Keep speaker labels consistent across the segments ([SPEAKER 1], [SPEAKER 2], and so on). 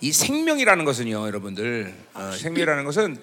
[SPEAKER 1] 이 생명이라는 것은요, 여러분들 어, 생명이라는 것은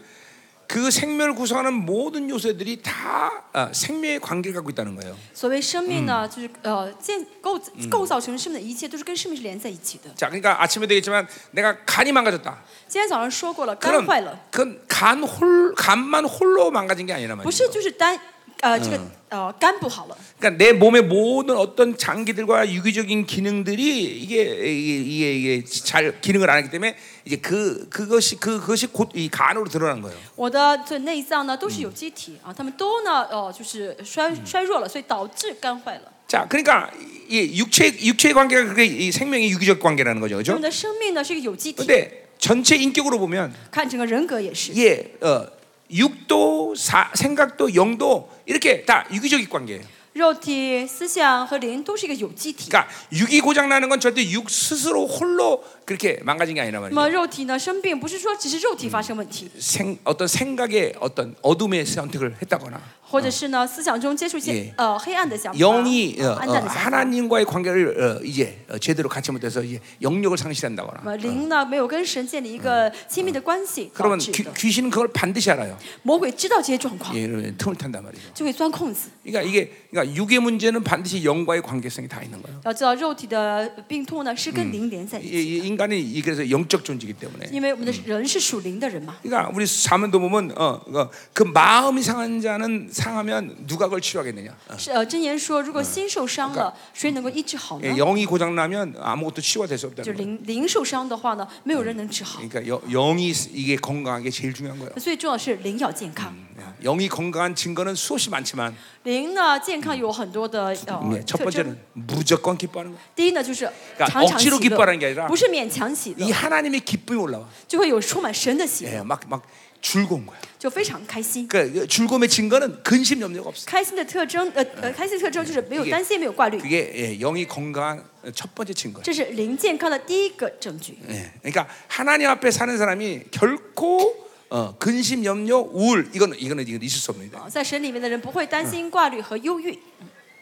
[SPEAKER 1] 그 생명을 구성하는 모든 요소들이 다 아, 생명의 관계를 갖고 있다는 거예요.
[SPEAKER 2] 所谓生命呢，就是呃建构构造成生命的一切都是跟生命是连在一起的。
[SPEAKER 1] 자, 그러니까 아침에 되겠지만 내가 간이 망가졌다.
[SPEAKER 2] 今天早上说过了，肝
[SPEAKER 1] 그럼
[SPEAKER 2] 坏了，
[SPEAKER 1] 그 간 홀, 간만 홀로 망가진 게 아니란
[SPEAKER 2] 不
[SPEAKER 1] 말이에요.
[SPEAKER 2] 是就是单呃这个呃肝不好了，
[SPEAKER 1] 그러니까 내 몸의 모든 어떤 장기들과 유기적인 기능들이 이게 이게 이게, 이게 잘 기능을 안 하기 때문에 이제 그 그것이 그 그것이 곧 이 간으로 드러난 거예요.
[SPEAKER 2] 我的这内脏呢都是有机体啊，他们都呢呃就是衰衰弱了，所以导致肝坏了。
[SPEAKER 1] 자, 그러니까 이 육체 육체의 관계가 그게 이 생명의 유기적 관계라는 거죠,
[SPEAKER 2] 我们
[SPEAKER 1] 그렇죠?
[SPEAKER 2] 的生命呢是一个有机体，
[SPEAKER 1] 근데 전체 인격으로 보면
[SPEAKER 2] 看整个人格也是。
[SPEAKER 1] 예, 어, 육도 사, 생각도 영도 이렇게 다 유기적인 관계예요.
[SPEAKER 2] 肉体、思想和灵都是一个有机体。
[SPEAKER 1] 그러니까 육이 고장 나는 건 절대 육 스스로 홀로 그렇게 망가진 게 아니란
[SPEAKER 2] 那么
[SPEAKER 1] 말이에요.
[SPEAKER 2] 肉体呢生病，不是说只是肉体发生问题，
[SPEAKER 1] 생, 어떤 생각의 어떤 어둠의 선택을 했다거나
[SPEAKER 2] 或者是呢思想中接触一些
[SPEAKER 1] 예
[SPEAKER 2] 呃黑暗的想法、
[SPEAKER 1] 영이 어,
[SPEAKER 2] 呃
[SPEAKER 1] 어,
[SPEAKER 2] 暗淡的想法。
[SPEAKER 1] 하나님과의 관계를 어, 이제 어, 제대로 갖지 못해서 이제 영역을
[SPEAKER 2] 那么
[SPEAKER 1] 상실한다거나
[SPEAKER 2] 呃灵呢没有跟神建立一
[SPEAKER 1] 嗯
[SPEAKER 2] 个亲密的关系，导
[SPEAKER 1] 그러면
[SPEAKER 2] 致
[SPEAKER 1] 귀,
[SPEAKER 2] 的。
[SPEAKER 1] 귀신은 그걸 반드시 알아요.
[SPEAKER 2] 魔鬼知道这些状况，
[SPEAKER 1] 예, 그러면 틈을 탄단 말이죠.
[SPEAKER 2] 就会钻空子。
[SPEAKER 1] 그러니까 이게 그러니까 육의 문제는 반드시 영과의 관계성이 다 있는 거예요.
[SPEAKER 2] 要知道肉体的病痛呢是跟灵连在一
[SPEAKER 1] 이,
[SPEAKER 2] 起，
[SPEAKER 1] 이 인간이 이- 그래서 영적 존재이기 때문에.
[SPEAKER 2] 因为我们的人是属灵的人嘛。
[SPEAKER 1] 그러니까 우리 사면도 보면 어, 어, 그 마음이 상한 자는 상하면 누가 그걸 치료하겠느냐. 예,
[SPEAKER 2] 是呃，真言说，
[SPEAKER 1] 嗯
[SPEAKER 2] 如果心受伤了，谁能够医治好
[SPEAKER 1] 예,
[SPEAKER 2] 呢？
[SPEAKER 1] 영이 고장 나면 아무것도 치료가 될 수
[SPEAKER 2] 就是
[SPEAKER 1] 없다는 거예요.
[SPEAKER 2] 灵灵受伤的话呢，没有人能治好。
[SPEAKER 1] 그러니까 여- 영이 스- 이게 건강한 게 제일 중요한 거예요. 예,
[SPEAKER 2] 那最重要的是灵要健康，
[SPEAKER 1] 嗯 영이 건강한 증거는 수없이 많지만
[SPEAKER 2] 灵呢健康有很多
[SPEAKER 1] 嗯
[SPEAKER 2] 的呃
[SPEAKER 1] 예, 첫
[SPEAKER 2] 特征。
[SPEAKER 1] 번째는 무조건 기뻐하는 거예요.
[SPEAKER 2] 第一呢就是
[SPEAKER 1] 그러니까
[SPEAKER 2] 常常喜
[SPEAKER 1] 억지로기뻐하는게아니라
[SPEAKER 2] 乐，不是勉强喜乐
[SPEAKER 1] 이 ， 하나님의 기쁨이 올라와.
[SPEAKER 2] 就会有充满神的喜乐，
[SPEAKER 1] 예, 막, 막 즐거운 거야.
[SPEAKER 2] 就非常开心。
[SPEAKER 1] 그 즐거움의 증거는 근심 염려가 없어.
[SPEAKER 2] 开心的特征，呃呃，开心的特征就是没有
[SPEAKER 1] 이게
[SPEAKER 2] 担心，没有挂虑，
[SPEAKER 1] 그게 예, 영이 건강한 첫 번째 증거예요.
[SPEAKER 2] 这是灵健康的第一个证据。
[SPEAKER 1] 예, 그러니까 하나님 앞에 사는 사람이 결코 어, 근심 염려 우울 이건 이거는 이건 있을 수 없습니다.
[SPEAKER 2] 啊，在神里面的人不会担心、挂虑和忧郁。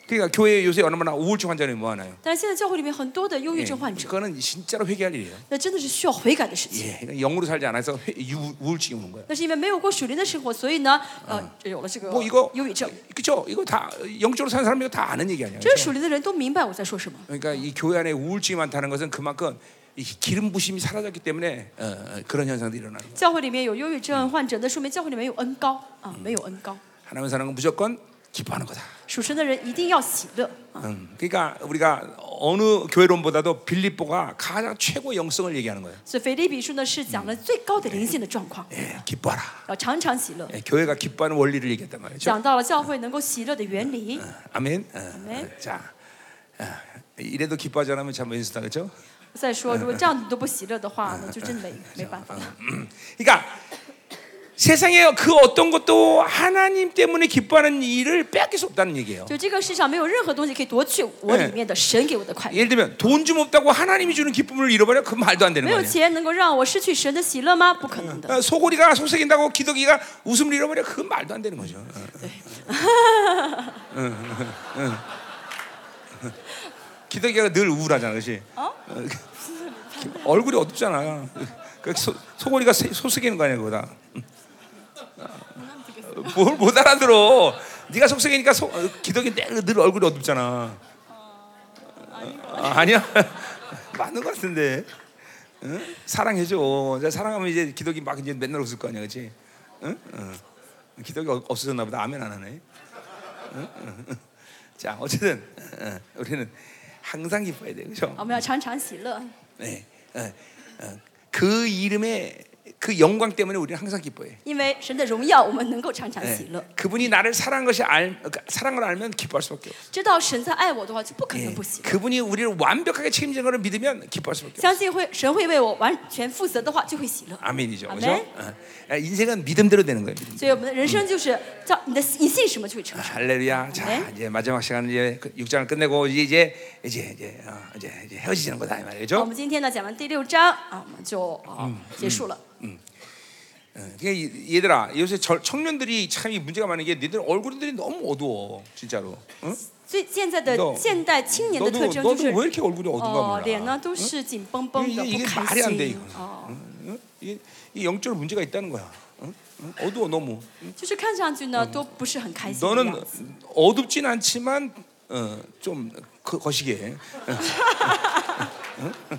[SPEAKER 1] 그러니까 교회 요새 얼마나 우울증 환자는 뭐 하나요?
[SPEAKER 2] 但是现在教会里面很多的忧
[SPEAKER 1] 예,
[SPEAKER 2] 郁症患者，
[SPEAKER 1] 그거는 진짜로 회개할 일이에요.
[SPEAKER 2] 那真的是需要悔改的事情。
[SPEAKER 1] 예, 이건 영으로 살지 않아서 회- 유- 우울증이 오는 거예요.
[SPEAKER 2] 那是因为没有过属灵的生活，所以呢，呃，有了这个
[SPEAKER 1] 뭐 이거
[SPEAKER 2] 忧郁症。
[SPEAKER 1] 그죠? 이거 다 영적으로 사는 사람이 다 아는 얘기 아니에요.
[SPEAKER 2] 这是属灵的人都明白我在说什么。
[SPEAKER 1] 그러니까 이 교회 안에 우울증이 많다는 것은 그만큼 이 기름 부심이 사라졌기 때문에 어, 어, 그런 현상들이 일어나는 거예요.
[SPEAKER 2] 教会里面有忧郁症患者，那说明教会里面有恩高啊，没有恩高。
[SPEAKER 1] 하나님 사는 건 무조건 기뻐하는 거다.
[SPEAKER 2] 属神的人一定要喜乐啊。
[SPEAKER 1] 음, 그러니까 우리가 어느 교회론보다도 빌립보가 가장 최고 영성을 얘기하는 거예요.
[SPEAKER 2] 所以腓立比书呢是讲了最高的灵性的状况，
[SPEAKER 1] 예, 기뻐하라.
[SPEAKER 2] 要常常喜乐，
[SPEAKER 1] 예, 교회가 기뻐하는 원리를 얘기했단 말이죠.
[SPEAKER 2] 讲到了教会能够喜乐的原理。
[SPEAKER 1] 아멘. 어,
[SPEAKER 2] 아멘.
[SPEAKER 1] 자, 어, 이래도 기뻐하지 않으면 참 왼수다 그렇죠?
[SPEAKER 2] 再说，如果这样你都不喜乐的话，那就真没没办法了。
[SPEAKER 1] 그러니까 세상에 그 어떤 것도 하나님 때문에 기뻐하는 일을 빼앗길 수 없다는 얘기예요.
[SPEAKER 2] 就这个世上没有任何东西可以夺去我里面的神给我的快乐。
[SPEAKER 1] 예를 들면 돈 좀 없다고 하나님이 주는 기쁨을 잃어버려 그건 말도 안 되는
[SPEAKER 2] 没有
[SPEAKER 1] 거예요.
[SPEAKER 2] 钱能够让我失去神的喜乐吗？不可能的。
[SPEAKER 1] 어, 소고리가 속삭인다고 기덕이가 웃음을 잃어버려 그건 말도 안 되는 거죠. 어. 어, 어, 어. 기덕이가 늘 우울하잖아, 그렇지? 어, 그- 얼굴이 어둡잖아. 그 소, 소고리가 세- 속삭이는 거 아니야, 그거다. 어, 뭘 못 알아들어? 네가 속삭이니까 소, 어, 기덕이 늘, 늘 얼굴이 어둡잖아. 아, 아니야? 맞는 것 같은데. 응? 사랑해줘. 이제 사랑하면 이제 기덕이 막 이제 맨날 웃을 거 아니야, 그렇지? 응? 응. 기덕이 없- 없어졌나 보다. 아멘 안 하네. 응? 응, 응. 자, 어쨌든 어, 어, 우리는 항상 기뻐야 돼, 그렇죠?
[SPEAKER 2] 我们要哦常常喜乐，
[SPEAKER 1] 네. 어, 어, 그 이름의 그 영광 때문에 우리는 항상 기뻐해.
[SPEAKER 2] 因为神的荣耀，我们能够常常
[SPEAKER 1] 네.
[SPEAKER 2] 喜乐。
[SPEAKER 1] 그분이 나를 사랑한 것이 알, 그러니까 사랑을 알면 기뻐할 수밖에 없어.
[SPEAKER 2] 知道神在爱我的话，就不可能
[SPEAKER 1] 예.
[SPEAKER 2] 不喜乐。
[SPEAKER 1] 아, 그분이 우리를 완벽하게 책임지는 것을 믿으면 기뻐할 수밖에 없어.
[SPEAKER 2] 相信会神会为我完全负责的话，就会喜乐。
[SPEAKER 1] 아멘이죠, 그렇죠?
[SPEAKER 2] 아멘.
[SPEAKER 1] 어, 인생은 믿음대로 되는 거예요. 믿음.
[SPEAKER 2] 所以我们的人生就是叫你的你信什么就会
[SPEAKER 1] 아.
[SPEAKER 2] 成。
[SPEAKER 1] 嗯 할렐루야. 자,
[SPEAKER 2] 네.
[SPEAKER 1] 이제 마지막 시간 이제 그 육장을 끝내고 이제 이제 이제 이제, 어, 이제, 이제 헤어지자는 거다 이
[SPEAKER 2] 好
[SPEAKER 1] 말이죠.
[SPEAKER 2] 我们今天呢讲完第六章啊，我们就啊结束了。
[SPEAKER 1] 어, 그러니까 이- 얘들아, 요새 절- 청년들이 참 이 문제가 많은 게 니들 얼굴들이 너무 어두워, 진짜로. 응?
[SPEAKER 2] 所以现在的
[SPEAKER 1] 너
[SPEAKER 2] 现代青年的
[SPEAKER 1] 너도
[SPEAKER 2] 特征就
[SPEAKER 1] 너도
[SPEAKER 2] 是
[SPEAKER 1] 왜 ， 이렇게 얼굴이 어두가
[SPEAKER 2] 哦，
[SPEAKER 1] 몰라?
[SPEAKER 2] 脸呢都是紧绷绷的，
[SPEAKER 1] 이게
[SPEAKER 2] 不
[SPEAKER 1] 이게
[SPEAKER 2] 开
[SPEAKER 1] 말이안돼이
[SPEAKER 2] 心
[SPEAKER 1] 거는 。
[SPEAKER 2] 哦，
[SPEAKER 1] 응? 이게, 이게 영적으로 문제가 있다는 거야. 응? 응? 어두워 너무.
[SPEAKER 2] 就是看上去呢嗯都不是很开心的
[SPEAKER 1] 너는
[SPEAKER 2] 样子。
[SPEAKER 1] 어둡진 않지만 어, 좀 거, 거시기해. 응? 응? 응?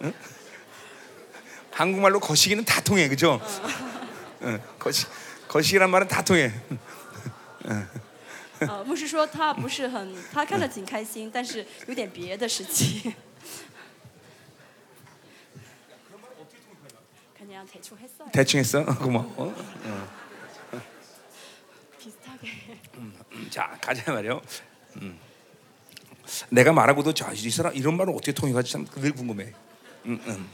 [SPEAKER 1] 응? 어. 한국말로 거시기는 다 통해, 그죠? 응, 거시 거시기란 말은 다 통해.
[SPEAKER 2] 呃，牧师说他不是 很，他看着挺开心，但是有点别的事情。看见腿出黑色，
[SPEAKER 1] 대충 했어. 고마워. 응.
[SPEAKER 2] 皮斯塔给。
[SPEAKER 1] 음, 자 가자 말이요. 음. 내가 말하고도 자이 사람 이런 말은 어떻게 통역하지 참 늘 궁금해. 음, 음.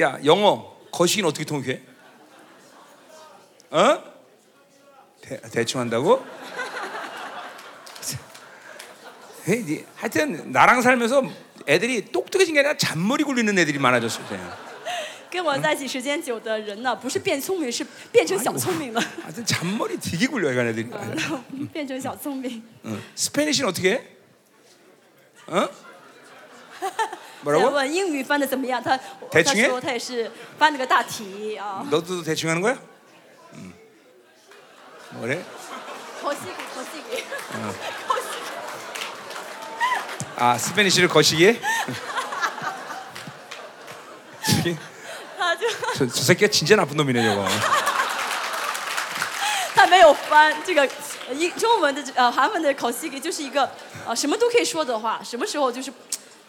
[SPEAKER 1] 야 영어 거시기는 어떻게 통역해? 어? 대, 대충 한다고? 에이, 니- 하여튼 나랑 살면서 애들이 똑똑해진 게 아니라 잔머리 굴리는 애들이 많아졌어. 그냥.
[SPEAKER 2] 跟我在一起时间久的人呢，不是变聪明，是变成小聪明了，
[SPEAKER 1] 하여튼 잔머리 되게 굴려 이간 애들이. 어,
[SPEAKER 2] 然后 变成小聪明。
[SPEAKER 1] 응. 스페니쉬는 어떻게 해? 어?
[SPEAKER 2] 想
[SPEAKER 1] 뭐라고?
[SPEAKER 2] 问英语翻的怎么样？他
[SPEAKER 1] 대충
[SPEAKER 2] 他
[SPEAKER 1] 해
[SPEAKER 2] 说他也是翻了个大题啊。
[SPEAKER 1] 너도 대충 하는 거야? 응. 뭐래?
[SPEAKER 2] 口西给，口西给，口西给
[SPEAKER 1] 아 스페니쉬를 거시기에? 저기,
[SPEAKER 2] 他就
[SPEAKER 1] 저, 저 새끼가 진짜 나쁜 놈이네 저거
[SPEAKER 2] 他没有翻这个呃英中文的这呃韩文的口西给，就是一个呃什么都可以说的话，什么时候就是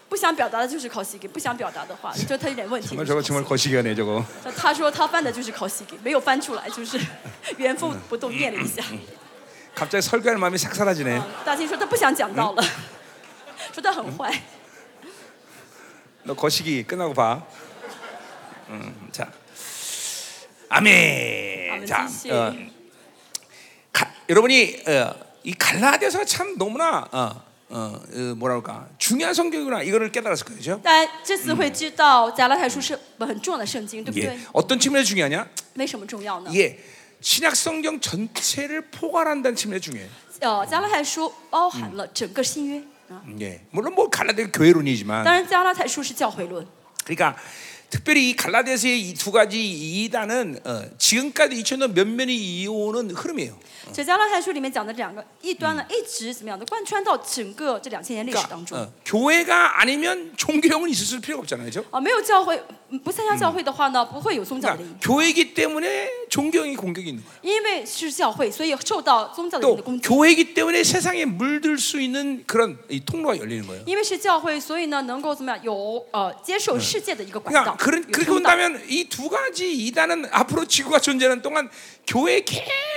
[SPEAKER 2] 不想表达的就是口西给，不想表达的话，就他有点问题。
[SPEAKER 1] 정말 저거 정말 거시기하네 저거
[SPEAKER 2] 就他说他翻的就是口西给，没有翻出来，就是 原封不动念了一下。
[SPEAKER 1] 갑자기 설교할 마음이 싹 사라지네
[SPEAKER 2] 啊大金说他不想讲到了， 说他很坏。
[SPEAKER 1] 너 거시기 끝나고 봐. 음, 자, 아멘.
[SPEAKER 2] 아멘,
[SPEAKER 1] 자,
[SPEAKER 2] 진실.
[SPEAKER 1] 어, 가, 여러분이 어, 이 갈라디아서가 참 너무나 어, 어, 어, 뭐라 할까 중요한 성경이구나 이거를 깨달았을 거예요. 그죠?
[SPEAKER 2] 大家这次会知道加拉太书是很重要的圣经，对不
[SPEAKER 1] 예.
[SPEAKER 2] 对？
[SPEAKER 1] 어떤 측면에서 중요하냐?
[SPEAKER 2] 为什么重要呢？
[SPEAKER 1] 예. 신약 성경 전체를 포괄한다는 측면에서 중요해.
[SPEAKER 2] 呃，加拉太书包含了整个新约啊。
[SPEAKER 1] 예. 물론 뭐 갈라디아 교회론이지만
[SPEAKER 2] 当然，加拉太书是教会论，
[SPEAKER 1] 그러니까 특별히 이 갈라디아서의 이 두 가지 이단은 어, 지금까지 2000년 몇몇이 이어오는 흐름이에요.
[SPEAKER 2] 所以加拉太书里面讲的两个异端呢，一直怎么样的贯穿到整个这两千年历史
[SPEAKER 1] 그러니까,
[SPEAKER 2] 当中。
[SPEAKER 1] 어, 교회가 아니면 종교형은 있을 필요가 없잖아요. 그죠?
[SPEAKER 2] 啊，没有教会，嗯不参加教会的话呢，不会有宗教的
[SPEAKER 1] 그러니까
[SPEAKER 2] 影响，
[SPEAKER 1] 교회이기 때문에 종교형이 공격이 있는 거예요.
[SPEAKER 2] 因为是教会，所以受到宗教的影
[SPEAKER 1] 또
[SPEAKER 2] 的攻击。
[SPEAKER 1] 교회이기 때문에 세상에 물들 수 있는 그런 이 통로가 열리는 거예요.
[SPEAKER 2] 因为是教会，所以呢，能够怎么样有呃接受世界的一个管道
[SPEAKER 1] 그러니까 ， 그런,
[SPEAKER 2] 有
[SPEAKER 1] 그렇게
[SPEAKER 2] 通道。
[SPEAKER 1] 본다면 이 두 가지 이단은 앞으로 지구가 존재하는 동안 교회에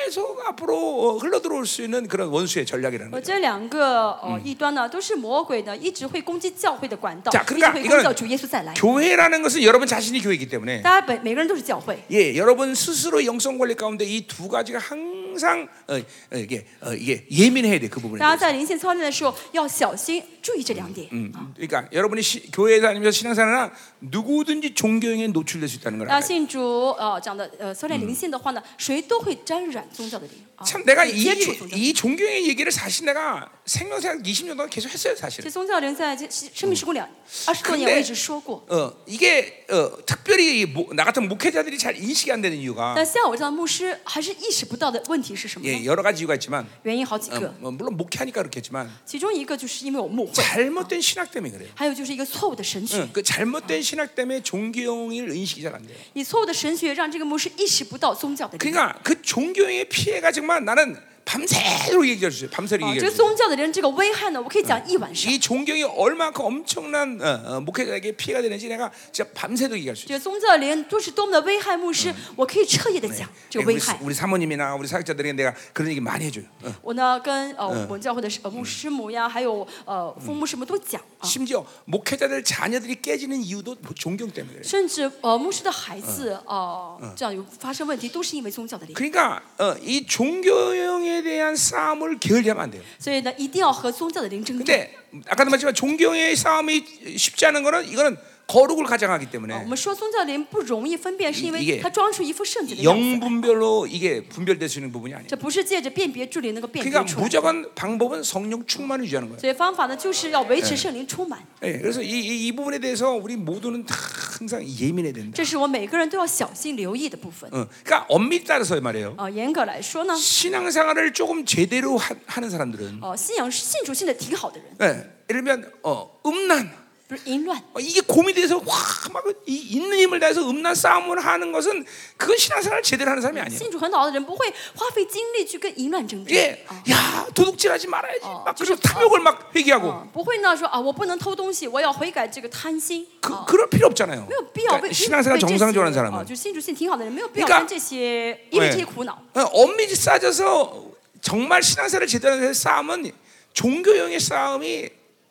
[SPEAKER 1] 계속 앞으로 어, 흘러들어올 수 있는 그런 원수의 전략이라는
[SPEAKER 2] 呃，
[SPEAKER 1] 거예요.
[SPEAKER 2] 这两个呃异端呢，都是魔鬼呢，一直会攻击教会的管道，
[SPEAKER 1] 자
[SPEAKER 2] 一直
[SPEAKER 1] 그러니까
[SPEAKER 2] 会攻击到
[SPEAKER 1] 이거는
[SPEAKER 2] 主耶稣再来。
[SPEAKER 1] 교회라는 것은 여러분 자신이 교회이기 때문에
[SPEAKER 2] 大家本每个人都是教会，
[SPEAKER 1] 예, 여러분 스스로 영성 관리 가운데 이 두 가지가 항상 어, 어, 이게 어, 이게 예민해야 돼 그 부분에.
[SPEAKER 2] 大
[SPEAKER 1] 대해서.
[SPEAKER 2] 家在灵性操练的时候要小心注意这两点。
[SPEAKER 1] 음, 그러니까 여러분이 시- 교회에 다니면서 신앙생활이나 누구든지 종교에 노출될 수 있다는 걸
[SPEAKER 2] 那
[SPEAKER 1] 알아요.
[SPEAKER 2] 啊信主呃讲的呃操练灵性的话呢，谁都会沾染宗教的灵啊。
[SPEAKER 1] 참 내가
[SPEAKER 2] 会
[SPEAKER 1] 이,
[SPEAKER 2] 接触宗教。
[SPEAKER 1] 이 종교의 얘기를 사실 내가 생명생활 20년 동안 계속 했어요
[SPEAKER 2] 这
[SPEAKER 1] 사실은.
[SPEAKER 2] 宗教灵在这生命时空两二十多年，
[SPEAKER 1] 근데
[SPEAKER 2] 我一直说过。
[SPEAKER 1] 어, 이게 어, 특별히 모- 나 같은 목회자들이 잘 인식이 안 되는 이유가
[SPEAKER 2] 但像我这样的牧师还是意识不到的问题是什么
[SPEAKER 1] 예,
[SPEAKER 2] 呢？
[SPEAKER 1] 여러 가지 이유가 있지만
[SPEAKER 2] 原因好几
[SPEAKER 1] 어,
[SPEAKER 2] 个，
[SPEAKER 1] 뭐, 물론 목회하니까 그렇겠지만
[SPEAKER 2] 其中一个就是因为我误会，
[SPEAKER 1] 잘못된 신학 때문에 그래요.
[SPEAKER 2] 还有就是一个错误的神学
[SPEAKER 1] 응, 。그 잘못된 신학 때문에 종교형을 인식이 잘 안 돼요.
[SPEAKER 2] 你错误的神学让这个牧师意识不到宗教的灵。啊
[SPEAKER 1] 그러니까 그 종교형의 피해가 정말 나는 밤새도록 얘기해 주세요. 밤새도록
[SPEAKER 2] 啊，
[SPEAKER 1] 얘기해
[SPEAKER 2] 这个
[SPEAKER 1] 주세요.
[SPEAKER 2] 宗教的人这个危害呢，我可以讲一晚上。
[SPEAKER 1] 이 종교형이 얼마큼 엄청난 어, 어, 목회자에게 피해가 되는지 내가 진짜 밤새도록 얘기할 수 있어요.
[SPEAKER 2] 这个宗教的人都是多么的危害牧师，我可以彻夜的讲这个
[SPEAKER 1] 예, 우리,
[SPEAKER 2] 危害。
[SPEAKER 1] 우리 사모님이나 우리 사역자들에게 내가 그런 얘기 많이 해줘요. 어.
[SPEAKER 2] 我呢跟呃我们教会的呃牧师母呀，还有呃父母什么都讲啊，
[SPEAKER 1] 심지어 목회자들 자녀들이 깨지는 이유도 뭐 종교형 때문에 그래요.
[SPEAKER 2] 甚至呃牧师的孩子呃这样有发生问题，都是因为宗教的灵。
[SPEAKER 1] 그러니까 어, 이 종교형에 대한 싸움을 게을리하면 안 돼요.
[SPEAKER 2] 所以呢，一定要和宗教的灵争战。
[SPEAKER 1] 근데 아까도 말했지만 종교의 싸움이 쉽지 않은 거는 이거는 거룩을 가장하기
[SPEAKER 2] 啊我
[SPEAKER 1] 때문에
[SPEAKER 2] 们说宗教灵不容易分辨，是因
[SPEAKER 1] 이이게
[SPEAKER 2] 为他装出一副圣洁的样子，
[SPEAKER 1] 영분별로 이게 분별될 수 있는 부분이 아니에요.
[SPEAKER 2] 这不是借着辨别助灵能够辨别
[SPEAKER 1] 그러니까
[SPEAKER 2] 出来。
[SPEAKER 1] 무조건 방법은 성령 충만을 유지하는 거예요.
[SPEAKER 2] 所以方法呢，就是要维持圣灵充满，
[SPEAKER 1] 예, 그래서 이, 이, 이 부분에 대해서 우리 모두는 다 항상 예민해야 된다.
[SPEAKER 2] 这是我们每个人都要小心留意的部分。
[SPEAKER 1] 어, 그러니까 엄밀히 따라서 말이에요.
[SPEAKER 2] 啊，严格来说呢，
[SPEAKER 1] 신앙생활을 조금 제대로 하, 하는 사람들은
[SPEAKER 2] 哦，信仰信主信的挺好的人，
[SPEAKER 1] 예, 예를 들면 어, 음란
[SPEAKER 2] 不是淫乱，
[SPEAKER 1] 어, 이게 고민돼서 확막 있는 힘을 다해서 음란 싸움을 하는 것은 그건 신앙생활 제대로 하는 사람이 아니에요.
[SPEAKER 2] 信主很好的人不会花费精力去跟淫乱争争
[SPEAKER 1] 예, 。
[SPEAKER 2] 啊
[SPEAKER 1] 야 도둑질하지 말아야지.
[SPEAKER 2] 어,
[SPEAKER 1] 막 그리고 탐욕을 막 회귀하고
[SPEAKER 2] 啊，不会呢说啊，我不能偷东西，我要悔改这个贪心。
[SPEAKER 1] 그,
[SPEAKER 2] 啊，
[SPEAKER 1] 그럴 필요 없잖아요.
[SPEAKER 2] 没有必要
[SPEAKER 1] 그러니까
[SPEAKER 2] 为
[SPEAKER 1] 신앙생활
[SPEAKER 2] 为这些
[SPEAKER 1] 정상적으로 하는
[SPEAKER 2] 啊，
[SPEAKER 1] 사람은
[SPEAKER 2] 就信主信挺好的人，没有必要
[SPEAKER 1] 그러니까
[SPEAKER 2] 跟这些因为这些苦恼。
[SPEAKER 1] 어, 엄밀히 싸져서 정말 신앙생활을 제대로 하는 싸움은 종교형의 싸움이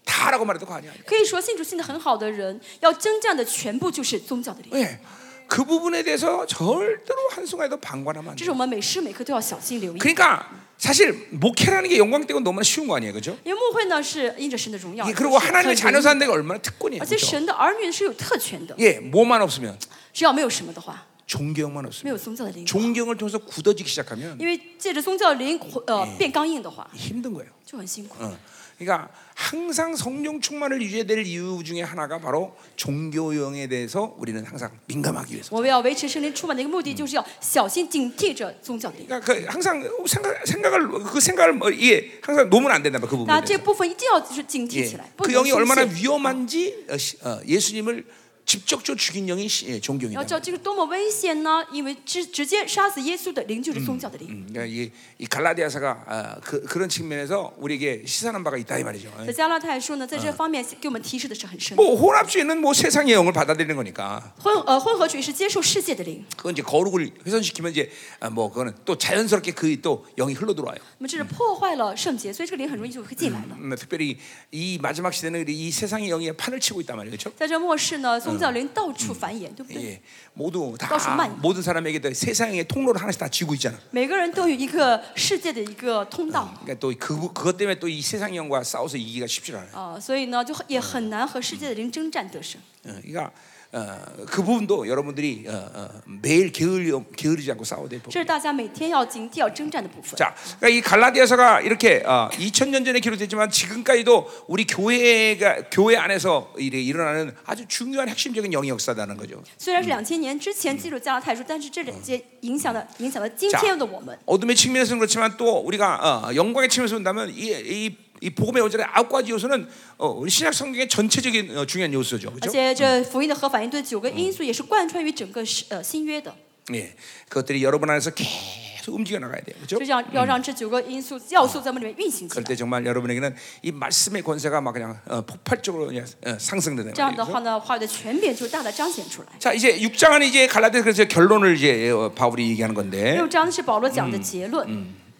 [SPEAKER 1] 다라고 말해도 과언이 아니에요.
[SPEAKER 2] 可以说，信主信的很好的人，要征战的全部就是宗教的灵，
[SPEAKER 1] 예, 그 부분에 대해서 절대로 한 순간에도 방관하면 안
[SPEAKER 2] 这是
[SPEAKER 1] 돼요.
[SPEAKER 2] 我们每时每刻都要小心留意。
[SPEAKER 1] 그러니까 사실 목회라는 게 영광되고 너무나 쉬운 거 아니에요, 그죠?
[SPEAKER 2] 因为牧会呢是因着神的荣耀，
[SPEAKER 1] 이게
[SPEAKER 2] 是
[SPEAKER 1] 그리고
[SPEAKER 2] 很
[SPEAKER 1] 하나님의
[SPEAKER 2] 容
[SPEAKER 1] 자녀
[SPEAKER 2] 易
[SPEAKER 1] 사는 데가 얼마나 특권이에요,
[SPEAKER 2] 而且
[SPEAKER 1] 그죠?
[SPEAKER 2] 神的儿女是有特权的，
[SPEAKER 1] 예, 뭐만 없으면
[SPEAKER 2] 只要没有什么的话，
[SPEAKER 1] 종교형만
[SPEAKER 2] 没
[SPEAKER 1] 없으면
[SPEAKER 2] 有宗教的灵，
[SPEAKER 1] 종교형을 통해서 굳어지기 시작하면
[SPEAKER 2] 因为借着宗教的灵呃变刚硬的话，
[SPEAKER 1] 힘든 거예요.
[SPEAKER 2] 就很辛苦。
[SPEAKER 1] 어. 그러니까 항상 성령 충만을 유지해야 될 이유 중에 하나가 바로 종교형에 대해서 우리는 항상 민감하기 위해서.
[SPEAKER 2] 我们要维持圣灵充满的一个目的，就是要小心警惕着宗教的灵。
[SPEAKER 1] 그러니까 그 항상 생각, 생각을 그 생각을 뭐 이게 항상 놓으면 안 된다 그
[SPEAKER 2] 那
[SPEAKER 1] 부분에
[SPEAKER 2] 这
[SPEAKER 1] 대해서.
[SPEAKER 2] 部分一定要就是警
[SPEAKER 1] 예.
[SPEAKER 2] 惕起来，不
[SPEAKER 1] 그
[SPEAKER 2] 能
[SPEAKER 1] 영이
[SPEAKER 2] 松
[SPEAKER 1] 얼마나
[SPEAKER 2] 懈。
[SPEAKER 1] 위험한지 어, 시- 어, 예수님을 직접적으로 죽인 영이 시- 예,
[SPEAKER 2] 要知
[SPEAKER 1] 종교형이다.
[SPEAKER 2] 道这个多么危险呢？因为直直接杀死耶稣的灵就是宗教的灵。
[SPEAKER 1] 음, 그러니까 이, 이 갈라디아사가 아, 그, 그런 측면에서 우리에게 시사하는 바가 있다 이 말이죠.
[SPEAKER 2] 在加拉太书呢，在这方面给我们提示的是很深。
[SPEAKER 1] 뭐 혼합주의는 뭐 세상의 영을 받아들이는 거니까
[SPEAKER 2] 混呃混合主义是接受世界的灵，
[SPEAKER 1] 그건 이제 거룩을 훼손시키면 이제 아, 뭐 그거는 또 자연스럽게 그 또 영이 흘러 들어와요.
[SPEAKER 2] 那么这是破坏了圣洁，所以这个灵很容易就会进来了。
[SPEAKER 1] 음, 특별히 이 마지막 시대는 이 세상의 영이 판을 치고 있단 말이에요, 그렇죠?
[SPEAKER 2] 在这末世呢，宗教灵到处繁衍，对不对？
[SPEAKER 1] 예, 모두 다
[SPEAKER 2] 떠순만.
[SPEAKER 1] 모든 사람에게 다 세상의 통로를 하나씩 다 쥐고 있잖아.
[SPEAKER 2] 每个人都有一个世界的一个通道
[SPEAKER 1] 그러니까 또 그, 그것 때문에 또 이 세상 영과 싸워서 이기가 쉽지 않아요.
[SPEAKER 2] 啊、所以呢，就很也很难和世界的灵征战得胜。
[SPEAKER 1] 어, 그러니까 어, 그 부분도 여러분들이 어, 어, 매일 게을리, 게으르지 않고 싸워야 될 부분.
[SPEAKER 2] 这是大家每天要警惕、要征战的部分。
[SPEAKER 1] 자, 그러니까 이 갈라디아서가 이렇게 어, 2000년 전에 기록됐지만 지금까지도 우리 교회가 교회 안에서 이래 일어나는 아주 중요한 핵심적인 영의 역사다는 거죠.
[SPEAKER 2] 虽然是两千年之前记录加拉太书，但是这两节影响了影响了今天的我们。
[SPEAKER 1] 어둠의 측면에서는 그렇지만 또 우리가 어, 영광의 측면에서 본다면 이, 이, 이 복음의 원전의 아홉 가지 요소는 어, 우리 신약 성경의 전체적인 어, 중요한 요소죠.
[SPEAKER 2] 而
[SPEAKER 1] 그렇죠?
[SPEAKER 2] 且这福音的核反应对九个因素也是贯穿于整个是呃新约的，
[SPEAKER 1] 예, 그것들이 여러분 안에서 계속 움직여 나가야 돼요. 그렇죠?
[SPEAKER 2] 就让要让这九个因素要素在我们里面运行起
[SPEAKER 1] 그럴
[SPEAKER 2] 来。
[SPEAKER 1] 때 정말 여러분에게는 이 말씀의 권세가 막 그냥 어, 폭발적으로 그냥 어, 상승되는
[SPEAKER 2] 这样的
[SPEAKER 1] 거예요.
[SPEAKER 2] 话呢，话语的权柄就大大彰显出来。
[SPEAKER 1] 자, 이제 6장은 이제 갈라디아서 그래서 결론을 이제 어, 바울이 얘기하는 건데.
[SPEAKER 2] 六章是保罗讲的结论，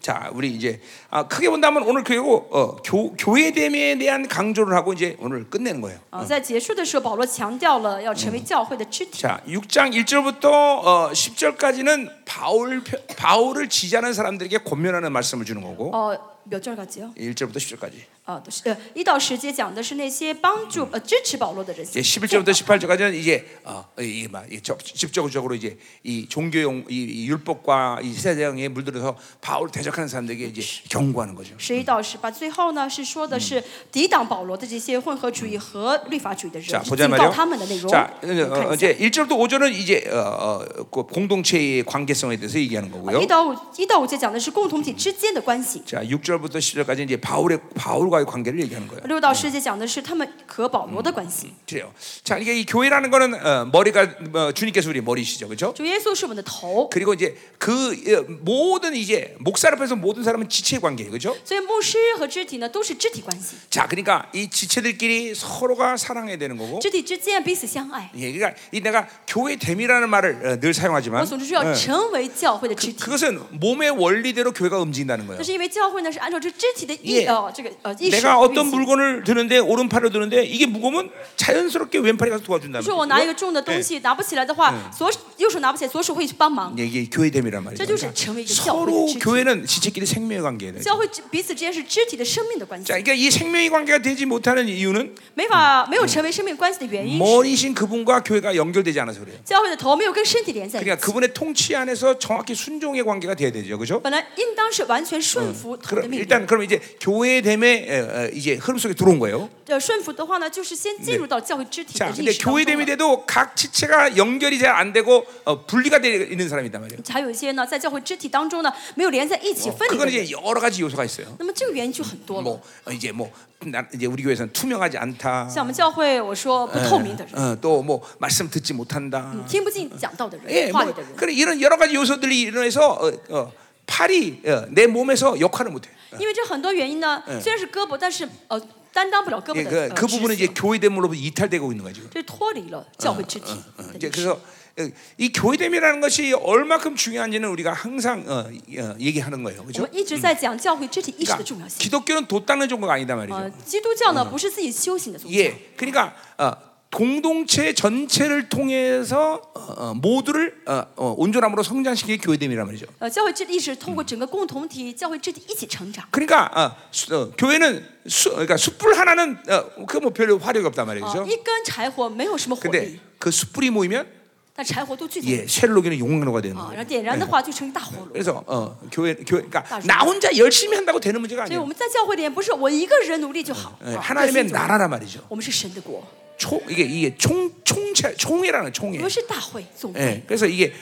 [SPEAKER 1] 자, 우리 이제 아, 크게 본다면 오늘 교회고 어, 교, 교회됨에 대한 강조를 하고 이제 오늘 끝내는 거예요.
[SPEAKER 2] 啊，在结束的时候，保罗强调了要成为教会的肢体。
[SPEAKER 1] 자, 6장 1절부터 어, 10절까지는 바울 편- 바울을 지지하는 사람들에게 권면하는 말씀을 주는 거고
[SPEAKER 2] 哦，몇절까지요？
[SPEAKER 1] 1절부터 10절까지.
[SPEAKER 2] 啊，都是呃，一到十节讲的是那些帮助呃支持保罗的人。
[SPEAKER 1] 이제 11절부터 18절까지는 이제 어, 이게 막 이게 적- 직접적으로 이제 이 종교용 이, 이 율법과 이 세상에 물들어서 바울 대적하는 사람들에게 이제 경고하는 거죠.
[SPEAKER 2] 十一到十八，最后呢是说的是抵挡保罗的这些混合主义和律法主义的人，
[SPEAKER 1] 자,
[SPEAKER 2] 是
[SPEAKER 1] 보자
[SPEAKER 2] 警告
[SPEAKER 1] 말이요.
[SPEAKER 2] 他们的内容。
[SPEAKER 1] 자, 어,
[SPEAKER 2] 我们看
[SPEAKER 1] 어,
[SPEAKER 2] 一下
[SPEAKER 1] 이제 1절부터 5절은 이제 어, 어, 그 공동체의 관계성에 대해서 얘기하는 거고요.
[SPEAKER 2] 一到五一到五节讲的是共同体之间的关系，
[SPEAKER 1] 자, 6절부터 10절까지 이제 바울의 바울과의 관계를 얘기하는 거예요.
[SPEAKER 2] 六到十节讲的是他们和保罗的关系。
[SPEAKER 1] 그래요. 자, 이게 이 교회라는 거는 어, 머리가 어, 주님께서 우리 머리시죠, 그렇죠?
[SPEAKER 2] 主耶稣是我们的头，
[SPEAKER 1] 그리고 이제 그 예, 모든 이제 목사 앞에서 모든 사람은 지체 관계예요, 그렇죠?
[SPEAKER 2] 所以牧师和肢体呢都是肢体关系，
[SPEAKER 1] 자, 그러니까 이 지체들끼리 서로가 사랑해야 되는 거고.
[SPEAKER 2] 肢体之间彼此相爱。
[SPEAKER 1] 예, 그러니까 이 내가 교회 됨이라는 말을 어, 늘
[SPEAKER 2] 我
[SPEAKER 1] 사용하지만
[SPEAKER 2] 总之是要
[SPEAKER 1] 예,
[SPEAKER 2] 成为教会的肢体。
[SPEAKER 1] 嗯 그것은 몸의 원리대로 교회가 움직인다는 거예요.
[SPEAKER 2] 那是因为教会呢是就是按照这肢体的意
[SPEAKER 1] 예.
[SPEAKER 2] 哦，这个呃意识。
[SPEAKER 1] 내가 어떤
[SPEAKER 2] 运行
[SPEAKER 1] 물건을 드는데 오른팔로 드는데 이게 무거우면 자연스럽게 왼팔이 가서
[SPEAKER 2] 就
[SPEAKER 1] 도와준다는
[SPEAKER 2] 是我拿一个重的东西拿不起来的话，左手右手拿不起来，左手会去帮忙。
[SPEAKER 1] 이게 교회됨이란 말이죠.
[SPEAKER 2] 저조차 정의 그
[SPEAKER 1] 서로
[SPEAKER 2] 교회의
[SPEAKER 1] 교회는 지체끼리 생명의 관계예요.
[SPEAKER 2] 教会之彼此之间是肢体的生命的关系，
[SPEAKER 1] 자, 그러니까 이 생명의 관계가 되지 못하는 이유는
[SPEAKER 2] 没法没有成为生命关系的原
[SPEAKER 1] 嗯
[SPEAKER 2] 因是
[SPEAKER 1] 머리신 그분과 교회가 연결되지 않아서 그래요.
[SPEAKER 2] 教会的头没有跟身体连在一起。
[SPEAKER 1] 그러니까 그분의 통치 안에서 정확히 순종의 관계가 돼야 되죠, 그렇죠?
[SPEAKER 2] 本来应当是完全顺服头的
[SPEAKER 1] 그럼
[SPEAKER 2] 命
[SPEAKER 1] 일단
[SPEAKER 2] 令，
[SPEAKER 1] 그럼 이제 교회됨에 에, 에, 이제 흐름 속에 들어온 거예요.
[SPEAKER 2] 呃，顺服的话呢，就是先进入到教会肢体的
[SPEAKER 1] 자,
[SPEAKER 2] 历
[SPEAKER 1] 근데
[SPEAKER 2] 史当中
[SPEAKER 1] 교회됨이
[SPEAKER 2] 了。
[SPEAKER 1] 돼도 각 지체가 연결이 잘 안 되고 어, 분리가 되 있는 사람이 있단 말이에요. 어,
[SPEAKER 2] 还有一些呢，在教会肢体当中呢，没有连在一起分离的
[SPEAKER 1] 그건
[SPEAKER 2] 人。
[SPEAKER 1] 이제 여러 가지 요소가 있어요.
[SPEAKER 2] 那么这个原因就很多了
[SPEAKER 1] 뭐 。 어, 이제 뭐 나, 이제 우리 교회에서는 투명하지 않다.
[SPEAKER 2] 像我们教会，我说不透明的人，
[SPEAKER 1] 또 뭐 말씀 듣지 못한다.
[SPEAKER 2] 听不进讲道的
[SPEAKER 1] 예,
[SPEAKER 2] 人，话
[SPEAKER 1] 뭐
[SPEAKER 2] 语的人，
[SPEAKER 1] 그런 이런 여러 가지 요소들이 일어나서 어, 어, 팔이 어, 내 몸에서 역할을 못해.
[SPEAKER 2] 因为这很多原因呢，虽然是胳膊，但是呃，担当不了胳
[SPEAKER 1] 예,
[SPEAKER 2] 膊的。
[SPEAKER 1] 그,
[SPEAKER 2] 呃
[SPEAKER 1] 그
[SPEAKER 2] 职
[SPEAKER 1] 부분은
[SPEAKER 2] 责
[SPEAKER 1] 이제 교회됨으로부터 이탈되고 있는 거죠.
[SPEAKER 2] 这脱离了教会肢体
[SPEAKER 1] 어,
[SPEAKER 2] 的
[SPEAKER 1] 이제
[SPEAKER 2] 历史。
[SPEAKER 1] 그래서 어, 이 교회됨이라는 것이 얼마큼 중요한지는 우리가 항상 어, 이- 어, 얘기하는 거예요.
[SPEAKER 2] 我
[SPEAKER 1] 그렇죠?
[SPEAKER 2] 们一直在讲教会肢体意识
[SPEAKER 1] 그러니까
[SPEAKER 2] 的重要性。
[SPEAKER 1] 기독교는 돛 닦는 종교가 아니다
[SPEAKER 2] 呃
[SPEAKER 1] 말이죠. ，
[SPEAKER 2] 基督教呢嗯不是自己修行的宗教，
[SPEAKER 1] 예, 그러니까 어, 공동체 전체를 통해서 어, 어, 모두를 어, 어, 온전함으로 성장시키는 게 교회됨이란 말이죠.
[SPEAKER 2] 呃，教会肢体意识通过整个共同体，教会肢体一起成长。
[SPEAKER 1] 그러니까 어, 수- 어, 교회는 수, 그러니까 숯불 하나는 어, 그뭐 별로 화력이 없단
[SPEAKER 2] 啊
[SPEAKER 1] 어, 말이죠. ，
[SPEAKER 2] 一根柴火没有什么火
[SPEAKER 1] 근데
[SPEAKER 2] 力，
[SPEAKER 1] 그 숯불이 모이면
[SPEAKER 2] 但柴火都聚在一起
[SPEAKER 1] 예, 셀로기는 용광로가 되는
[SPEAKER 2] 啊，然
[SPEAKER 1] 거예요.
[SPEAKER 2] 后点燃的话就成一大火炉。
[SPEAKER 1] 그래서 어, 교회 교회 그러니까 나 혼자 열심히 한다고 되는 문제가
[SPEAKER 2] 所以我
[SPEAKER 1] 아니에요.
[SPEAKER 2] 们在教会里面不是我一个人努力就好，
[SPEAKER 1] 예,
[SPEAKER 2] 啊
[SPEAKER 1] 하나님의
[SPEAKER 2] 各自努力
[SPEAKER 1] 나라란 말이죠.
[SPEAKER 2] 我们是神的国，
[SPEAKER 1] 총 이게 이게 총 총체 총회라는
[SPEAKER 2] 我
[SPEAKER 1] 총회.
[SPEAKER 2] 们是大会总会。
[SPEAKER 1] 예, 그래서 이게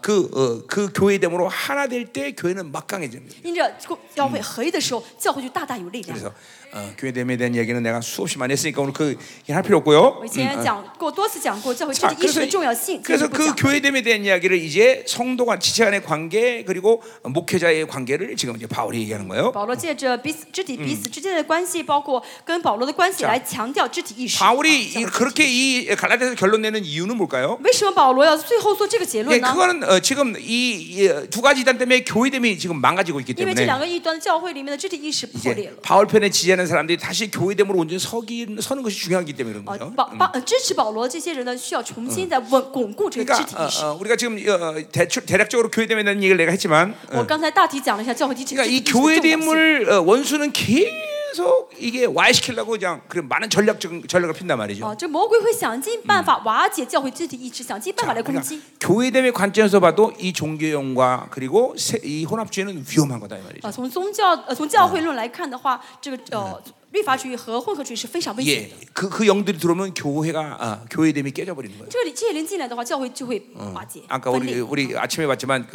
[SPEAKER 1] 그그 그 교회됨으로 하나 될 때 교회는 막강해지는 거예요.
[SPEAKER 2] 因着教会合一的时候，教会就大大有力量。
[SPEAKER 1] 그래서 어, 교회됨에 대한 얘기는 내가 수없이 많이 했으니까 오늘 그 얘기는 할 필요 없고요.
[SPEAKER 2] 我以前讲过多次讲过教会肢
[SPEAKER 1] 자,
[SPEAKER 2] 体意识的重要性，
[SPEAKER 1] 그래서
[SPEAKER 2] 今天不
[SPEAKER 1] 그
[SPEAKER 2] 讲。
[SPEAKER 1] 교회됨에 대한 이야기를 이제 성도 간 지체 간의 관계 그리고 목회자의 관계를 지금 이제 바울이 얘기하는 거예요.
[SPEAKER 2] 保罗借着彼此肢体彼此之间的关系，包括跟保罗的关系，来强调肢体意识。
[SPEAKER 1] 바울이
[SPEAKER 2] 啊
[SPEAKER 1] 이- 아, 그렇게 이 갈라디아서 결론 내는 이유는 뭘까요?
[SPEAKER 2] 为什么保罗要最后做这个结
[SPEAKER 1] 예,
[SPEAKER 2] 论呢？
[SPEAKER 1] 그거는 어, 지금 이 두 가지 이단 때문에 교회됨이 지금 망가지고 있기
[SPEAKER 2] 因为这
[SPEAKER 1] 때문에
[SPEAKER 2] 两个异端的教会里面的肢体意识破裂
[SPEAKER 1] 이제
[SPEAKER 2] 了。
[SPEAKER 1] 바울 편에 지지하는 사람들이 다시 교회됨으로 온전히 서기, 서는 것이 중요하기 때문에 그런
[SPEAKER 2] 啊
[SPEAKER 1] 거죠. ，
[SPEAKER 2] 保保呃支持保罗这些人呢，需要重新再稳巩固这个肢
[SPEAKER 1] 그러니까
[SPEAKER 2] 体
[SPEAKER 1] 어,
[SPEAKER 2] 意识。
[SPEAKER 1] 어, 우리가 지금 어, 대충 대략적으로 교회됨에 대한 얘기를 내가 했지만 어,
[SPEAKER 2] 我刚才大体讲了一下教会肢体肢
[SPEAKER 1] 그러니까
[SPEAKER 2] 体
[SPEAKER 1] 이
[SPEAKER 2] 意识的重要性。
[SPEAKER 1] 교회됨을 어, 원수는 계속 이게 와해시키려고 그냥 그런 많은 전략 전략을 핀단 말이죠.
[SPEAKER 2] 啊，这魔鬼会想尽办法瓦解教会肢体意识，想尽办法来攻
[SPEAKER 1] 그러니까
[SPEAKER 2] 击。
[SPEAKER 1] 교회됨의 관점에서 봐도 이 종교형과 그리고 세- 이 혼합주의는 위험한 거다 이 말이죠.
[SPEAKER 2] 啊，从宗教呃从教会论来看的话，这个呃律法主义和混合主义是非常危险
[SPEAKER 1] 예,
[SPEAKER 2] 的。
[SPEAKER 1] 그, 그 영들이 들어오면 교회가 아, 교회됨이 깨져버리는 거예요.
[SPEAKER 2] 这里这些人进来的话，教会就会瓦解。
[SPEAKER 1] 아까
[SPEAKER 2] 分
[SPEAKER 1] 우리
[SPEAKER 2] 裂。
[SPEAKER 1] 우리 아침에 봤지만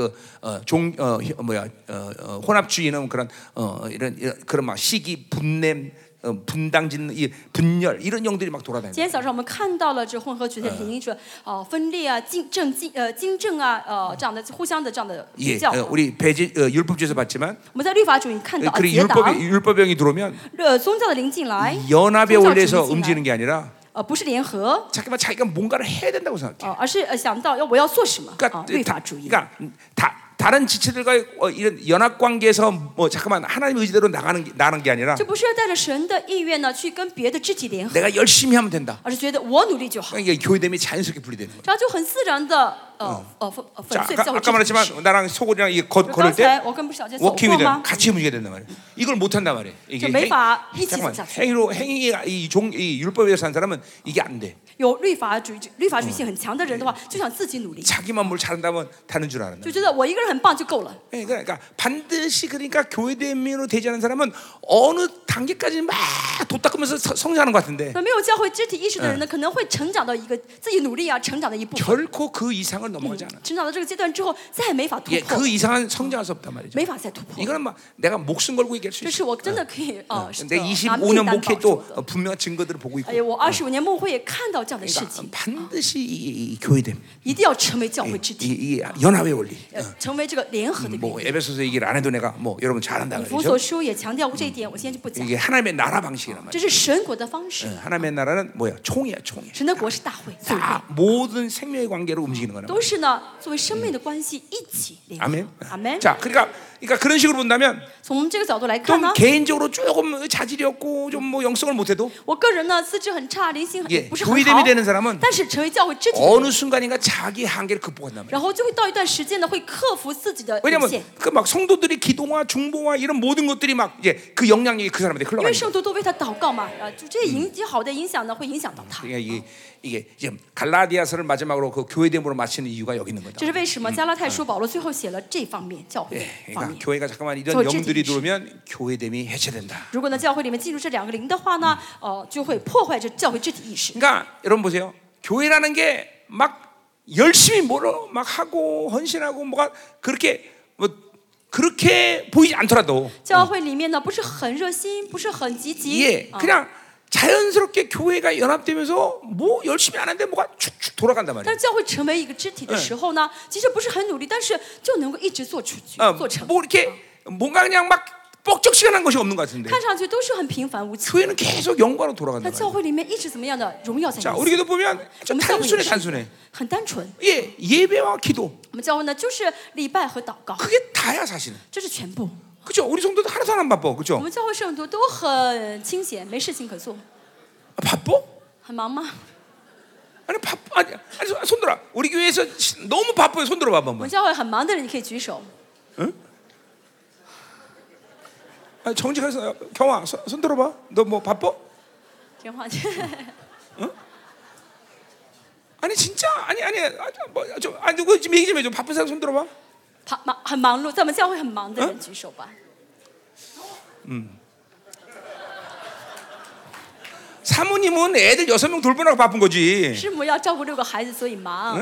[SPEAKER 1] 그종 어, 혀- 뭐야 어, 어, 혼합주의는 그런 어, 이런, 이런 그런 막 시기 분냄 어, 분당진 이 분열 이런 영들이 막
[SPEAKER 2] 今
[SPEAKER 1] 돌아다니는.
[SPEAKER 2] 天早上我们看到了这混合主义的领域，说哦分裂啊、竞争、竞呃竞争啊、呃这样的互相的这样的
[SPEAKER 1] 예,
[SPEAKER 2] 教。
[SPEAKER 1] 어, 우리 배제 어, 율법주의에서 봤지만 어,
[SPEAKER 2] 我们在律法主义看到啊，
[SPEAKER 1] 그리고
[SPEAKER 2] 结党
[SPEAKER 1] 율법의 율법형이 들어오면
[SPEAKER 2] 呃宗教的灵进来，
[SPEAKER 1] 연합에
[SPEAKER 2] 宗教
[SPEAKER 1] 올려서
[SPEAKER 2] 主义进来
[SPEAKER 1] 움직이는 게 아니라
[SPEAKER 2] 呃不是联合，
[SPEAKER 1] 자꾸만 자기가 뭔가를 해야 된다고 생각해.
[SPEAKER 2] 呃而是呃想到要我要做什么啊
[SPEAKER 1] 그러니까 ，
[SPEAKER 2] 律法
[SPEAKER 1] 다,
[SPEAKER 2] 主义。
[SPEAKER 1] 그러니까 다, 다른 지체들과의 어, 이런 연합 관계에서 뭐 잠깐만 하나님의 의지대로 나가는 게, 나가는 게 아니라
[SPEAKER 2] 这不是要带着神的意愿呢去跟别的肢体联合，
[SPEAKER 1] 내가 열심히 하면 된다.
[SPEAKER 2] 而是觉得我努力就好。
[SPEAKER 1] 그러니까 이게 교회됨이 자연스럽게 분리되는 거야.
[SPEAKER 2] 这样就很自然的呃呃粉呃粉
[SPEAKER 1] 자,
[SPEAKER 2] 碎
[SPEAKER 1] 아까,
[SPEAKER 2] 教会
[SPEAKER 1] 아까
[SPEAKER 2] 肢体意识。
[SPEAKER 1] 말했지만 나랑 소골이랑 이게 거,
[SPEAKER 2] 就刚
[SPEAKER 1] 걸을
[SPEAKER 2] 才
[SPEAKER 1] 때
[SPEAKER 2] 我跟不是小姐走
[SPEAKER 1] 워킹이
[SPEAKER 2] 过
[SPEAKER 1] 돼
[SPEAKER 2] 吗？
[SPEAKER 1] 같이 움직여야 된단 말이야. 이걸 못 한단 말이야. 이게
[SPEAKER 2] 저 메이바
[SPEAKER 1] 행- 잠깐만,
[SPEAKER 2] 히치스
[SPEAKER 1] 행위로 행위가 이종이 율법에 의해서 한 사람은 이게 안 돼.
[SPEAKER 2] 有律法主义，律法主义性很强的人的话，就想自己努力，
[SPEAKER 1] 자기만 뭘 잘한다면 다는 줄 아는다.
[SPEAKER 2] 就觉得我一个人很棒就够了。
[SPEAKER 1] 예, 그러니까 반드시 그러니까 교회대면으로 되지 않은 사람은 어느 단계까지 막도 닦으면서 서- 성장하는 것 같은데
[SPEAKER 2] 那没有教会肢体意识的人呢，可能会成长到一个自己努力啊，成长的一部分，
[SPEAKER 1] 결코 그 이상을 넘어가지 않아.
[SPEAKER 2] 成长到这个阶段之后，再也没法突
[SPEAKER 1] 예,
[SPEAKER 2] 破
[SPEAKER 1] 그 ， 이상은 성장할 수 없단 말이죠.
[SPEAKER 2] 没法再突破。
[SPEAKER 1] 이거는 막 내가 목숨 걸고 얘기할 수
[SPEAKER 2] 这
[SPEAKER 1] 있어.
[SPEAKER 2] 是我真的可以啊，是
[SPEAKER 1] 내
[SPEAKER 2] 的拿命
[SPEAKER 1] 25년
[SPEAKER 2] 担保
[SPEAKER 1] 목회 또
[SPEAKER 2] 说的。
[SPEAKER 1] 분명한 증거들을 보고 있고.
[SPEAKER 2] 哎呀，我二十五年牧会也看到这样的事
[SPEAKER 1] 그러니까
[SPEAKER 2] 情，
[SPEAKER 1] 반드시 이, 이- 이 교회됨,
[SPEAKER 2] 一定要成为教会肢
[SPEAKER 1] 이,
[SPEAKER 2] 体，
[SPEAKER 1] 이 연합의 원리.
[SPEAKER 2] 呃，成为这个联合的原因。
[SPEAKER 1] 뭐 에베소서 얘기를 안 해도 내가 뭐 여러분 잘한다
[SPEAKER 2] 以弗所
[SPEAKER 1] 그러죠.
[SPEAKER 2] 书也强调过这一点，我现在就不讲。
[SPEAKER 1] 이게 하나님의 나라 방식이란
[SPEAKER 2] 这
[SPEAKER 1] 말이야.
[SPEAKER 2] 是神国的方式
[SPEAKER 1] 예, ， 하나님의 나라는 뭐야? 총이야, 총이야.
[SPEAKER 2] 嗯神的国是大会，
[SPEAKER 1] 다 모든 생명의 관계로 움직이는 거란
[SPEAKER 2] 都都是呢作为生命的关系一起联合。
[SPEAKER 1] 아멘.
[SPEAKER 2] 嗯阿门。
[SPEAKER 1] 자, 그러니까 그러니까 그런 식으로 본다면
[SPEAKER 2] 从我们这个角度来看
[SPEAKER 1] 좀
[SPEAKER 2] 呢，
[SPEAKER 1] 개인적으로 조금 자질이 없고 좀 뭐 영성을 못해도
[SPEAKER 2] 我个人呢资质很差，灵性很
[SPEAKER 1] 예
[SPEAKER 2] 不是很
[SPEAKER 1] 교회됨이
[SPEAKER 2] 好
[SPEAKER 1] 되는사람은 ，
[SPEAKER 2] 但是成为教会肢体，
[SPEAKER 1] 어느 순간인가 자기 한계를 극복한단 말이야.
[SPEAKER 2] 然后就会到一段时间呢会克服自己的极
[SPEAKER 1] 왜냐면
[SPEAKER 2] 限，
[SPEAKER 1] 그 막 성도들이 기도와 중보와 이런 모든 것들이 막 이제 그 영향력이 그 사람한테
[SPEAKER 2] 因为
[SPEAKER 1] 흘러가는 거야.
[SPEAKER 2] 圣徒都为他祷告嘛，啊，就这些影些好的影响呢会影响到他。
[SPEAKER 1] 그러니까 이게 이게 지금 갈라디아서를 마지막으로 그 교회됨으로 마치는 이유가 여기 있는 거다.
[SPEAKER 2] 这是为什么加拉太书保罗最后写了这方面教会
[SPEAKER 1] 예,
[SPEAKER 2] 方
[SPEAKER 1] 그러니까
[SPEAKER 2] 面。
[SPEAKER 1] 교회가 잠깐만 이런
[SPEAKER 2] 저
[SPEAKER 1] 영들이
[SPEAKER 2] 찔찔이
[SPEAKER 1] 들어오면 교회됨이 해체된다.
[SPEAKER 2] 如果呢教会里面进入这两个灵的话呢，呃，就会破坏这教会肢体意识。
[SPEAKER 1] 그러니까 여러분 보세요. 교회라는 게 막 열심히 뭐로 막 하고 헌신하고 뭐가 그렇게 뭐 그렇게 보이지 않더라도
[SPEAKER 2] 教会里面呢不是很热心，不是很积极，
[SPEAKER 1] 예,
[SPEAKER 2] 啊
[SPEAKER 1] 그냥 자연스럽게 교회가 연합되면서 뭐 열심히 안 하는데 뭐가 축축 돌아간단
[SPEAKER 2] 但
[SPEAKER 1] 말이에요.
[SPEAKER 2] 是教会成为一个肢体的时候呢，其实不是很努力，但是就能够一直做出去、
[SPEAKER 1] 어,
[SPEAKER 2] 做成，
[SPEAKER 1] 뭐 이렇게 뭔가 그냥 막 뻑적시간한 것이 없는 것 같은데
[SPEAKER 2] 看上去都是很平凡无奇。
[SPEAKER 1] 교회는 계속 영광으로
[SPEAKER 2] 那
[SPEAKER 1] 돌아간단
[SPEAKER 2] 教
[SPEAKER 1] 말이에요.
[SPEAKER 2] 会里面一直怎么样的荣耀在
[SPEAKER 1] 자,
[SPEAKER 2] 你心
[SPEAKER 1] 우리도 보면 좀
[SPEAKER 2] 我们教会也
[SPEAKER 1] 단순해
[SPEAKER 2] 是
[SPEAKER 1] 단순해.
[SPEAKER 2] 很单纯。
[SPEAKER 1] 예, 예배와 기도
[SPEAKER 2] 我们教会呢就是礼拜和祷告，
[SPEAKER 1] 그게 다야 사실은.
[SPEAKER 2] 这是全部。
[SPEAKER 1] 그죠? 우리 성도도 하나도 안 바빠.
[SPEAKER 2] 我
[SPEAKER 1] 그죠?
[SPEAKER 2] 们教会圣徒都很清闲，没事情可做，
[SPEAKER 1] 아, 바빠?
[SPEAKER 2] 很忙吗？
[SPEAKER 1] 아니 바빠. 아니, 아니 손- 손들어. 우리 교회에서 시- 너무 바빠요. 손 들어 봐봐.
[SPEAKER 2] 我们
[SPEAKER 1] 한번.
[SPEAKER 2] 教会很忙的人，你可以举手。
[SPEAKER 1] 아니, 정직해서 경아 손, 손 들어 봐. 너 뭐 바빠?
[SPEAKER 2] 真话，
[SPEAKER 1] 아니 진짜 아니 아니 아, 저, 뭐, 저, 아니 누구 지금 얘기 좀 해줘 바쁜 사람 손 들어봐
[SPEAKER 2] 忙忙很忙碌，在我们教会很忙的人举手吧。
[SPEAKER 1] 사모님은 애들 여섯 명 돌보느라 바쁜 거지
[SPEAKER 2] 师母要照顾六个孩子，所以忙。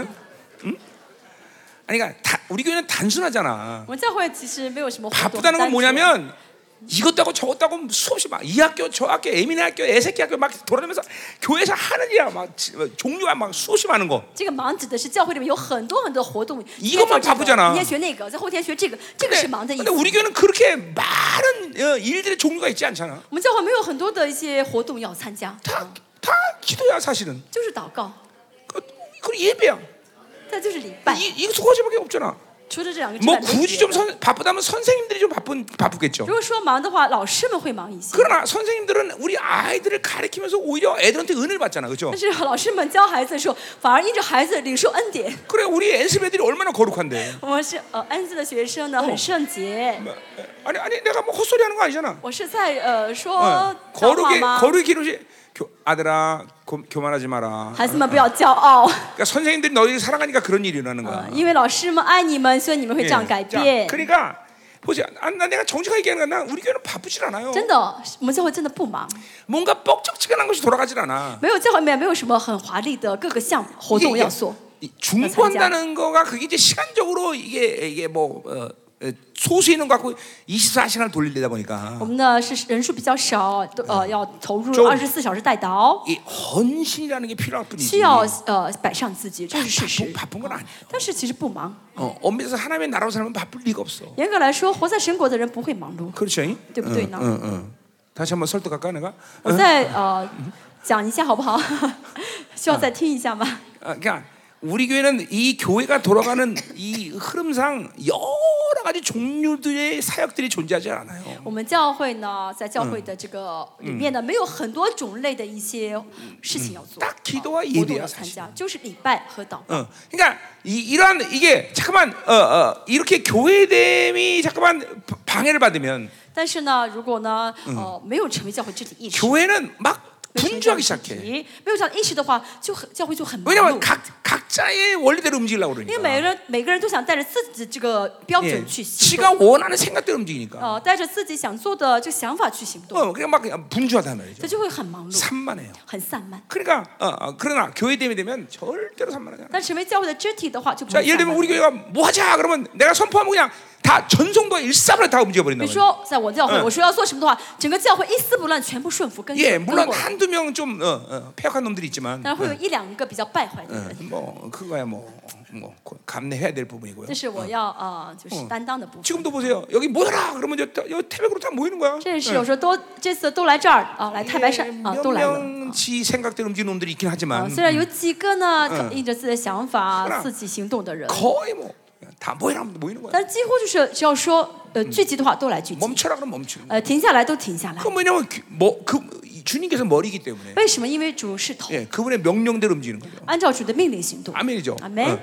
[SPEAKER 1] 아니 그러니까 다, 우리 교회는 단순하잖아
[SPEAKER 2] 我们教会其实没有什么活动。
[SPEAKER 1] 바쁘다는 건
[SPEAKER 2] 单纯
[SPEAKER 1] 뭐냐면 이것도 하고 저것도 하고 수없이 막 이 학교 저 학교 애미네 학교 애새끼 학교 막 돌아다니면서 교회에서 하는 일이야 막 지- 뭐 종류가 막 수없이 많은 거
[SPEAKER 2] 这个忙指的是教会里面有很多很多活动，
[SPEAKER 1] 一个嘛
[SPEAKER 2] 今天做
[SPEAKER 1] 바쁘
[SPEAKER 2] 这
[SPEAKER 1] 잖아
[SPEAKER 2] 个明天学那个，在后天学这个，这个
[SPEAKER 1] 근데,
[SPEAKER 2] 是忙的意
[SPEAKER 1] 근데
[SPEAKER 2] 思。
[SPEAKER 1] 우리 교회는 그렇게 많은 어, 일들의 종류가 있지 않잖아
[SPEAKER 2] 我们教会没有很多的一些活动要参加，
[SPEAKER 1] 다, 다 기도야 사실은
[SPEAKER 2] 就是祷告，
[SPEAKER 1] 그, 그 예배야
[SPEAKER 2] 再就是礼拜。
[SPEAKER 1] 이, 이거 두 가지밖에 없잖아
[SPEAKER 2] 除了这两个之
[SPEAKER 1] 뭐
[SPEAKER 2] 外，没有
[SPEAKER 1] 굳이 좀
[SPEAKER 2] 别的
[SPEAKER 1] 선- 바쁘다면 선생님들이 좀 바쁜 바쁘겠죠.
[SPEAKER 2] 如果说忙的话，老师们会忙一些，
[SPEAKER 1] 그러나 선생님들은 우리 아이들을 가르치면서 오히려 애들한테 은을 받잖아, 그렇죠?
[SPEAKER 2] 但是老师们教孩子的时候，反而依着孩子领受恩典。
[SPEAKER 1] 그래 우리 연습 애들이 얼마나 거룩한데?
[SPEAKER 2] 我们是呃恩赐的学生呢，很圣洁。
[SPEAKER 1] 뭐, 아니 아니 내가 뭐 헛소리 하는 거 아니잖아.
[SPEAKER 2] 我是在呃说
[SPEAKER 1] 어,
[SPEAKER 2] 脏话
[SPEAKER 1] 거룩의
[SPEAKER 2] 吗？
[SPEAKER 1] 거룩의 기록이 교- 아들아 고, 교만하지 마라.
[SPEAKER 2] 孩子们不要骄傲，
[SPEAKER 1] 그러니까 선생님들이 너희를 사랑하니까 그런 일이 일어나는 거야.
[SPEAKER 2] 呃因为老师们爱你们，所以你们会
[SPEAKER 1] 예.
[SPEAKER 2] 嗯这样改
[SPEAKER 1] 자,
[SPEAKER 2] 变。
[SPEAKER 1] 그러니까 보세요. 아, 나 내가 정직하게 얘기하는 건난 우리 교회는 바쁘질 않아요.
[SPEAKER 2] 真的，我们教会真的不忙，
[SPEAKER 1] 뭔가 뻑적지근한 것이 돌아가질 않아.
[SPEAKER 2] 没有教会里面没有什么很华丽的各个项目活
[SPEAKER 1] 이게-
[SPEAKER 2] 动
[SPEAKER 1] 이게
[SPEAKER 2] 要做。
[SPEAKER 1] 이- 중보한다는 거가 그게 이제 시간적으로 이게 이게 뭐 어, 어, 소수 있는 거 갖고 24시간을 돌리다
[SPEAKER 2] 我
[SPEAKER 1] 보니까
[SPEAKER 2] 们呢是人数比较少，都
[SPEAKER 1] 嗯
[SPEAKER 2] 呃要投
[SPEAKER 1] 就
[SPEAKER 2] 入二十四小时带祷，
[SPEAKER 1] 이 헌신이라는 게 필요할 뿐이지.
[SPEAKER 2] 需要呃摆上自己，这是事
[SPEAKER 1] 바쁜, 바쁜
[SPEAKER 2] 实。
[SPEAKER 1] 건 아니야.
[SPEAKER 2] 但是其实不忙，
[SPEAKER 1] 어, 엄밀해서 하나님의 나라로 살면 바쁠 리가 없어.
[SPEAKER 2] 严格来说，活在神国的人不会忙碌。
[SPEAKER 1] 그렇죠? 잉?
[SPEAKER 2] 对不对呢
[SPEAKER 1] 응, 응. 다시 한번 설득할까 내가?
[SPEAKER 2] 我 再呃讲一下好不好？
[SPEAKER 1] 嗯
[SPEAKER 2] 需要再听一下吗？
[SPEAKER 1] 아, 그러니까 우리 교회는 이 교회가 돌아가는 이 흐름상 여러 가지 종류들의 사역들이 존재하지 않아요.
[SPEAKER 2] 我们教会呢，在教会的
[SPEAKER 1] 嗯
[SPEAKER 2] 这个里面呢，没有很多种类的一些事情要做，
[SPEAKER 1] 嗯嗯딱기도와예배야
[SPEAKER 2] 活动要参加，就是礼拜和祷告。
[SPEAKER 1] 어, 그러니까 이, 이러한 이게 잠깐만 어, 어, 이렇게 교회됨이 잠깐만 바- 방해를 받으면
[SPEAKER 2] 但是呢，如果呢，
[SPEAKER 1] 嗯
[SPEAKER 2] 呃，没有成为教会肢体意识，
[SPEAKER 1] 교회는 막
[SPEAKER 2] 没有
[SPEAKER 1] 분주하기
[SPEAKER 2] 成为教会肢
[SPEAKER 1] 시작해.
[SPEAKER 2] 体，没有这样的意识的话，就很教会就很忙
[SPEAKER 1] 왜냐면
[SPEAKER 2] 碌。
[SPEAKER 1] 각 각자의 원리대로 움직이려고
[SPEAKER 2] 因为
[SPEAKER 1] 그러니까.
[SPEAKER 2] 每个人每个人都想带着自己这个标
[SPEAKER 1] 예,
[SPEAKER 2] 准去行
[SPEAKER 1] 지가
[SPEAKER 2] 动，呃
[SPEAKER 1] 원하는 생각대로 움직이니까.
[SPEAKER 2] 呃，带着自己想做的这个想法去行动，
[SPEAKER 1] 어, 그냥 막 그냥 분주하단 말이죠.
[SPEAKER 2] 这就会很忙碌，
[SPEAKER 1] 산만해요.
[SPEAKER 2] 很散漫。
[SPEAKER 1] 그러니까 어, 어, 그러나 교회됨이 되면 절대로 산만하지 않아.
[SPEAKER 2] 但成为教会的肢体的话，就不
[SPEAKER 1] 자
[SPEAKER 2] 会
[SPEAKER 1] 예를
[SPEAKER 2] 散
[SPEAKER 1] 들면
[SPEAKER 2] 漫
[SPEAKER 1] 우리 교회가 뭐 하자 그러면 내가 선포하면 그냥 다 전성도가 일사불란 다 움직여버린다.
[SPEAKER 2] 比如说，在我教会，我说要做什么的话，整个教会一丝不乱，全部顺服跟
[SPEAKER 1] 예,
[SPEAKER 2] 跟
[SPEAKER 1] 물론
[SPEAKER 2] 过。
[SPEAKER 1] 한두 명좀 어, 어, 폐역한 놈들이 있지만
[SPEAKER 2] 当然会有一两个比较败坏的人，
[SPEAKER 1] 뭐 그거야 뭐, 뭐 고- 감내해야 될 부분이고요.
[SPEAKER 2] 这是我要啊，就是担当的部分。
[SPEAKER 1] 지금도 보세요. 여기 모여라 그러면 저, 저 태백으로 다 모이는 거야. 예.
[SPEAKER 2] 这是有时候都这次都来这儿啊，来太白山
[SPEAKER 1] 아,
[SPEAKER 2] 啊，都来了。啊
[SPEAKER 1] 몇명지 생각대로 움직이는 놈들이 있긴
[SPEAKER 2] 啊
[SPEAKER 1] 하지만
[SPEAKER 2] 虽然有几个呢，可
[SPEAKER 1] 嗯
[SPEAKER 2] 印着自己的想法、自己行动的人，
[SPEAKER 1] 거의 뭐 다 모여라 하면 모이는 거야.
[SPEAKER 2] 但是几乎就是只要说呃聚集的话，都来聚集；
[SPEAKER 1] 멈춰라 그러면 멈추는 거야.
[SPEAKER 2] 呃停下来都停下来
[SPEAKER 1] 그 。 뭐냐면 뭐그 주님께서 머리이기 때문에
[SPEAKER 2] 为什么？因为主是头，
[SPEAKER 1] 예, 그분의 명령대로 움직이는 거죠.
[SPEAKER 2] 按照主的命令行动。
[SPEAKER 1] 아멘이죠.
[SPEAKER 2] 아멘.
[SPEAKER 1] 어.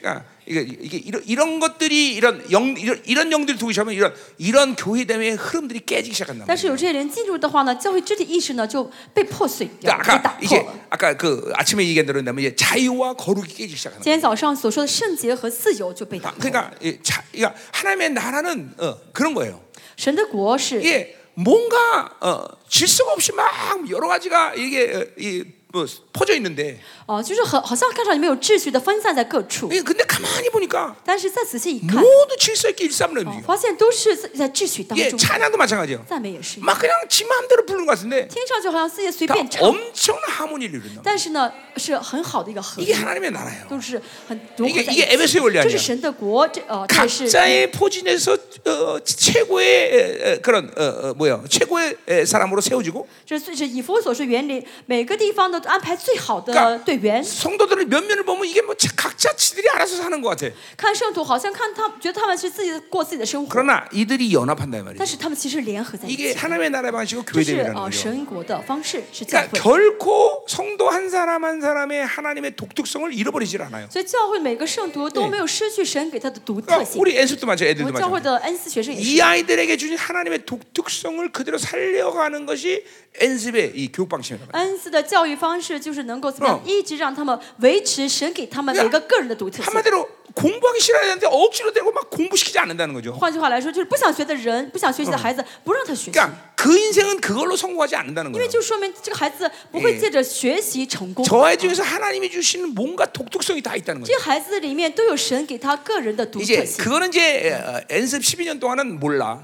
[SPEAKER 1] 그러니까 이게 이게 이런, 이런 것들이 이런 영 이런, 이런 영들이 들고 시작하면 이런 이런 교회 때문에 흐름들이 깨지기 시작한다.
[SPEAKER 2] 但是有这些人进入的话呢，教会肢体意识呢就被破碎掉，被
[SPEAKER 1] 그러니까
[SPEAKER 2] 打
[SPEAKER 1] 아까
[SPEAKER 2] 破
[SPEAKER 1] 이제
[SPEAKER 2] 了。
[SPEAKER 1] 아까 그 아침에 얘기한 대로 뭐냐면 이제 자유와 거룩이 깨지기 시작하는 거예요.
[SPEAKER 2] 今天早上所说的圣洁和自由就被打
[SPEAKER 1] 아,
[SPEAKER 2] 破了。
[SPEAKER 1] 그러니까 이 자, 그러니까 하나님의 나라는 어, 그런 거예요.
[SPEAKER 2] 神的国是
[SPEAKER 1] 이게 뭔가 어, 질서가 없이 막 여러 가지가 이게 어, 이, 뭐, 퍼져 있는데
[SPEAKER 2] 哦，就是很好像看上去没有秩序的分散在各处，
[SPEAKER 1] 이게 근데 가만히 보니까
[SPEAKER 2] 但是再仔细一看，
[SPEAKER 1] 모두 질서 있게 일삼을
[SPEAKER 2] 哦
[SPEAKER 1] 움직여.
[SPEAKER 2] 发现都是在在秩序当
[SPEAKER 1] 예,
[SPEAKER 2] 中。
[SPEAKER 1] 찬양도 마찬가지예요.
[SPEAKER 2] 赞美也是一样，
[SPEAKER 1] 막 그냥 지 마음대로 부르는 것 같은데
[SPEAKER 2] 听上去好像自己随便
[SPEAKER 1] 그러니까
[SPEAKER 2] 唱，
[SPEAKER 1] 엄청난 하모니를 이룬다.
[SPEAKER 2] 但是呢是很好的一个合一
[SPEAKER 1] 이게 ， 하나님의 나라예요.
[SPEAKER 2] 都是很融合在
[SPEAKER 1] 이게이게
[SPEAKER 2] 一起
[SPEAKER 1] 에베소의원리아니야
[SPEAKER 2] 这是神的国，这呃这也是
[SPEAKER 1] 각자의 포진에서 어, 최고의 에, 에, 그런 어, 어, 뭐야 최고의 에, 사람으로 세워지고
[SPEAKER 2] 这是是以佛所说原理，每个地方都安排最好的
[SPEAKER 1] 干
[SPEAKER 2] 队员。
[SPEAKER 1] 성도들을 몇 면을 보면 이게 뭐 자- 각자 지들이 알아서 사는 것 같아.
[SPEAKER 2] 看圣徒好像看他们觉得他们是自己过自己的生活，
[SPEAKER 1] 그러나 이들이 연합한다 이
[SPEAKER 2] 但
[SPEAKER 1] 말이죠.
[SPEAKER 2] 是他们其实联合在一
[SPEAKER 1] 이게
[SPEAKER 2] 起，
[SPEAKER 1] 하나님의 나라의 방식이고
[SPEAKER 2] 这
[SPEAKER 1] 교회
[SPEAKER 2] 是
[SPEAKER 1] 대회라는
[SPEAKER 2] 呃
[SPEAKER 1] 거죠.
[SPEAKER 2] 神国的方式，是教
[SPEAKER 1] 그러니까
[SPEAKER 2] 会。
[SPEAKER 1] 결코 성도 한 사람 한 사람의 하나님의 독특성을 잃어버리질 않아요.
[SPEAKER 2] 所以教会每个圣徒都没有失去神给他的独特
[SPEAKER 1] 그러니까
[SPEAKER 2] 性。
[SPEAKER 1] 우리 애들도 마찬가지,
[SPEAKER 2] 我
[SPEAKER 1] 애들도
[SPEAKER 2] 们教会
[SPEAKER 1] 마찬가지.
[SPEAKER 2] 的恩赐学生也是
[SPEAKER 1] 이 아이들에게 주신 하나님의 독특성을 그대로 살려가는 것이 엔습의 이 교육 방식입니다.
[SPEAKER 2] 恩赐的教育方式，就是能够怎么样
[SPEAKER 1] 嗯
[SPEAKER 2] 一直让他们维持神给他们每个个人的独特性。
[SPEAKER 1] 한마디로 공부하기 싫어하는데 억지로 되고 막 공부시키지 않는다는 거죠.
[SPEAKER 2] 换句话来说，就是不想学的人，不想学习的孩子，不让他学习，
[SPEAKER 1] 그러니까 그 인생은 그걸로 성공하지 않는다는
[SPEAKER 2] 因为
[SPEAKER 1] 거예요.
[SPEAKER 2] 就说明这个孩子不会
[SPEAKER 1] 예
[SPEAKER 2] 借着学习嗯成功。
[SPEAKER 1] 저 아이 중에서 하나님이 주시는 뭔가 독특성이 다 있다는 거죠.
[SPEAKER 2] 这个孩子里面都有神给他个人的独特
[SPEAKER 1] 이제
[SPEAKER 2] 性。
[SPEAKER 1] 그거는 이제 어, 연습 12년 동안은 몰라.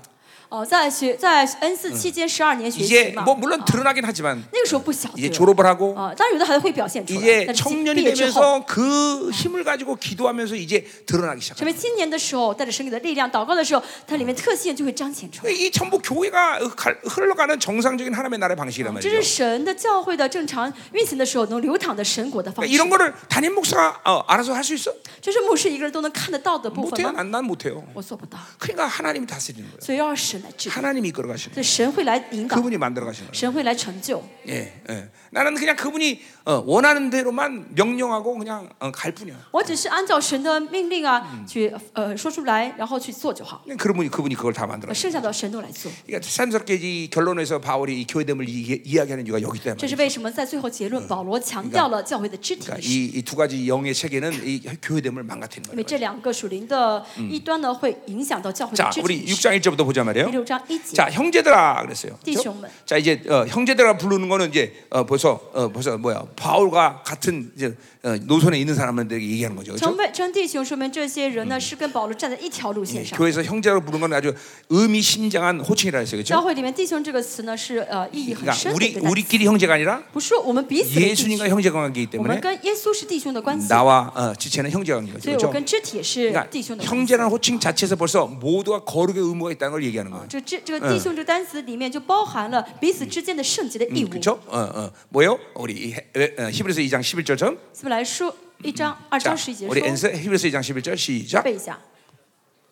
[SPEAKER 2] 哦，在学在恩赐期间十二年学习
[SPEAKER 1] 이제 아,
[SPEAKER 2] 嘛，
[SPEAKER 1] 뭐 물론
[SPEAKER 2] 啊
[SPEAKER 1] 드러나긴 하지만
[SPEAKER 2] 那个时候不晓
[SPEAKER 1] 이제
[SPEAKER 2] 得。
[SPEAKER 1] 졸업을 하고
[SPEAKER 2] 啊，当然有的孩子会表现出来，
[SPEAKER 1] 이제
[SPEAKER 2] 但是哦毕
[SPEAKER 1] 청년이
[SPEAKER 2] 业之后。
[SPEAKER 1] 되면서 그 힘을 가지고 기도하면서 이제 드러나기 시작합니다.
[SPEAKER 2] 成为青年的时候，带着神给的力量祷告的时候，它里面特性就会彰显出来。
[SPEAKER 1] 그 이 전부 교회가 갈- 흘러가는 정상적인 하나님의 나라의 방식이란 말이죠.
[SPEAKER 2] 这是神的教会的正常运行的时候能流淌的神国的方
[SPEAKER 1] 그러니까
[SPEAKER 2] 式
[SPEAKER 1] 이런 。 거를 담임 목사가 어, 알아서 할 수 있어?
[SPEAKER 2] 这是牧师一个人都能看得到的部分
[SPEAKER 1] 못해요.
[SPEAKER 2] 吗？
[SPEAKER 1] 난, 난 못해요.
[SPEAKER 2] 我做不到，
[SPEAKER 1] 그러니까 하나님이 다스리는 거예요.
[SPEAKER 2] 所以要让神来治理，
[SPEAKER 1] 하나님이 이끌어 가시는
[SPEAKER 2] 所以神会来
[SPEAKER 1] 거예요. ，
[SPEAKER 2] 引导
[SPEAKER 1] 그러니까. 그분이 만들어 가시는 거예요.
[SPEAKER 2] 神会来成就。
[SPEAKER 1] 예, 예. 나는 그냥 그분이 어, 원하는 대로만 명령하고 그냥 어, 갈 뿐이야.
[SPEAKER 2] 我只是按照神的命令啊，去呃说出来，然后去做就好，
[SPEAKER 1] 그냥 그분이 그분이 그걸 다 만들어.
[SPEAKER 2] 呃
[SPEAKER 1] 가시는
[SPEAKER 2] 剩下的神都来做。
[SPEAKER 1] 거예요. 그러니까 참스럽게 이 결론에서 바울이 이 교회됨을 이, 이야기하는 이유가 여기
[SPEAKER 2] 这
[SPEAKER 1] 때문에.
[SPEAKER 2] 是为什么在最后结论，保罗强调了教会的肢体意
[SPEAKER 1] 그러니까
[SPEAKER 2] 识，
[SPEAKER 1] 이두 가지 영의 세계는 이 교회됨을 망가뜨리는
[SPEAKER 2] 因为
[SPEAKER 1] 거예요.
[SPEAKER 2] 这两个属灵的异端呢，会影响到教会的
[SPEAKER 1] 자,
[SPEAKER 2] 肢体
[SPEAKER 1] 우리
[SPEAKER 2] 意识。
[SPEAKER 1] 6장 1절부터 보자
[SPEAKER 2] 第
[SPEAKER 1] 말이에요.
[SPEAKER 2] 六章一节。
[SPEAKER 1] 자, 형제들아 그랬어요. 그죠?
[SPEAKER 2] 弟兄们.
[SPEAKER 1] 자, 이제 어, 형제들아 부르는 거는 이제 어, 벌써 어, 벌써 뭐야? 바울과 같은 이제 어, 노선에 있는 사람들에게 얘기하는 거죠. 그렇죠?
[SPEAKER 2] 成为称弟兄，说明这些人呢是跟保罗站在一条路线上。
[SPEAKER 1] 예, 교회에서 형제라고 부르는 건 아주 의미심장한 호칭이라 했어요. 그렇죠?
[SPEAKER 2] 教会里面“弟兄”这个词呢是呃意义很
[SPEAKER 1] 그러니까
[SPEAKER 2] 深的一
[SPEAKER 1] 우리
[SPEAKER 2] 个单词，
[SPEAKER 1] 우리끼리 형제가 아니라
[SPEAKER 2] 不是我们彼此的弟
[SPEAKER 1] 예수님과
[SPEAKER 2] 兄，
[SPEAKER 1] 형제 관계이기
[SPEAKER 2] 我们
[SPEAKER 1] 때문에
[SPEAKER 2] 跟耶稣是弟兄的关系，
[SPEAKER 1] 나와 어, 지체는 형제 관계죠.
[SPEAKER 2] 所以我
[SPEAKER 1] 그렇죠?
[SPEAKER 2] 跟肢体也是
[SPEAKER 1] 그러니까
[SPEAKER 2] 弟兄的关系。
[SPEAKER 1] 형제라는 호칭 자체에서 벌써 모두가 거룩의 의무가 있다는 걸 얘기하는 거예요.
[SPEAKER 2] 这这这个“弟兄”这个单词里面就包含了彼此之间的圣洁的义务。
[SPEAKER 1] 그렇죠? 어, 어. 뭐요? 우리 이 해- 어, 히브리서 2장 11절처럼
[SPEAKER 2] 怎么来说？一章、二章十一节
[SPEAKER 1] 우리
[SPEAKER 2] 说，
[SPEAKER 1] 엔서 히브리서 2장 11절 시작.
[SPEAKER 2] 背一下。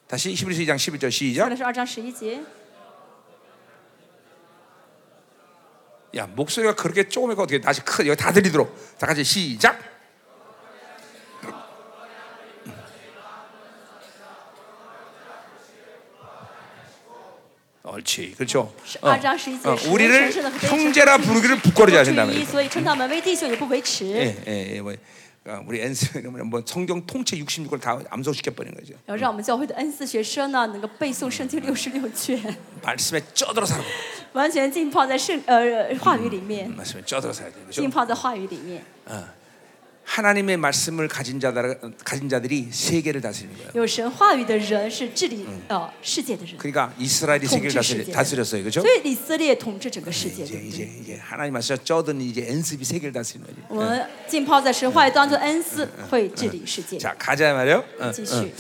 [SPEAKER 1] 다시 히브리서 2장 11절
[SPEAKER 2] 再
[SPEAKER 1] 시작.
[SPEAKER 2] 来说二章十一节。
[SPEAKER 1] 야 목소리가 그렇게 조금이니까 어떻게 다시 크 여기 다 들리도록 다 같이 시작. 옳지 그렇죠.
[SPEAKER 2] 二章十一节，
[SPEAKER 1] 우리를 그렇죠,
[SPEAKER 2] 神圣的和非神圣
[SPEAKER 1] 형제라 부르기를 부끄러워야
[SPEAKER 2] 不
[SPEAKER 1] 된다
[SPEAKER 2] 拘一，
[SPEAKER 1] 말이에요.
[SPEAKER 2] 所以称他们为弟兄也不为耻。
[SPEAKER 1] 예, 예, 예, 뭐, 그러니까 우리 엔스 이러면 뭐 성경 통째 66을 다 암송시켜 버리는 거죠.
[SPEAKER 2] 然后让我们教会的恩赐学生呢，能够背诵圣经六十六卷，
[SPEAKER 1] 말씀에 쪄들어 살아.
[SPEAKER 2] 完全浸泡在圣呃话语里面，
[SPEAKER 1] 말씀에 쪄들어 살아야 돼. 그렇죠?
[SPEAKER 2] 浸泡在话语里面。
[SPEAKER 1] 어. 하나님의 말씀을 가진 자들 가진 자들이 세계를 다스리는 거예요.
[SPEAKER 2] 有神话语的人是治理呃世界的人，
[SPEAKER 1] 그러니까 이스라엘이 세계를
[SPEAKER 2] 통치 시대.
[SPEAKER 1] 다스리, 다스렸어요, 그렇죠?
[SPEAKER 2] 所以以色列统治整个世界。
[SPEAKER 1] 이제
[SPEAKER 2] 对不
[SPEAKER 1] 이제
[SPEAKER 2] 对
[SPEAKER 1] 이제 하나님 말씀 쩌든 이제 엔습이 세계를 다스리는 거지.
[SPEAKER 2] 我们浸泡在神话语当中，恩赐会治理世界。
[SPEAKER 1] 자, 가자 말이요. 에
[SPEAKER 2] 继续，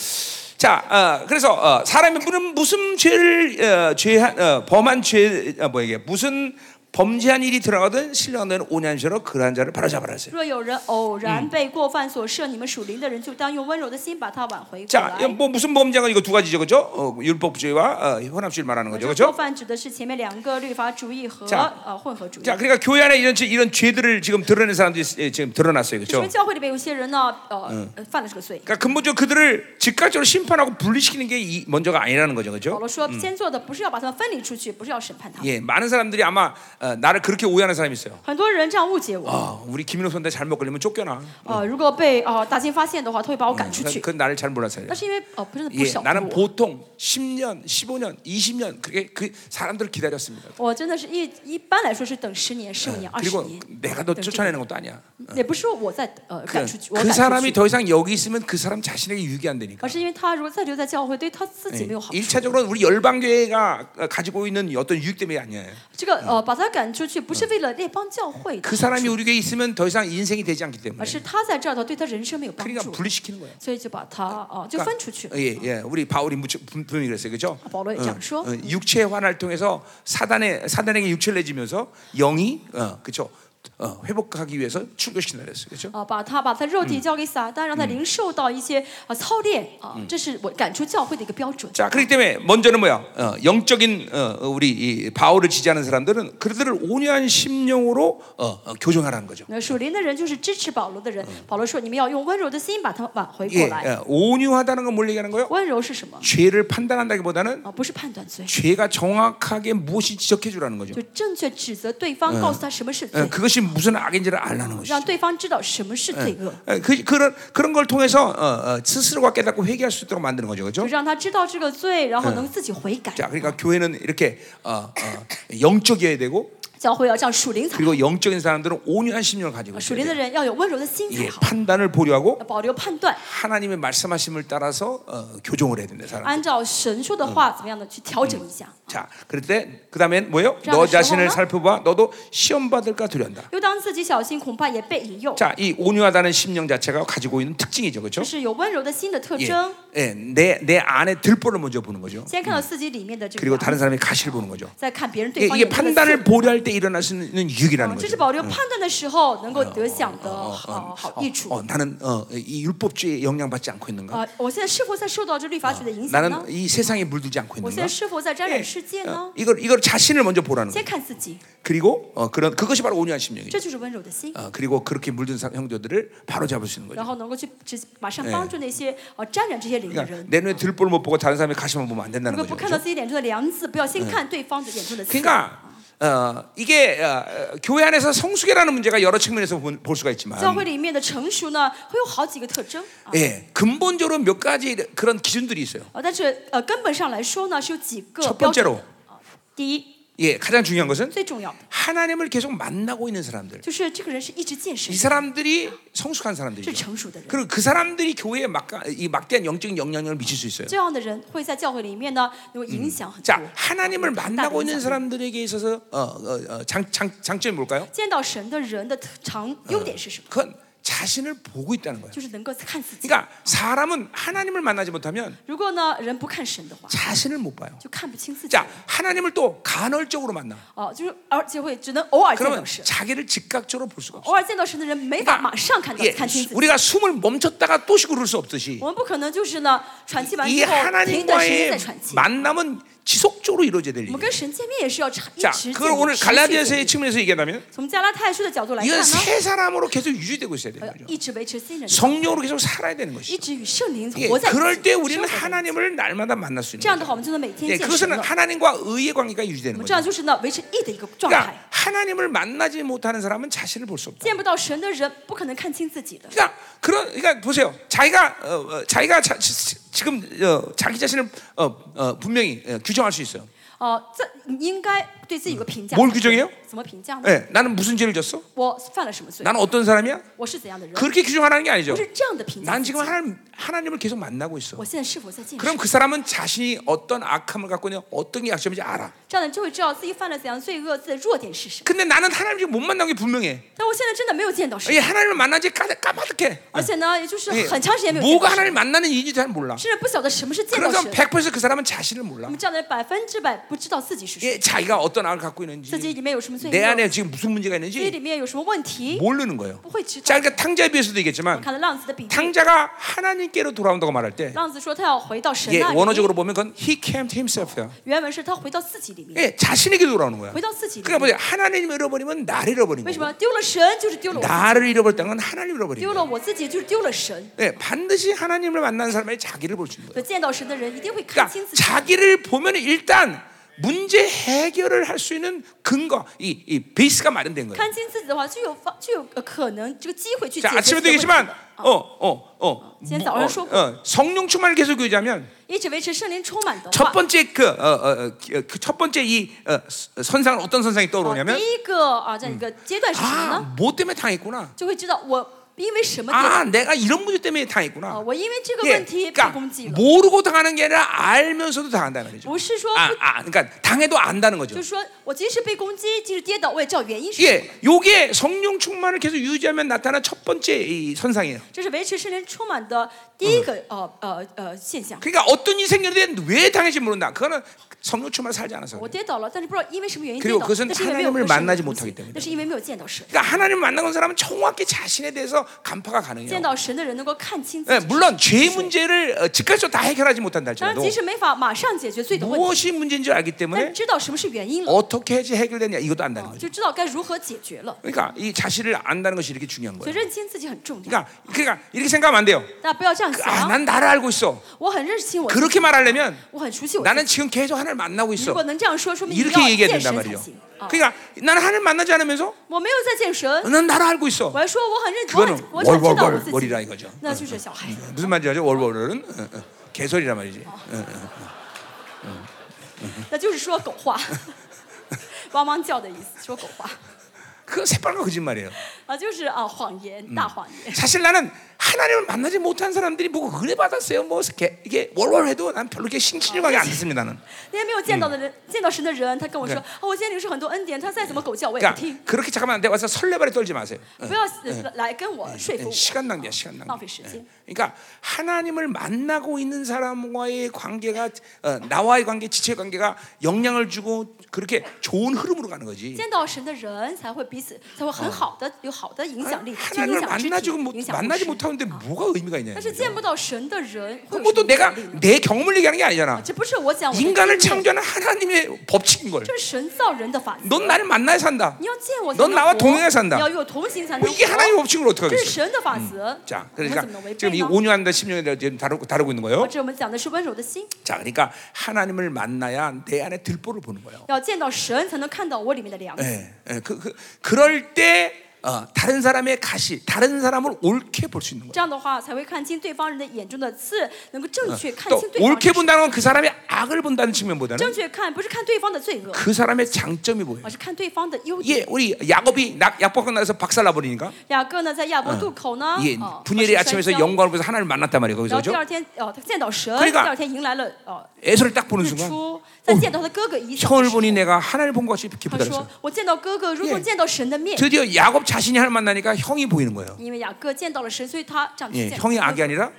[SPEAKER 1] 자, 어, 그래서 어, 사람이 무슨 무슨 죄를 어, 죄한 어, 범한 죄 어, 뭐 이게 무슨 범죄한 일이 들어가든 신령된 오년시로 그러한 자를 바로잡아라 했어요.
[SPEAKER 2] 若有人偶然被过犯所涉，你们属灵的人就当用温柔的心把他挽回过
[SPEAKER 1] 자,
[SPEAKER 2] 来。
[SPEAKER 1] 뭐 무슨 범죄가 이거 두 가지죠, 그죠? 어, 율법주의와 어, 혼합주의를 말하는
[SPEAKER 2] 我
[SPEAKER 1] 거죠,
[SPEAKER 2] 这过
[SPEAKER 1] 그죠?
[SPEAKER 2] 犯指的是前面两个律法主义和
[SPEAKER 1] 자
[SPEAKER 2] 呃混合主义。
[SPEAKER 1] 자, 그러니까 교회 안에 이런 죄- 이런 죄들을 지금 드러낸 사람들이 예, 지금 드러났어요,
[SPEAKER 2] 说
[SPEAKER 1] 그죠?
[SPEAKER 2] 明教会里面有些人呢，呃，呃犯了这个罪。
[SPEAKER 1] 그러니까 근본적으로 그들을 즉각적으로 심판하고 분리시키는 게 이, 먼저가 아니라는 거죠, 그죠?
[SPEAKER 2] 保罗说，先做的不是要把他们分离出去，不是要审判他们。
[SPEAKER 1] 예, 많은 사람들이 아마 어, 나를 그렇게 오해하는 사람이 있어요.
[SPEAKER 2] 很多人这样误解我，
[SPEAKER 1] 아, 우리 김인호 선대 잘못 걸리면 쫓겨나. 어,
[SPEAKER 2] 呃，如果被呃大金发现的话，他会把我赶出
[SPEAKER 1] 그건,
[SPEAKER 2] 去。
[SPEAKER 1] 그건 나를 잘 몰라서요.
[SPEAKER 2] 那是因为哦，不是不
[SPEAKER 1] 예,
[SPEAKER 2] 少。
[SPEAKER 1] 나는 보통 10년, 15년, 20년 그게 그 사람들을 기다렸습니다.
[SPEAKER 2] 我真的是一一般来说是等十年、十五年、二十
[SPEAKER 1] 그리고
[SPEAKER 2] 年，
[SPEAKER 1] 내가 너
[SPEAKER 2] 等这个
[SPEAKER 1] 쫓아내는 것도 아니야.
[SPEAKER 2] 也不是说我在呃赶出去，我
[SPEAKER 1] 예. 네, 그
[SPEAKER 2] 赶出
[SPEAKER 1] 사람이
[SPEAKER 2] 去，
[SPEAKER 1] 더 이상 여기 있으면 그 사람 자신에게 유익이 안 되니까. 예,
[SPEAKER 2] 而是因为他如果再留在教会，对他自
[SPEAKER 1] 哎
[SPEAKER 2] 己没有好处。
[SPEAKER 1] 일차적으로 우리 열방 교회가 가지고 있는 어떤 유익 때문에 아니에요.
[SPEAKER 2] 这个呃，把他赶出去不是为了列邦教会的
[SPEAKER 1] 그
[SPEAKER 2] 好
[SPEAKER 1] 사람이
[SPEAKER 2] 处，
[SPEAKER 1] 우리 교회에 있으면 더 이상 인생이 되지 않기 때문에.
[SPEAKER 2] 而是他在这儿头对他人生没有帮
[SPEAKER 1] 그러니까
[SPEAKER 2] 助，
[SPEAKER 1] 분리시키는 거예요.
[SPEAKER 2] 所以就把他哦、呃就分
[SPEAKER 1] 그러니까,
[SPEAKER 2] 出去。
[SPEAKER 1] 예, 예. 우리 바울이 무척 분- 분명히 그랬어요. 그죠?
[SPEAKER 2] 아, 바울이
[SPEAKER 1] 어,
[SPEAKER 2] 장수?
[SPEAKER 1] 어, 육체의 환을 통해서 사단의 사단에게 육체를 내주면서 영이 어, 그죠? 어, 회복하기 위해서 출교시킨다 그랬어요. 그죠?
[SPEAKER 2] 啊，把他把他肉体交给撒旦，让他灵受到一些啊操练啊，这是我赶出教会的一个标准。
[SPEAKER 1] 자, 그렇기 때문에 먼저는 뭐야? 어, 영적인 어, 어, 우리 이 바울을 지지하는 사람들은 그들을 온유한 심령으로 어, 어, 교정하라는 거죠.
[SPEAKER 2] 那呃属灵的人就是支持保罗的人。保罗说：“你们要用温柔的心把他们挽回
[SPEAKER 1] 예,
[SPEAKER 2] 过来。
[SPEAKER 1] 어, 온유하다는 건 뭘 얘기하는 거예요?
[SPEAKER 2] 温柔是什么？
[SPEAKER 1] 죄를 판단한다기보다는
[SPEAKER 2] 啊，不是判断罪，
[SPEAKER 1] 죄가 정확하게 무엇이 지적해 주라는 거죠.
[SPEAKER 2] 就正确指责对方，告诉他什么是
[SPEAKER 1] 어,
[SPEAKER 2] 罪，
[SPEAKER 1] 그것이 무슨 악인지를 알라는 것이죠.
[SPEAKER 2] 让对方知道什么是嗯罪恶，
[SPEAKER 1] 어, 그, 그런 그런 걸 통해서 어, 어, 스스로가 깨닫고 회개할 수 있도록 만드는 거죠,
[SPEAKER 2] 就
[SPEAKER 1] 그렇죠?
[SPEAKER 2] 让他知道这个罪，然后能自己悔改。
[SPEAKER 1] 자, 그러니까 교회는 이렇게 어, 어, 영적이어야 되고
[SPEAKER 2] 教会要这样属灵才好，
[SPEAKER 1] 그리고 영적인 사람들은 온유한 심령을 가지고
[SPEAKER 2] 属
[SPEAKER 1] 있어야
[SPEAKER 2] 灵的
[SPEAKER 1] 돼요.
[SPEAKER 2] 人要有温柔的心
[SPEAKER 1] 예,
[SPEAKER 2] 才好，
[SPEAKER 1] 판단을 보류하고
[SPEAKER 2] 要保留判断，
[SPEAKER 1] 하나님의 말씀하심을 따라서 어, 교정을 해야 된다, 사람.
[SPEAKER 2] 按照神说的话怎么样的去调整一下。
[SPEAKER 1] 자, 그럴 때 그다음엔 뭐예요?
[SPEAKER 2] 그러면
[SPEAKER 1] 너 자신을
[SPEAKER 2] 시험하나?
[SPEAKER 1] 살펴봐. 너도 시험 받을까 두려운다.
[SPEAKER 2] 又当自己小心，恐怕也被引诱。”
[SPEAKER 1] 자, 이 온유하다는 심령 자체가 가지고 있는 특징이죠, 그렇죠?
[SPEAKER 2] 就是有温柔的心的特
[SPEAKER 1] 예,
[SPEAKER 2] 征。
[SPEAKER 1] 예, 내, 내 안에 들보를 먼저 보는 거죠.
[SPEAKER 2] 先看到自己里面的这
[SPEAKER 1] 그리고
[SPEAKER 2] 个，
[SPEAKER 1] 다른 사람의 가시를 보는 거죠.
[SPEAKER 2] 再看别人
[SPEAKER 1] 예, 이게,
[SPEAKER 2] 对方
[SPEAKER 1] 이게
[SPEAKER 2] 有没有这个
[SPEAKER 1] 판단을
[SPEAKER 2] 罪
[SPEAKER 1] 보류할 때 일어날 수 있는 유익이라는
[SPEAKER 2] 嗯这
[SPEAKER 1] 거죠.
[SPEAKER 2] 是保留判断的时候能够得享的好哦好
[SPEAKER 1] 어,
[SPEAKER 2] 益处。
[SPEAKER 1] 어, 나는 어, 이 율법주의에 영향받지 않고 있는가?
[SPEAKER 2] 啊，我现在是否在受到这律法主义的影响呢
[SPEAKER 1] 나는 ？ 어, 이 세상에 물들지 않고
[SPEAKER 2] 我现
[SPEAKER 1] 있는가?
[SPEAKER 2] 在是否在沾染世界呢
[SPEAKER 1] 어, ？ 이걸 이걸 자신을 먼저 보라는
[SPEAKER 2] 先
[SPEAKER 1] 거예요.
[SPEAKER 2] 看自己，
[SPEAKER 1] 그리고 어, 그런 그것이 바로 온유한 심령이죠.
[SPEAKER 2] 这就是温柔的心，
[SPEAKER 1] 어, 그리고 그렇게 물든 사- 형제들을 바로 잡을 수 있는
[SPEAKER 2] 然
[SPEAKER 1] 거죠.
[SPEAKER 2] 后能够去直马上帮助那些呃沾染这些灵的
[SPEAKER 1] 그러니까
[SPEAKER 2] 人。
[SPEAKER 1] 내 눈에 들보를 못 보고 다른 사람의 가시만 보면 안
[SPEAKER 2] 如
[SPEAKER 1] 된다는
[SPEAKER 2] 果
[SPEAKER 1] 거죠.
[SPEAKER 2] 不看到
[SPEAKER 1] 그렇죠?
[SPEAKER 2] 自己眼中的梁子，不要先看对方的眼中的刺。
[SPEAKER 1] 그러니까 어, 이게 어, 어, 교회 안에서 성숙이라는 문제가 여러 측면에서 본- 볼 수가
[SPEAKER 2] 教
[SPEAKER 1] 있지만
[SPEAKER 2] 会里面的成熟呢，会有好几个特征啊。
[SPEAKER 1] 예, 근본적으로 몇 가지 그런 기준들이 있어요.
[SPEAKER 2] 呃，但是呃，根本上来说呢，是有几个
[SPEAKER 1] 첫
[SPEAKER 2] 标准的
[SPEAKER 1] 번째로 。
[SPEAKER 2] 第一，
[SPEAKER 1] 예, 가장 중요한 것은
[SPEAKER 2] 最重要的
[SPEAKER 1] 하나님을 계속 만나고 있는 사람들.
[SPEAKER 2] 就是这个人是一直见神
[SPEAKER 1] 이 ， 사람들이 성숙한
[SPEAKER 2] 是
[SPEAKER 1] 사람들이죠.
[SPEAKER 2] 成熟的人。
[SPEAKER 1] 그리고 그 사람들이 교회에 막가, 이 막대한 영적인 영향력을 미칠 수 있어요.
[SPEAKER 2] 这样的人会在教会里面呢，能够影响很多。
[SPEAKER 1] 자, 하나님을 만나고 있는 사람들에게 있어서 어, 어, 어, 장, 장, 장점이 뭘까요?
[SPEAKER 2] 见到神的人的特长优点是什么？
[SPEAKER 1] 그건 자신을 보고 있다는 거예요.
[SPEAKER 2] 就是能够看自己。
[SPEAKER 1] 그러니까 사람은 하나님을 만나지 못하면
[SPEAKER 2] 如果呢，人不看神的话，
[SPEAKER 1] 자신을 못 봐요.
[SPEAKER 2] 就看不清自己。
[SPEAKER 1] 자, 하나님을 또 간헐적으로 만나.
[SPEAKER 2] 哦，就是而且会只能偶尔见
[SPEAKER 1] 아, 그러면
[SPEAKER 2] 到神，
[SPEAKER 1] 자기를 즉각적으로 볼 수가 없어요.
[SPEAKER 2] 偶尔见到神的人没法马上看到
[SPEAKER 1] 예,
[SPEAKER 2] 看清自己。
[SPEAKER 1] 우리가 숨을 멈췄다가 또 쉬고 그럴 수 없듯이
[SPEAKER 2] 我们不可能就是呢，喘气完
[SPEAKER 1] 이
[SPEAKER 2] 之后停一段时间再
[SPEAKER 1] 하나님과의
[SPEAKER 2] 喘气。
[SPEAKER 1] 만남은 지속적으로 이루어져야 될
[SPEAKER 2] 我
[SPEAKER 1] 일이에요.
[SPEAKER 2] 们跟神见面也是要长一
[SPEAKER 1] 자,
[SPEAKER 2] 直见
[SPEAKER 1] 그걸
[SPEAKER 2] 面
[SPEAKER 1] 오늘
[SPEAKER 2] 持续见
[SPEAKER 1] 갈라디아서의
[SPEAKER 2] 面
[SPEAKER 1] 측면에서 얘기한다면
[SPEAKER 2] 从加拉太书的角度来看
[SPEAKER 1] 이건
[SPEAKER 2] 呢，
[SPEAKER 1] 새 사람으로 계속 유지되고 있어야 되는
[SPEAKER 2] 呃
[SPEAKER 1] 거죠.
[SPEAKER 2] 一直维持新人的状态，
[SPEAKER 1] 성령으로 계속 살아야 되는
[SPEAKER 2] 一
[SPEAKER 1] 것이죠.
[SPEAKER 2] 直与圣灵
[SPEAKER 1] 예,
[SPEAKER 2] 活在一起。
[SPEAKER 1] 그럴 때 우리는
[SPEAKER 2] 生活在一起
[SPEAKER 1] 하나님을 날마다 만날 수
[SPEAKER 2] 这
[SPEAKER 1] 있는
[SPEAKER 2] 样的话，
[SPEAKER 1] 거죠.
[SPEAKER 2] 我们就能每天
[SPEAKER 1] 예,
[SPEAKER 2] 见神
[SPEAKER 1] 그것은
[SPEAKER 2] 了。
[SPEAKER 1] 하나님과 의의 관계가
[SPEAKER 2] 我
[SPEAKER 1] 유지되는
[SPEAKER 2] 们这样
[SPEAKER 1] 거죠.
[SPEAKER 2] 就是呢，维持义的一个状态
[SPEAKER 1] 그러니까 。 하나님을 만나지 못하는 사람은 자신을 볼 수 없다.
[SPEAKER 2] 见不到神的人，不可能看清自己的。
[SPEAKER 1] 그러니까 그런 그러니까 보세요. 자기가 어, 어, 자기가 자, 지- 지- 지금 어, 자기 자신을 어, 어, 분명히 어, 규정할 수 있어요.
[SPEAKER 2] 哦、这应该对自己有个评价。
[SPEAKER 1] 뭘규정해요
[SPEAKER 2] 怎么评价呢？
[SPEAKER 1] 예, 나는 무슨 죄를 졌어?
[SPEAKER 2] 我犯了什么罪？
[SPEAKER 1] 나는 어떤 사람이야?
[SPEAKER 2] 我是怎样的人？
[SPEAKER 1] 네. 그렇게 규정하라는 게 아니죠.
[SPEAKER 2] 不是这样的评价
[SPEAKER 1] 난
[SPEAKER 2] 自己。
[SPEAKER 1] 지금 뭐, 하나님, 하나님을 계속 만나고 있어.
[SPEAKER 2] 我现在是否在见识
[SPEAKER 1] 그럼 ？그 사람은 자신이 어떤 악함을 갖고 있냐, 어떤 게 약점인지 알아.
[SPEAKER 2] 这样的人就会知道自己犯了怎样的罪恶，自己的弱点是什么。
[SPEAKER 1] 근데 나는 하나님 지금 못 만난 게 분명해.
[SPEAKER 2] 但我现在真的没有见到
[SPEAKER 1] 이
[SPEAKER 2] 神，
[SPEAKER 1] 하나님을 만난 지 까- 까마득해.
[SPEAKER 2] 而且呢，也就是
[SPEAKER 1] 이
[SPEAKER 2] 很长时间没有见
[SPEAKER 1] 뭐가
[SPEAKER 2] 到神
[SPEAKER 1] 하나님 ， 만나는 일인지 잘 몰라.
[SPEAKER 2] 甚至不晓得什么是见到
[SPEAKER 1] 그래서
[SPEAKER 2] 神。
[SPEAKER 1] 100%그 사람은 자신을
[SPEAKER 2] 我
[SPEAKER 1] 몰라.
[SPEAKER 2] 们这样的人百分之百不知道自己是谁，
[SPEAKER 1] 예, 자기가 어떤 악을 갖고
[SPEAKER 2] 自己
[SPEAKER 1] 있는지,
[SPEAKER 2] 里面有什么罪
[SPEAKER 1] 내
[SPEAKER 2] 恶，
[SPEAKER 1] 안에 지금 무슨 문제가
[SPEAKER 2] 自己
[SPEAKER 1] 있는지
[SPEAKER 2] 里面有什么问题，
[SPEAKER 1] 모르는 거예요.
[SPEAKER 2] 不会知道。
[SPEAKER 1] 자, 그러니까 탕자에 비해서도 얘기했지만
[SPEAKER 2] 看了浪子的比喻，
[SPEAKER 1] 탕자가 하나님께로 돌아온다고 말할 때
[SPEAKER 2] 浪子说他要回到神
[SPEAKER 1] 예,
[SPEAKER 2] 那里，
[SPEAKER 1] 원어적으로 보면 그건 he came to himself야.
[SPEAKER 2] 原文是他回到自己里面，
[SPEAKER 1] 예, 자신에게 돌아오는 거야.
[SPEAKER 2] 回到自己里
[SPEAKER 1] 그러니까 뭐야?
[SPEAKER 2] 面。
[SPEAKER 1] 하나님을 잃어버리면 나를 잃어버린
[SPEAKER 2] 为什
[SPEAKER 1] 거고
[SPEAKER 2] 么丢了神就是丢了我自己，
[SPEAKER 1] 나를 잃어버렸다는 건 하나님을 잃어버린
[SPEAKER 2] 丢
[SPEAKER 1] 거야.
[SPEAKER 2] 了我自己就是丢了神。
[SPEAKER 1] 예, 반드시 하나님을 만난 사람이 자기를 볼 수 있는 거야.
[SPEAKER 2] 所以见到神的人一定会看
[SPEAKER 1] 그러니까
[SPEAKER 2] 清自己，
[SPEAKER 1] 자기를 보면 일단 문제 해결을 할 수 있는 근거, 이, 이 베이스가 마련된 거예요.
[SPEAKER 2] 看清自己的话，就有方就有呃可能这个机会去解
[SPEAKER 1] 자,
[SPEAKER 2] 决自
[SPEAKER 1] 아침에도
[SPEAKER 2] 己的问
[SPEAKER 1] 얘기했지만,
[SPEAKER 2] 题。
[SPEAKER 1] 어, 어, 어,
[SPEAKER 2] 지금
[SPEAKER 1] 뭐,
[SPEAKER 2] 오늘 수업.
[SPEAKER 1] 어, 성령 충만을 계속 교제하면
[SPEAKER 2] 一直维持圣灵充满的
[SPEAKER 1] 첫
[SPEAKER 2] 话，
[SPEAKER 1] 번째 그, 어, 어, 어, 그 첫 번째 이 어, 선상은 어떤 네. 선상이
[SPEAKER 2] 哦
[SPEAKER 1] 떠오르냐면,
[SPEAKER 2] 第一个啊这样一个阶段是什么呢？
[SPEAKER 1] 아, 뭐 때문에 당했구나.
[SPEAKER 2] 就会知道我因为什么地方
[SPEAKER 1] 아, 내가 이런 문제 때문에
[SPEAKER 2] 啊，
[SPEAKER 1] 당했구나.
[SPEAKER 2] 我因为这个
[SPEAKER 1] 예,
[SPEAKER 2] 问题被
[SPEAKER 1] 그러니까
[SPEAKER 2] 攻击了，
[SPEAKER 1] 모르고 당하는 게 아니라 알면서도 당한다는 말이죠.
[SPEAKER 2] 不是说
[SPEAKER 1] 아,
[SPEAKER 2] 不，
[SPEAKER 1] 아, 그러니까 당해도 안다는
[SPEAKER 2] 就
[SPEAKER 1] 거죠.
[SPEAKER 2] 是说我即使被攻击，即使跌倒，我也知道原因是什么。
[SPEAKER 1] 예, 요게 성령 충만을 계속 유지하면 나타나는 첫 번째 이 선상이에요.
[SPEAKER 2] 这是维持圣灵充满的第一个呃呃呃现象。
[SPEAKER 1] 그러니까 어떤 일이 생겼는데 왜 당했는지 모른다. 그거는 성령 충만을 살지 않아서.
[SPEAKER 2] 我跌倒了，但是不知道因为什么原因
[SPEAKER 1] 그
[SPEAKER 2] 跌
[SPEAKER 1] 리고
[SPEAKER 2] 倒，
[SPEAKER 1] 그것은
[SPEAKER 2] 但是因为没
[SPEAKER 1] 하나님을
[SPEAKER 2] 有
[SPEAKER 1] 만나지
[SPEAKER 2] 神
[SPEAKER 1] 못하기때문에
[SPEAKER 2] 但是因为没有见到神，
[SPEAKER 1] 그러니까 하나님을 만난 건 사람은 정확히 자신에 대해서 간파가
[SPEAKER 2] 见
[SPEAKER 1] 가능해요.
[SPEAKER 2] 到神的人能够看清自
[SPEAKER 1] 예,
[SPEAKER 2] 己。
[SPEAKER 1] 물론 죄의 문제를 어, 즉각적으로 다 해결하지 못한다
[SPEAKER 2] 当然，
[SPEAKER 1] 할지라도
[SPEAKER 2] 即使没法马上解决罪的问题，
[SPEAKER 1] 무엇이 문제인 줄 알기
[SPEAKER 2] 但是
[SPEAKER 1] 때문에
[SPEAKER 2] 知道什么是原因了，
[SPEAKER 1] 어떻게 해야지 어. 해결되냐 이것도 안다는 거죠.
[SPEAKER 2] 就知道该如何解决了。
[SPEAKER 1] 그러니까 이 자신을 안다는 것이 이렇게 중요한
[SPEAKER 2] 所
[SPEAKER 1] 거예요.
[SPEAKER 2] 以认清自己很重要，
[SPEAKER 1] 그러니까 그러니까 이렇게 생각하면 안 돼요.
[SPEAKER 2] 大家不要这样
[SPEAKER 1] 그, 아,
[SPEAKER 2] 想。啊
[SPEAKER 1] 난 나를 알고 있어.
[SPEAKER 2] 我很认识清我自己，
[SPEAKER 1] 그렇게 말하려면
[SPEAKER 2] 我很熟悉我自己。
[SPEAKER 1] 나는 지금 계속 하나님을 만나고
[SPEAKER 2] 如
[SPEAKER 1] 있어.
[SPEAKER 2] 果能这样说，说明你要
[SPEAKER 1] 이렇게 얘기해야
[SPEAKER 2] 健
[SPEAKER 1] 된단
[SPEAKER 2] 身才
[SPEAKER 1] 말이에요.
[SPEAKER 2] 行啊！
[SPEAKER 1] 그러니까 나는 하나님 만나지 않으면서
[SPEAKER 2] 我没有在健身，
[SPEAKER 1] 난 나를 알고 있어.
[SPEAKER 2] 我还嗯说我很认，我
[SPEAKER 1] 그거는
[SPEAKER 2] 很我很知道我自己，
[SPEAKER 1] 월월월월이라 이거죠.
[SPEAKER 2] 那就是小孩。
[SPEAKER 1] 무슨 말인지 알죠? 월월월은 어, 어, 개소리란 말이지.
[SPEAKER 2] 那就是说狗话， 汪汪叫的意思，说狗话
[SPEAKER 1] 그 새빨간 거짓말이에요.
[SPEAKER 2] 啊，就是啊谎言，大谎言。
[SPEAKER 1] 사실 나는 하나님을 만나지 못한 사람들이 뭐 은혜 받았어요. 뭐 이렇게 이게 월월해도 난 별로 이렇게 신실하게 안 듣습니다. 나는.
[SPEAKER 2] 那些没有见到的人，见到神的人，他跟我说
[SPEAKER 1] 对
[SPEAKER 2] 啊，我今天领受很多恩典，他再怎么狗叫我也不
[SPEAKER 1] 그러니까
[SPEAKER 2] 听，
[SPEAKER 1] 그렇게 잠깐만 내 와서 설레발에 떨지 마세요.
[SPEAKER 2] 不要呃来跟我说服
[SPEAKER 1] 예,
[SPEAKER 2] 我，
[SPEAKER 1] 시간 낭비야, 시간
[SPEAKER 2] 浪
[SPEAKER 1] 낭비.
[SPEAKER 2] 费时间。
[SPEAKER 1] 그러니까 하나님을 만나고 있는 사람과의 관계가 어, 나와의 관계, 지체 관계가 영향을 주고 그렇게 좋은 흐름으로 가는 거지.
[SPEAKER 2] 见到神的人才会彼此才会很好的有好的影响力，去影
[SPEAKER 1] 하나님을
[SPEAKER 2] 响肢体
[SPEAKER 1] 만나지고 못, ，
[SPEAKER 2] 影响牧
[SPEAKER 1] 만나지
[SPEAKER 2] 师。
[SPEAKER 1] 못하는데 뭐가 의미가 있냐?
[SPEAKER 2] 但是见不到神的人，会有
[SPEAKER 1] 뭐또
[SPEAKER 2] 什么影
[SPEAKER 1] 내가 어,
[SPEAKER 2] 响力呢
[SPEAKER 1] 내 경험을 얘기하는 게 아니잖아.
[SPEAKER 2] 这不是我讲我的经
[SPEAKER 1] 인간을
[SPEAKER 2] 验，
[SPEAKER 1] 창조하는 하나님의 법칙인 걸.
[SPEAKER 2] 这是神造人的法则。
[SPEAKER 1] 넌 나를 만나야 산다.
[SPEAKER 2] 你要见我才
[SPEAKER 1] 넌
[SPEAKER 2] 能
[SPEAKER 1] 나와
[SPEAKER 2] 活
[SPEAKER 1] 동행해산다
[SPEAKER 2] 你要与我同行才能
[SPEAKER 1] 뭐
[SPEAKER 2] 活。
[SPEAKER 1] 이게 하나님의 법칙으로 어떻게
[SPEAKER 2] 这是
[SPEAKER 1] 하겠어?
[SPEAKER 2] 神嗯的法则。
[SPEAKER 1] 자,
[SPEAKER 2] 我们
[SPEAKER 1] 그러니까
[SPEAKER 2] 怎么能违
[SPEAKER 1] 지금
[SPEAKER 2] 背
[SPEAKER 1] 이
[SPEAKER 2] 呢？
[SPEAKER 1] 5년한다 10년에 대해 지금 다루고, 다루고 있는 거예요.
[SPEAKER 2] 这我们讲的是温柔的心，
[SPEAKER 1] 자, 그러니까 하나님을 만나야 내 안에 들보를 보는 거예요.
[SPEAKER 2] 要见到神才能看到我里面的良心。
[SPEAKER 1] 예, 예, 그, 그, 그럴 때 어, 다른 사람의 가시, 다른 사람을 옳게 볼 수 있는 거예요.
[SPEAKER 2] 这样的话才会看清对方人的眼中的刺，能够正确看
[SPEAKER 1] 또
[SPEAKER 2] 清对方
[SPEAKER 1] 옳게
[SPEAKER 2] 人。
[SPEAKER 1] 본다는 건 그 사람의 악을 본다는 측면보다는
[SPEAKER 2] 正确看不是看对方的罪恶，
[SPEAKER 1] 그 사람의 장점이 보여요.
[SPEAKER 2] 而是看对方的优
[SPEAKER 1] 예,
[SPEAKER 2] 点。
[SPEAKER 1] 우리 야곱이 낙, 약복한 나라에서 박살나 버리니까
[SPEAKER 2] 雅各呢，在亚伯渡口呢
[SPEAKER 1] 예, ，
[SPEAKER 2] 哦，发
[SPEAKER 1] 분열의
[SPEAKER 2] 生摔
[SPEAKER 1] 아침에서
[SPEAKER 2] 跤
[SPEAKER 1] 영광을 보면서 하나님을 만났단 말이에요.
[SPEAKER 2] 然
[SPEAKER 1] 거기서
[SPEAKER 2] 后第
[SPEAKER 1] 그죠?
[SPEAKER 2] 二天，哦，他见到神，
[SPEAKER 1] 그러니까
[SPEAKER 2] 第二天迎来了哦
[SPEAKER 1] 애서를 딱 보는
[SPEAKER 2] 日
[SPEAKER 1] 순간
[SPEAKER 2] 出，再见到他哥哥以扫的
[SPEAKER 1] 형을
[SPEAKER 2] 时候
[SPEAKER 1] 보니 ， 내가 하나님을 본 것 같이
[SPEAKER 2] 他
[SPEAKER 1] 기쁘다
[SPEAKER 2] 说
[SPEAKER 1] 그 그랬어요. ：“
[SPEAKER 2] 我见到哥哥，如同见到神的面。”
[SPEAKER 1] 드디어 야곱 자신이 하나님 만나니까 형이 보이는 거예요.
[SPEAKER 2] 因为雅各见到了神，所以他这样去
[SPEAKER 1] 예,
[SPEAKER 2] 见到
[SPEAKER 1] 형이
[SPEAKER 2] 哥
[SPEAKER 1] 악이
[SPEAKER 2] 哥
[SPEAKER 1] 아니라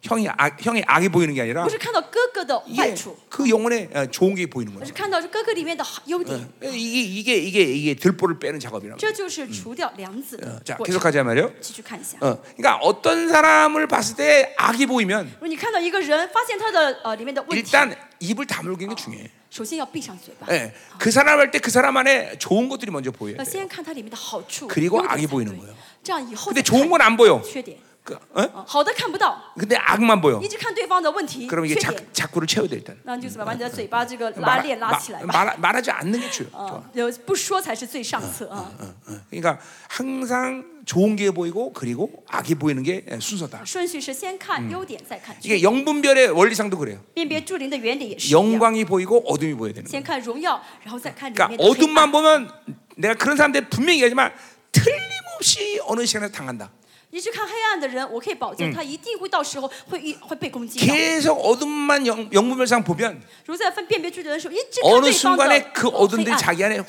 [SPEAKER 1] 형이 악, 형이 악이 보이는 게 아니라
[SPEAKER 2] 不是看到哥哥的
[SPEAKER 1] 예,
[SPEAKER 2] 坏处，
[SPEAKER 1] 그 영혼의 어, 좋은 게 보이는
[SPEAKER 2] 而
[SPEAKER 1] 거예요.
[SPEAKER 2] 是看到这哥哥里面的好优点。
[SPEAKER 1] 이게 이게 이게 이게 들보를 빼는 작업이라고. 어,
[SPEAKER 2] 这就是除掉梁子的
[SPEAKER 1] 자,
[SPEAKER 2] 过程。
[SPEAKER 1] 계속하자 말이요.
[SPEAKER 2] 继续看一下，
[SPEAKER 1] 어, 그러니까 어떤 사람을 봤을 때 악이 보이면
[SPEAKER 2] 如果你看到一个人，发现他的呃里面的问题，
[SPEAKER 1] 일단 입을 다물기는 게 중요해.
[SPEAKER 2] 首先要闭上嘴巴，
[SPEAKER 1] 예, 그 사람 할 때 그 사람 안에 좋은 것들이 먼저 보여요.
[SPEAKER 2] 要先看他里面的好处，
[SPEAKER 1] 그리고
[SPEAKER 2] 优点
[SPEAKER 1] 악이
[SPEAKER 2] 才
[SPEAKER 1] 보이는
[SPEAKER 2] 对
[SPEAKER 1] 거예요
[SPEAKER 2] 这样以后
[SPEAKER 1] 근데
[SPEAKER 2] 再
[SPEAKER 1] 좋은
[SPEAKER 2] 看
[SPEAKER 1] 건 안 보여.
[SPEAKER 2] 缺点，
[SPEAKER 1] 그, 어?
[SPEAKER 2] 啊好的看不到，
[SPEAKER 1] 근데 악만 보여.
[SPEAKER 2] 一直看对方的问题、缺
[SPEAKER 1] 그럼 이게 자,
[SPEAKER 2] 点，
[SPEAKER 1] 자꾸를 채워야 돼 일단.
[SPEAKER 2] 那你就怎么 把你的嘴巴这个拉
[SPEAKER 1] 말,
[SPEAKER 2] 链拉起来吧，
[SPEAKER 1] 말,
[SPEAKER 2] 呃
[SPEAKER 1] 말하지 않는 게 어, 좋아.
[SPEAKER 2] 啊，有不说才是最上策啊。
[SPEAKER 1] 어, 어. 그러니까 항상 좋은 게 보이고 그리고 악이 보이는 게 순서다.
[SPEAKER 2] 顺序是先看优点，再看缺
[SPEAKER 1] 이게 영분별의 원리상도 그래요.
[SPEAKER 2] 辨别诸灵的原理也是一样，
[SPEAKER 1] 영광이 보이고 어둠이 보여야 되는 거예요.
[SPEAKER 2] 先看荣耀，然后再看里面
[SPEAKER 1] 그러니까
[SPEAKER 2] 的黑暗。
[SPEAKER 1] 어둠만 보면 내가 그런 사람들 분명히 얘기하지만 틀림없이 어느 시간에 당한다.
[SPEAKER 2] 一直看黑暗的人，我可以保证他一定会到时候会一会被攻
[SPEAKER 1] 예.
[SPEAKER 2] 击到。
[SPEAKER 1] 계속 어둠만 영, 영분별상 보면
[SPEAKER 2] 如果在分辨别诸灵的时候，一直看
[SPEAKER 1] 어느
[SPEAKER 2] 对方的
[SPEAKER 1] 순간에 그
[SPEAKER 2] 呃黑
[SPEAKER 1] 어둠들이
[SPEAKER 2] 暗，
[SPEAKER 1] 자기 안에 훅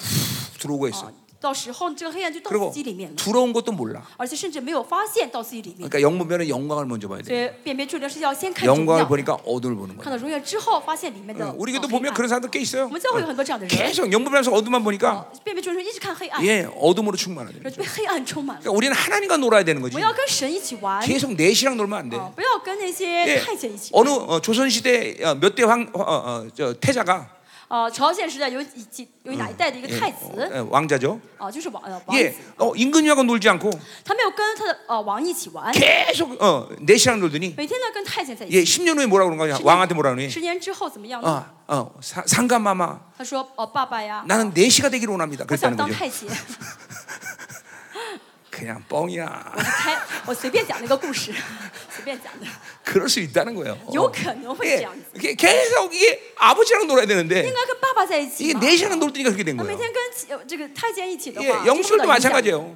[SPEAKER 1] 들어오고 있어.
[SPEAKER 2] 啊到时候这个黑暗就到自
[SPEAKER 1] 그리고
[SPEAKER 2] 己里面了，
[SPEAKER 1] 들어온 것도 몰라.
[SPEAKER 2] 而且甚至没有发现到自己里面。
[SPEAKER 1] 그러니까 영분별은 영광을 먼저 봐야
[SPEAKER 2] 所
[SPEAKER 1] 돼.
[SPEAKER 2] 以辨别诸灵是要先看荣
[SPEAKER 1] 영광을
[SPEAKER 2] 耀，
[SPEAKER 1] 보니까 어둠을 보는
[SPEAKER 2] 看
[SPEAKER 1] 거야.
[SPEAKER 2] 到荣耀之后，发现里面的
[SPEAKER 1] 어,
[SPEAKER 2] 呃
[SPEAKER 1] 우리 교도
[SPEAKER 2] 黑
[SPEAKER 1] 보면 그렇죠.
[SPEAKER 2] 暗
[SPEAKER 1] 그런 사람들 꽤 있어요.
[SPEAKER 2] 我们教会有很多这样的人，
[SPEAKER 1] 계속 영분별상 어둠만 보니까
[SPEAKER 2] 辨别诸灵是一直看黑暗，
[SPEAKER 1] 예, 어둠으로 충만하죠.
[SPEAKER 2] 然
[SPEAKER 1] 그러니까
[SPEAKER 2] 后就被黑暗充满了。
[SPEAKER 1] 우리는 하나님과 놀아야 그 어. 되는
[SPEAKER 2] 我
[SPEAKER 1] 거지.
[SPEAKER 2] 们要跟神一起玩，
[SPEAKER 1] 계속 내시랑 놀면 안 돼.
[SPEAKER 2] 啊不要跟那
[SPEAKER 1] 예,
[SPEAKER 2] 些太监一起。
[SPEAKER 1] 어느 어, 조선시대 어, 몇대 황, 어, 어, 저, 태자가
[SPEAKER 2] 啊，朝鲜时代有几几有哪一代的一个
[SPEAKER 1] 예,
[SPEAKER 2] 太子
[SPEAKER 1] 어, 왕자죠.
[SPEAKER 2] 啊，就是王呃王
[SPEAKER 1] 예,
[SPEAKER 2] 子，
[SPEAKER 1] 어, 임금님하고 놀지 않고
[SPEAKER 2] 他没有跟他的呃王一起玩，
[SPEAKER 1] 계속 어, 내시랑 놀더니
[SPEAKER 2] 每天呢跟太监在一
[SPEAKER 1] 예,
[SPEAKER 2] 起。
[SPEAKER 1] 10년 후에 뭐라 그런 거냐? 왕한테 뭐라 그러니?
[SPEAKER 2] 十年之后怎么样呢？
[SPEAKER 1] 어, 어, 사- 상감마마,
[SPEAKER 2] 他说哦，爸爸呀，
[SPEAKER 1] 나는 내시가 되기를 원합니다.
[SPEAKER 2] 我想
[SPEAKER 1] 그랬다는
[SPEAKER 2] 当
[SPEAKER 1] 거죠.
[SPEAKER 2] 太监。
[SPEAKER 1] 그냥 뻥이야.
[SPEAKER 2] 我开我随便讲了一个故事， 随便讲的。
[SPEAKER 1] 그럴 수 있다는 거예요. 어.
[SPEAKER 2] 요 가능,
[SPEAKER 1] 예,
[SPEAKER 2] 지 않습니까?
[SPEAKER 1] 이게 계속 이게 아버지랑 놀아야 되는데
[SPEAKER 2] 应该跟爸爸在一起
[SPEAKER 1] 이게
[SPEAKER 2] 嘛。
[SPEAKER 1] 내시랑 놀더니까 그렇게 된
[SPEAKER 2] 那每
[SPEAKER 1] 거예요.
[SPEAKER 2] 天跟其呃这个太监一起的
[SPEAKER 1] 예,
[SPEAKER 2] 话，就受到
[SPEAKER 1] 영술도
[SPEAKER 2] 影响
[SPEAKER 1] 마찬가지예요.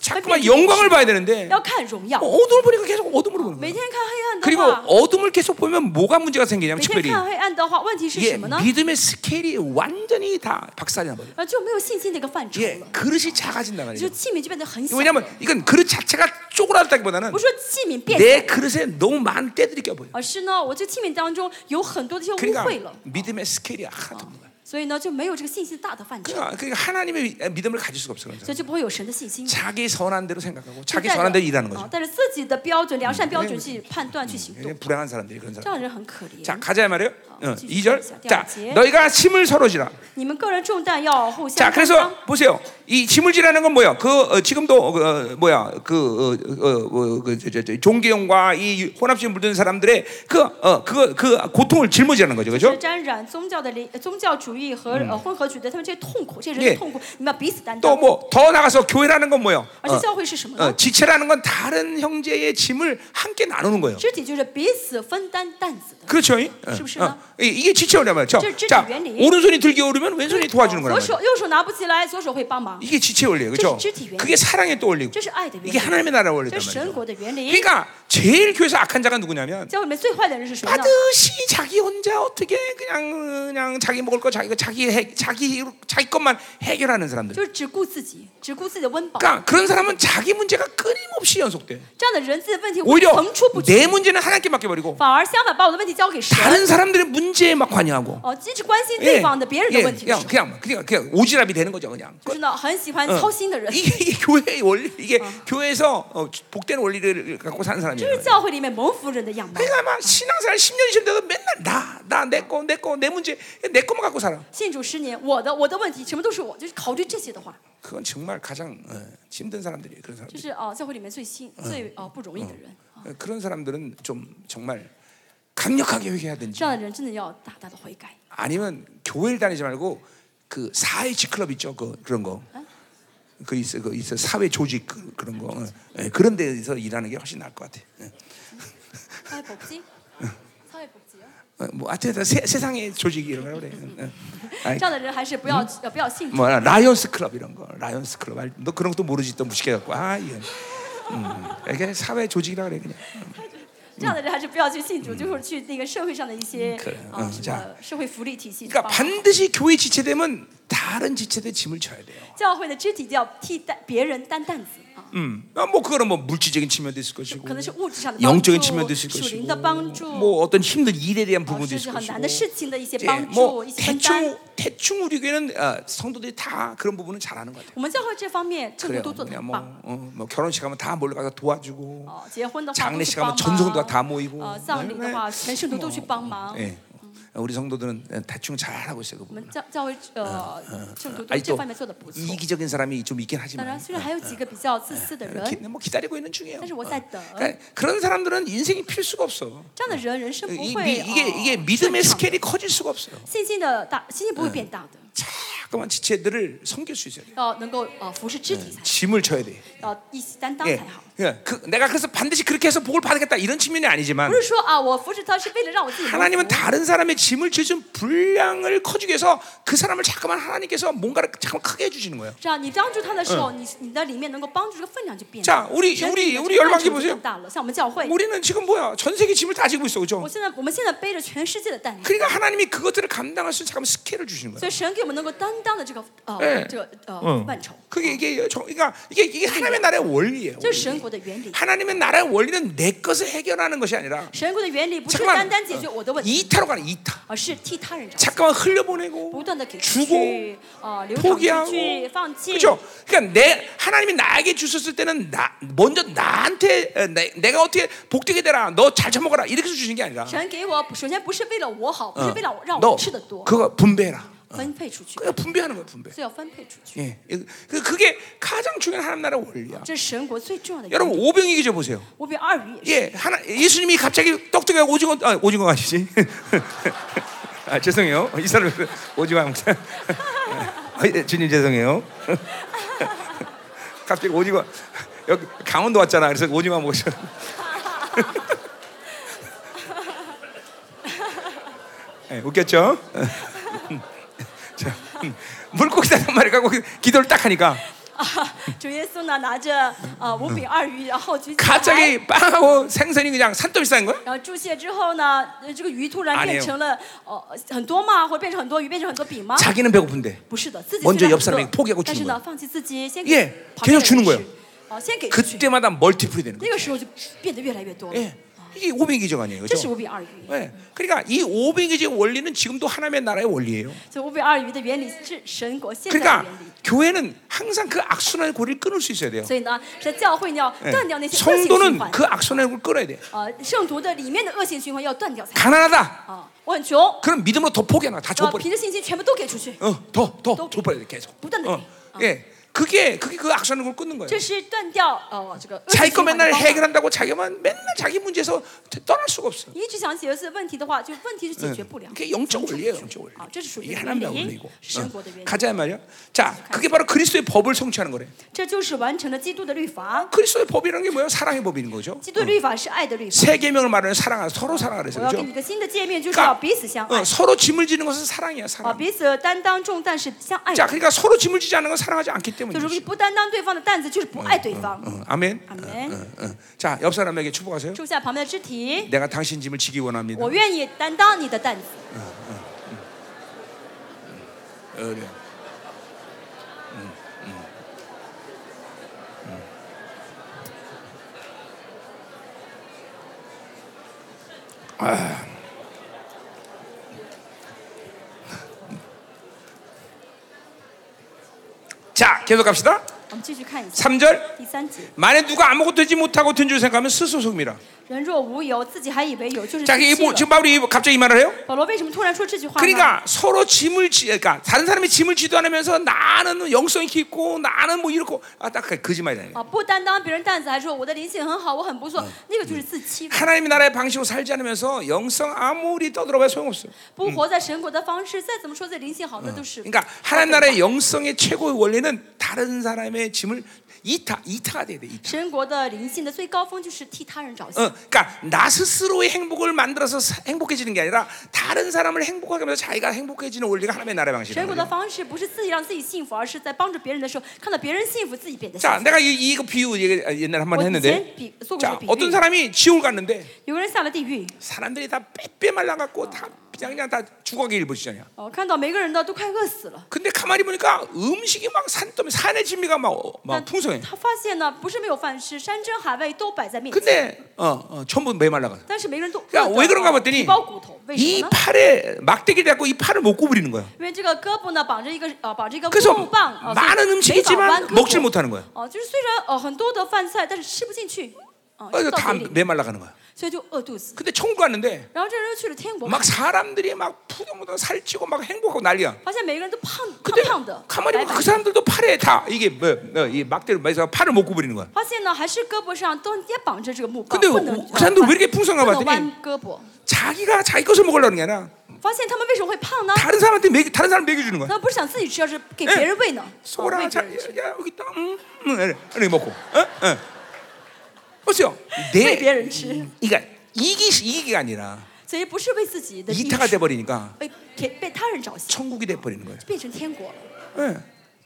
[SPEAKER 1] 자꾸만 영광을 봐야 되는데
[SPEAKER 2] 要看荣耀，
[SPEAKER 1] 어둠을 보니까 계속 어둠으로 보는 거예요.
[SPEAKER 2] 每天看黑暗
[SPEAKER 1] 그리고
[SPEAKER 2] 的话，
[SPEAKER 1] 어둠을 계속 보면 뭐가 문제가 생기냐면
[SPEAKER 2] 每天
[SPEAKER 1] 특별히
[SPEAKER 2] 看黑暗的话，问题是
[SPEAKER 1] 예,
[SPEAKER 2] 什么呢？
[SPEAKER 1] 믿음의 스케일이 완전히 다 박살이 나버려요.
[SPEAKER 2] 啊，就没有信心的一个范畴
[SPEAKER 1] 예,
[SPEAKER 2] 了，
[SPEAKER 1] 그릇이 작아진단
[SPEAKER 2] 就
[SPEAKER 1] 말이죠.
[SPEAKER 2] 器皿就变得很小了。
[SPEAKER 1] 왜냐하면 이건 그릇 자체가 쪼그라들다기보다는
[SPEAKER 2] 不是说器皿变
[SPEAKER 1] 내
[SPEAKER 2] 小，
[SPEAKER 1] 그릇에 너무 많은 때들이 껴보여.
[SPEAKER 2] 而是呢，我这器皿当中有很多的一些污秽
[SPEAKER 1] 그러니까
[SPEAKER 2] 了，
[SPEAKER 1] 믿음의 스케일이 하나도 없는 거야.
[SPEAKER 2] 所以呢就没有这个信心大的范畴，
[SPEAKER 1] 아, 그러니까, 그러니까 하나님의 믿음을 가질 수가 없어. 그런
[SPEAKER 2] 所
[SPEAKER 1] 사람은.
[SPEAKER 2] 以就不会有神的信心。
[SPEAKER 1] 자기 선한 대로 생각하고
[SPEAKER 2] 就
[SPEAKER 1] 자기
[SPEAKER 2] 带
[SPEAKER 1] 선한 대로
[SPEAKER 2] 着
[SPEAKER 1] 일하는 거죠. ，
[SPEAKER 2] 啊带着自己的标准、良善标准
[SPEAKER 1] 嗯
[SPEAKER 2] 去判断、去行动
[SPEAKER 1] 굉장히 ， 불행한 사람들이 그런
[SPEAKER 2] 这
[SPEAKER 1] 사람.
[SPEAKER 2] 样的人很可
[SPEAKER 1] 자
[SPEAKER 2] 怜。
[SPEAKER 1] 가자 이 말이에요. 응,
[SPEAKER 2] 지금
[SPEAKER 1] 2절.
[SPEAKER 2] 시작할게요.
[SPEAKER 1] 자
[SPEAKER 2] 자,
[SPEAKER 1] 너희가 짐을 서로 지라.
[SPEAKER 2] 你们个人重担要互
[SPEAKER 1] 자
[SPEAKER 2] 相担当
[SPEAKER 1] 그래서 보세요. 이 짐을 지라는 건 뭐야? 그 어, 지금도 어, 어, 뭐야? 그 어, 어, 어, 그, 저, 저, 저, 종교형과 이 혼합심 물든 사람들의 그어그그 그 고통을 짊어지라는 거죠, 그렇죠?
[SPEAKER 2] 是沾染宗教的灵、宗教主义和
[SPEAKER 1] 嗯
[SPEAKER 2] 呃混合主义的，他们这些痛苦，这些人
[SPEAKER 1] 예
[SPEAKER 2] 的痛苦，你们要彼此担当
[SPEAKER 1] 또 。뭐 더 나가서 교회라는 건 뭐예요?
[SPEAKER 2] 而且教会是什么
[SPEAKER 1] 어,
[SPEAKER 2] 呢？
[SPEAKER 1] 지체라는 건 다른 형제의 짐을 함께 나누는 거예요.
[SPEAKER 2] 肢体就是彼此分担担子的。
[SPEAKER 1] 그렇죠? 이? 어,
[SPEAKER 2] 是不是呢?
[SPEAKER 1] 어. 이- 이게 지체라는 말이죠.
[SPEAKER 2] 저- 저-
[SPEAKER 1] 자,
[SPEAKER 2] 원리.
[SPEAKER 1] 오른손이 들기 어려면 왼손이 도와주는 거란
[SPEAKER 2] 左
[SPEAKER 1] 말이죠.
[SPEAKER 2] 手右手拿不起来，左手会帮忙，
[SPEAKER 1] 이게 지체 원리예요. 그렇죠?
[SPEAKER 2] 저- 저- 저-
[SPEAKER 1] 그게 사랑의 또 원리고.
[SPEAKER 2] 这是爱的
[SPEAKER 1] 이게
[SPEAKER 2] 原理，
[SPEAKER 1] 하나님의 나라 원리단
[SPEAKER 2] 这是神
[SPEAKER 1] 말이죠.
[SPEAKER 2] 国的原理。
[SPEAKER 1] 그러니까 제일 교회에서 악한 자가 누구냐면
[SPEAKER 2] 教会里面最坏的人是谁呢？
[SPEAKER 1] 반드시 자기 혼자 어떻게 그냥 그냥 자기 먹을 거 자기 거 자기 해, 자기 자기 것만 해결하는 사람들.
[SPEAKER 2] 就是只顾自己，只顾自己的温饱。
[SPEAKER 1] 그러니까 그런 사람은 자기 문제가 끊임없이 연속돼.
[SPEAKER 2] 这样的人自己的问题会
[SPEAKER 1] 오히려
[SPEAKER 2] 层出不穷，
[SPEAKER 1] 내 문제는 하나님께 맡겨버리고
[SPEAKER 2] 反而相反把我的问题交给神。
[SPEAKER 1] 다른 사람들의 문제에 막 관여하고
[SPEAKER 2] 哦，一直关心
[SPEAKER 1] 예,
[SPEAKER 2] 对方的别人
[SPEAKER 1] 예,
[SPEAKER 2] 的问题的
[SPEAKER 1] 그냥
[SPEAKER 2] 时候，
[SPEAKER 1] 그냥 그냥 그냥 오지랖이 되는 거죠 그냥. 어.
[SPEAKER 2] 就是呢很喜欢操心的人。
[SPEAKER 1] 이게 이 교회의 원리 이게 교회에서 어, 복된 원리를 갖고 사는 사람이에요.
[SPEAKER 2] 这是教会里面蒙福人的样貌。
[SPEAKER 1] 그러니까 막 신앙생활 10년 이전돼도 맨날 나 나 내 거 내 거 내 문제 내 것만 갖고 살아.
[SPEAKER 2] 信主十年，我的我的问题什么都是我，就是考虑这些的话，
[SPEAKER 1] 그건 정말 가장 어, 힘든 사람들이 그런
[SPEAKER 2] 就
[SPEAKER 1] 사람들.
[SPEAKER 2] 是哦、教会里面最辛最哦、不容易的人。
[SPEAKER 1] 어, 그런 사람들은 좀 정말 강력하게 회개하든지
[SPEAKER 2] 这样的人真的要大大的悔改。
[SPEAKER 1] 아니면 교회를 다니지 말고 그 사회치 클럽 있죠 그 그런 거. 그 있어 그 있어 사회 조직 그, 그런 거 어, 예, 그런 데서 일하는 게 훨씬 나을 것 같아. 예.
[SPEAKER 2] 사회복지사회복지
[SPEAKER 1] 어, 뭐 하여튼 다 세, 세상의 조직 이런 거 그래. 응, 응.
[SPEAKER 2] 这
[SPEAKER 1] 아이,
[SPEAKER 2] 样的人还是不要、呃不要信主。
[SPEAKER 1] 뭐 라이언스 클럽 이런 거. 라이언스 클럽. 알- 너 그런 것도 모르지 또 무식해 갖고. 아, 이건. 음. 이게 사회 조직이라 그래 그냥.
[SPEAKER 2] 这样的人还是不要去信主，就是去那个社会上的一些
[SPEAKER 1] 可能
[SPEAKER 2] 啊
[SPEAKER 1] 嗯
[SPEAKER 2] 什
[SPEAKER 1] 这样
[SPEAKER 2] 么社会福利体系去
[SPEAKER 1] 그러니까
[SPEAKER 2] 帮忙。
[SPEAKER 1] 반드시 교회 지체되면 다른 지체들 짐을 져야 돼요.
[SPEAKER 2] 教会的肢体要替代别人担担子啊。
[SPEAKER 1] 음. 아, 뭐 그거는 뭐 물질적인 측면도 있을 것이고
[SPEAKER 2] 可能是物质上的帮
[SPEAKER 1] 영적인
[SPEAKER 2] 助，
[SPEAKER 1] 측면도 있을
[SPEAKER 2] 属
[SPEAKER 1] 것이고
[SPEAKER 2] 灵的帮助，
[SPEAKER 1] 뭐 어떤 힘든 일에 대한
[SPEAKER 2] 啊
[SPEAKER 1] 부분도
[SPEAKER 2] 甚至
[SPEAKER 1] 있을
[SPEAKER 2] 很难的
[SPEAKER 1] 것이고
[SPEAKER 2] 事情的一些
[SPEAKER 1] 예,
[SPEAKER 2] 帮助，
[SPEAKER 1] 뭐
[SPEAKER 2] 一起分担。
[SPEAKER 1] 대충 대충 우리 교회는 어, 성도들이 다 그런 부분은 잘하는 것 같아요.
[SPEAKER 2] 我们教会这方面政府
[SPEAKER 1] 그래요.
[SPEAKER 2] 都做得
[SPEAKER 1] 그냥
[SPEAKER 2] 很
[SPEAKER 1] 뭐
[SPEAKER 2] 棒。
[SPEAKER 1] 어, 뭐 결혼식 하면 다 몰려가서 도와주고
[SPEAKER 2] 哦，结婚的话都
[SPEAKER 1] 장례식
[SPEAKER 2] 去
[SPEAKER 1] 하면
[SPEAKER 2] 帮忙，
[SPEAKER 1] 전성도가 다 모이고
[SPEAKER 2] 呃，葬礼的
[SPEAKER 1] 네.
[SPEAKER 2] 话，全圣徒都去帮忙。
[SPEAKER 1] 예. 우리 성도들은 대충 잘하고 있어요. 그
[SPEAKER 2] 我
[SPEAKER 1] 부분.
[SPEAKER 2] 们教教会呃圣徒对
[SPEAKER 1] 아니
[SPEAKER 2] 这
[SPEAKER 1] 또
[SPEAKER 2] 方面做得不错。
[SPEAKER 1] 이기적인 사람이 좀 있긴
[SPEAKER 2] 当然，
[SPEAKER 1] 하지만
[SPEAKER 2] 虽然还有几个比较自私的
[SPEAKER 1] 기,
[SPEAKER 2] 人，
[SPEAKER 1] 뭐 기다리고 있는 중이에요.
[SPEAKER 2] 但是我在等。
[SPEAKER 1] 그러니까 그런 사람들은 인생이 필 수가 없어.
[SPEAKER 2] 这样的人，人生
[SPEAKER 1] 이,
[SPEAKER 2] 不
[SPEAKER 1] 미,
[SPEAKER 2] 会
[SPEAKER 1] 이게
[SPEAKER 2] 呃
[SPEAKER 1] 이게
[SPEAKER 2] 顺
[SPEAKER 1] 믿음의
[SPEAKER 2] 畅的
[SPEAKER 1] 스케일이 커질 수가 없어요.
[SPEAKER 2] 信心的大，信心不会变大的。
[SPEAKER 1] 자꾸만 지체들을 섬길 수 있어야 돼.
[SPEAKER 2] 嗯要能够呃服侍肢体才好，
[SPEAKER 1] 짐을 져야 돼.
[SPEAKER 2] 要一起担当
[SPEAKER 1] 예.
[SPEAKER 2] 才好。
[SPEAKER 1] 예. 그, 내가 그래서 반드시 그렇게 해서 복을 받겠다 이런 측면이
[SPEAKER 2] 不
[SPEAKER 1] 아니지만
[SPEAKER 2] 是说啊，我服侍他是为了让我自己蒙
[SPEAKER 1] 하나님은
[SPEAKER 2] 福，
[SPEAKER 1] 다른 사람의 짐을 지은 분량을 커지게 해서 그 사람을 자꾸만 하나님께서 뭔가를 자꾸만 크게 해주시는 거예요.
[SPEAKER 2] 这样啊你帮助他的时候，你你的里面能够帮助这个分量就变
[SPEAKER 1] 자
[SPEAKER 2] 大。
[SPEAKER 1] 우리
[SPEAKER 2] 神
[SPEAKER 1] 우리
[SPEAKER 2] 给你的
[SPEAKER 1] 우리
[SPEAKER 2] 这个范
[SPEAKER 1] 열방기
[SPEAKER 2] 畴就
[SPEAKER 1] 보세요.
[SPEAKER 2] 更大了，像我们教会，
[SPEAKER 1] 우리는 지금 뭐야? 전 세계 짐을 다 지고 있어, 그죠?
[SPEAKER 2] 我现在我们现在背着全世界的担子，
[SPEAKER 1] 그러니까 하나님이 그것들을 감당할 수 있는 잠깐 스케일을 주시는 거예요.
[SPEAKER 2] 所以神给我们能够担当的这个呃
[SPEAKER 1] 哎
[SPEAKER 2] 这个呃范畴，
[SPEAKER 1] 그게 이게 저, 그러니까 이게 이게 하나님의 나라의 원리예요.
[SPEAKER 2] 这是神国的原理。
[SPEAKER 1] 하나님의 나라의 원리는 내 것을 해결하는 것이 아니라
[SPEAKER 2] 神国的原理不是
[SPEAKER 1] 잠깐만
[SPEAKER 2] 单单解决我的问题，
[SPEAKER 1] 이타로 가는 이타.
[SPEAKER 2] 而是替他人着想，
[SPEAKER 1] 잠깐만
[SPEAKER 2] 不
[SPEAKER 1] 흘려보내고
[SPEAKER 2] 断的给出
[SPEAKER 1] 주고
[SPEAKER 2] 去，啊、流
[SPEAKER 1] 포기하 고
[SPEAKER 2] 淌出去，放弃。
[SPEAKER 1] 그렇죠? 그러니까 내 하나님이 나에게 주셨을 때는 나 먼저 나한테 에, 내, 내가 어떻게 복되게 되라. 너 잘 처먹어라. 이렇게 해서 주시는 게 아니라 어.
[SPEAKER 2] 神给我，首先不是为了我好，
[SPEAKER 1] 嗯
[SPEAKER 2] 不是为了我让
[SPEAKER 1] 너
[SPEAKER 2] 我吃的多，
[SPEAKER 1] 그거 분배해라.
[SPEAKER 2] 分配出去，
[SPEAKER 1] 그냥 분배하는 거야, 분배.
[SPEAKER 2] 所以要分配出去。
[SPEAKER 1] 예. 그- 그게 가장 중요한 하나님 나라의 원리야.
[SPEAKER 2] 这是神国最重要的原
[SPEAKER 1] 여러분
[SPEAKER 2] 理。
[SPEAKER 1] 오병이기죠 보세요.
[SPEAKER 2] 我比二鱼也
[SPEAKER 1] 예,
[SPEAKER 2] 是，
[SPEAKER 1] 하나 예수님이 갑자기 떡뜨게 오징어 아, 오징어가 아니지. 아, 죄송해요. 이 사람 오징어 항상. 아, 예, 주님 죄송해요. 갑자기 오징어 여기 강원도 왔잖아. 그래서 오징어 먹으셨. 예, 웃겼죠? 자, 음, 물고기 다단 말이 가고 기도를 딱 하니까
[SPEAKER 2] 主耶稣呢拿着呃五饼二鱼，然后举起来，
[SPEAKER 1] 갑자기 빵하고 생선이 그냥 산더미 쌓인 거야?
[SPEAKER 2] 然后注蟹之后呢，呃这个鱼突然
[SPEAKER 1] 아니에요
[SPEAKER 2] 变成了呃很多吗？或者变成很多鱼，变成很多饼吗？
[SPEAKER 1] 자기는 배고픈데
[SPEAKER 2] 不是的，自己
[SPEAKER 1] 먼저
[SPEAKER 2] 虽然
[SPEAKER 1] 옆 사람에게
[SPEAKER 2] 很饿
[SPEAKER 1] 포기하고주는
[SPEAKER 2] 但是
[SPEAKER 1] 거야
[SPEAKER 2] 呢，放弃自己，先
[SPEAKER 1] 예
[SPEAKER 2] 给旁边
[SPEAKER 1] 계속주는
[SPEAKER 2] 的人
[SPEAKER 1] 거예요
[SPEAKER 2] 吃，哦，先给出去，
[SPEAKER 1] 그때마다 멀티플이 되는 거예요.
[SPEAKER 2] 那个时候就变得越来越多了。
[SPEAKER 1] 예. 이게 오병이적 아니에요.
[SPEAKER 2] 这是
[SPEAKER 1] 그렇죠?
[SPEAKER 2] 五饼二鱼，
[SPEAKER 1] 예. 그러니까 이 오병이적 원리는 지금도 하나님의 나라의 원리예요.
[SPEAKER 2] 所以五饼二鱼的原理是神国现在的
[SPEAKER 1] 그러니까
[SPEAKER 2] 原理。
[SPEAKER 1] 교회는 항상 그 악순환의 고리를 끊을 수 있어야 돼요.
[SPEAKER 2] 所以呢，在教会呢要
[SPEAKER 1] 예.
[SPEAKER 2] 断掉那
[SPEAKER 1] 哎
[SPEAKER 2] 些恶性循
[SPEAKER 1] 성도는
[SPEAKER 2] 环，
[SPEAKER 1] 그 악순환의 고리를 끊어야 네. 돼요.
[SPEAKER 2] 呃，圣徒的里面的恶性循环要断掉才好。
[SPEAKER 1] 가난하다.
[SPEAKER 2] 啊，我很穷，我
[SPEAKER 1] 그럼 믿음으로 더 포기하나 다
[SPEAKER 2] 要
[SPEAKER 1] 줘버려.
[SPEAKER 2] 凭着信心全部都给出去，
[SPEAKER 1] 어, 더, 더
[SPEAKER 2] 또-
[SPEAKER 1] 줘버려야 돼 계속.
[SPEAKER 2] 부담되게.
[SPEAKER 1] 어. 예. 그게 그게 그 악순환의 고리를 끊는 거예요.
[SPEAKER 2] 这是断掉呃这个恶性
[SPEAKER 1] 자기
[SPEAKER 2] 循
[SPEAKER 1] 거
[SPEAKER 2] 环的
[SPEAKER 1] 맨날
[SPEAKER 2] 方法。
[SPEAKER 1] 해결한다고 자기만 맨날 자기 문제에서 떠날 수가 없어요.
[SPEAKER 2] 你一直想解决问题的话，就问题是解决不了。
[SPEAKER 1] 그게 영적 원리예요, 영적 원리.
[SPEAKER 2] 啊，这是属于
[SPEAKER 1] 이 하나님의
[SPEAKER 2] 原理
[SPEAKER 1] 원리고. ，
[SPEAKER 2] 是神国的原理，
[SPEAKER 1] 가자 말이야. 자, 그게 바로 그리스도의 법을 성취하는 거래.
[SPEAKER 2] 这就是完成了基督的律法。
[SPEAKER 1] 그리스도의 법이라는 게 뭐예요? 사랑의 법인 거죠.
[SPEAKER 2] 基督的律法是爱的律法。
[SPEAKER 1] 세 계명을 말하는 사랑, 서로 사랑하는
[SPEAKER 2] 我要给
[SPEAKER 1] 거죠.
[SPEAKER 2] 你一个新的界面，就是要
[SPEAKER 1] 그러니까
[SPEAKER 2] 彼此相
[SPEAKER 1] 어,
[SPEAKER 2] 爱，
[SPEAKER 1] 서로 짐을 지는 것은 사랑이야,
[SPEAKER 2] 啊，
[SPEAKER 1] 사랑.
[SPEAKER 2] 彼此担当重担是相爱的。
[SPEAKER 1] 자, 그러니까 서로 짐을 지지 않는 건 사랑하지 않기
[SPEAKER 2] 就
[SPEAKER 1] 때문이죠.
[SPEAKER 2] 是如果你不担当对方的担子，就是不爱对方。
[SPEAKER 1] 어, 아멘.
[SPEAKER 2] 아멘.
[SPEAKER 1] 어, 어. 자, 옆 사람에게 축복하세요.
[SPEAKER 2] 注下旁边的肢体，
[SPEAKER 1] 내가 당신 짐을 지기 원합니다.
[SPEAKER 2] 我愿意担当你的担子。
[SPEAKER 1] 어, 그래. 음, 음, 음. 아. 자, 계속 갑시다.
[SPEAKER 2] 我们继续看一下
[SPEAKER 1] 3절.
[SPEAKER 2] 第三节。
[SPEAKER 1] 만에 누가 아무것도 되지 못하고 된 줄 생각하면 스스로 속미라.
[SPEAKER 2] 人若无由，自己还以为有，就是
[SPEAKER 1] 자,
[SPEAKER 2] 自
[SPEAKER 1] 이게
[SPEAKER 2] 欺
[SPEAKER 1] 뭐,
[SPEAKER 2] 了。
[SPEAKER 1] 지금 바울이 갑자기 이 말을 해요?
[SPEAKER 2] 保罗为什么突然说这句话呢？
[SPEAKER 1] 그러니까 서로 짐을 지, 그러니까 다른 사람이 짐을 지도하면서 나는 영성이 깊고 나는 뭐 이렇고 아딱 거짓말이잖아요.
[SPEAKER 2] 啊，不担当别人担子，还说我的灵性很好，我很不错，那个就是自欺。
[SPEAKER 1] 하나님의 나라의 방식으로 살지 않으면서 영성 아무리 떠들어봐야 소용없어요.
[SPEAKER 2] 不活在神国的方式，再怎么说自己灵性好，那都是。
[SPEAKER 1] 그러니까 하나님 나라의 영성의 최고의 원리는 다른 사람의 짐을 이타 이타가 돼야 돼. 이타.
[SPEAKER 2] 神国的灵性的最高峰就是替他人着想，
[SPEAKER 1] 어, 그러니까 나 스스로의 행복을 만들어서 사- 행복해지는 게 아니라 다른 사람을 행복하게 하면서 자기가 행복해지는 원리가 하나님의 나라의
[SPEAKER 2] 神国
[SPEAKER 1] 방식이에요.
[SPEAKER 2] 的方式不是自己让自己幸福，而是在帮助别人的时候，看到别人幸福，自己变得幸福。
[SPEAKER 1] 자, 내가 이, 이거 비유 얘기- 옛날에 한 번
[SPEAKER 2] 我以
[SPEAKER 1] 했는데
[SPEAKER 2] 前比做过这
[SPEAKER 1] 자
[SPEAKER 2] 个比
[SPEAKER 1] 어떤
[SPEAKER 2] 喻，
[SPEAKER 1] 사람이 지옥을 갔는데
[SPEAKER 2] 有个人下了地狱，
[SPEAKER 1] 사람들이 다 빼빼 말라갖고 다 그냥 그냥 다 죽어가기 일보시잖아요.
[SPEAKER 2] 哦，看到每个人的都快饿死了。
[SPEAKER 1] 근데 가만히 보니까 음식이 막 산더미 산의 진미가 막 막
[SPEAKER 2] 但
[SPEAKER 1] 풍성해.
[SPEAKER 2] 他发现呢，不是没有饭吃，山珍海味都摆在面前，
[SPEAKER 1] 근데 어, 어 전부 메말라가.
[SPEAKER 2] 但是每个人都
[SPEAKER 1] 야
[SPEAKER 2] 饿
[SPEAKER 1] 왜
[SPEAKER 2] 得
[SPEAKER 1] 그런가봤더니
[SPEAKER 2] 皮包骨头，为什
[SPEAKER 1] 이
[SPEAKER 2] 么呢？
[SPEAKER 1] 팔에 막대기 잡고 이 팔을 못 구부리는 거야.
[SPEAKER 2] 因为这个胳膊呢绑着一个呃绑着一个
[SPEAKER 1] 어, 그래서
[SPEAKER 2] 木棒，哦、所以
[SPEAKER 1] 많은
[SPEAKER 2] 没法弯
[SPEAKER 1] 음식이지만
[SPEAKER 2] 胳
[SPEAKER 1] 먹질
[SPEAKER 2] 膊。
[SPEAKER 1] 못하는 거야.
[SPEAKER 2] 哦、就是虽然呃很多的饭菜，但是吃不进去，哦、吃不
[SPEAKER 1] 그래서
[SPEAKER 2] 到
[SPEAKER 1] 다
[SPEAKER 2] 嘴里，
[SPEAKER 1] 메말라가는 거야.
[SPEAKER 2] 所以就饿肚子。
[SPEAKER 1] 근데 천국 갔는데
[SPEAKER 2] 然后这人就去了天国，
[SPEAKER 1] 막 사람들이 막 푸동푸동 살찌고 막 행복하고 난리야.
[SPEAKER 2] 发现每个人都胖胖
[SPEAKER 1] 근데
[SPEAKER 2] 胖的，
[SPEAKER 1] 가만히
[SPEAKER 2] 白
[SPEAKER 1] 보면
[SPEAKER 2] 白
[SPEAKER 1] 그
[SPEAKER 2] 的。
[SPEAKER 1] 사람들도 팔에 다 이게 뭐이 막대를 매서 팔을 못 구부리는 거야.
[SPEAKER 2] 发现呢，还是胳膊上都也绑着这个木棒，
[SPEAKER 1] 근데
[SPEAKER 2] 不能呃
[SPEAKER 1] 그 사람들 왜 이렇게 풍성한가
[SPEAKER 2] 不能
[SPEAKER 1] 봤더니
[SPEAKER 2] 弯胳膊。
[SPEAKER 1] 자기가 자기 것을 먹으려는 게 아니라
[SPEAKER 2] 发现他们为什么会胖呢？
[SPEAKER 1] 다른 사람한테 먹이 다른 사람 먹여주는 거야.
[SPEAKER 2] 那不是想自己吃，而是给
[SPEAKER 1] 哎
[SPEAKER 2] 别人喂呢，啊
[SPEAKER 1] 소라
[SPEAKER 2] 喂别
[SPEAKER 1] 자, 야,
[SPEAKER 2] 人吃，
[SPEAKER 1] 야, 여기 있다. 음, 음, 이래, 이래 먹고. 어? 어. 보세요.
[SPEAKER 2] 喂别
[SPEAKER 1] 내
[SPEAKER 2] 人吃，
[SPEAKER 1] 그러니까 이기 이기가 아니라
[SPEAKER 2] 所以不是为自己的利益
[SPEAKER 1] 이타가
[SPEAKER 2] 出，
[SPEAKER 1] 돼버리니까
[SPEAKER 2] 为给被他人着想，
[SPEAKER 1] 천국이 돼버리는 거예요.
[SPEAKER 2] 变成天国了。
[SPEAKER 1] 예.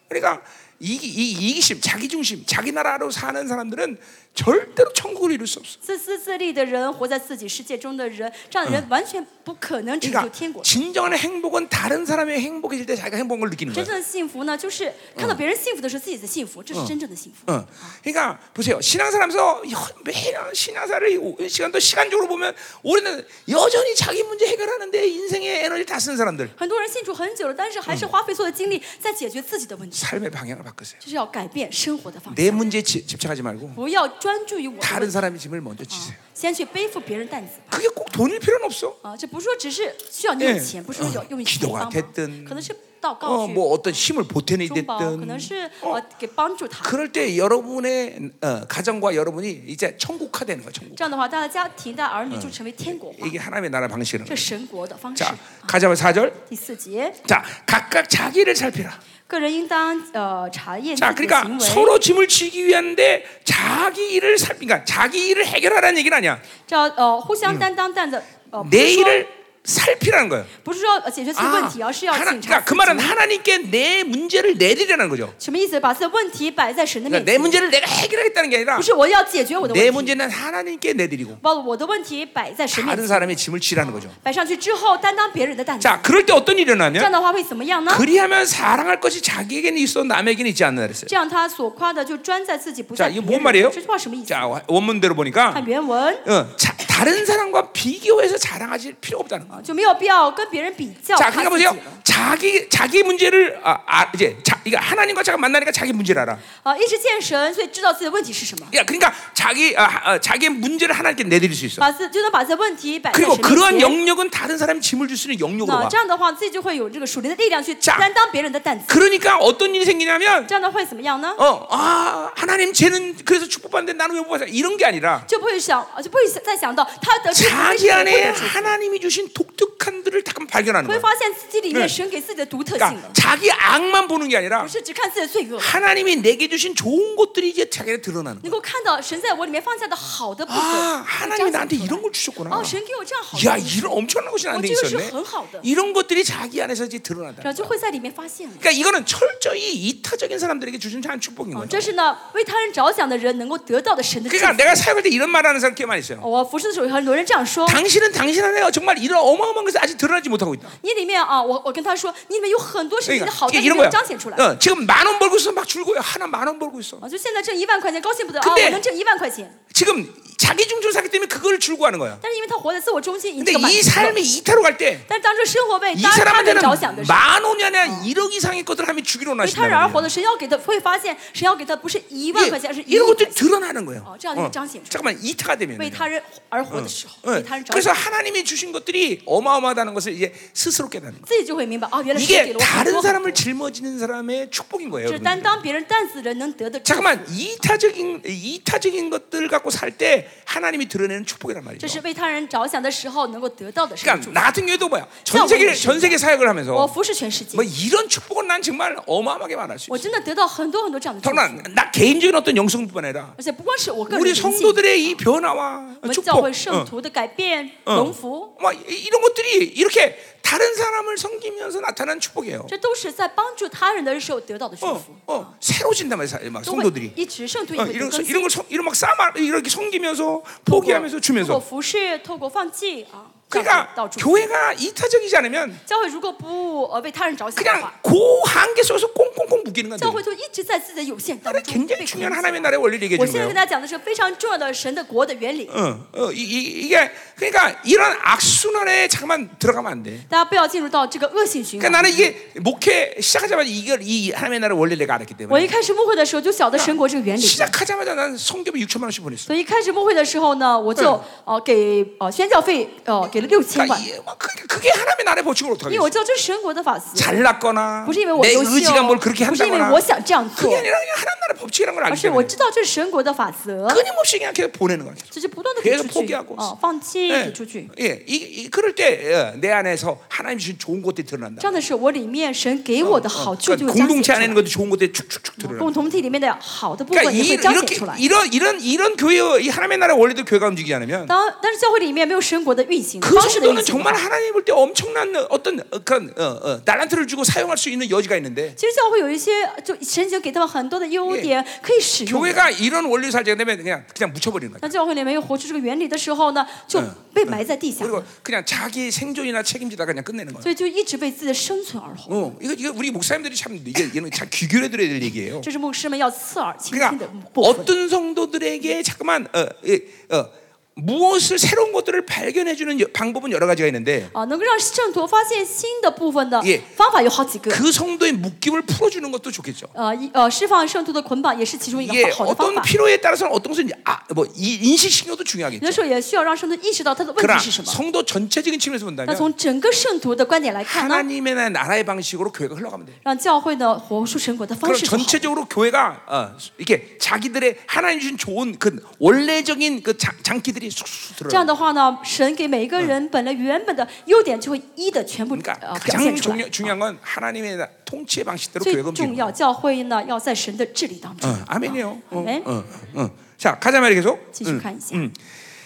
[SPEAKER 1] 그러니까 이기 이, 이기심, 자기 중심, 자기 나라로 사는 사람들은 절대로 천국을 이룰 수 없어.
[SPEAKER 2] 自私自利的人，活在自己世界中的人，这样的人完全不可能成就
[SPEAKER 1] 그러니까
[SPEAKER 2] 天国。
[SPEAKER 1] 진정한 행복은 다른 사람의 행복해질 때 자기가 행복한 걸 느끼는
[SPEAKER 2] 真
[SPEAKER 1] 거예요.
[SPEAKER 2] 正的幸福呢，就是看到别人幸福的时候，自己的幸福，这是真正的幸福。
[SPEAKER 1] 어. 그러니까 보세요. 신앙사람에서 매일 신앙사를 이 시간도 시간적으로 보면 우리는 여전히 자기 문제 해결하는데 인생의 에너지 다 쓰는 사람들
[SPEAKER 2] 很多人信主很久了，但是还是花费所有的精力在解决自己的问题，
[SPEAKER 1] 삶의 방향을 바꾸세요.
[SPEAKER 2] 就是要改变生活的方
[SPEAKER 1] 내
[SPEAKER 2] 向，
[SPEAKER 1] 문제에 지- 집착하지 말고
[SPEAKER 2] 不要专注于我的
[SPEAKER 1] 다른
[SPEAKER 2] 问题，
[SPEAKER 1] 사람의 짐을 먼저 지세요.
[SPEAKER 2] 先去背负别人担子。
[SPEAKER 1] 그게 꼭 돈일 필요는 없어.
[SPEAKER 2] 啊，这不是说只是需要你用
[SPEAKER 1] 예
[SPEAKER 2] 钱，不是说有用
[SPEAKER 1] 기
[SPEAKER 2] 钱
[SPEAKER 1] 도가
[SPEAKER 2] 帮忙
[SPEAKER 1] 됐든 ，
[SPEAKER 2] 可能是祷告
[SPEAKER 1] 어
[SPEAKER 2] 去
[SPEAKER 1] 뭐 어떤 힘을 보태내
[SPEAKER 2] 中保，可
[SPEAKER 1] 됐든
[SPEAKER 2] 能是呃给帮助他。
[SPEAKER 1] 그럴 때 여러분의 어, 가정과 여러분이 이제 천국화 되는 거야 천국.
[SPEAKER 2] 这样的话，大家家庭的儿女就成为天国化，
[SPEAKER 1] 이게 하나님의 나라 방식이라는
[SPEAKER 2] 这
[SPEAKER 1] 거야.
[SPEAKER 2] 神国的方式。
[SPEAKER 1] 자 가자마 4절.
[SPEAKER 2] 第四节，
[SPEAKER 1] 자 각각 자기를 살피라.
[SPEAKER 2] 个人应当呃查验自
[SPEAKER 1] 자
[SPEAKER 2] 己的
[SPEAKER 1] 그러니까
[SPEAKER 2] 行为，
[SPEAKER 1] 서로 짐을 지기 위한데 자기 일을 살 그러니까 자기 일을 해결하라는 얘기는 아니야.
[SPEAKER 2] 这样呃互相担当担的呃不
[SPEAKER 1] 내
[SPEAKER 2] 是说
[SPEAKER 1] 일을 살피라는 거예요. 아,
[SPEAKER 2] 不是说呃解决自己问题，而是要
[SPEAKER 1] 하나,
[SPEAKER 2] 警察
[SPEAKER 1] 그러니까
[SPEAKER 2] 自
[SPEAKER 1] 그 말은
[SPEAKER 2] 己。
[SPEAKER 1] 하나님께 내 문제를 내리라는 거죠.
[SPEAKER 2] 什么意思？把自己的问题摆在神的面
[SPEAKER 1] 그러니까 내
[SPEAKER 2] 前，
[SPEAKER 1] 문제를 내가 해결하겠다는 게 아니라
[SPEAKER 2] 不是我要解决我的
[SPEAKER 1] 내
[SPEAKER 2] 问题，
[SPEAKER 1] 문제는 하나님께 내드리고
[SPEAKER 2] 把我的问题摆在神面
[SPEAKER 1] 다른
[SPEAKER 2] 前，
[SPEAKER 1] 사람의 짐을 지라는 거죠.
[SPEAKER 2] 摆上去之后担当别人的担子。
[SPEAKER 1] 자 그럴 때 어떤 일이
[SPEAKER 2] 这样
[SPEAKER 1] 일어나냐?
[SPEAKER 2] 的话会怎么样呢？
[SPEAKER 1] 그리하면 사랑할 것이 자기에게는 있어 남에게는 있지 않는다 그랬어요.
[SPEAKER 2] 这样他所夸的就专在自己，不在
[SPEAKER 1] 자 이거
[SPEAKER 2] 别
[SPEAKER 1] 뭔
[SPEAKER 2] 人
[SPEAKER 1] 말이에요?
[SPEAKER 2] 这句话什么意思？
[SPEAKER 1] 자 원문대로
[SPEAKER 2] 看
[SPEAKER 1] 보니까
[SPEAKER 2] 原文
[SPEAKER 1] 어, 자, 다른 사람과 비교해서 자랑하실 필요 없다는 거예요.
[SPEAKER 2] 就没有必要跟别人比较。
[SPEAKER 1] 자
[SPEAKER 2] 看
[SPEAKER 1] 그러니까
[SPEAKER 2] 自己
[SPEAKER 1] 보세요.
[SPEAKER 2] 了
[SPEAKER 1] 자기 자기 문제를 아, 아 이제 자, 그러니까 하나님과 자가 만나니까 자기 문제를 알아.
[SPEAKER 2] 啊，一直见神，所以知道自己的问题是什么，
[SPEAKER 1] 야 그러니까 자기 아, 아, 자기의 문제를 하나님께 내드릴 수 있어.
[SPEAKER 2] 把自就能把自己的问题摆在
[SPEAKER 1] 그리고
[SPEAKER 2] 神面
[SPEAKER 1] 그렇죠. 그러한
[SPEAKER 2] 前。
[SPEAKER 1] 영역은 다른 사람이 짐을 줄 수 있는 영역으로
[SPEAKER 2] 那
[SPEAKER 1] 와.
[SPEAKER 2] 这样的话，自己就会有这个属灵的力量去
[SPEAKER 1] 자
[SPEAKER 2] 担当别人的担子。
[SPEAKER 1] 그러니까 어떤 일이 생기냐면
[SPEAKER 2] 这样的会怎么样呢？
[SPEAKER 1] 어 아 하나님 쟤는 그래서 축복받는데 나는 왜 못 받아? 이런 게 아니라
[SPEAKER 2] 就不会想，啊就不会再想到他得知为什
[SPEAKER 1] 자기
[SPEAKER 2] 么会
[SPEAKER 1] 안에
[SPEAKER 2] 得神，
[SPEAKER 1] 하나님이 주신 독특한들을 잠깐 발견하는
[SPEAKER 2] 会
[SPEAKER 1] 거야.
[SPEAKER 2] 发现自己里面
[SPEAKER 1] 네
[SPEAKER 2] 神给自己的独特性
[SPEAKER 1] 그러니까
[SPEAKER 2] 了，
[SPEAKER 1] 자기 악만 보는 게
[SPEAKER 2] 不
[SPEAKER 1] 아니라
[SPEAKER 2] 是只看自己的罪恶，
[SPEAKER 1] 하나님이 내게 주신 좋은 것들이 이제 자기에 드러나는 거야.
[SPEAKER 2] 能够看到神在我里面放下的好的部分。
[SPEAKER 1] 아
[SPEAKER 2] 会
[SPEAKER 1] 하나님이 아,
[SPEAKER 2] 彰
[SPEAKER 1] 나한테
[SPEAKER 2] 显出来
[SPEAKER 1] 이런 걸 주셨구나.
[SPEAKER 2] 哦，神给我这样好的
[SPEAKER 1] 야
[SPEAKER 2] 东西
[SPEAKER 1] 이런 엄청난 것이 나한테
[SPEAKER 2] 어,
[SPEAKER 1] 있었네.
[SPEAKER 2] 这个是很好的。
[SPEAKER 1] 이런 것들이 자기 안에서 이제 드러난다.
[SPEAKER 2] 然后就会在里面发现了。
[SPEAKER 1] 그러니까 이거는 철저히 이타적인 사람들에게 주신 참 축복인
[SPEAKER 2] 哦，
[SPEAKER 1] 거죠.
[SPEAKER 2] 这是呢，为他人着想的人能够得到的神的祝
[SPEAKER 1] 그러니까
[SPEAKER 2] 福。
[SPEAKER 1] 내가 사역할 때 이런 말하는 사람 꽤 많이 있어요. 어.
[SPEAKER 2] 我服侍的时候，很多人这样说：
[SPEAKER 1] 당신은 당신 안에 정말 이런 어마어마한 것을 아직 드러나지 못하고 있다.
[SPEAKER 2] 你里面啊，我我跟他说，你里面有很多事情的
[SPEAKER 1] 그러니까
[SPEAKER 2] 好，
[SPEAKER 1] 이게
[SPEAKER 2] 但是
[SPEAKER 1] 이런
[SPEAKER 2] 没有
[SPEAKER 1] 거야.
[SPEAKER 2] 彰显出来。
[SPEAKER 1] 어, 지금 만 원 벌고 있어 막 줄고요. 하나 만 원 벌고 있어.
[SPEAKER 2] 啊，就现在挣一万块钱，高兴不得啊！
[SPEAKER 1] 근데
[SPEAKER 2] 我能挣一万块钱，
[SPEAKER 1] 지금 자기 중심사기 때문에 그걸 줄고 하는 거야.
[SPEAKER 2] 但是因为他活在自我中心，已
[SPEAKER 1] 근데
[SPEAKER 2] 经满
[SPEAKER 1] 이
[SPEAKER 2] 足了
[SPEAKER 1] 삶이 이타로 갈 때 이
[SPEAKER 2] 但是当这生活为当他人
[SPEAKER 1] 그러니까 사람한테는
[SPEAKER 2] 着想的时候，
[SPEAKER 1] 만 원이 아니라 1억 이상의 것들을 하면 주기로
[SPEAKER 2] 为他人而
[SPEAKER 1] 나신다.
[SPEAKER 2] 活的，神要给他会发现，神要给他不是一万块钱，而是一亿
[SPEAKER 1] 이런
[SPEAKER 2] 块
[SPEAKER 1] 것들이
[SPEAKER 2] 钱。
[SPEAKER 1] 드러나는 거예요.
[SPEAKER 2] 어, 这样就
[SPEAKER 1] 어,
[SPEAKER 2] 彰显出来。
[SPEAKER 1] 잠깐만 이타가 되면
[SPEAKER 2] 为
[SPEAKER 1] 돼요.
[SPEAKER 2] 他人而活的时候，
[SPEAKER 1] 어,
[SPEAKER 2] 嗯为他人着
[SPEAKER 1] 그래서
[SPEAKER 2] 想，
[SPEAKER 1] 하나님이 주신 것들이 어마어마하다는 것을 이제 스스로 깨닫는 거예요.
[SPEAKER 2] 自己就会明白哦，原来神给
[SPEAKER 1] 이게
[SPEAKER 2] 了我很
[SPEAKER 1] 다른
[SPEAKER 2] 多很多
[SPEAKER 1] 사람을 。 짊어지는 사람의 축복인 거예요.
[SPEAKER 2] 是
[SPEAKER 1] 여러분들.
[SPEAKER 2] 担当别人担子的人能得的祝福。
[SPEAKER 1] 잠깐만 이타적인 이타적인 것들 갖고 살 때 하나님이 드러내는 축복이란
[SPEAKER 2] 这
[SPEAKER 1] 말이죠.
[SPEAKER 2] 是为他人着想的时候能够得到的神
[SPEAKER 1] 그러니까
[SPEAKER 2] 祝福。
[SPEAKER 1] 나 같은 경우도 뭐야? 전 세계 전 세계 사역을
[SPEAKER 2] 我
[SPEAKER 1] 하면서
[SPEAKER 2] 服侍全世界
[SPEAKER 1] 뭐 ， 이런 축복은 난 정말 어마어마하게 말할 수
[SPEAKER 2] 我
[SPEAKER 1] 있어.
[SPEAKER 2] 真的得到很多很多这样的祝福。
[SPEAKER 1] 더구나 나 개인적인 어떤 영성뿐만 아니라
[SPEAKER 2] 而且不光是我个人的
[SPEAKER 1] 우리
[SPEAKER 2] 灵性，
[SPEAKER 1] 성도들의 이 변화와
[SPEAKER 2] 我们
[SPEAKER 1] 축복,
[SPEAKER 2] 教会
[SPEAKER 1] 어,
[SPEAKER 2] 圣徒的改变、
[SPEAKER 1] 응
[SPEAKER 2] 蒙福，
[SPEAKER 1] 어? 막 이- 이런 것들이 이렇게 다른 사람을 섬기면서 나타난 축복이에요.
[SPEAKER 2] 这都是在帮助他人的时候得到的祝
[SPEAKER 1] 어,
[SPEAKER 2] 福。
[SPEAKER 1] 어, 새로워진단 말이야, 막
[SPEAKER 2] 嗯都会
[SPEAKER 1] 성도들이.
[SPEAKER 2] 一直圣徒也
[SPEAKER 1] 어,
[SPEAKER 2] 会
[SPEAKER 1] 이런 거
[SPEAKER 2] 得更
[SPEAKER 1] 이런
[SPEAKER 2] 新。
[SPEAKER 1] 걸 성- 이런 막 싸마 이렇게 섬기면서
[SPEAKER 2] 通
[SPEAKER 1] 포기하면서
[SPEAKER 2] 过通过
[SPEAKER 1] 주면서.
[SPEAKER 2] 服侍，透过放弃啊，这样得
[SPEAKER 1] 그러니까
[SPEAKER 2] 到祝福。
[SPEAKER 1] 교회가 이타적이지 않으면
[SPEAKER 2] 教会如果不呃为他人着想的
[SPEAKER 1] 그냥
[SPEAKER 2] 话，
[SPEAKER 1] 그 한계 속에서 꽁꽁꽁 묶이는
[SPEAKER 2] 教
[SPEAKER 1] 건데.
[SPEAKER 2] 会就一直在自己的有限当
[SPEAKER 1] 그래,
[SPEAKER 2] 中被
[SPEAKER 1] 굉장히
[SPEAKER 2] 困
[SPEAKER 1] 중요한
[SPEAKER 2] 住。
[SPEAKER 1] 하나님의 나라의 원리를 얘기해
[SPEAKER 2] 我现在
[SPEAKER 1] 주는 거예요.
[SPEAKER 2] 跟大家讲的是非常重要的神的国的原理。
[SPEAKER 1] 어, 어, 이, 이, 이게 그러니까 이런 악순환에 잠깐만 들어가면 안 돼.
[SPEAKER 2] 大家不要进入到这个恶性循
[SPEAKER 1] 그러니까
[SPEAKER 2] 环。
[SPEAKER 1] 나는 이게 목회 시작하자마자 이걸 이 하나님의 나라 의 원리를 내가 알았기
[SPEAKER 2] 我
[SPEAKER 1] 때문에
[SPEAKER 2] 一开始牧会的时候就晓得神国这个原理，
[SPEAKER 1] 시작하자마자 난 성교비 6천만 원씩 보냈어.
[SPEAKER 2] 所以一开始牧会的时候呢，我就
[SPEAKER 1] 嗯
[SPEAKER 2] 呃给呃宣教费呃给了六千
[SPEAKER 1] 그러니까
[SPEAKER 2] 万，
[SPEAKER 1] 이게 막 그게, 그게 하나님의 나라의 법칙을
[SPEAKER 2] 因为
[SPEAKER 1] 어떡하겠어?
[SPEAKER 2] 我知道这是神国的法则，
[SPEAKER 1] 잘났거나
[SPEAKER 2] 不是因为我
[SPEAKER 1] 내
[SPEAKER 2] 优秀
[SPEAKER 1] 의지가 뭘 ， 그렇게
[SPEAKER 2] 不是因为
[SPEAKER 1] 한다거나
[SPEAKER 2] 我想这样做
[SPEAKER 1] 그게 ， 아니라 그냥 하나님 나라의 법칙이라는 뭐 걸
[SPEAKER 2] 而
[SPEAKER 1] 알기
[SPEAKER 2] 是我
[SPEAKER 1] 때문에
[SPEAKER 2] 知道这是神国的法则，
[SPEAKER 1] 끊임없이 그냥 계속 보내는 거야. 계속.
[SPEAKER 2] 就是不断的给出
[SPEAKER 1] 계속
[SPEAKER 2] 去
[SPEAKER 1] 포기하고 ，
[SPEAKER 2] 哦，放弃
[SPEAKER 1] 예.
[SPEAKER 2] 给出去。
[SPEAKER 1] 예, 이, 이 그럴 때 어, 내 안에서 하나님 주신 좋은 것들이 드러난다. 어,
[SPEAKER 2] 这样的时候，我里面神给我的好处就
[SPEAKER 1] 그러니까
[SPEAKER 2] 会彰显
[SPEAKER 1] 공동체
[SPEAKER 2] 出
[SPEAKER 1] 안에
[SPEAKER 2] 来
[SPEAKER 1] 있는 ， 것도 좋은 것들이 어, 축축축 드러나.
[SPEAKER 2] 哦共同体里面的好的部分
[SPEAKER 1] 그러니까
[SPEAKER 2] 也
[SPEAKER 1] 이,
[SPEAKER 2] 会彰显
[SPEAKER 1] 이렇게
[SPEAKER 2] 出来。
[SPEAKER 1] 이런 이런 이런 교회 이 하나님의 나라 원리도 교회가 움직이지 않으면
[SPEAKER 2] 当但是教会里面没有神国的运行
[SPEAKER 1] 그
[SPEAKER 2] 方式的运
[SPEAKER 1] 정도는
[SPEAKER 2] 行的
[SPEAKER 1] 정말
[SPEAKER 2] 话，
[SPEAKER 1] 하나님 볼 때 엄청난 어떤 어, 그런 어, 어, 달란트를 주고 사용할 수 있는 여지가 있는데
[SPEAKER 2] 其实教会有一些就神已经给他们很多的优点可以使用的。
[SPEAKER 1] 교회가 이런 원리 살지 않으면 그냥 그냥 묻혀버리는 거야.
[SPEAKER 2] 那教会里面又活出这个原理的时候呢，就被埋在地下，
[SPEAKER 1] 그리고 그냥 자기 생존이나 책임지다가 그냥 끝내는 거야.
[SPEAKER 2] 所以就一直为自己的生存而活。
[SPEAKER 1] 어, 이거 이거 우리 목사님들이 참 이게 이런 참 귀결해드려야 될 얘기예요.
[SPEAKER 2] 这是牧师们要侧耳倾听的
[SPEAKER 1] 그러니까
[SPEAKER 2] 部分。
[SPEAKER 1] 어떤 성도들에게 잠깐만 어, 이, 어, 무엇을 새로운 것들을 발견해 주는 방법은 여러 가지가 있는데
[SPEAKER 2] 啊，能够让圣徒发现新的部分的
[SPEAKER 1] 예
[SPEAKER 2] 方法有好几个。
[SPEAKER 1] 그 성도의 묶임을 풀어주는 것도 좋겠죠.
[SPEAKER 2] 呃，一呃，释放圣徒的捆绑也是其中一
[SPEAKER 1] 그러니까 이게
[SPEAKER 2] 个好的方
[SPEAKER 1] 어떤
[SPEAKER 2] 法。
[SPEAKER 1] 필요에 따라서는 어떤 것은 아뭐이 인식 신경도
[SPEAKER 2] 有的
[SPEAKER 1] 중요하겠죠.
[SPEAKER 2] 时候也需要让圣徒意识到他的问
[SPEAKER 1] 그러나
[SPEAKER 2] 题是啊什么。
[SPEAKER 1] 성도 전체적인 측면에서
[SPEAKER 2] 那
[SPEAKER 1] 본다면
[SPEAKER 2] 从整个圣徒的观点来看呢，
[SPEAKER 1] 하나님의 나라의 방식으로 교회가 흘러가면 돼.
[SPEAKER 2] 让教会呢活出神国的方
[SPEAKER 1] 그럼
[SPEAKER 2] 式就好。
[SPEAKER 1] 전체적으로 교회가 어, 이렇게 자기들의 하나님 주신 좋은 그 원래적인 그 장, 장기들이 쑥쑥
[SPEAKER 2] 这
[SPEAKER 1] 들어요.
[SPEAKER 2] 样的话呢，神给每一个人本来原本的优点，就会一的全部呃
[SPEAKER 1] 그러니까
[SPEAKER 2] 表现
[SPEAKER 1] 가장
[SPEAKER 2] 出来
[SPEAKER 1] 중요, 。 중요한 건 하나님의 나- 통치의 방식대로
[SPEAKER 2] 最
[SPEAKER 1] 교회가 움직이는
[SPEAKER 2] 重
[SPEAKER 1] 거예요.
[SPEAKER 2] 要，教会呢要在神的治理当中。
[SPEAKER 1] 어, 아멘이요. 어,
[SPEAKER 2] 아멘.
[SPEAKER 1] 어, 어. 자 가자 말이 계속.
[SPEAKER 2] 继续看一下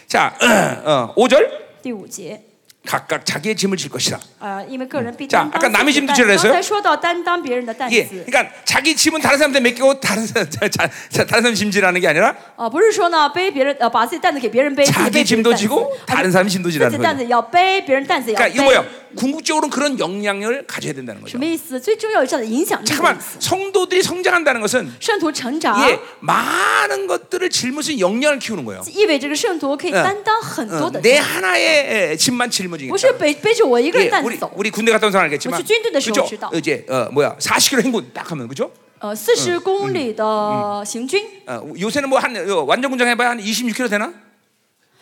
[SPEAKER 1] 자, 어, 5절
[SPEAKER 2] 第五节，
[SPEAKER 1] 각각 자기의 짐을 질 것이다.
[SPEAKER 2] 呃，因为个人必
[SPEAKER 1] 자
[SPEAKER 2] 担当
[SPEAKER 1] 아까
[SPEAKER 2] 自己的
[SPEAKER 1] 남의짐도
[SPEAKER 2] 担
[SPEAKER 1] 지랄했어요
[SPEAKER 2] 刚才说到担当别人的担
[SPEAKER 1] 예,
[SPEAKER 2] 子，
[SPEAKER 1] 그러니까 자기 짐은 다른 사람한테 맡기고 다른 사람, 자, 자, 자, 다른 사람 짐질하는 게 아니라
[SPEAKER 2] 呃，不是说呢背别人呃把自己担子给别人背，自己
[SPEAKER 1] 자기
[SPEAKER 2] 背别人
[SPEAKER 1] 짐도
[SPEAKER 2] 担子
[SPEAKER 1] 지고
[SPEAKER 2] 而
[SPEAKER 1] 네, 다른
[SPEAKER 2] 是
[SPEAKER 1] 사람짐도지라는
[SPEAKER 2] 自己担子要背，别人担子也要
[SPEAKER 1] 그러니까
[SPEAKER 2] 背
[SPEAKER 1] 이 ， 뭐야? 궁극적으로는 그런 영향을 가져야 된다는
[SPEAKER 2] 什
[SPEAKER 1] 거죠.
[SPEAKER 2] 么意思？最重要有这样的影响力的意
[SPEAKER 1] 잠깐만
[SPEAKER 2] 思。
[SPEAKER 1] 성도들이 성장한다는 것은
[SPEAKER 2] 圣徒成长，啊
[SPEAKER 1] 예, 많은 것들을 짊어진 영향을 키우는 거예요.
[SPEAKER 2] 意味着这个圣徒可以
[SPEAKER 1] 嗯
[SPEAKER 2] 担当很
[SPEAKER 1] 어,
[SPEAKER 2] 多的
[SPEAKER 1] 내
[SPEAKER 2] 担子，
[SPEAKER 1] 하나의 예, 짐만 짊어지는
[SPEAKER 2] 不是背背着我一个人
[SPEAKER 1] 예,
[SPEAKER 2] 担子
[SPEAKER 1] 우리
[SPEAKER 2] 走。
[SPEAKER 1] 우리 군대 갔다 온 사람 알겠지만
[SPEAKER 2] 그렇지, 찐뜬데
[SPEAKER 1] 그죠?
[SPEAKER 2] 시원시다.
[SPEAKER 1] 이제 어, 뭐야 40km 행군 딱 하면 그죠?
[SPEAKER 2] 呃，四
[SPEAKER 1] 嗯
[SPEAKER 2] 十公里的行军，
[SPEAKER 1] 어, 요새는 뭐 한 완전 군장 해봐야 한 26km 되나?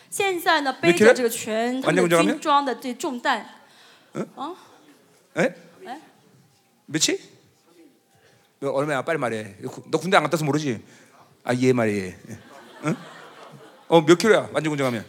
[SPEAKER 2] 现在呢背
[SPEAKER 1] 몇
[SPEAKER 2] 着这个
[SPEAKER 1] 完
[SPEAKER 2] 全他
[SPEAKER 1] 全
[SPEAKER 2] 们
[SPEAKER 1] 不知道嗯没
[SPEAKER 2] 的
[SPEAKER 1] 有
[SPEAKER 2] 军装的这重担，啊
[SPEAKER 1] 에? 며칠? 너 얼마야? 빨리 말해. 너 군대 안 갔다서 모르지? 아, 얘 말이야. 얘. 응? 어, 몇 킬로야? 완전 군장하면?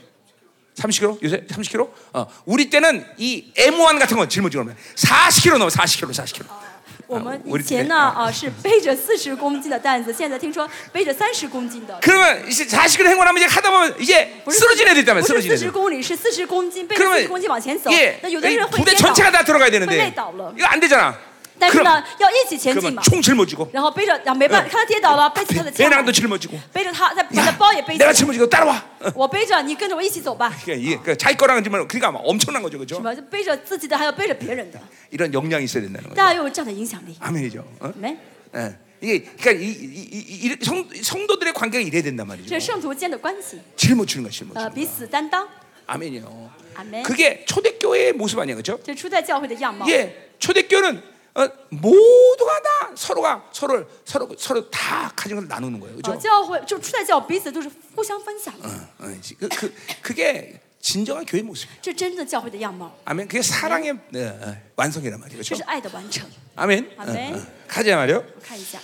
[SPEAKER 1] 30kg? 요새 30kg? 어, 우리 때는 이 M1 같은 건 짊어지고 그러면 40kg 넘어 40kg, 40kg.
[SPEAKER 2] 啊我们
[SPEAKER 1] 我
[SPEAKER 2] 以前呢啊是背着四十公斤的担子，现在听说背着三十公斤的，
[SPEAKER 1] 그러면 이제 40kg 행원하면 이제 하다 보면 이제
[SPEAKER 2] 不是
[SPEAKER 1] 쓰러진 애들
[SPEAKER 2] 不
[SPEAKER 1] 있다면
[SPEAKER 2] 是
[SPEAKER 1] 쓰러진
[SPEAKER 2] 四十
[SPEAKER 1] 애들.
[SPEAKER 2] 公里，是哎四十公斤背着四
[SPEAKER 1] 그러면
[SPEAKER 2] 十公斤往前走
[SPEAKER 1] 예, 。
[SPEAKER 2] 那有的人会
[SPEAKER 1] 부대
[SPEAKER 2] 跌倒，
[SPEAKER 1] 전체가 다 들어가야
[SPEAKER 2] 会累
[SPEAKER 1] 되는데
[SPEAKER 2] 倒了。
[SPEAKER 1] 이거 안 되잖아.
[SPEAKER 2] 但是
[SPEAKER 1] 그럼
[SPEAKER 2] 呢，要一起前进
[SPEAKER 1] 그러면
[SPEAKER 2] 嘛。
[SPEAKER 1] 총 짊어지고
[SPEAKER 2] 然后背着，啊，没办法，看他跌倒了，背起他的枪吧，
[SPEAKER 1] 배낭도 짊어지고
[SPEAKER 2] 背着他，再把他
[SPEAKER 1] 야,
[SPEAKER 2] 包也背起
[SPEAKER 1] 내가
[SPEAKER 2] 来。
[SPEAKER 1] 짊어지고 따라와.
[SPEAKER 2] 我背着，你跟着我一起走吧。
[SPEAKER 1] 그러니까 이게 그 자기 거랑은 정말 그러니까 막 엄청난 거죠,
[SPEAKER 2] 什
[SPEAKER 1] 그렇죠?
[SPEAKER 2] 么？就背着自己的，还要背着别人的，
[SPEAKER 1] 이런 역량이 있어야 된다는 거예요.
[SPEAKER 2] 大家要有这样的影响力。
[SPEAKER 1] 아멘이죠. 어?
[SPEAKER 2] 没，
[SPEAKER 1] 예. 이게 그러니까 이, 이, 이, 이- 성, 성도들의 관계가 이래야 된단
[SPEAKER 2] 这
[SPEAKER 1] 말이죠.
[SPEAKER 2] 是圣徒间的关系，
[SPEAKER 1] 짊어지는 거야, 짊어지는
[SPEAKER 2] 呃，
[SPEAKER 1] 거.
[SPEAKER 2] 彼此担当。
[SPEAKER 1] 아멘이요.
[SPEAKER 2] 阿门。
[SPEAKER 1] 그게 초대교회의 모습 아니야, 그렇죠?
[SPEAKER 2] 这初代教会的样貌，
[SPEAKER 1] 예, 초대교회는 어, 모두가 다 서로가 서로를 서로 서로 다 가진 걸 나누는 거예요,
[SPEAKER 2] 啊，
[SPEAKER 1] 그렇죠?
[SPEAKER 2] 教会就初代教彼此都是互相分享的，
[SPEAKER 1] 어, 어, 그, 그 그게 진정한 교회 모습이에요.
[SPEAKER 2] 这真的教会的样貌，
[SPEAKER 1] 아멘. 그게 사랑의 어, 어, 완성이란 말이에요,
[SPEAKER 2] 这
[SPEAKER 1] 그렇죠?
[SPEAKER 2] 是爱的完成。
[SPEAKER 1] 아멘. 어,
[SPEAKER 2] 아멘.
[SPEAKER 1] 어. 가자 말이요.
[SPEAKER 2] 我看一下，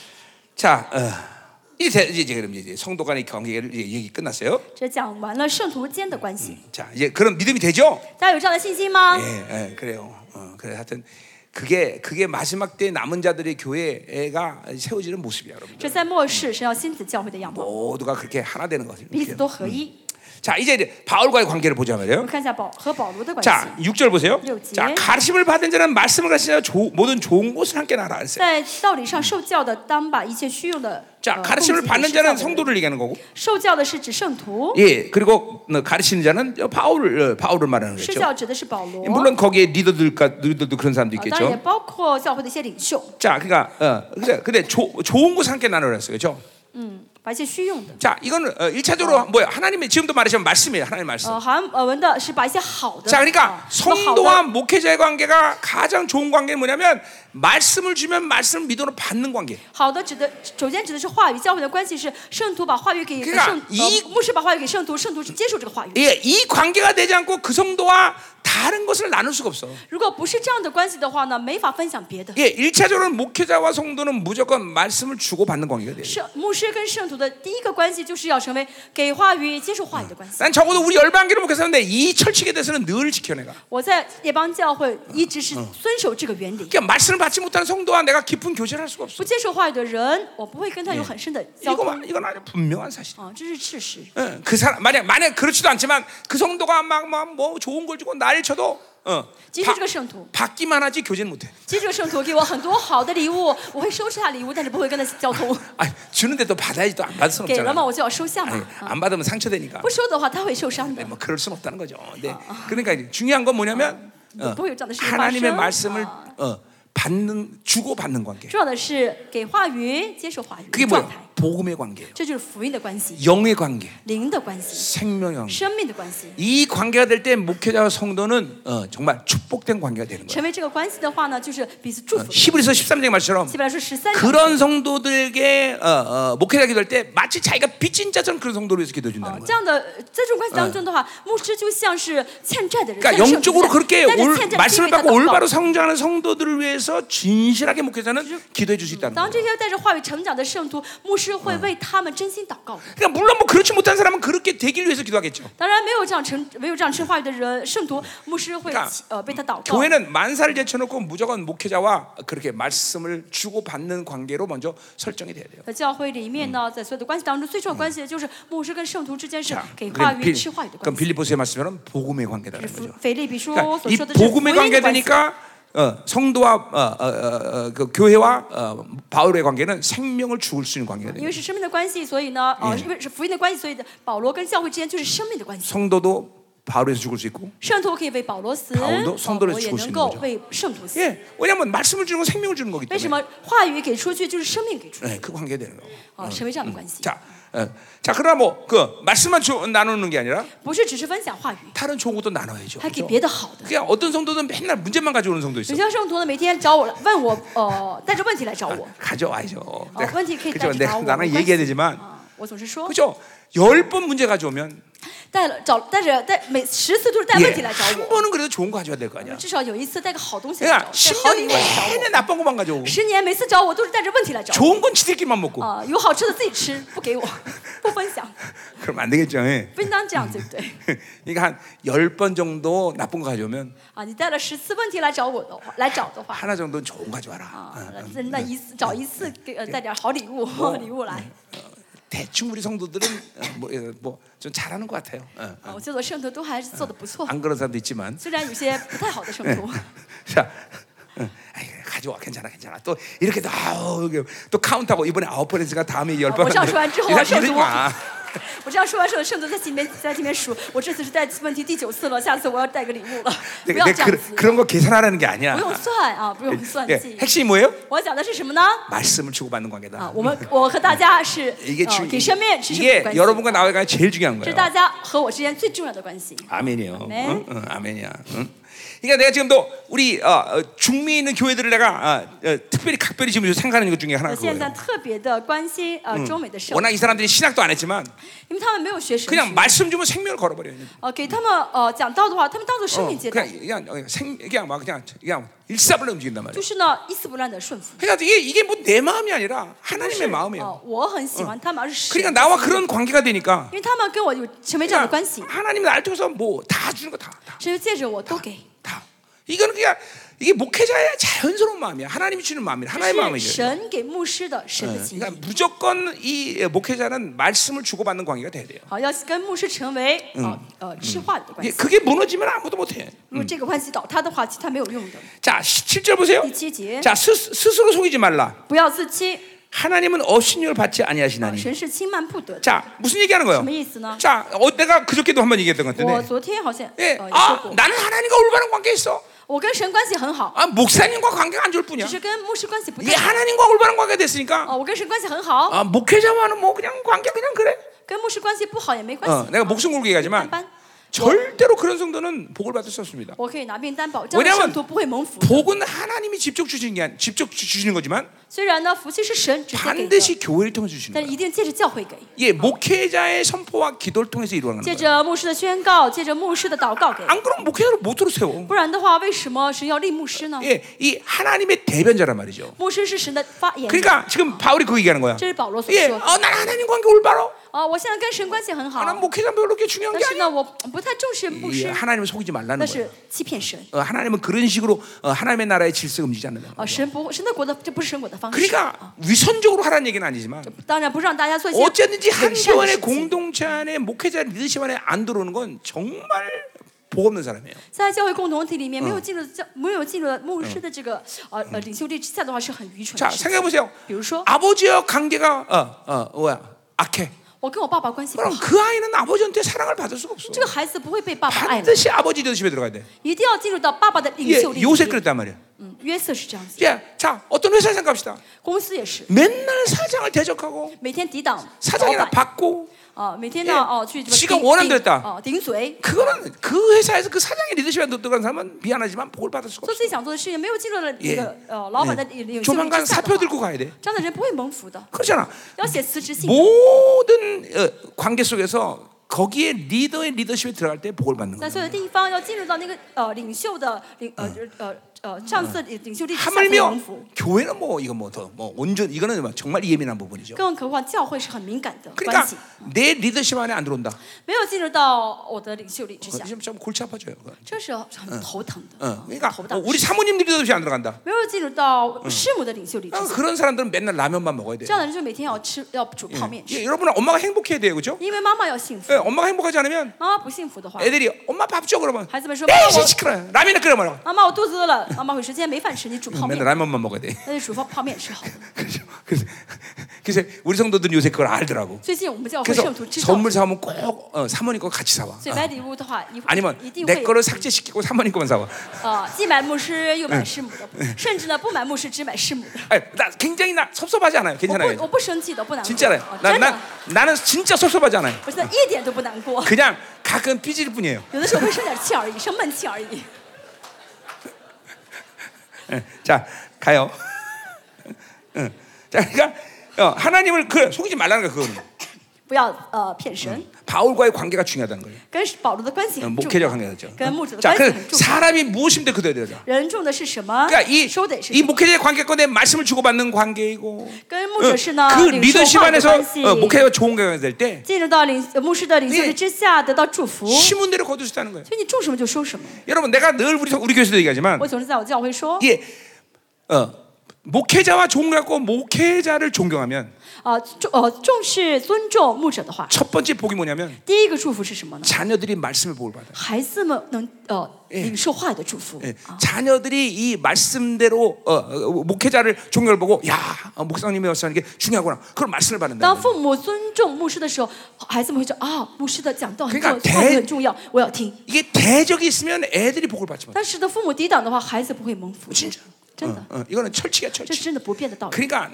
[SPEAKER 1] 자, 어, 이제 이제 이제 그럼 이제 성도 간의 관계를 이제 얘기 끝났어요.
[SPEAKER 2] 这讲完了圣徒间的关系，
[SPEAKER 1] 자, 이제 그럼 믿음이 되죠?
[SPEAKER 2] 大家有这样的信心吗？
[SPEAKER 1] 예, 예 그래요. 어, 그래 하여튼 그게 그게 마지막 때 남은 자들의 교회가 세워지는 모습이야, 여러분.
[SPEAKER 2] 这在末世神要兴起教会的样貌， 모두가
[SPEAKER 1] 모두가 그렇게 하나 되는 거죠.
[SPEAKER 2] 彼此都合一。
[SPEAKER 1] 자, 이제, 이제 바울과의 관계를 보자
[SPEAKER 2] 我
[SPEAKER 1] 말이에요.
[SPEAKER 2] 们看一下保和保罗的关系
[SPEAKER 1] 자 。 6절 보세요.
[SPEAKER 2] 육지.
[SPEAKER 1] 자, 가르침을 받은 자는 말씀을 가르치자 조, 모든 좋은 곳을 함께 나라 했어요.
[SPEAKER 2] 在道理上受教的，当把一切虚用的呃
[SPEAKER 1] 자,
[SPEAKER 2] 供给
[SPEAKER 1] 가르침을
[SPEAKER 2] 给
[SPEAKER 1] 받는
[SPEAKER 2] 受教
[SPEAKER 1] 자는
[SPEAKER 2] 的人
[SPEAKER 1] 성도를 얘기하는 거고,
[SPEAKER 2] 受教的是指圣徒，
[SPEAKER 1] 예, 그리고 어, 가르치는 자는 바울을 어, 바울을 말하는
[SPEAKER 2] 施
[SPEAKER 1] 거죠.
[SPEAKER 2] 教指的是保罗，
[SPEAKER 1] 예, 물론 거기에 리더들과 리더도 그런 사람도
[SPEAKER 2] 啊当然也
[SPEAKER 1] 있겠죠.
[SPEAKER 2] 包括教会的一些领袖，
[SPEAKER 1] 자, 그러니까 어, 근데 근데 조, 좋은 곳 함께 나누라 했어요, 그렇죠?
[SPEAKER 2] 嗯，把一切虚用的。
[SPEAKER 1] 자, 이거는 어, 일차적으로 뭐야? 하나님의 지금도 말하시면 말씀이에요, 하나님 의 말씀.
[SPEAKER 2] 呃，韩呃文的是把一些好的，
[SPEAKER 1] 자,
[SPEAKER 2] 啊
[SPEAKER 1] 그러니까
[SPEAKER 2] 那么好的
[SPEAKER 1] 성도와 목회자의 관계가 가장 좋은 관계는 뭐냐면 말씀을 주면 말씀을 믿음으로 받는 관계.
[SPEAKER 2] 好的指的，首先指的是话语，教会的关系是圣徒把话语给
[SPEAKER 1] 그러니까
[SPEAKER 2] 圣、
[SPEAKER 1] 이
[SPEAKER 2] 呃、牧师把话语给圣徒，圣徒是接受这个话语。
[SPEAKER 1] 예, 이 관계가 되지 않고 그 성도와 다른 것을 나눌 수가 없어.
[SPEAKER 2] 如果不是这样的关系的话呢，没法分享别的。
[SPEAKER 1] 예, 일차적으로 목회자와 성도는 무조건 말씀을 주고 받는 관계가 돼.
[SPEAKER 2] 圣牧师跟圣徒的第一个关系就是要成为给话语、接受话语的关系。
[SPEAKER 1] 난 적어도 우리 열방기로 목회사인데 이 철칙에 대해서는 늘 지켜내가.
[SPEAKER 2] 我在列邦教会一直是遵守这个原理，
[SPEAKER 1] 그러니까 말씀을 받지 못하는 성도와 내가 깊은 교제를 할 수가 없어.
[SPEAKER 2] 不接受话语的人，我不会跟他有很深的交通
[SPEAKER 1] 이거만 이건 아주 분명한 사실.
[SPEAKER 2] 啊，这是事实。
[SPEAKER 1] 응, 그 사람 만약 만약 그렇지도 않지만 그 성도가 막막뭐 좋은 걸 주고 날 쳐도 어,
[SPEAKER 2] 即使这个圣徒，
[SPEAKER 1] 받기만 하지 교제는 못해.
[SPEAKER 2] 即使这个圣徒给我很多好的礼物，我会收拾他礼物，但是不会跟他交通。
[SPEAKER 1] 아 주는데 또 받아야지 또 안 받을 순
[SPEAKER 2] 给了嘛，
[SPEAKER 1] 없잖아.
[SPEAKER 2] 我就要收下
[SPEAKER 1] 아니,
[SPEAKER 2] 嘛。啊
[SPEAKER 1] 안 받으면 상처되니까.
[SPEAKER 2] 不收的话，他会受伤的
[SPEAKER 1] 네, 。뭐 그럴 순 없다는 거죠. 네. 그러니까 이제 중요한 건 뭐냐면
[SPEAKER 2] 어, 아, 뭐 보여줬다, 내 신발
[SPEAKER 1] 하나님의
[SPEAKER 2] 신-
[SPEAKER 1] 말씀을
[SPEAKER 2] 아.
[SPEAKER 1] 어, 받는 주고 받는 관계.
[SPEAKER 2] 重要的是给话语，接受话语
[SPEAKER 1] 그게
[SPEAKER 2] 状态
[SPEAKER 1] 뭐야? ， 복음의 관계예요.
[SPEAKER 2] 这就是福音的关系，
[SPEAKER 1] 영의 관계,
[SPEAKER 2] 灵的关系，
[SPEAKER 1] 생명의 관계.
[SPEAKER 2] 生命的关系。
[SPEAKER 1] 이 관계가 될 때 목회자와 성도는 어, 정말 축복된 관계가 되는 거예요.
[SPEAKER 2] 成为这个关系的话呢，就是彼此祝福。
[SPEAKER 1] 히브리서 13장 말처럼
[SPEAKER 2] 希伯来说十三章，
[SPEAKER 1] 그런 성도들에게 어, 어, 목회자 기도할 때 마치 자기가 빚진 자처럼 그런 성도를 위해서 기도해
[SPEAKER 2] 呃
[SPEAKER 1] 준다는
[SPEAKER 2] 这
[SPEAKER 1] 거예요.
[SPEAKER 2] 样的在这种关系当中的话，牧师就像是欠债的人，
[SPEAKER 1] 嗯 그러니까
[SPEAKER 2] 欠债的
[SPEAKER 1] 영적으로
[SPEAKER 2] 人
[SPEAKER 1] 그렇게
[SPEAKER 2] 但是
[SPEAKER 1] 올,
[SPEAKER 2] 欠债的人
[SPEAKER 1] 말씀을
[SPEAKER 2] 必须
[SPEAKER 1] 받고
[SPEAKER 2] 给他祷
[SPEAKER 1] 올바로
[SPEAKER 2] 告
[SPEAKER 1] 성장하는 성도들을 위해서 진실하게 목회자는 기도해 줄 수 있다는
[SPEAKER 2] 当
[SPEAKER 1] 거예요.
[SPEAKER 2] 这些带着话语成长的圣徒，牧师
[SPEAKER 1] 嗯
[SPEAKER 2] 会为他们真心祷告。
[SPEAKER 1] 그러니까 물론 뭐 그렇지 못한 사람은 그렇게 되길 위해서 기도하겠죠.
[SPEAKER 2] 当然，没有这样成没有这样吃话语的人，圣徒牧师会
[SPEAKER 1] 그러니까
[SPEAKER 2] 呃为他祷告。
[SPEAKER 1] 교회는 만사를 제쳐놓고 무조건 목회자와 그렇게 말씀을 주고 받는 관계로 먼저 설정이 돼야 돼요.
[SPEAKER 2] 在教会里面呢，在所有的关系当中，最重要的关系就是牧师跟圣徒之间是
[SPEAKER 1] 자,
[SPEAKER 2] 给话
[SPEAKER 1] 그럼
[SPEAKER 2] 语、
[SPEAKER 1] 빌-
[SPEAKER 2] 吃话语的
[SPEAKER 1] 그럼
[SPEAKER 2] 关系。
[SPEAKER 1] 빌리포스의 말씀처럼 복음의 관계라는
[SPEAKER 2] 是
[SPEAKER 1] 거죠.
[SPEAKER 2] 腓利比书
[SPEAKER 1] 그러니까
[SPEAKER 2] 所
[SPEAKER 1] 이
[SPEAKER 2] 说的是福
[SPEAKER 1] 복음의
[SPEAKER 2] 音的
[SPEAKER 1] 관계
[SPEAKER 2] 关系。
[SPEAKER 1] 되니까 어, 성도와 어, 어, 어, 어, 그 교회와 어, 바울의 관계는 생명을 죽을 수 있는 관계가
[SPEAKER 2] 因
[SPEAKER 1] 돼요.
[SPEAKER 2] 为是生命的关系，所以呢，呃，因为是福音的关系，所以保罗跟教会之间就是生命的关系。
[SPEAKER 1] 성도도 바울에서 죽을 수 있고,
[SPEAKER 2] 圣徒可以为保罗死，
[SPEAKER 1] 保罗
[SPEAKER 2] 保
[SPEAKER 1] 성도를
[SPEAKER 2] 罗也
[SPEAKER 1] 죽을수
[SPEAKER 2] 能
[SPEAKER 1] 있는
[SPEAKER 2] 够
[SPEAKER 1] 거죠
[SPEAKER 2] 为圣徒死。
[SPEAKER 1] 예, 왜냐하면 말씀을 주는 건 생명을 주는 거기
[SPEAKER 2] 为什
[SPEAKER 1] 때문에
[SPEAKER 2] 么话语给出去就是生命给出去
[SPEAKER 1] 예, 그 관계 되는 거예요.
[SPEAKER 2] 啊？成为这样的关系，
[SPEAKER 1] 자, 어, 자 그러나 뭐 그 말씀만 주, 나누는 게 아니라
[SPEAKER 2] 不是只是分享话语，
[SPEAKER 1] 다른 좋은 것도 나눠야죠.
[SPEAKER 2] 还给
[SPEAKER 1] 그렇죠?
[SPEAKER 2] 别的好的。
[SPEAKER 1] 그냥 어떤 성도는 맨날 문제만 가져오는 성도
[SPEAKER 2] 有
[SPEAKER 1] 있어.
[SPEAKER 2] 些圣徒呢，每天找我来问我，呃，带着问题来找我，
[SPEAKER 1] 가져와야죠.
[SPEAKER 2] 어, 그건 그게
[SPEAKER 1] 아, 그죠? 내
[SPEAKER 2] 가져와,
[SPEAKER 1] 나랑
[SPEAKER 2] 뭐
[SPEAKER 1] 얘기해야 되지만,
[SPEAKER 2] 啊，我总是说，
[SPEAKER 1] 그죠? 열 번 문제 가져오면
[SPEAKER 2] 带了找带着带每十次都是带
[SPEAKER 1] 예,
[SPEAKER 2] 问题来找
[SPEAKER 1] 한
[SPEAKER 2] 我，
[SPEAKER 1] 번은 그래도 좋은 거 가져야 될 거 아니야.
[SPEAKER 2] 至少有一次带个好东西来找我，
[SPEAKER 1] 그렇죠. 그러니까 10년
[SPEAKER 2] 带好礼物来找我。
[SPEAKER 1] 내내 나쁜 것만 가져오고
[SPEAKER 2] 十年每次找我都是带着问题来找我，
[SPEAKER 1] 좋은 건 지들끼리만 먹고
[SPEAKER 2] 啊，有好吃的自己吃，不给我，不分享，
[SPEAKER 1] 그럼 안 되겠죠. 예.
[SPEAKER 2] 不应当这样，对不对？
[SPEAKER 1] 그러니까 한 열 번 정도 나쁜 거 가져오면
[SPEAKER 2] 啊，你带了十次问题来找我的话，来找的话，
[SPEAKER 1] 하나 정도는 좋은 거 가져와라.
[SPEAKER 2] 啊，那那一次找一次给呃带点好礼物 礼物来。
[SPEAKER 1] 대충 우리 성도들은 어, 뭐좀 잘하는 것 같아요. 어.
[SPEAKER 2] 啊，我觉得我圣徒都还是做的不错，
[SPEAKER 1] 안 그런 사람도 있지만
[SPEAKER 2] 虽然有些不太好的圣徒。
[SPEAKER 1] 자 어, 아이, 가져와 괜찮아 괜찮아 또 이렇게 또 아우 이게 또 카운트하고 이번에 아홉 번 했으니까 다음에 열
[SPEAKER 2] 어,
[SPEAKER 1] 번.
[SPEAKER 2] 어쩌고 저쩌고 저쩌고
[SPEAKER 1] 이런
[SPEAKER 2] 저쩌고
[SPEAKER 1] 이런 거.
[SPEAKER 2] 我这样说完之后，圣徒在心里面在这边数，我这次是带问题第九次了，下次我要带个礼物了，不
[SPEAKER 1] 내가
[SPEAKER 2] 要这
[SPEAKER 1] 내가
[SPEAKER 2] 样
[SPEAKER 1] 그,
[SPEAKER 2] 子，
[SPEAKER 1] 그런 거 계산하라는 게 아니야.
[SPEAKER 2] 不用算啊，不用算
[SPEAKER 1] 예,
[SPEAKER 2] 计。
[SPEAKER 1] 핵심이 뭐예요?
[SPEAKER 2] 我讲的是什么呢？
[SPEAKER 1] 말씀을 주고받는 관계다.
[SPEAKER 2] 啊，我们我和大家是
[SPEAKER 1] 이게
[SPEAKER 2] 呃
[SPEAKER 1] 어, 주,
[SPEAKER 2] 给身边持续的
[SPEAKER 1] 이게
[SPEAKER 2] 关系，
[SPEAKER 1] 여러분과 나와의 관계 제일 중요한
[SPEAKER 2] 这是
[SPEAKER 1] 거예요.
[SPEAKER 2] 大家和我之间最重要的关系。
[SPEAKER 1] 아멘이요.
[SPEAKER 2] 아멘.
[SPEAKER 1] 응? 응, 아멘이야. 응? 그러니까 내가 지금도 우리 어, 어, 중미에 있는 교회들을 내가 어, 어, 특별히 각별히 지금 요새 생각하는 것 중에
[SPEAKER 2] 我
[SPEAKER 1] 하나가
[SPEAKER 2] 现在
[SPEAKER 1] 그거예요.
[SPEAKER 2] 特别的关心呃中美的社会，
[SPEAKER 1] 워낙 이 사람들이 신학도 안 했지만
[SPEAKER 2] 因为他们没有学神
[SPEAKER 1] 그냥
[SPEAKER 2] 学，
[SPEAKER 1] 말씀 주면 생명을 걸어버려요.
[SPEAKER 2] 呃，给他们呃讲道的话，他们当做生
[SPEAKER 1] 어,
[SPEAKER 2] 命接待
[SPEAKER 1] 그냥 ， 그냥 어, 생 그냥 막 그냥 그냥 일사불란 움직인단
[SPEAKER 2] 就
[SPEAKER 1] 말이에요.
[SPEAKER 2] 是呢一丝不乱的顺服。
[SPEAKER 1] 그러니까 이게 이게 뭐 내 마음이 아니라
[SPEAKER 2] 不是
[SPEAKER 1] 하나님의
[SPEAKER 2] 哦
[SPEAKER 1] 마음이에요. ，
[SPEAKER 2] 我很喜欢他们，而是神
[SPEAKER 1] 그러니까 나와 그런 관계가 되니까
[SPEAKER 2] 因为他们跟我有成为这样的
[SPEAKER 1] 그냥
[SPEAKER 2] 关系，
[SPEAKER 1] 하나님 날 통해서 뭐 다 주는 거 다 다.
[SPEAKER 2] 神就借着我都给。
[SPEAKER 1] 다. 이거는 그냥 이게 목회자의 자연스러운 마음이야. 하나님이 주는 마음이야.
[SPEAKER 2] 这
[SPEAKER 1] 하나님의
[SPEAKER 2] 是
[SPEAKER 1] 마음이죠.
[SPEAKER 2] 神给牧师的神的心意。
[SPEAKER 1] 그러니까 무조건 이 목회자는 말씀을 주고받는 관계가 돼야 돼요.
[SPEAKER 2] 好，要跟牧师成为啊呃吃话语的关
[SPEAKER 1] 이게
[SPEAKER 2] 系。
[SPEAKER 1] 그게 무너지면 아무도 못해.
[SPEAKER 2] 如果这个关系倒塌的话，其他没有用的。
[SPEAKER 1] 자, 네, 7절 보세요.
[SPEAKER 2] 第七节，
[SPEAKER 1] 자, 스, 스스로 속이지 말라.
[SPEAKER 2] 不要自欺，
[SPEAKER 1] 하나님은 업신율 받지 아니하시나니.
[SPEAKER 2] 神是轻慢不得的。
[SPEAKER 1] 자, 무슨 얘기하는 뭐, 거예요?
[SPEAKER 2] 什么意思呢？
[SPEAKER 1] 자, 어, 내가 그저께도 한번 얘기했던 것
[SPEAKER 2] 我
[SPEAKER 1] 같은데.
[SPEAKER 2] 昨天好像呃
[SPEAKER 1] 예,
[SPEAKER 2] 也说
[SPEAKER 1] 아,
[SPEAKER 2] 过，
[SPEAKER 1] 나는 하나님과 올바른 관계 있어.
[SPEAKER 2] 我跟神关系很好，
[SPEAKER 1] 아, 목사님과 관계가 안 좋을 뿐이야.
[SPEAKER 2] 只是跟牧师关系不太
[SPEAKER 1] 이게
[SPEAKER 2] 好。
[SPEAKER 1] 하나님과 올바른 관계가 됐으니까
[SPEAKER 2] 哦，我跟神关系很好，
[SPEAKER 1] 아, 목회자와는 뭐 그냥 관계 그냥 그래.
[SPEAKER 2] 跟牧师关系不好也没关
[SPEAKER 1] 어,
[SPEAKER 2] 系。
[SPEAKER 1] 내가 목숨 걸고 얘기하지만
[SPEAKER 2] 一般，
[SPEAKER 1] 절대로 그런 성도는 복을 받을 수 없습니다.
[SPEAKER 2] 我可以拿命担保，这样
[SPEAKER 1] 왜냐면
[SPEAKER 2] 的圣徒不会蒙福。
[SPEAKER 1] 복은 하나님이 직접 주시는 게 아니, 직접 주- 주시는 거지만
[SPEAKER 2] 虽然呢，福气是神直接给的，
[SPEAKER 1] 반드시 교회를 통해 서 주시는
[SPEAKER 2] 但
[SPEAKER 1] 거예요.
[SPEAKER 2] 一定借着教会给，
[SPEAKER 1] 예, 목회자의 선포와 기도를 통해서 이루어가는
[SPEAKER 2] 借
[SPEAKER 1] 거예요.
[SPEAKER 2] 着牧师的宣告，借着牧师的祷告给。
[SPEAKER 1] 안 그러면 목회자를 못으로 세워.
[SPEAKER 2] 不然的话，为什么神要立牧师呢？
[SPEAKER 1] 예, 이 하나님의 대변자란 말이죠.
[SPEAKER 2] 牧师是神的发言人，
[SPEAKER 1] 그러니까 지금 바울이 그 얘기하는 거야.
[SPEAKER 2] 这是保罗所
[SPEAKER 1] 예,
[SPEAKER 2] 说的。
[SPEAKER 1] 어, 난 하나님 관계 올바로.
[SPEAKER 2] 啊，我现在跟神关系很好
[SPEAKER 1] 아，난 목회자 별로 그렇게 중요한
[SPEAKER 2] 但
[SPEAKER 1] 게
[SPEAKER 2] 是
[SPEAKER 1] 아니야.
[SPEAKER 2] 呢，我不太重视牧
[SPEAKER 1] 예,
[SPEAKER 2] 师，
[SPEAKER 1] 하나님을 속이지 말라는
[SPEAKER 2] 但是
[SPEAKER 1] 거예요.
[SPEAKER 2] 欺骗神。
[SPEAKER 1] 어, 하나님은 그런 식으로 어, 하나님의 나라의 질서가 움직이지 않는다.
[SPEAKER 2] 啊，神不神的国的这不是神国的方式。哦
[SPEAKER 1] 그러니까 위선적으로 하라는 얘기는 아니지만
[SPEAKER 2] 当然不是让大家做一些
[SPEAKER 1] 어쨌든지
[SPEAKER 2] 很善的
[SPEAKER 1] 한교원의
[SPEAKER 2] 事情。
[SPEAKER 1] 공동체 안에 목회자 리더십 안에 안 들어오는 건 정말 복 없는 사람이에요.
[SPEAKER 2] 在教会共同体里面，没有进入教没有进入牧师的这个呃呃领袖力之下的话，是啊很愚蠢
[SPEAKER 1] 자,
[SPEAKER 2] 的事情。
[SPEAKER 1] 생각해 그렇죠. 보세요.
[SPEAKER 2] 比如说，
[SPEAKER 1] 아버지와 관계가 어, 어, 뭐야? 악해.
[SPEAKER 2] 我跟我爸爸关系不
[SPEAKER 1] 그럼
[SPEAKER 2] 好，
[SPEAKER 1] 그 아이는 아버지한테 사랑을 받을 수가 없어.
[SPEAKER 2] 这个孩子不会被爸爸爱了，
[SPEAKER 1] 반드시 아버지 리더십에 들어가야 돼.
[SPEAKER 2] 一定要进入到爸爸的领
[SPEAKER 1] 예,
[SPEAKER 2] 袖力。
[SPEAKER 1] 요새 그랬단 말이야.
[SPEAKER 2] 嗯，约瑟是这样子，
[SPEAKER 1] 예, 자, 어떤 회사 생각합시다.
[SPEAKER 2] 公司也是，
[SPEAKER 1] 맨날 사장을 대적하고
[SPEAKER 2] 每天抵挡老
[SPEAKER 1] 사장이나
[SPEAKER 2] 板，
[SPEAKER 1] 받고
[SPEAKER 2] 啊，每天呢，
[SPEAKER 1] 예
[SPEAKER 2] 哦去
[SPEAKER 1] 지
[SPEAKER 2] 什
[SPEAKER 1] 금
[SPEAKER 2] 么
[SPEAKER 1] 원하는대로
[SPEAKER 2] 顶
[SPEAKER 1] 했다
[SPEAKER 2] 哦顶嘴，
[SPEAKER 1] 그거는 그 회사에서 그 사장의 리더십에 들어간 사람은 미안하지만 복을 받을 수가
[SPEAKER 2] 做
[SPEAKER 1] 없어.
[SPEAKER 2] 自己想做的事情，没有进入了这个呃老板的领袖力之
[SPEAKER 1] 네. 조만간
[SPEAKER 2] 下
[SPEAKER 1] 사표
[SPEAKER 2] 的话，
[SPEAKER 1] 들고 가야 돼.
[SPEAKER 2] 这样的人不会蒙福的，
[SPEAKER 1] 그렇잖아.
[SPEAKER 2] 要写辞职信。
[SPEAKER 1] 모든 어, 관계 속에서 거기에 리더의 리더십에 들어갈 때 복을 받는
[SPEAKER 2] 在
[SPEAKER 1] 거야.
[SPEAKER 2] 所有地方要进入到那个呃领袖的领呃呃呃上司领领袖力之下才能
[SPEAKER 1] 하물며
[SPEAKER 2] 蒙福。
[SPEAKER 1] 교회는 뭐 이거 뭐 더 뭐 온전 이거는 뭐 정말 예민한 부분이죠.
[SPEAKER 2] 更何况教会是很敏感的关
[SPEAKER 1] 그러니까
[SPEAKER 2] 系，
[SPEAKER 1] 내 리더십 안에 안 들어온다. 어,
[SPEAKER 2] 没有进入到我的领袖力之下，
[SPEAKER 1] 좀 좀 골치 아파져요. 그거.
[SPEAKER 2] 这是很头疼的，
[SPEAKER 1] 어, 그러니까
[SPEAKER 2] 头
[SPEAKER 1] 어,
[SPEAKER 2] 大的
[SPEAKER 1] 우리
[SPEAKER 2] 事。
[SPEAKER 1] 사모님 리더십이 안 들어간다.
[SPEAKER 2] 没有进入到师母的领袖力之
[SPEAKER 1] 아,
[SPEAKER 2] 下，
[SPEAKER 1] 그런 사람들은 맨날 라면만 먹어야 돼.
[SPEAKER 2] 这样的人就每天要吃要煮泡面
[SPEAKER 1] 예,
[SPEAKER 2] 吃，
[SPEAKER 1] 여러분은 엄마가 행복해야 돼요, 그죠?
[SPEAKER 2] 因为妈妈要幸福
[SPEAKER 1] 예, ， 엄마가 행복하지 않으면
[SPEAKER 2] 妈妈不幸福的话，
[SPEAKER 1] 애들이 엄마 밥 줘 그러면
[SPEAKER 2] 孩子们说妈妈
[SPEAKER 1] 에이
[SPEAKER 2] 我
[SPEAKER 1] 시끄러 라면이나 끓여 먹어.
[SPEAKER 2] 妈妈我肚子饿了，妈妈会说今嗯天没饭吃，你煮泡面
[SPEAKER 1] 맨날 ， 라면만 먹어야 돼.
[SPEAKER 2] 那就煮泡泡面吃好了。
[SPEAKER 1] 그죠? 그래서, 그래서 우리 성도들은 요새 그걸 알더라고.
[SPEAKER 2] 最近我们教会
[SPEAKER 1] 어, 그래서
[SPEAKER 2] 圣徒知道，
[SPEAKER 1] 선물 사오면 꼭 어, 사모님 거 같이 사와.
[SPEAKER 2] 所以买礼物的话，一会
[SPEAKER 1] 아니면
[SPEAKER 2] 一定
[SPEAKER 1] 내
[SPEAKER 2] 会
[SPEAKER 1] 거를 삭제시키고 사모님 거만 사와.
[SPEAKER 2] 啊，既买牧师又买师母的，甚至呢不买牧师只买师母的。
[SPEAKER 1] 아니, 나 굉장히 나 섭섭하지 않아요.
[SPEAKER 2] 我
[SPEAKER 1] 괜찮아요.
[SPEAKER 2] 不我不生气的，不难过。
[SPEAKER 1] 어, 진짜래요.
[SPEAKER 2] 啊
[SPEAKER 1] 나,
[SPEAKER 2] 真的
[SPEAKER 1] 난 ， 나는 진짜 섭섭하지 않아요.
[SPEAKER 2] 我现在一点都不难过，
[SPEAKER 1] 그냥 가끔 삐질 뿐이에요.
[SPEAKER 2] 有的时候会生点气而已，生闷气而已。
[SPEAKER 1] 예, 자 가요. 응. 자 그러니까 어, 하나님을 그 속이지 말라는 거야 그거는.
[SPEAKER 2] 不要呃骗神，
[SPEAKER 1] 바울과의 관계가 중요하다는 거예요.
[SPEAKER 2] 跟保罗的关系
[SPEAKER 1] 어,
[SPEAKER 2] 很重
[SPEAKER 1] 목회자
[SPEAKER 2] 要，
[SPEAKER 1] 관계죠.
[SPEAKER 2] 跟牧者的
[SPEAKER 1] 자
[SPEAKER 2] 关系
[SPEAKER 1] 그
[SPEAKER 2] 很重要。
[SPEAKER 1] 사람이 무엇인데 그대로 되죠.
[SPEAKER 2] 人重的是什么
[SPEAKER 1] 그러니까 ？
[SPEAKER 2] 收的也
[SPEAKER 1] 이,
[SPEAKER 2] 是
[SPEAKER 1] 이
[SPEAKER 2] 什么
[SPEAKER 1] 목회자의 관계가 내 말씀을 주고받는 관계이고
[SPEAKER 2] 跟
[SPEAKER 1] 어,
[SPEAKER 2] 牧者是呢
[SPEAKER 1] 그
[SPEAKER 2] 领受
[SPEAKER 1] 리더십
[SPEAKER 2] 话语的
[SPEAKER 1] 안에서
[SPEAKER 2] 关系
[SPEAKER 1] 어, 。 목회자가 좋은 관계가 될 때
[SPEAKER 2] 进入到领呃牧师的领袖
[SPEAKER 1] 예
[SPEAKER 2] 力之下，得到祝
[SPEAKER 1] 어?
[SPEAKER 2] 福。所
[SPEAKER 1] 심은 대로 거둘 수 있다는 거예요.
[SPEAKER 2] 以你种什么就收什么。
[SPEAKER 1] 여러분 내가 늘 우리 우리 교회에서 얘기하지만
[SPEAKER 2] 我总是在我教会说，
[SPEAKER 1] 예, 어, 목회자와 존경하고 목회자를 존경하면
[SPEAKER 2] 啊重呃重视尊重牧者的话。
[SPEAKER 1] 첫 번째 복이 뭐냐면
[SPEAKER 2] 第一个祝福是什么呢？
[SPEAKER 1] 자녀들이 말씀을 복을 받아요.
[SPEAKER 2] 孩子们能呃领受话语的祝福。啊
[SPEAKER 1] 예, 자녀들이 이 말씀대로 어, 어, 목회자를 존경을 보고 야 어, 목사님이 말씀하는 게 중요하구나 그런 말씀을 받는다.
[SPEAKER 2] 当父母尊重牧师的时候，孩子们会说啊，牧师的讲道很重
[SPEAKER 1] 그러니까
[SPEAKER 2] 要，话
[SPEAKER 1] 대
[SPEAKER 2] 语很重要，我要听。
[SPEAKER 1] 이게 대적이 있으면 애들이 복을 받지 못.
[SPEAKER 2] 但是的父母抵挡的话，孩子不嗯会蒙福。
[SPEAKER 1] 진짜.
[SPEAKER 2] 真的，
[SPEAKER 1] 어, 어, 이거는 철칙이야
[SPEAKER 2] 这
[SPEAKER 1] 철칙.
[SPEAKER 2] 是真的不变的道理。
[SPEAKER 1] 그러니까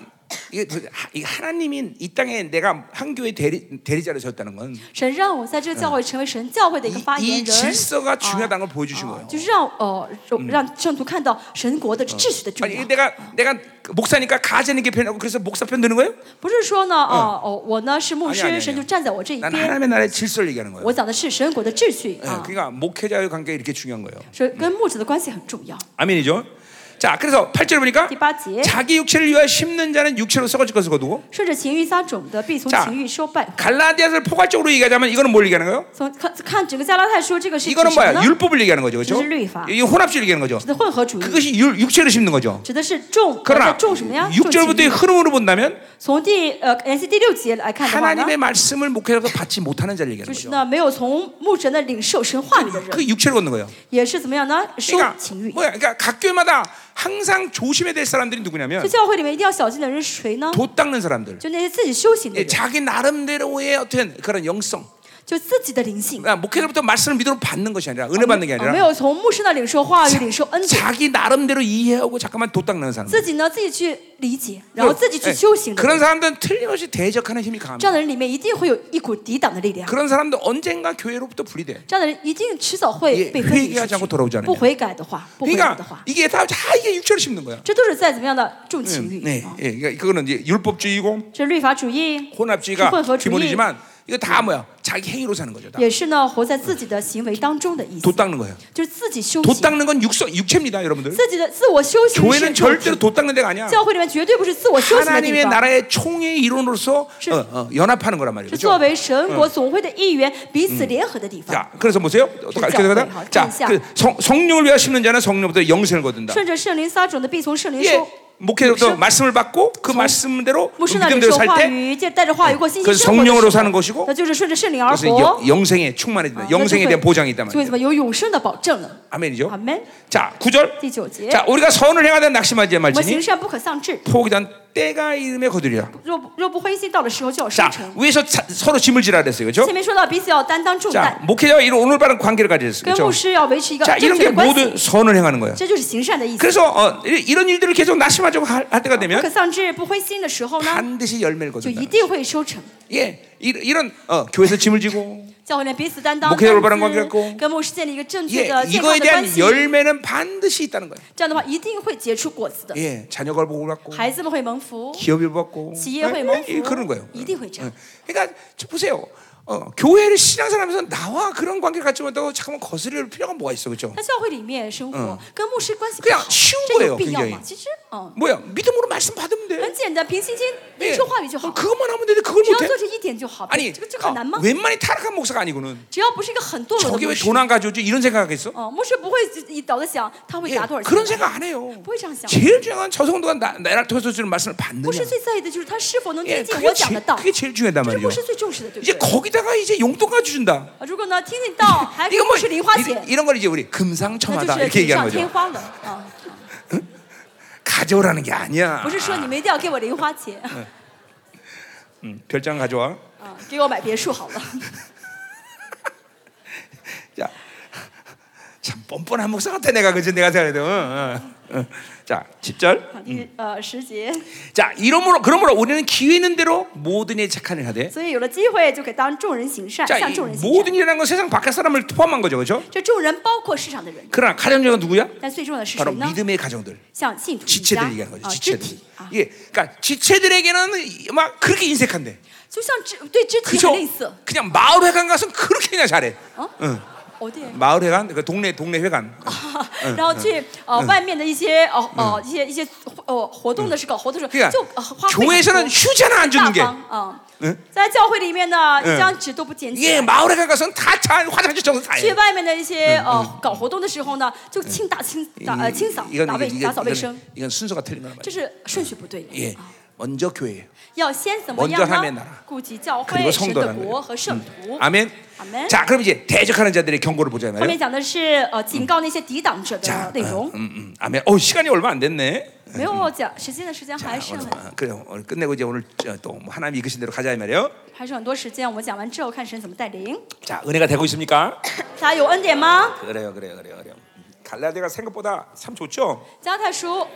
[SPEAKER 1] 이게 도대체 하- 이 하나님인 이 땅에 내가 한 교회 대리, 대리자를 졌다는 건 이
[SPEAKER 2] 神让我在这个教会成为神教会的一个发言人，啊
[SPEAKER 1] 질서가 어. 중요하다는 걸 보여주신 거예요.
[SPEAKER 2] 就是让呃让圣徒看到神国的秩序的重
[SPEAKER 1] 아니
[SPEAKER 2] 要
[SPEAKER 1] 이게 。 내가 내가 그 목사니까 가재는 게 편하고 그래서 목사 편 드는 거예요?
[SPEAKER 2] 不是说呢，哦哦，我呢是牧
[SPEAKER 1] 아니야
[SPEAKER 2] 师，
[SPEAKER 1] 아니야
[SPEAKER 2] 神
[SPEAKER 1] 아니야
[SPEAKER 2] 就站在我这一
[SPEAKER 1] 난
[SPEAKER 2] 边。
[SPEAKER 1] 하나님의 나라의 질서를 얘기하는 거예요.
[SPEAKER 2] 我讲的是神国的秩序
[SPEAKER 1] 예,
[SPEAKER 2] 啊，
[SPEAKER 1] 그러니까 목회자의 관계가 이렇게 중요한 거예요.
[SPEAKER 2] 所以跟牧者的关系很重要。
[SPEAKER 1] 아멘이죠. 자, 그래서 8절 보니까
[SPEAKER 2] 第八节，
[SPEAKER 1] 자기 육체를 위하여 심는 자는 육체로 썩어질 것을 거두고
[SPEAKER 2] 顺着情欲撒种的，必从
[SPEAKER 1] 자
[SPEAKER 2] 情欲收败坏。
[SPEAKER 1] 갈라디아서를 포괄적으로 얘기하자면 이거는 뭘 얘기하는 거예요?
[SPEAKER 2] 从看看整个加拉太书这个是指什
[SPEAKER 1] 이거는
[SPEAKER 2] 么呢
[SPEAKER 1] 뭐야? ？ 율법을 얘기하는 거죠. 그렇죠?
[SPEAKER 2] 진실律法.
[SPEAKER 1] 이 혼합주의 얘기하는 거죠.
[SPEAKER 2] 指的混合主义，
[SPEAKER 1] 그것이 율, 육체를 심는 거죠.
[SPEAKER 2] 指的是啊种，在
[SPEAKER 1] 그러나
[SPEAKER 2] 种什么呀？种情
[SPEAKER 1] 6절부터의
[SPEAKER 2] 欲。
[SPEAKER 1] 흐름으로 본다면
[SPEAKER 2] 从第呃 S 第六节
[SPEAKER 1] 아,
[SPEAKER 2] 来看的话呢，
[SPEAKER 1] 하나님의 말씀을 목회자로서 받지 못하는 자를
[SPEAKER 2] 就
[SPEAKER 1] 얘기하는
[SPEAKER 2] 是
[SPEAKER 1] 거죠.
[SPEAKER 2] 呢没有从牧神的领受神话语的人，
[SPEAKER 1] 그 육체를 걷는 거예요.
[SPEAKER 2] 也是怎么样呢？受
[SPEAKER 1] 그러니까
[SPEAKER 2] 情欲。
[SPEAKER 1] 뭐야? 그러니까 각 교회마다 항상 조심해야 될 사람들이
[SPEAKER 2] 这
[SPEAKER 1] 누구냐면
[SPEAKER 2] 教会里面一定要小心的人是谁呢？
[SPEAKER 1] 돛 닦는 사람들.
[SPEAKER 2] 就那些自己修行的
[SPEAKER 1] 예,
[SPEAKER 2] 人，
[SPEAKER 1] 자기 나름대로의 어떤 그런 영성.
[SPEAKER 2] 就自己的灵性，
[SPEAKER 1] 아, 목회자로부터 말씀을 믿음으로 받는 것이 아니라 은혜
[SPEAKER 2] 没
[SPEAKER 1] 받는 게
[SPEAKER 2] 呃没
[SPEAKER 1] 아니라
[SPEAKER 2] 有从牧师那领受话语、领受恩典，
[SPEAKER 1] 자기 나름대로 이해하고 잠깐만 도닥나는 사람.
[SPEAKER 2] 自己呢自己去理解，然后自己去修行的
[SPEAKER 1] 그런
[SPEAKER 2] 人。
[SPEAKER 1] 사람들은 틀림없이 대적하는 힘이
[SPEAKER 2] 这
[SPEAKER 1] 강합니다.
[SPEAKER 2] 样的人里面一定会有一股抵挡的力量，
[SPEAKER 1] 그런 사람들 언젠가 교회로부터 분리돼.
[SPEAKER 2] 这样的人一定迟早会
[SPEAKER 1] 예
[SPEAKER 2] 被分离
[SPEAKER 1] 회개하지않고돌아오지
[SPEAKER 2] 出
[SPEAKER 1] 않으면
[SPEAKER 2] 去。不悔改的话，不悔改的
[SPEAKER 1] 그러니까
[SPEAKER 2] 话，
[SPEAKER 1] 이게 다, 다 이게 육체를 심는 거야.
[SPEAKER 2] 这都是在怎么样的重情
[SPEAKER 1] 네,
[SPEAKER 2] 欲
[SPEAKER 1] 네,
[SPEAKER 2] 啊？
[SPEAKER 1] 예, 그러니까 그거는 이제 율법주의고
[SPEAKER 2] 这律法主义
[SPEAKER 1] 혼합주의가
[SPEAKER 2] 混合主义.
[SPEAKER 1] 기본이지만 이거 다 뭐야? 자기 행위로 사는 거죠. 다.
[SPEAKER 2] 也是呢，活在自己的行为当中的意思
[SPEAKER 1] 돛 ， 닦는 예. 거예요.
[SPEAKER 2] 就是自己修
[SPEAKER 1] 돛
[SPEAKER 2] 行，
[SPEAKER 1] 닦는 건 육성, 육체입니다, 여러분들.
[SPEAKER 2] 自己的自我修行是
[SPEAKER 1] 교회는
[SPEAKER 2] 肉
[SPEAKER 1] 절대로
[SPEAKER 2] 体。
[SPEAKER 1] 돛 닦는 데가 아니야.
[SPEAKER 2] 教会里面绝对不是自我修行的地
[SPEAKER 1] 하나님의
[SPEAKER 2] 方，
[SPEAKER 1] 나라의 총의 이론으로서 어, 어, 연합하는 거란 말이죠.
[SPEAKER 2] 是
[SPEAKER 1] 그죠?
[SPEAKER 2] 作为神国总会的一员彼此联合的地方。
[SPEAKER 1] 자, 그래서 보세요. 어떻게
[SPEAKER 2] 진짜.
[SPEAKER 1] 어떻게
[SPEAKER 2] 네,
[SPEAKER 1] 되나?
[SPEAKER 2] 어,
[SPEAKER 1] 자,
[SPEAKER 2] 진짜.
[SPEAKER 1] 그 성, 성령을 위하여 심는 자는 성령부터 영생을 거둔다.
[SPEAKER 2] 顺着圣灵撒种的，必从圣灵
[SPEAKER 1] 예,
[SPEAKER 2] 收。
[SPEAKER 1] 목회로부터 말씀을 받고 그 말씀대로
[SPEAKER 2] 牧师那里
[SPEAKER 1] 믿음대로
[SPEAKER 2] 说
[SPEAKER 1] 살
[SPEAKER 2] 话
[SPEAKER 1] 때,
[SPEAKER 2] 语，借带着话语过信心
[SPEAKER 1] 그래서
[SPEAKER 2] 生活的
[SPEAKER 1] 성령으로
[SPEAKER 2] 时候
[SPEAKER 1] 사는것이고
[SPEAKER 2] 那就是顺着圣灵而
[SPEAKER 1] 그래서
[SPEAKER 2] 活，
[SPEAKER 1] 영- 영생에 충만해진다.
[SPEAKER 2] 啊那就
[SPEAKER 1] 영생에
[SPEAKER 2] 会
[SPEAKER 1] 대한 보장이 있단
[SPEAKER 2] 所以
[SPEAKER 1] 말이죠.
[SPEAKER 2] 怎么有永生的保证了？
[SPEAKER 1] 아멘이죠.
[SPEAKER 2] 阿门。
[SPEAKER 1] 자, 9절.
[SPEAKER 2] 띠 지오지.
[SPEAKER 1] 자, 우리가 선을 행하다 낙심하지
[SPEAKER 2] 我们行
[SPEAKER 1] 예. 말지니
[SPEAKER 2] 善不可丧志，
[SPEAKER 1] 포기단 때가 이름에 거두리라.
[SPEAKER 2] 若不若不灰心，到了时候就要收
[SPEAKER 1] 자,
[SPEAKER 2] 成。
[SPEAKER 1] 위에서 자- 서로 그렇죠. 짐을 지라 그랬어요. 그죠?
[SPEAKER 2] 前面说到彼此要担当重
[SPEAKER 1] 자,
[SPEAKER 2] 担，
[SPEAKER 1] 목회자와 이런 오늘 바른 관계를 가지랬어요.
[SPEAKER 2] 跟
[SPEAKER 1] 그죠?
[SPEAKER 2] 牧师要维持一个
[SPEAKER 1] 자,
[SPEAKER 2] 正
[SPEAKER 1] 이런
[SPEAKER 2] 确
[SPEAKER 1] 게
[SPEAKER 2] 的关系
[SPEAKER 1] 모두 ， 선을 행하는 거예요.
[SPEAKER 2] 这就是行善的意思。
[SPEAKER 1] 그래서 어, 이- 이런 일들을 계속 낙심하자고 할, 할 때가
[SPEAKER 2] 不可
[SPEAKER 1] 되면
[SPEAKER 2] 丧志、不灰心的时候呢，
[SPEAKER 1] 반드시 열매를
[SPEAKER 2] 就一
[SPEAKER 1] 거둔다.
[SPEAKER 2] 定会收成。
[SPEAKER 1] 예, 이- 이런 어, 교회에서 짐을 지고
[SPEAKER 2] 教会里面彼此担当，
[SPEAKER 1] 목회자로바른
[SPEAKER 2] 担
[SPEAKER 1] 관계를 갖
[SPEAKER 2] 当
[SPEAKER 1] 고
[SPEAKER 2] 跟牧师建立一个正
[SPEAKER 1] 예,
[SPEAKER 2] 确的、健康
[SPEAKER 1] 이거에
[SPEAKER 2] 的关
[SPEAKER 1] 대한
[SPEAKER 2] 系，
[SPEAKER 1] 열매는 반드시 있다는 거예요.
[SPEAKER 2] 这样的话一定会结出果子的，
[SPEAKER 1] 예, 자녀가 복을 받고
[SPEAKER 2] 孩子们会蒙福，
[SPEAKER 1] 기업이 받고
[SPEAKER 2] 企业会
[SPEAKER 1] 예,
[SPEAKER 2] 蒙
[SPEAKER 1] 예, 그런
[SPEAKER 2] 福
[SPEAKER 1] 거예요. ，
[SPEAKER 2] 一定会这样
[SPEAKER 1] 예. 。 그러니까 저 보세요. 어, 교회를 신앙생활하면서 나와 그런 관계를 갖지 못하고 잠깐만 거스릴 필요가 뭐가 있어, 그렇죠?
[SPEAKER 2] 在教会里面生活，跟牧师关系不
[SPEAKER 1] 그냥
[SPEAKER 2] 好，
[SPEAKER 1] 쉬운거예요
[SPEAKER 2] 啊这有必要
[SPEAKER 1] 굉장히
[SPEAKER 2] 吗？其实，嗯，
[SPEAKER 1] 뭐야, 믿음으로 말씀 받으면 돼.
[SPEAKER 2] 很简单，凭信心
[SPEAKER 1] 예.
[SPEAKER 2] 领受话语就好
[SPEAKER 1] 어, ， 그것만 하면 되는데 그걸
[SPEAKER 2] 只要
[SPEAKER 1] 못해?
[SPEAKER 2] 做这一点就好。
[SPEAKER 1] 아니,
[SPEAKER 2] 哎这个这个很难吗
[SPEAKER 1] 어, ？ 웬만히 타락한 목사가 아니고는
[SPEAKER 2] 只要不是一个很堕落的
[SPEAKER 1] 저게
[SPEAKER 2] 牧
[SPEAKER 1] 왜
[SPEAKER 2] 师
[SPEAKER 1] 돈 ，안 가져오지 이런 생각하겠어?
[SPEAKER 2] 哦，牧师不会就一倒的想他会
[SPEAKER 1] 예,
[SPEAKER 2] 砸多少钱，
[SPEAKER 1] 그런 생각 안 해요.
[SPEAKER 2] 不会这样想。
[SPEAKER 1] 제일 중요한 저 성도가 나, 나를 통해서 주는 말씀을 받느냐.
[SPEAKER 2] 牧师最在意的就是他是否能
[SPEAKER 1] 예,
[SPEAKER 2] 听进
[SPEAKER 1] 그게,
[SPEAKER 2] 我讲
[SPEAKER 1] 제,
[SPEAKER 2] 的道，
[SPEAKER 1] 그게
[SPEAKER 2] 这
[SPEAKER 1] 제일 중요하단
[SPEAKER 2] 是
[SPEAKER 1] 말이에요.
[SPEAKER 2] 牧师最重视的，对不
[SPEAKER 1] 이제
[SPEAKER 2] 对？
[SPEAKER 1] 거기다가 이제 용돈 가져준다.
[SPEAKER 2] 啊如果呢听进道还给
[SPEAKER 1] 이거
[SPEAKER 2] 牧
[SPEAKER 1] 뭐
[SPEAKER 2] 师零花
[SPEAKER 1] 이,
[SPEAKER 2] 钱，
[SPEAKER 1] 이런 걸 이제 우리
[SPEAKER 2] 那
[SPEAKER 1] 금상첨화다
[SPEAKER 2] 就是
[SPEAKER 1] 이렇게
[SPEAKER 2] 锦
[SPEAKER 1] 얘기하는
[SPEAKER 2] 上添
[SPEAKER 1] 거죠.
[SPEAKER 2] 花了啊！
[SPEAKER 1] 가져오라는 게 아니야.
[SPEAKER 2] 不是说你们一定要给我零花钱
[SPEAKER 1] 음, 별장 가져와.
[SPEAKER 2] 啊，给我买别墅好了。
[SPEAKER 1] 자, 참 뻔뻔한 목사 같아 내가 그지 내가 생각해도. 응, 응, 응. 자, 10절.
[SPEAKER 2] 好第呃十节，
[SPEAKER 1] 자, 이러므로 그러므로 우리는 기회 있는 대로 모든 일에 착한 일 하되.
[SPEAKER 2] 所以有了机会就可以当众人行善，
[SPEAKER 1] 자,
[SPEAKER 2] 向
[SPEAKER 1] 이
[SPEAKER 2] 众人行善。
[SPEAKER 1] 모든 일이라는 건 세상 밖의 사람을 포함한 거죠, 그렇죠?
[SPEAKER 2] 这众人包括市场的人，
[SPEAKER 1] 그러나 가정자가 누구야?
[SPEAKER 2] 但最重要的是谁
[SPEAKER 1] 바로
[SPEAKER 2] 呢？
[SPEAKER 1] 믿음의 가정들.
[SPEAKER 2] 像信徒一家
[SPEAKER 1] 지체들 얘기하는 거죠.
[SPEAKER 2] 啊，肢
[SPEAKER 1] 지체들.
[SPEAKER 2] 体啊，
[SPEAKER 1] 예, 그러니까 지체들에게는 막 그렇게 인색한데,
[SPEAKER 2] 就像肢对肢体
[SPEAKER 1] 그죠?
[SPEAKER 2] 很类似。
[SPEAKER 1] 그냥 마을 회관 가서 그렇게 그냥 잘해. 嗯
[SPEAKER 2] 哦对。
[SPEAKER 1] 마을 회관, 그 동네 동네 회관.
[SPEAKER 2] 然后去呃外面的一些哦哦一些一些呃活动的是搞活动的时候，
[SPEAKER 1] 그러니까
[SPEAKER 2] 就呃花费很
[SPEAKER 1] 교회에서는
[SPEAKER 2] 多
[SPEAKER 1] 휴지 하나 안
[SPEAKER 2] 大
[SPEAKER 1] 주는 게.
[SPEAKER 2] 方啊。在教会里面呢，一张纸都不捡起
[SPEAKER 1] 예,
[SPEAKER 2] 来。
[SPEAKER 1] 마을 회관 가서는 다 차, 화장실 정서 다
[SPEAKER 2] 去
[SPEAKER 1] 해.
[SPEAKER 2] 外面的一些呃搞活动的时候呢，就清打清打呃清扫
[SPEAKER 1] 이- 이건
[SPEAKER 2] 打
[SPEAKER 1] 이건
[SPEAKER 2] 卫打扫
[SPEAKER 1] 이건,
[SPEAKER 2] 卫生
[SPEAKER 1] 이건, ， 이건 순서가 틀린 거란
[SPEAKER 2] 这
[SPEAKER 1] 말이에요.
[SPEAKER 2] 是顺序不对的。
[SPEAKER 1] 예, 먼저 교회예요.
[SPEAKER 2] 要先怎么
[SPEAKER 1] 먼
[SPEAKER 2] 样
[SPEAKER 1] 저하나님의나라
[SPEAKER 2] 呢？顾及教
[SPEAKER 1] 그리고
[SPEAKER 2] 会、神的嗯
[SPEAKER 1] 성도라는
[SPEAKER 2] 国
[SPEAKER 1] 거예요. 음.
[SPEAKER 2] 和圣徒。
[SPEAKER 1] 아멘.
[SPEAKER 2] 아멘.
[SPEAKER 1] 자, 그럼 이제 대적하는 자들의 경고를 보자
[SPEAKER 2] 后面
[SPEAKER 1] 말이에요.
[SPEAKER 2] 讲的是呃警告那些抵挡者的嗯
[SPEAKER 1] 자,
[SPEAKER 2] 内容
[SPEAKER 1] 어, ， 음, 음, 아멘. 어, 시간이 얼마 안 됐네.
[SPEAKER 2] 没有讲时间的时间
[SPEAKER 1] 자,
[SPEAKER 2] 还是
[SPEAKER 1] 오늘,
[SPEAKER 2] 很
[SPEAKER 1] 어, 그래요. 오늘 끝내고 이제 오늘 저, 또뭐 하나님 이끄신 대로 가자 이 말이에요.
[SPEAKER 2] 还是很多时间，我们讲完之后看神怎么带领。
[SPEAKER 1] 자, 은혜가 되고 있습니까?
[SPEAKER 2] 大家有恩典吗？
[SPEAKER 1] 그래요, 그래요, 그래요, 그래요. 갈라디아가 생각보다 참 좋죠.
[SPEAKER 2] 加泰书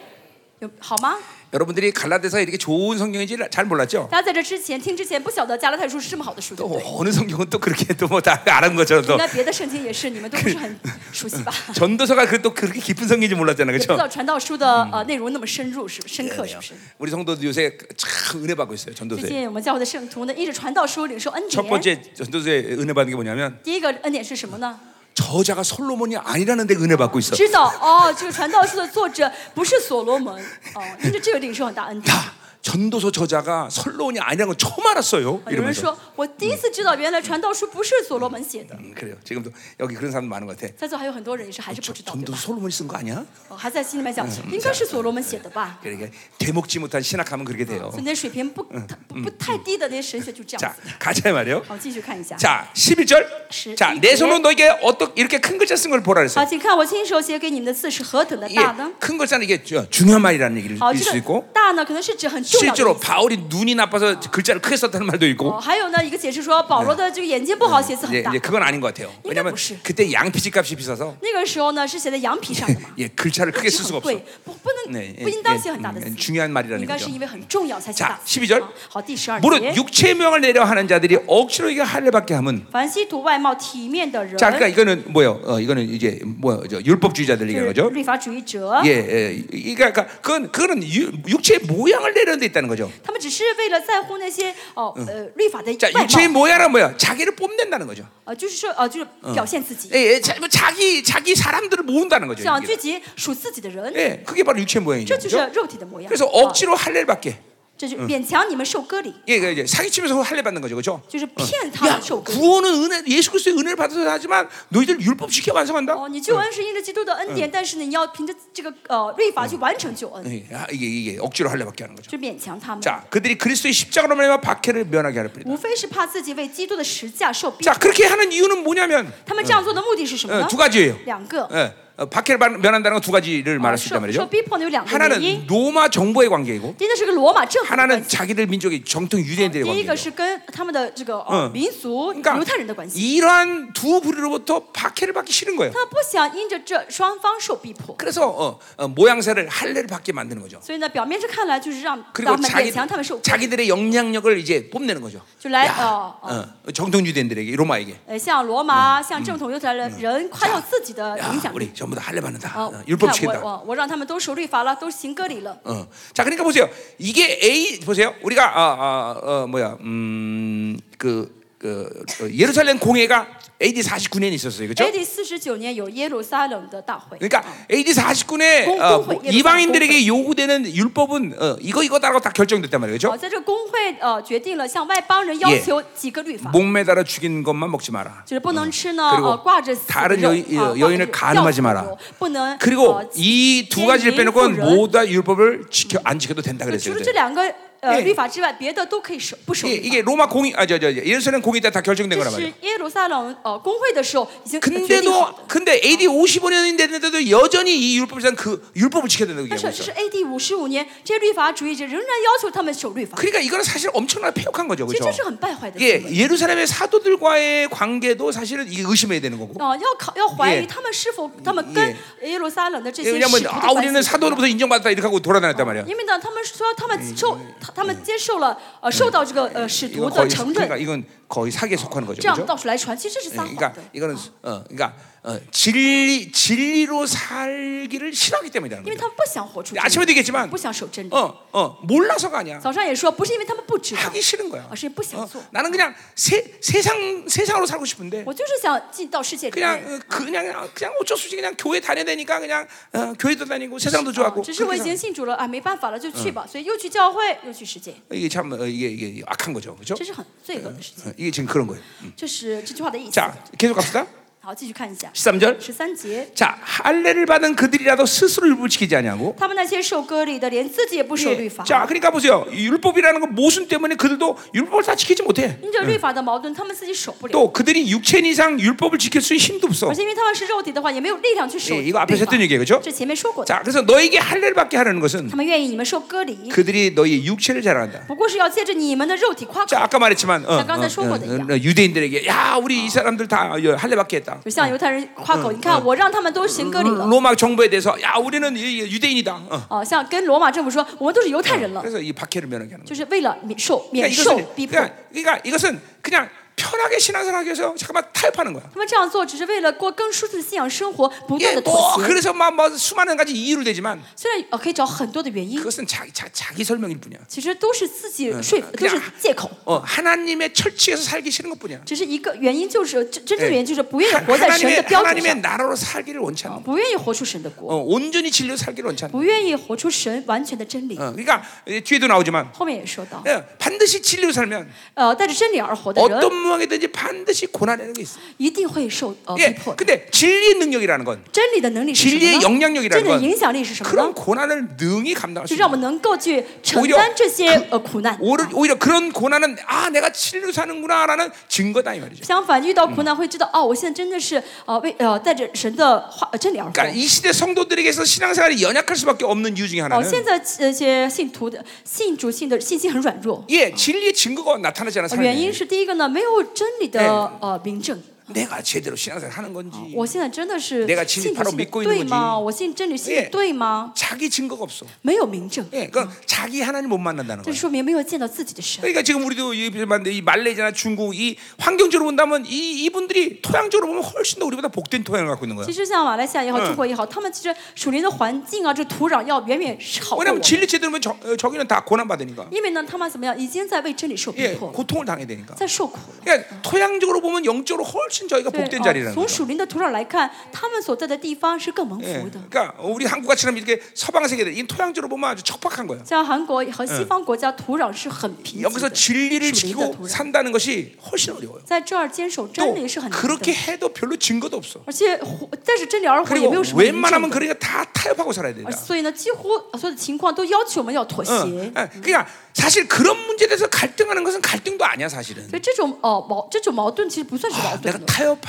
[SPEAKER 2] 有好吗？
[SPEAKER 1] 여러분들이 갈라디아서 이렇게 좋은 성경인지 잘 몰랐죠?
[SPEAKER 2] 大家在这之前听之前不晓得加拉太书是这么好的书，对
[SPEAKER 1] 또
[SPEAKER 2] 不对？
[SPEAKER 1] 어느 성경은 또 그렇게 또 뭐 다 아는 것처럼 또
[SPEAKER 2] 应该别的圣经也是，你们都不是很熟悉 吧？
[SPEAKER 1] 전도서가 그또 그렇게 깊은 성경인지 몰랐잖아요,
[SPEAKER 2] 也不知道
[SPEAKER 1] 그렇죠?
[SPEAKER 2] 传道书的呃内容那么深入，是不深刻，是不是？
[SPEAKER 1] 우리 성도들 요새 참 은혜 받고 있어요,
[SPEAKER 2] 最
[SPEAKER 1] 전도서에.
[SPEAKER 2] 近我们教会的圣徒呢，依着传道书领受恩
[SPEAKER 1] 첫
[SPEAKER 2] 典。
[SPEAKER 1] 번째 전도서에 은혜 받는 게 뭐냐면
[SPEAKER 2] 第一个恩典是什么呢？
[SPEAKER 1] 저자가 솔로몬이 아니라는데 은혜 받고 있어.
[SPEAKER 2] 知道哦，这个传道书的作者不是所罗门哦，因着这个领受很大 恩典。
[SPEAKER 1] 야, 전도서 저자가 솔로몬이 아니라는 걸 처음 알았어요.
[SPEAKER 2] 啊有人
[SPEAKER 1] 이러면서.
[SPEAKER 2] 说，我第一次知道原来传道书不是所罗门写的，
[SPEAKER 1] 음, 그래요. 지금도 여기 그런 사람 많은 것 같아.
[SPEAKER 2] 在座还有很多人也是还是不
[SPEAKER 1] 저-
[SPEAKER 2] 知道对吧
[SPEAKER 1] 전도서 ？ 솔로몬이 쓴 거 아니야?
[SPEAKER 2] 哦，还在心里面想，应该是所罗门写的吧？
[SPEAKER 1] 그러니까 되먹지 못한 신학하면 그렇게 돼요.
[SPEAKER 2] 所以那水平不不不太低的那些神学就这样
[SPEAKER 1] 자,
[SPEAKER 2] 子。
[SPEAKER 1] 가자 이 말이요.
[SPEAKER 2] 好，继续看一下。
[SPEAKER 1] 자, 11절.
[SPEAKER 2] 시-
[SPEAKER 1] 자, 내 손으로 너에게 어떻게 이렇게 큰 글자 쓴 걸 보라
[SPEAKER 2] 好，
[SPEAKER 1] 그랬어요.
[SPEAKER 2] 请看我亲手写给你们的字是何等的
[SPEAKER 1] 예,
[SPEAKER 2] 大呢？
[SPEAKER 1] 큰 글자는 이게 주- 중요한 말이라는 얘기일
[SPEAKER 2] 好，这
[SPEAKER 1] 수
[SPEAKER 2] 个
[SPEAKER 1] 있고
[SPEAKER 2] 大呢，可能是指很重要的意
[SPEAKER 1] 실제로
[SPEAKER 2] 思。
[SPEAKER 1] 바울이 눈이 나빠서 글자를 크게 썼다는 말도
[SPEAKER 2] 哦，
[SPEAKER 1] 있고
[SPEAKER 2] 还有呢，一个解释说保罗的这个眼睛不好，写字
[SPEAKER 1] 이제,
[SPEAKER 2] 很大
[SPEAKER 1] 이제 。 그건 아닌 것 같아요. 왜냐면
[SPEAKER 2] 혹시-
[SPEAKER 1] 그때 양피지 값이 비싸서
[SPEAKER 2] 那个时候呢，是写在羊皮上的嘛，
[SPEAKER 1] 예, 글자를 크게 쓸
[SPEAKER 2] 是很
[SPEAKER 1] 수가 없어.
[SPEAKER 2] 贵，不不
[SPEAKER 1] 네,
[SPEAKER 2] 能
[SPEAKER 1] 예,
[SPEAKER 2] 不应当嗯写很大的
[SPEAKER 1] 예,
[SPEAKER 2] 字
[SPEAKER 1] 음, ， 중요한
[SPEAKER 2] 应
[SPEAKER 1] 말이라는
[SPEAKER 2] 该是
[SPEAKER 1] 거죠.
[SPEAKER 2] 因为很重要才写大
[SPEAKER 1] 자
[SPEAKER 2] 字。
[SPEAKER 1] 12절.
[SPEAKER 2] 啊好，第十二
[SPEAKER 1] 무릇
[SPEAKER 2] 节，
[SPEAKER 1] 육체의 명을 내려 하는 자들이 억지로 이게 할례 받게 함은
[SPEAKER 2] 凡西图外貌体面的人，
[SPEAKER 1] 자 그러니까 이거는 뭐예요? 어, 이거는 이제 뭐 율법주의자들
[SPEAKER 2] 就
[SPEAKER 1] 얘기하는
[SPEAKER 2] 是
[SPEAKER 1] 거죠.
[SPEAKER 2] 律法主义者
[SPEAKER 1] 예, ， 예. 이- 그러니까 그건 그거는 유- 육체의 모양을 내려는 데 있다는 거죠.
[SPEAKER 2] 他们只是为了在乎那些哦呃律法的
[SPEAKER 1] 자
[SPEAKER 2] 外
[SPEAKER 1] 육체의
[SPEAKER 2] 貌，
[SPEAKER 1] 모양은 뭐야? 자기를 뽐낸다는 거죠.
[SPEAKER 2] 呃就是说呃就是表现自己
[SPEAKER 1] 예, ， 예. 자, 뭐 자기 자기 사람들을 모은다는 거죠.
[SPEAKER 2] 想
[SPEAKER 1] 이게.
[SPEAKER 2] 聚集属自己的人，
[SPEAKER 1] 예, 그게 바로 육체의 모양이죠.
[SPEAKER 2] 这哎就是嗯
[SPEAKER 1] 그죠?
[SPEAKER 2] 肉体的模样。
[SPEAKER 1] 그래서
[SPEAKER 2] 啊
[SPEAKER 1] 억지로 할례를 받게.
[SPEAKER 2] 这就勉强你们受割礼，
[SPEAKER 1] 예, 그 이제 사기치면서 할례 받는 거죠, 그렇죠?
[SPEAKER 2] 就是骗他
[SPEAKER 1] 야
[SPEAKER 2] 们受割礼。
[SPEAKER 1] 구원은 은혜, 예수 그리스도의 은혜를 받아서 하지만 너희들 율법 지켜 완성한다. 어.
[SPEAKER 2] 哦，你救恩是因着基督的恩典，但是呢，你要凭着这个呃律法去完成救恩，
[SPEAKER 1] 예, 아, 이게 이게 억지로 할례 받게 하는 거죠.
[SPEAKER 2] 就勉强他们。
[SPEAKER 1] 자, 그들이 그리스도의 십자가로 말미암아 박해를 면하게 하려 뿐이다.
[SPEAKER 2] 无非是怕自己为基督的十架受逼
[SPEAKER 1] 자, 。 그렇게 하는 이유는 뭐냐면
[SPEAKER 2] 他们这样做的目的是什么
[SPEAKER 1] 어,
[SPEAKER 2] 呢
[SPEAKER 1] 두 ？ 가지예요.
[SPEAKER 2] 两个，
[SPEAKER 1] 예, 어, 박해를 반- 면한다는 건 두 가지를 말할 수
[SPEAKER 2] 受
[SPEAKER 1] 있단
[SPEAKER 2] 受
[SPEAKER 1] 말이죠.
[SPEAKER 2] 逼迫的有嗯两个原
[SPEAKER 1] 하나는
[SPEAKER 2] 因，
[SPEAKER 1] 로마 정부의 관계이고
[SPEAKER 2] 第一个是跟罗马政府的关
[SPEAKER 1] 하나는
[SPEAKER 2] 系，
[SPEAKER 1] 자기들 민족의 정통 유대인들의
[SPEAKER 2] 第一个
[SPEAKER 1] 관계예요.
[SPEAKER 2] 是跟他们的这个呃
[SPEAKER 1] 嗯
[SPEAKER 2] 民族犹太人的
[SPEAKER 1] 그러니까
[SPEAKER 2] 关系。
[SPEAKER 1] 이러한 두 부류로부터 박해를 받기 싫은 거예요.
[SPEAKER 2] 他们不想因着这双方受逼迫，
[SPEAKER 1] 그래서 어, 어, 모양새를 할례를 받게 만드는 거죠.
[SPEAKER 2] 所以呢，表面上看来就是让他
[SPEAKER 1] 그리고
[SPEAKER 2] 们勉
[SPEAKER 1] 자기,
[SPEAKER 2] 强他们受逼，
[SPEAKER 1] 자기들의 영향력을 이제 뽐내는 거죠.
[SPEAKER 2] 就来
[SPEAKER 1] 야,
[SPEAKER 2] 呃呃
[SPEAKER 1] 어, 정통 유대인들에게 로마에게
[SPEAKER 2] 呃，像罗马、像正统犹太人人夸耀自己嗯的影
[SPEAKER 1] 야,
[SPEAKER 2] 响力
[SPEAKER 1] 우리 전부 다 할례 받는다.
[SPEAKER 2] 啊！
[SPEAKER 1] 어,
[SPEAKER 2] 你看
[SPEAKER 1] 율법
[SPEAKER 2] 我
[SPEAKER 1] 지킨다.
[SPEAKER 2] 我我让他们都守律法了，都行割礼了。
[SPEAKER 1] 어. 자, 그러니까 보세요. 이게 A 보세요. 우리가 아, 아, 어, 뭐야, 음, 그, 그 어, 예루살렘 공회가 AD 49년에 있었어요, 그렇죠?
[SPEAKER 2] AD 四十九年有耶路撒冷的大会，
[SPEAKER 1] 그러니까 AD 49년에
[SPEAKER 2] 공-
[SPEAKER 1] 어,
[SPEAKER 2] 공회,
[SPEAKER 1] 이방인들에게 요구되는 율법은 어, 이거 이거다라고 다 결정됐단 말이에요,
[SPEAKER 2] 好，
[SPEAKER 1] 그렇죠?
[SPEAKER 2] 哦在这个公会呃决定了向外邦人要
[SPEAKER 1] 예
[SPEAKER 2] 求几个律法，
[SPEAKER 1] 목 매달아 죽인 것만 먹지 마라.
[SPEAKER 2] 就是不能吃呢
[SPEAKER 1] 그리고
[SPEAKER 2] 呃挂着死
[SPEAKER 1] 다른
[SPEAKER 2] 的肉
[SPEAKER 1] 여인
[SPEAKER 2] 啊
[SPEAKER 1] 여여인을
[SPEAKER 2] 挂着
[SPEAKER 1] 가늠하지
[SPEAKER 2] 吊死
[SPEAKER 1] 마라
[SPEAKER 2] 的肉不能
[SPEAKER 1] 그리고
[SPEAKER 2] 呃
[SPEAKER 1] 이 두 어, 가지를 빼놓고는 모두 다 율법을 지켜 안 지켜도 된다
[SPEAKER 2] 就除
[SPEAKER 1] 그랬어요.
[SPEAKER 2] 了这两个呃
[SPEAKER 1] 예
[SPEAKER 2] 律法之外，别的都可以守不守
[SPEAKER 1] 이게,
[SPEAKER 2] 律法
[SPEAKER 1] 이게 로마 공의 아저 저 예루살렘 공의 때 다 결정된
[SPEAKER 2] 这
[SPEAKER 1] 거란 말이에요.
[SPEAKER 2] 是耶路撒冷呃公会的时候已经呃决定好
[SPEAKER 1] 근데도
[SPEAKER 2] 的。
[SPEAKER 1] 근데 AD 55년이 됐는데도 여전히 이 율법상 그 율법을 지켜야 된다고
[SPEAKER 2] 但
[SPEAKER 1] 얘기하고
[SPEAKER 2] 是这是
[SPEAKER 1] 있어.
[SPEAKER 2] AD 五十五年，这些律法主义者仍然要求他们守律法，
[SPEAKER 1] 그러니까 이거는 사실 엄청나게 폐역한 거죠,
[SPEAKER 2] 其实
[SPEAKER 1] 그렇죠?
[SPEAKER 2] 这是很败坏的行
[SPEAKER 1] 예,
[SPEAKER 2] 为。
[SPEAKER 1] 예루살렘의 사도들과의 관계도 사실은 이게 의심해야 되는 거고.
[SPEAKER 2] 啊、要考要怀
[SPEAKER 1] 예
[SPEAKER 2] 疑他们是否他们跟耶路撒冷的这
[SPEAKER 1] 예,
[SPEAKER 2] 些使徒
[SPEAKER 1] 왜냐하면
[SPEAKER 2] 的
[SPEAKER 1] 아
[SPEAKER 2] 关
[SPEAKER 1] 우리는 어, 예,
[SPEAKER 2] 系怎么样。
[SPEAKER 1] 사도로부터 인정받았다 이렇게 하고 돌아다녔단 말이야.
[SPEAKER 2] 因为呢，他们说他们受他他们接受了呃受到这个呃使
[SPEAKER 1] 이건
[SPEAKER 2] 徒的
[SPEAKER 1] 거의
[SPEAKER 2] 承
[SPEAKER 1] 그러니까
[SPEAKER 2] 认，
[SPEAKER 1] 이건 거의 사기에 속하는 거죠,
[SPEAKER 2] 这样
[SPEAKER 1] 그렇죠?
[SPEAKER 2] 到处来传，其实这是撒
[SPEAKER 1] 예,
[SPEAKER 2] 谎
[SPEAKER 1] 그러니까
[SPEAKER 2] 的。
[SPEAKER 1] 이거는 어, 그러니까 어, 진리 진리로 살기를 싫어하기 때문이라는
[SPEAKER 2] 因为
[SPEAKER 1] 거죠.
[SPEAKER 2] 他们不想活出真理，
[SPEAKER 1] 아침에도 얘기했지만
[SPEAKER 2] 不想守真理。
[SPEAKER 1] 어, 어, 몰라서가 아니야.
[SPEAKER 2] 早上也说，不是因为他们不知道，
[SPEAKER 1] 하기 싫은 거야.
[SPEAKER 2] 而是不想
[SPEAKER 1] 어,
[SPEAKER 2] 做。
[SPEAKER 1] 나는 그냥 세, 세상 세상으로 살고 싶은데
[SPEAKER 2] 我就是想进到世界里
[SPEAKER 1] 그냥
[SPEAKER 2] 面。
[SPEAKER 1] 어, 그냥 그냥 어쩔 수 없이 그냥 교회 다녀야 되니까 그냥 어, 교회도 다니고 세상도
[SPEAKER 2] 啊
[SPEAKER 1] 좋아하고
[SPEAKER 2] 只是我
[SPEAKER 1] 그렇게
[SPEAKER 2] 已经
[SPEAKER 1] 살아.
[SPEAKER 2] 信主了啊，没办法了，就去吧。所以又去教会，又去世界，
[SPEAKER 1] 이게 참 어, 이게 이게 악한 거죠, 그렇죠?
[SPEAKER 2] 这是很罪恶的事情。
[SPEAKER 1] 이게 지금 그런 거예요.
[SPEAKER 2] 这是这句话的意思。
[SPEAKER 1] 자, 계속 갑시다.
[SPEAKER 2] 好，继续看一下
[SPEAKER 1] 13절.
[SPEAKER 2] 十三节，
[SPEAKER 1] 자, 할례를 받은 그들이라도 스스로 율법 지키지 아니하고
[SPEAKER 2] 他们那些受割礼的，连自己也不守律
[SPEAKER 1] 예,
[SPEAKER 2] 法。
[SPEAKER 1] 자, 그러니까 보세요. 이 율법이라는 건 모순 때문에 그들도 율법을 다 지키지 못해.
[SPEAKER 2] 因着律法的矛盾，他们自己守不了，
[SPEAKER 1] 또 그들이 육체인 이상 율법을 지킬 수 있는 힘도 없어.
[SPEAKER 2] 而且因为他们是肉体的话，也没有力量去守
[SPEAKER 1] 예,
[SPEAKER 2] 律
[SPEAKER 1] 이거
[SPEAKER 2] 法。
[SPEAKER 1] 앞에서 했던 얘기예요, 그렇죠?
[SPEAKER 2] 这前面说过的，
[SPEAKER 1] 자, 그래서 너에게 할례를 받게 하려는 것은
[SPEAKER 2] 他们愿意你们受割礼，
[SPEAKER 1] 그들이 너희 육체를 자랑한다.
[SPEAKER 2] 不过是要借着你们的肉体夸
[SPEAKER 1] 자
[SPEAKER 2] 口，
[SPEAKER 1] 아까 말했지만 어, 어,
[SPEAKER 2] 잠깐 전에
[SPEAKER 1] 어,
[SPEAKER 2] 쇼거든요.
[SPEAKER 1] 어, 유대인들에게 야 우리 이 사람들 다 어, 할례 받게 했다.
[SPEAKER 2] 就像犹太人夸口。你看，我让他们都行割礼了。
[SPEAKER 1] 로마 정부에 대해서 야 우리는 이- 이 유대인이다. 어.
[SPEAKER 2] 哦，像跟罗马政府说，我们都是犹太人了，
[SPEAKER 1] 그래서 이 박해를 면하게 하는
[SPEAKER 2] 就
[SPEAKER 1] 거예요.
[SPEAKER 2] 是为了免受免
[SPEAKER 1] 그러니까
[SPEAKER 2] 受
[SPEAKER 1] 이것은
[SPEAKER 2] 逼迫。
[SPEAKER 1] 그러니까, 그러니까 이것은 그냥 편하게 신앙생활하기 위해서 잠깐만 타협하는 거야.
[SPEAKER 2] 他们这样做只是为了过更舒适的信仰生活，不断
[SPEAKER 1] 예,
[SPEAKER 2] 的妥
[SPEAKER 1] 뭐
[SPEAKER 2] 协。
[SPEAKER 1] 그래서 막, 뭐 수많은 가지 이유를 대지만
[SPEAKER 2] 虽然呃可以找很多的原因，
[SPEAKER 1] 그것은 자기 자, 자기 설명일 뿐이야.
[SPEAKER 2] 其实都是自己说服，都是借口。
[SPEAKER 1] 어, 하나님의 철칙에서 살기 싫은 것뿐이야.
[SPEAKER 2] 只是一个原因，就是真真正的原因就是不愿意活在神的
[SPEAKER 1] 하나님의
[SPEAKER 2] 标准
[SPEAKER 1] 하나님의
[SPEAKER 2] 上，
[SPEAKER 1] 나라로 살기를 원치 않는. 거야.
[SPEAKER 2] 不愿意活出神的国，
[SPEAKER 1] 어, 온전히 진리로 살기를 원치 않는. 거야.
[SPEAKER 2] 不愿意活出神完全的真理。
[SPEAKER 1] 어, 그러니까 예, 뒤에도 나오지만
[SPEAKER 2] 后面也说到，
[SPEAKER 1] 예, 반드시 진리로 살면
[SPEAKER 2] 呃，带着真理而活的人，
[SPEAKER 1] 어떤 순종하게 되지 반드시 고난이라는 게 있어.
[SPEAKER 2] 一定会受呃逼
[SPEAKER 1] 예,
[SPEAKER 2] 迫的。
[SPEAKER 1] 근데 진리의 능력이라는 건
[SPEAKER 2] 真理的能力是什
[SPEAKER 1] 진리의
[SPEAKER 2] 么呢？真
[SPEAKER 1] 영향력이라는
[SPEAKER 2] 理的影
[SPEAKER 1] 건
[SPEAKER 2] 响力是什么
[SPEAKER 1] 그런
[SPEAKER 2] 呢？
[SPEAKER 1] 고난을 능히 감당할 수
[SPEAKER 2] 就让我
[SPEAKER 1] 있는.
[SPEAKER 2] 们能够去承
[SPEAKER 1] 오히려
[SPEAKER 2] 担这些呃苦难。
[SPEAKER 1] 오히려, 오히려 그런 고난은 아 내가 진리로 사는구나라는 증거다 이 말이죠.
[SPEAKER 2] 相反，遇到
[SPEAKER 1] 嗯
[SPEAKER 2] 苦难会知道，哦，我现在真的是呃为呃带着神的话呃真理而活。
[SPEAKER 1] 그러니까 이 시대 성도들에게서 신앙생활이 연약할 수밖에 없는 이유 중에
[SPEAKER 2] 哦，现
[SPEAKER 1] 하나는
[SPEAKER 2] 在这些信徒的信主信的信心很软弱，
[SPEAKER 1] 예 진리의 증거가 나타나지 않아
[SPEAKER 2] 原因
[SPEAKER 1] 삶에
[SPEAKER 2] 是第一个呢，没有真理的
[SPEAKER 1] 哎
[SPEAKER 2] 呃明证。
[SPEAKER 1] 내가 제대로 신앙생활 하는 건지
[SPEAKER 2] 我现在真的是
[SPEAKER 1] 내가진리
[SPEAKER 2] 信主
[SPEAKER 1] 바로
[SPEAKER 2] 信的
[SPEAKER 1] 믿고있는
[SPEAKER 2] 对
[SPEAKER 1] 거지 哎
[SPEAKER 2] 吗？我信真理信的
[SPEAKER 1] 예
[SPEAKER 2] 对吗？
[SPEAKER 1] 자기 증거가 없어.
[SPEAKER 2] 没有明证，
[SPEAKER 1] 예 그러니까 자기 하나님 못 만난다는
[SPEAKER 2] 这
[SPEAKER 1] 거예요.
[SPEAKER 2] 说明没有见到自己的神。
[SPEAKER 1] 그러니까 지금 우리도 이- 이 말레이시아나 중국 이 환경적으로 본다면 이 이분들이 토양적으로 보면 훨씬 더 우리보다 복된 토양을 갖고 있는 거야.
[SPEAKER 2] 其实像马来西亚也好，
[SPEAKER 1] 嗯
[SPEAKER 2] 中国也好，他们其实属灵的环境啊，这个土壤要远远好过我
[SPEAKER 1] 왜냐하면
[SPEAKER 2] 们。
[SPEAKER 1] 진리 제대로면 저- 어, 저기는 다 고난 받으니까.
[SPEAKER 2] 因为呢，他们怎么样，已经在为真理受逼
[SPEAKER 1] 예,
[SPEAKER 2] 迫了，
[SPEAKER 1] 고통을 당해야 되니까.
[SPEAKER 2] 在受苦了。
[SPEAKER 1] 그러니까 토양적으로 보면 영적으로 훨씬 저희가
[SPEAKER 2] 对，
[SPEAKER 1] 복된
[SPEAKER 2] 哦
[SPEAKER 1] 자리라는
[SPEAKER 2] 从
[SPEAKER 1] 거죠.
[SPEAKER 2] 属灵的土壤来看，他们所在的地方是更蒙
[SPEAKER 1] 예,
[SPEAKER 2] 福的。
[SPEAKER 1] 그러니까 우리 한국 같이는 이렇게 서방 세계들 이 토양적으로 보면 아주 척박한 거야.
[SPEAKER 2] 像韩国和西方国家土壤是很贫瘠
[SPEAKER 1] 여기서
[SPEAKER 2] 的，
[SPEAKER 1] 진리를
[SPEAKER 2] 属灵的
[SPEAKER 1] 지키고
[SPEAKER 2] 土壤，
[SPEAKER 1] 산다는 것이 훨씬 어려워요.
[SPEAKER 2] 在这儿坚守真
[SPEAKER 1] 또
[SPEAKER 2] 理是很难
[SPEAKER 1] 그렇게
[SPEAKER 2] 的。
[SPEAKER 1] 해도 별로 증거도 없어.
[SPEAKER 2] 而且活，但是真理而活也
[SPEAKER 1] 그리고
[SPEAKER 2] 没有什么明
[SPEAKER 1] 웬만하면
[SPEAKER 2] 证的。
[SPEAKER 1] 그러니까 다 타협하고 살아야 된다. 어.
[SPEAKER 2] 而所以呢，几乎所有的情况都要求我们要妥协。
[SPEAKER 1] 응. 아, 그러니까 사실 그런 문제에 대해서 갈등하는 것은 갈등도 아니야 사실은.
[SPEAKER 2] 所以这种哦矛这种矛盾其实不算是矛
[SPEAKER 1] 아,
[SPEAKER 2] 盾
[SPEAKER 1] 내가
[SPEAKER 2] 的。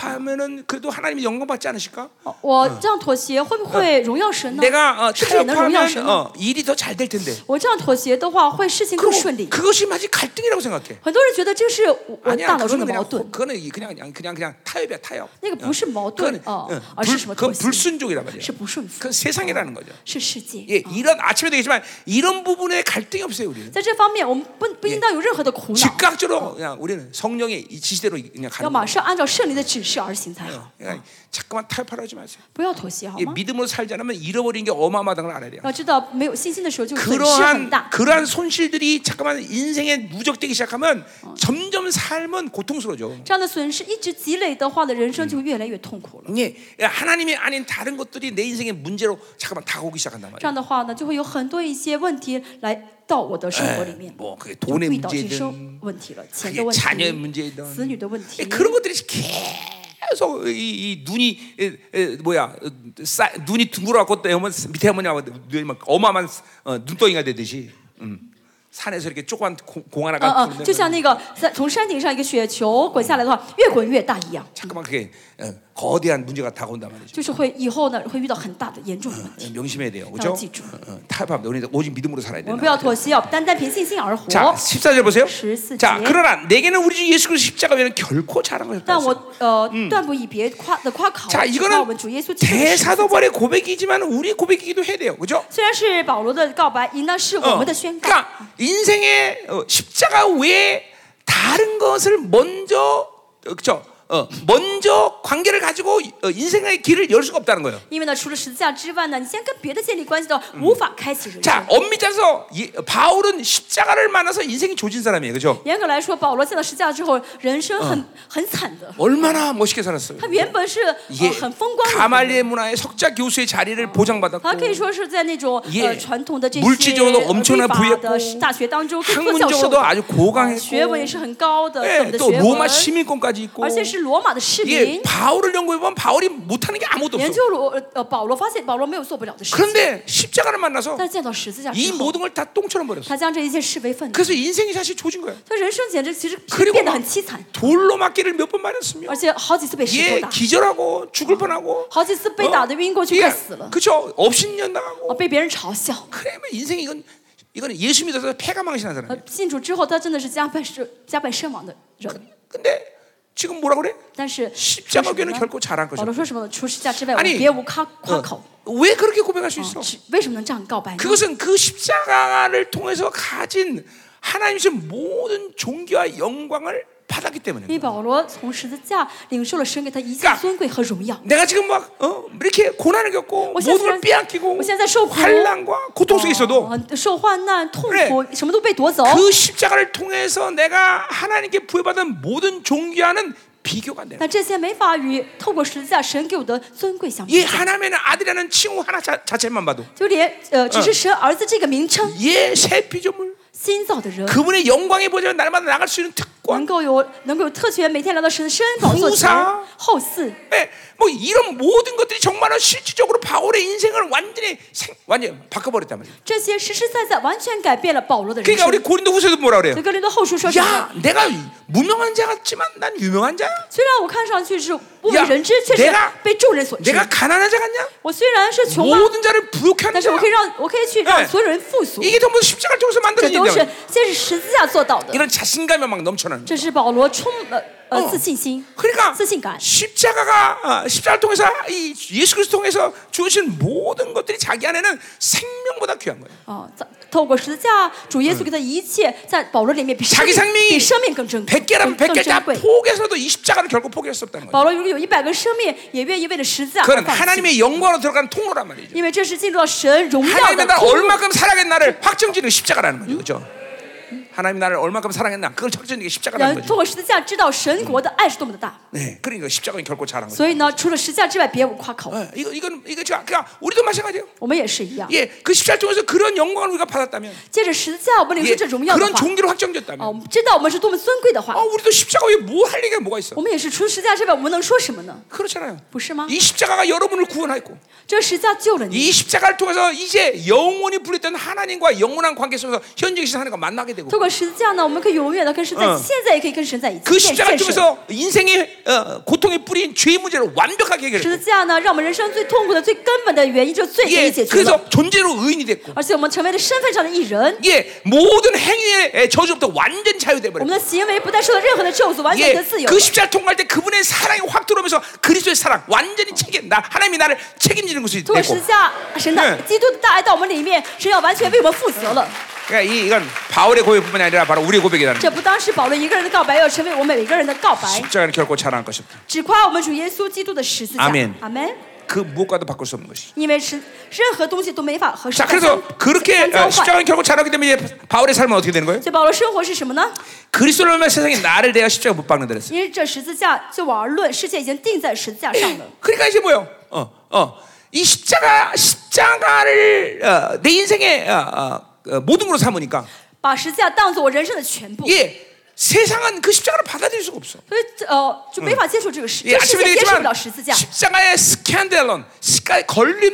[SPEAKER 1] 타협하면은 그래도 하나님이 영광 받지 않으실까?
[SPEAKER 2] 哦我这样妥协会不会荣耀神呢？
[SPEAKER 1] 내가 어,
[SPEAKER 2] 是不是也能荣耀神
[SPEAKER 1] 타협하면
[SPEAKER 2] 呢？
[SPEAKER 1] 어, 일이 더 잘 될 텐데.
[SPEAKER 2] 我这样妥协的话，会事情更
[SPEAKER 1] 그리고
[SPEAKER 2] 顺利。
[SPEAKER 1] 그것이 마치 갈등이라고 생각해.
[SPEAKER 2] 很多人觉得这是我我
[SPEAKER 1] 아니야,
[SPEAKER 2] 大脑中
[SPEAKER 1] 그거는
[SPEAKER 2] 的
[SPEAKER 1] 그냥
[SPEAKER 2] 矛盾
[SPEAKER 1] 호- ， 그거는 이- 그냥 그냥 그냥, 그냥 타협이야 타협.
[SPEAKER 2] 那个不是矛盾
[SPEAKER 1] 그거는
[SPEAKER 2] 哦
[SPEAKER 1] 응, ，
[SPEAKER 2] 而是什么
[SPEAKER 1] 불,
[SPEAKER 2] 妥
[SPEAKER 1] 건
[SPEAKER 2] 协？
[SPEAKER 1] 불순종이란 말이야.
[SPEAKER 2] 是不顺服
[SPEAKER 1] 그 ， 세상이라는 거죠.
[SPEAKER 2] 是世界。
[SPEAKER 1] 예, 이런 아침에 되겠지만 이런 부분에 갈등이 없어요 우리는.
[SPEAKER 2] 在这方面，我们不不应当有任何的苦恼，
[SPEAKER 1] 즉각적으로 그냥 우리는 성령의 이 지시대로 그냥
[SPEAKER 2] 要
[SPEAKER 1] 가는
[SPEAKER 2] 马
[SPEAKER 1] 거예요.
[SPEAKER 2] 上按照圣灵的指示而行才好，
[SPEAKER 1] 그러니까 자꾸만 타협하려 하지 마세요.
[SPEAKER 2] 不要妥协，好
[SPEAKER 1] 이
[SPEAKER 2] 吗？
[SPEAKER 1] 믿음으로 살지 않으면 잃어버린 게 어마어마한 걸 알아야 돼요.
[SPEAKER 2] 要知道，没有信心的时候就损失很
[SPEAKER 1] 그러한
[SPEAKER 2] 大。
[SPEAKER 1] 그러한 손실들이 잠깐만 인생에 누적되기 시작하면 점점 삶은 고통스러워져.
[SPEAKER 2] 这样的损失一直积累的话，的人生就越来越痛苦了。
[SPEAKER 1] 예, 하나님이 아닌 다른 것들이 내 인생의 문제로 잠깐만 다가오기 시작한단
[SPEAKER 2] 这
[SPEAKER 1] 말이야.
[SPEAKER 2] 样的话呢，就会有很多一些问题来到我的生活里面，
[SPEAKER 1] 뭐 그게
[SPEAKER 2] 就
[SPEAKER 1] 돈의
[SPEAKER 2] 遇到这些
[SPEAKER 1] 문제든
[SPEAKER 2] 问题了，钱哎的哎
[SPEAKER 1] 그게
[SPEAKER 2] 问
[SPEAKER 1] 자녀의
[SPEAKER 2] 题，子
[SPEAKER 1] 문제든
[SPEAKER 2] 女的问
[SPEAKER 1] 예,
[SPEAKER 2] 题。
[SPEAKER 1] 그런 것들이 계속 이, 이 눈이 에, 에, 뭐야 어, 싸, 눈이 둥그러갖고 또 어머- 밑에 어머니하고 눈이 막 어마어마한 어, 눈덩이가 되듯이 음. 산에서 이렇게 조그만 공, 공 하나가
[SPEAKER 2] 嗯嗯，
[SPEAKER 1] 굴러내면
[SPEAKER 2] 就像那个在从山顶上一个雪球滚下来的话，越滚越大一样，
[SPEAKER 1] 잠깐만 그게 어, 거대한 문제가 다가온단 말이죠.
[SPEAKER 2] 就是会以后呢会遇到很大的严重的问题。
[SPEAKER 1] 예, 명심해야 돼요. 그렇죠?
[SPEAKER 2] 지죠.
[SPEAKER 1] 타협합니다. 우리 오직 믿음으로 살아야
[SPEAKER 2] 我们
[SPEAKER 1] 된다.
[SPEAKER 2] 不要妥协，要单单凭信心而活。
[SPEAKER 1] 자, 14절 보세요.
[SPEAKER 2] 14
[SPEAKER 1] 자,
[SPEAKER 2] 절.
[SPEAKER 1] 그러나 내게는 우리 주 예수 그리스도 십자가 외에는 결코 자랑할 수 없다.
[SPEAKER 2] 但我呃断不以别夸的夸口，
[SPEAKER 1] 자,
[SPEAKER 2] 直到我们
[SPEAKER 1] 이거는
[SPEAKER 2] 主耶稣基督的十字架
[SPEAKER 1] 대사도벌의 고백이지만 우리 고백이기도 해야 돼요. 그죠?
[SPEAKER 2] 虽然是保罗的告白，应当是我
[SPEAKER 1] 어,
[SPEAKER 2] 们的宣告。
[SPEAKER 1] 그러니까 인생의 어, 십자가 외에 다른 것을 먼저 그죠? 어, 먼저 관계를 가지고 어, 인생의 길을 열 수가 없다는 거예요.
[SPEAKER 2] 因为呢，除了十字架之外呢，你先跟别的建立关系的话，无法开启人生。
[SPEAKER 1] 자, 엄밀히 따서 바울은 십자가를 만나서 인생이 조진 사람이에요. 그죠?
[SPEAKER 2] 严格来说，保罗见到十字架之后，人生很、很惨的。
[SPEAKER 1] 얼마나 멋있게 살았어요.
[SPEAKER 2] 他原本是、呃
[SPEAKER 1] 예,
[SPEAKER 2] 很风光的人，
[SPEAKER 1] 가말리의 문화의 석자 교수의 자리를 보장받았고
[SPEAKER 2] 他可以说是在那种呃
[SPEAKER 1] 예,
[SPEAKER 2] 传统的这些
[SPEAKER 1] 물질적으로도엄청난
[SPEAKER 2] 非法
[SPEAKER 1] 부였고
[SPEAKER 2] 的大学当中可以做教授
[SPEAKER 1] 학문적으로도
[SPEAKER 2] 的，
[SPEAKER 1] 아주
[SPEAKER 2] 呃学问也
[SPEAKER 1] 고강했고
[SPEAKER 2] 是很高的，我
[SPEAKER 1] 예,
[SPEAKER 2] 们的
[SPEAKER 1] 또
[SPEAKER 2] 学
[SPEAKER 1] 로마
[SPEAKER 2] 问，
[SPEAKER 1] 시민권까지 있고
[SPEAKER 2] 而且是罗马的市民
[SPEAKER 1] 예, 。 바울을 연구해 보면 바울이 못하는 게 아무것도
[SPEAKER 2] 研
[SPEAKER 1] 없어.
[SPEAKER 2] 究罗呃保罗发现保罗没有做不了的事情，
[SPEAKER 1] 그런데 십자가를 만나서
[SPEAKER 2] 但见到十字架
[SPEAKER 1] 이
[SPEAKER 2] 之后，
[SPEAKER 1] 모든 걸 다 똥처럼 버렸어.
[SPEAKER 2] 他将这一切视为粪土，
[SPEAKER 1] 그래서 인생이 사실 조진 거야.
[SPEAKER 2] 他人生简直其实
[SPEAKER 1] 그리고
[SPEAKER 2] 变得
[SPEAKER 1] 막
[SPEAKER 2] 很凄惨，
[SPEAKER 1] 돌로 맞기를 몇 번 맞았으며
[SPEAKER 2] 而且好几次被石头
[SPEAKER 1] 예
[SPEAKER 2] 打，
[SPEAKER 1] 기절하고 죽을 뻔하고 어? 예.
[SPEAKER 2] 好几次被打的晕过去快死了，
[SPEAKER 1] 그죠 업신년
[SPEAKER 2] 哦
[SPEAKER 1] 당하고
[SPEAKER 2] 被别人嘲笑。
[SPEAKER 1] 그러면 인생이 이건 이거는 예수 믿어서 폐가 망신한 사람.
[SPEAKER 2] 呃，信主之后，他真的是家败身家败身亡的
[SPEAKER 1] 어.
[SPEAKER 2] 人。
[SPEAKER 1] 근데 지금 뭐라 그래?
[SPEAKER 2] 但是
[SPEAKER 1] 십자가교회는결코
[SPEAKER 2] 说
[SPEAKER 1] 잘안거죠
[SPEAKER 2] 保罗说什么呢？除十字架之外，我
[SPEAKER 1] 아니
[SPEAKER 2] 们别无夸夸
[SPEAKER 1] 어,
[SPEAKER 2] 口。嗯
[SPEAKER 1] 왜 그렇게 고백할 수 있어?
[SPEAKER 2] 只为什么能这样告白呢？
[SPEAKER 1] 그것은 그 십자가를 통해서 가진 하나님의 모든 존귀와 영광을 받았기
[SPEAKER 2] 因为
[SPEAKER 1] 때문에.
[SPEAKER 2] 保罗从十字架领受了神给他一切
[SPEAKER 1] 그러니까
[SPEAKER 2] 尊贵和荣耀。
[SPEAKER 1] 내가 지금 막 어, 이렇게 고난을 겪고
[SPEAKER 2] 我现
[SPEAKER 1] 모든 걸
[SPEAKER 2] 在虽然
[SPEAKER 1] 빼앗기고
[SPEAKER 2] 我现在在受苦，
[SPEAKER 1] 환란과 고통 속에 있어도
[SPEAKER 2] 哦受患难、痛
[SPEAKER 1] 그래
[SPEAKER 2] 苦，什么都被夺走。
[SPEAKER 1] 그 십자가를 통해서 내가 하나님께 부여받은 모든 존귀와는 비교가 안 돼.
[SPEAKER 2] 那这些没法与透过十字架神给我的尊贵相
[SPEAKER 1] 이
[SPEAKER 2] 比，
[SPEAKER 1] 하나님의 아들이라는 칭호 하나 자, 자체만 봐도
[SPEAKER 2] 就连呃，只是神儿子这个名称
[SPEAKER 1] 예새 피조물
[SPEAKER 2] 新造的人，
[SPEAKER 1] 그분의 영광의 보좌에 날마다 나갈 수 있는
[SPEAKER 2] 能
[SPEAKER 1] 특권
[SPEAKER 2] 够有能够有特权，每天来到神的身宝座前
[SPEAKER 1] 菩萨
[SPEAKER 2] 好似。
[SPEAKER 1] 예, 뭐 이런 모든 것들이 정말 실질적으로 바울의 인생을 완전히 생, 완전 바꿔버렸단 말이에요.
[SPEAKER 2] 这些实实在在完全改变了保罗的人
[SPEAKER 1] 그러니까
[SPEAKER 2] 生。
[SPEAKER 1] 우리 고린도후서도 뭐라
[SPEAKER 2] 所
[SPEAKER 1] 그래요?
[SPEAKER 2] 以哥林多后书说什么
[SPEAKER 1] 야 ？ 내가 무명한 자 같지만 난 유명한 자야.
[SPEAKER 2] 虽然我看上去是不为
[SPEAKER 1] 야
[SPEAKER 2] 人知，确
[SPEAKER 1] 내
[SPEAKER 2] 实
[SPEAKER 1] 가
[SPEAKER 2] 被众人所知。
[SPEAKER 1] 내가 가난한 자 같냐?
[SPEAKER 2] 我虽然是穷啊，
[SPEAKER 1] 모든 자를 부욕해
[SPEAKER 2] 但
[SPEAKER 1] 하는
[SPEAKER 2] 是我
[SPEAKER 1] 자야.
[SPEAKER 2] 可以让我可以去
[SPEAKER 1] 哎
[SPEAKER 2] 让所有人富足，
[SPEAKER 1] 이게 전부 십자가를 통해서
[SPEAKER 2] 这
[SPEAKER 1] 만들어진
[SPEAKER 2] 都是
[SPEAKER 1] 일이야.
[SPEAKER 2] 这是十字架做到的。
[SPEAKER 1] 이런 자신감이 막 넘쳐나는. 거야.
[SPEAKER 2] 这是保罗充呃
[SPEAKER 1] 哦
[SPEAKER 2] 呃自信心，
[SPEAKER 1] 그러니까
[SPEAKER 2] 自信感。
[SPEAKER 1] 십자가가 어, 십자가를 통해서 이 예수 그리스도 통해서 주신 모든 것들이 자기 안에는 생명보다 귀한 거예요.
[SPEAKER 2] 哦，在透过十字架，主耶稣给他一切，在保罗里面比
[SPEAKER 1] 嗯
[SPEAKER 2] 生
[SPEAKER 1] 자기삶
[SPEAKER 2] 命
[SPEAKER 1] 이
[SPEAKER 2] 比生命更珍贵，
[SPEAKER 1] 100개라면
[SPEAKER 2] 更更
[SPEAKER 1] 100개 다
[SPEAKER 2] 珍贵。
[SPEAKER 1] 포기해서도 이 십자가를 결국 포기할 수 없다는 거예요.
[SPEAKER 2] 保罗如果有一百个生命，也愿意为了十字架而
[SPEAKER 1] 그건
[SPEAKER 2] 放弃，
[SPEAKER 1] 하나님의 영광으로 들어가는 통로란 말이죠.
[SPEAKER 2] 因为这是进入到神荣耀
[SPEAKER 1] 하나님이
[SPEAKER 2] 的
[SPEAKER 1] 날
[SPEAKER 2] 通路
[SPEAKER 1] 얼마큼 사랑했나를 확정지는 게 십자가라는 거죠. 그죠? 하나님이 나를 얼마큼 사랑했나 그걸 확정지는 게 십자가라는
[SPEAKER 2] 人
[SPEAKER 1] 거죠.
[SPEAKER 2] 通过十字架知道神国的爱是多么的大。
[SPEAKER 1] 네, 그러니까 십자가는 결코 잘한 거죠.
[SPEAKER 2] 所以呢，除了十字架之外，别无夸口。
[SPEAKER 1] 어, 이거 이건 이거 지금 그러니까 우리도 마찬가지예요.
[SPEAKER 2] 我们也是一样，
[SPEAKER 1] 예, 그 십자를 통해서 그런 영광을 우리가 받았다면,
[SPEAKER 2] 借着十字架，我们领
[SPEAKER 1] 예,
[SPEAKER 2] 受这荣耀的
[SPEAKER 1] 그런
[SPEAKER 2] 话，
[SPEAKER 1] 종기를 어,
[SPEAKER 2] 哦，
[SPEAKER 1] 확정졌다면,
[SPEAKER 2] 我们知道我们是多么尊贵的话
[SPEAKER 1] 아, ， 우리도 십자가 위에 뭐 할 얘기가 뭐가 뭐, 있어?
[SPEAKER 2] 我们也是除了十字架之外，我们能说什么呢？
[SPEAKER 1] 그렇잖아요.
[SPEAKER 2] 不是吗？
[SPEAKER 1] 이 십자가가 여러분을 구원하였고,
[SPEAKER 2] 这十字架救了你，
[SPEAKER 1] 이 십자가를 통해서 이제 영원히 불렸던 하나님과 영원한 관계 속에서 현재 시신 하나님과 만나게 되고
[SPEAKER 2] 透过十字架呢，我们可以永远的跟神在一
[SPEAKER 1] 嗯
[SPEAKER 2] 起，现在也可以跟神在一起。
[SPEAKER 1] 그
[SPEAKER 2] 见
[SPEAKER 1] 십자가를
[SPEAKER 2] 见神
[SPEAKER 1] 통해서 인생의 어, 고통의 뿌리인 죄의 문제를 완벽하게
[SPEAKER 2] 十
[SPEAKER 1] 해결했고
[SPEAKER 2] 字架呢，让我们人生最痛苦的、最根本的原因，就是罪给
[SPEAKER 1] 예,
[SPEAKER 2] 你解决了，
[SPEAKER 1] 그래서 존재로 의인이 됐고
[SPEAKER 2] 而且我们成为了身份上的艺人，
[SPEAKER 1] 예, 모든 행위의 저주부터 완전
[SPEAKER 2] 我
[SPEAKER 1] 자유돼버렸고
[SPEAKER 2] 们的行为不再受到任何的咒诅，完全
[SPEAKER 1] 예,
[SPEAKER 2] 的自由
[SPEAKER 1] 그。 십자가 통과할 때 그분의 사랑이 확 들어오면서 그리스도의 사랑 완전히 책임 나 하나님이 나를 책임지는 것이
[SPEAKER 2] 通过十
[SPEAKER 1] 됐고
[SPEAKER 2] 字架，神的
[SPEAKER 1] 嗯
[SPEAKER 2] 基督的大爱到我们里面，神要完全为我们负责了。
[SPEAKER 1] 그러니까 이- 이건 바울의 고백뿐만이 아니라 바로 우리의 고백이라는
[SPEAKER 2] 这
[SPEAKER 1] 거예요
[SPEAKER 2] 不单是保罗一个人的告白，要成为我们每个人的告白。
[SPEAKER 1] 십자가는 결코 자랑할 것이 없다
[SPEAKER 2] 只夸我们主耶稣基督的十字架。
[SPEAKER 1] 阿门
[SPEAKER 2] 阿门。
[SPEAKER 1] 그 무엇과도 바꿀 수 없는 것이
[SPEAKER 2] 因为是任何东西都没法和
[SPEAKER 1] 자
[SPEAKER 2] 神
[SPEAKER 1] 그래서
[SPEAKER 2] 相
[SPEAKER 1] 그렇게
[SPEAKER 2] 交
[SPEAKER 1] 어,
[SPEAKER 2] 换。
[SPEAKER 1] 십자가는 결코 자랑하기 때문에 이제 바울의 삶은 어떻게 되는 거예요?
[SPEAKER 2] 所以保罗生活是什么呢？
[SPEAKER 1] 그리스도를 얼마 세상에 나를 대하여 십자가 못 박는다 그랬어요
[SPEAKER 2] 因为这十字架，就往而论，世界已经定在十字架上了。
[SPEAKER 1] 그러니까 이제 뭐요? 어, 어. 이 십자가 십자가를 어, 내 인생의 어, 어, 어, 모든 걸로 삼으니까
[SPEAKER 2] 把十字架当做我人生的全部，
[SPEAKER 1] 예, 세상은 그 십자가를 받아들일 수가 없어.
[SPEAKER 2] 所以这呃就没法接受这个十，
[SPEAKER 1] 예,
[SPEAKER 2] 这世
[SPEAKER 1] 아침에
[SPEAKER 2] 界接受不
[SPEAKER 1] 얘기했지만
[SPEAKER 2] 了十字架，
[SPEAKER 1] 십자가의 스캔델론, 십자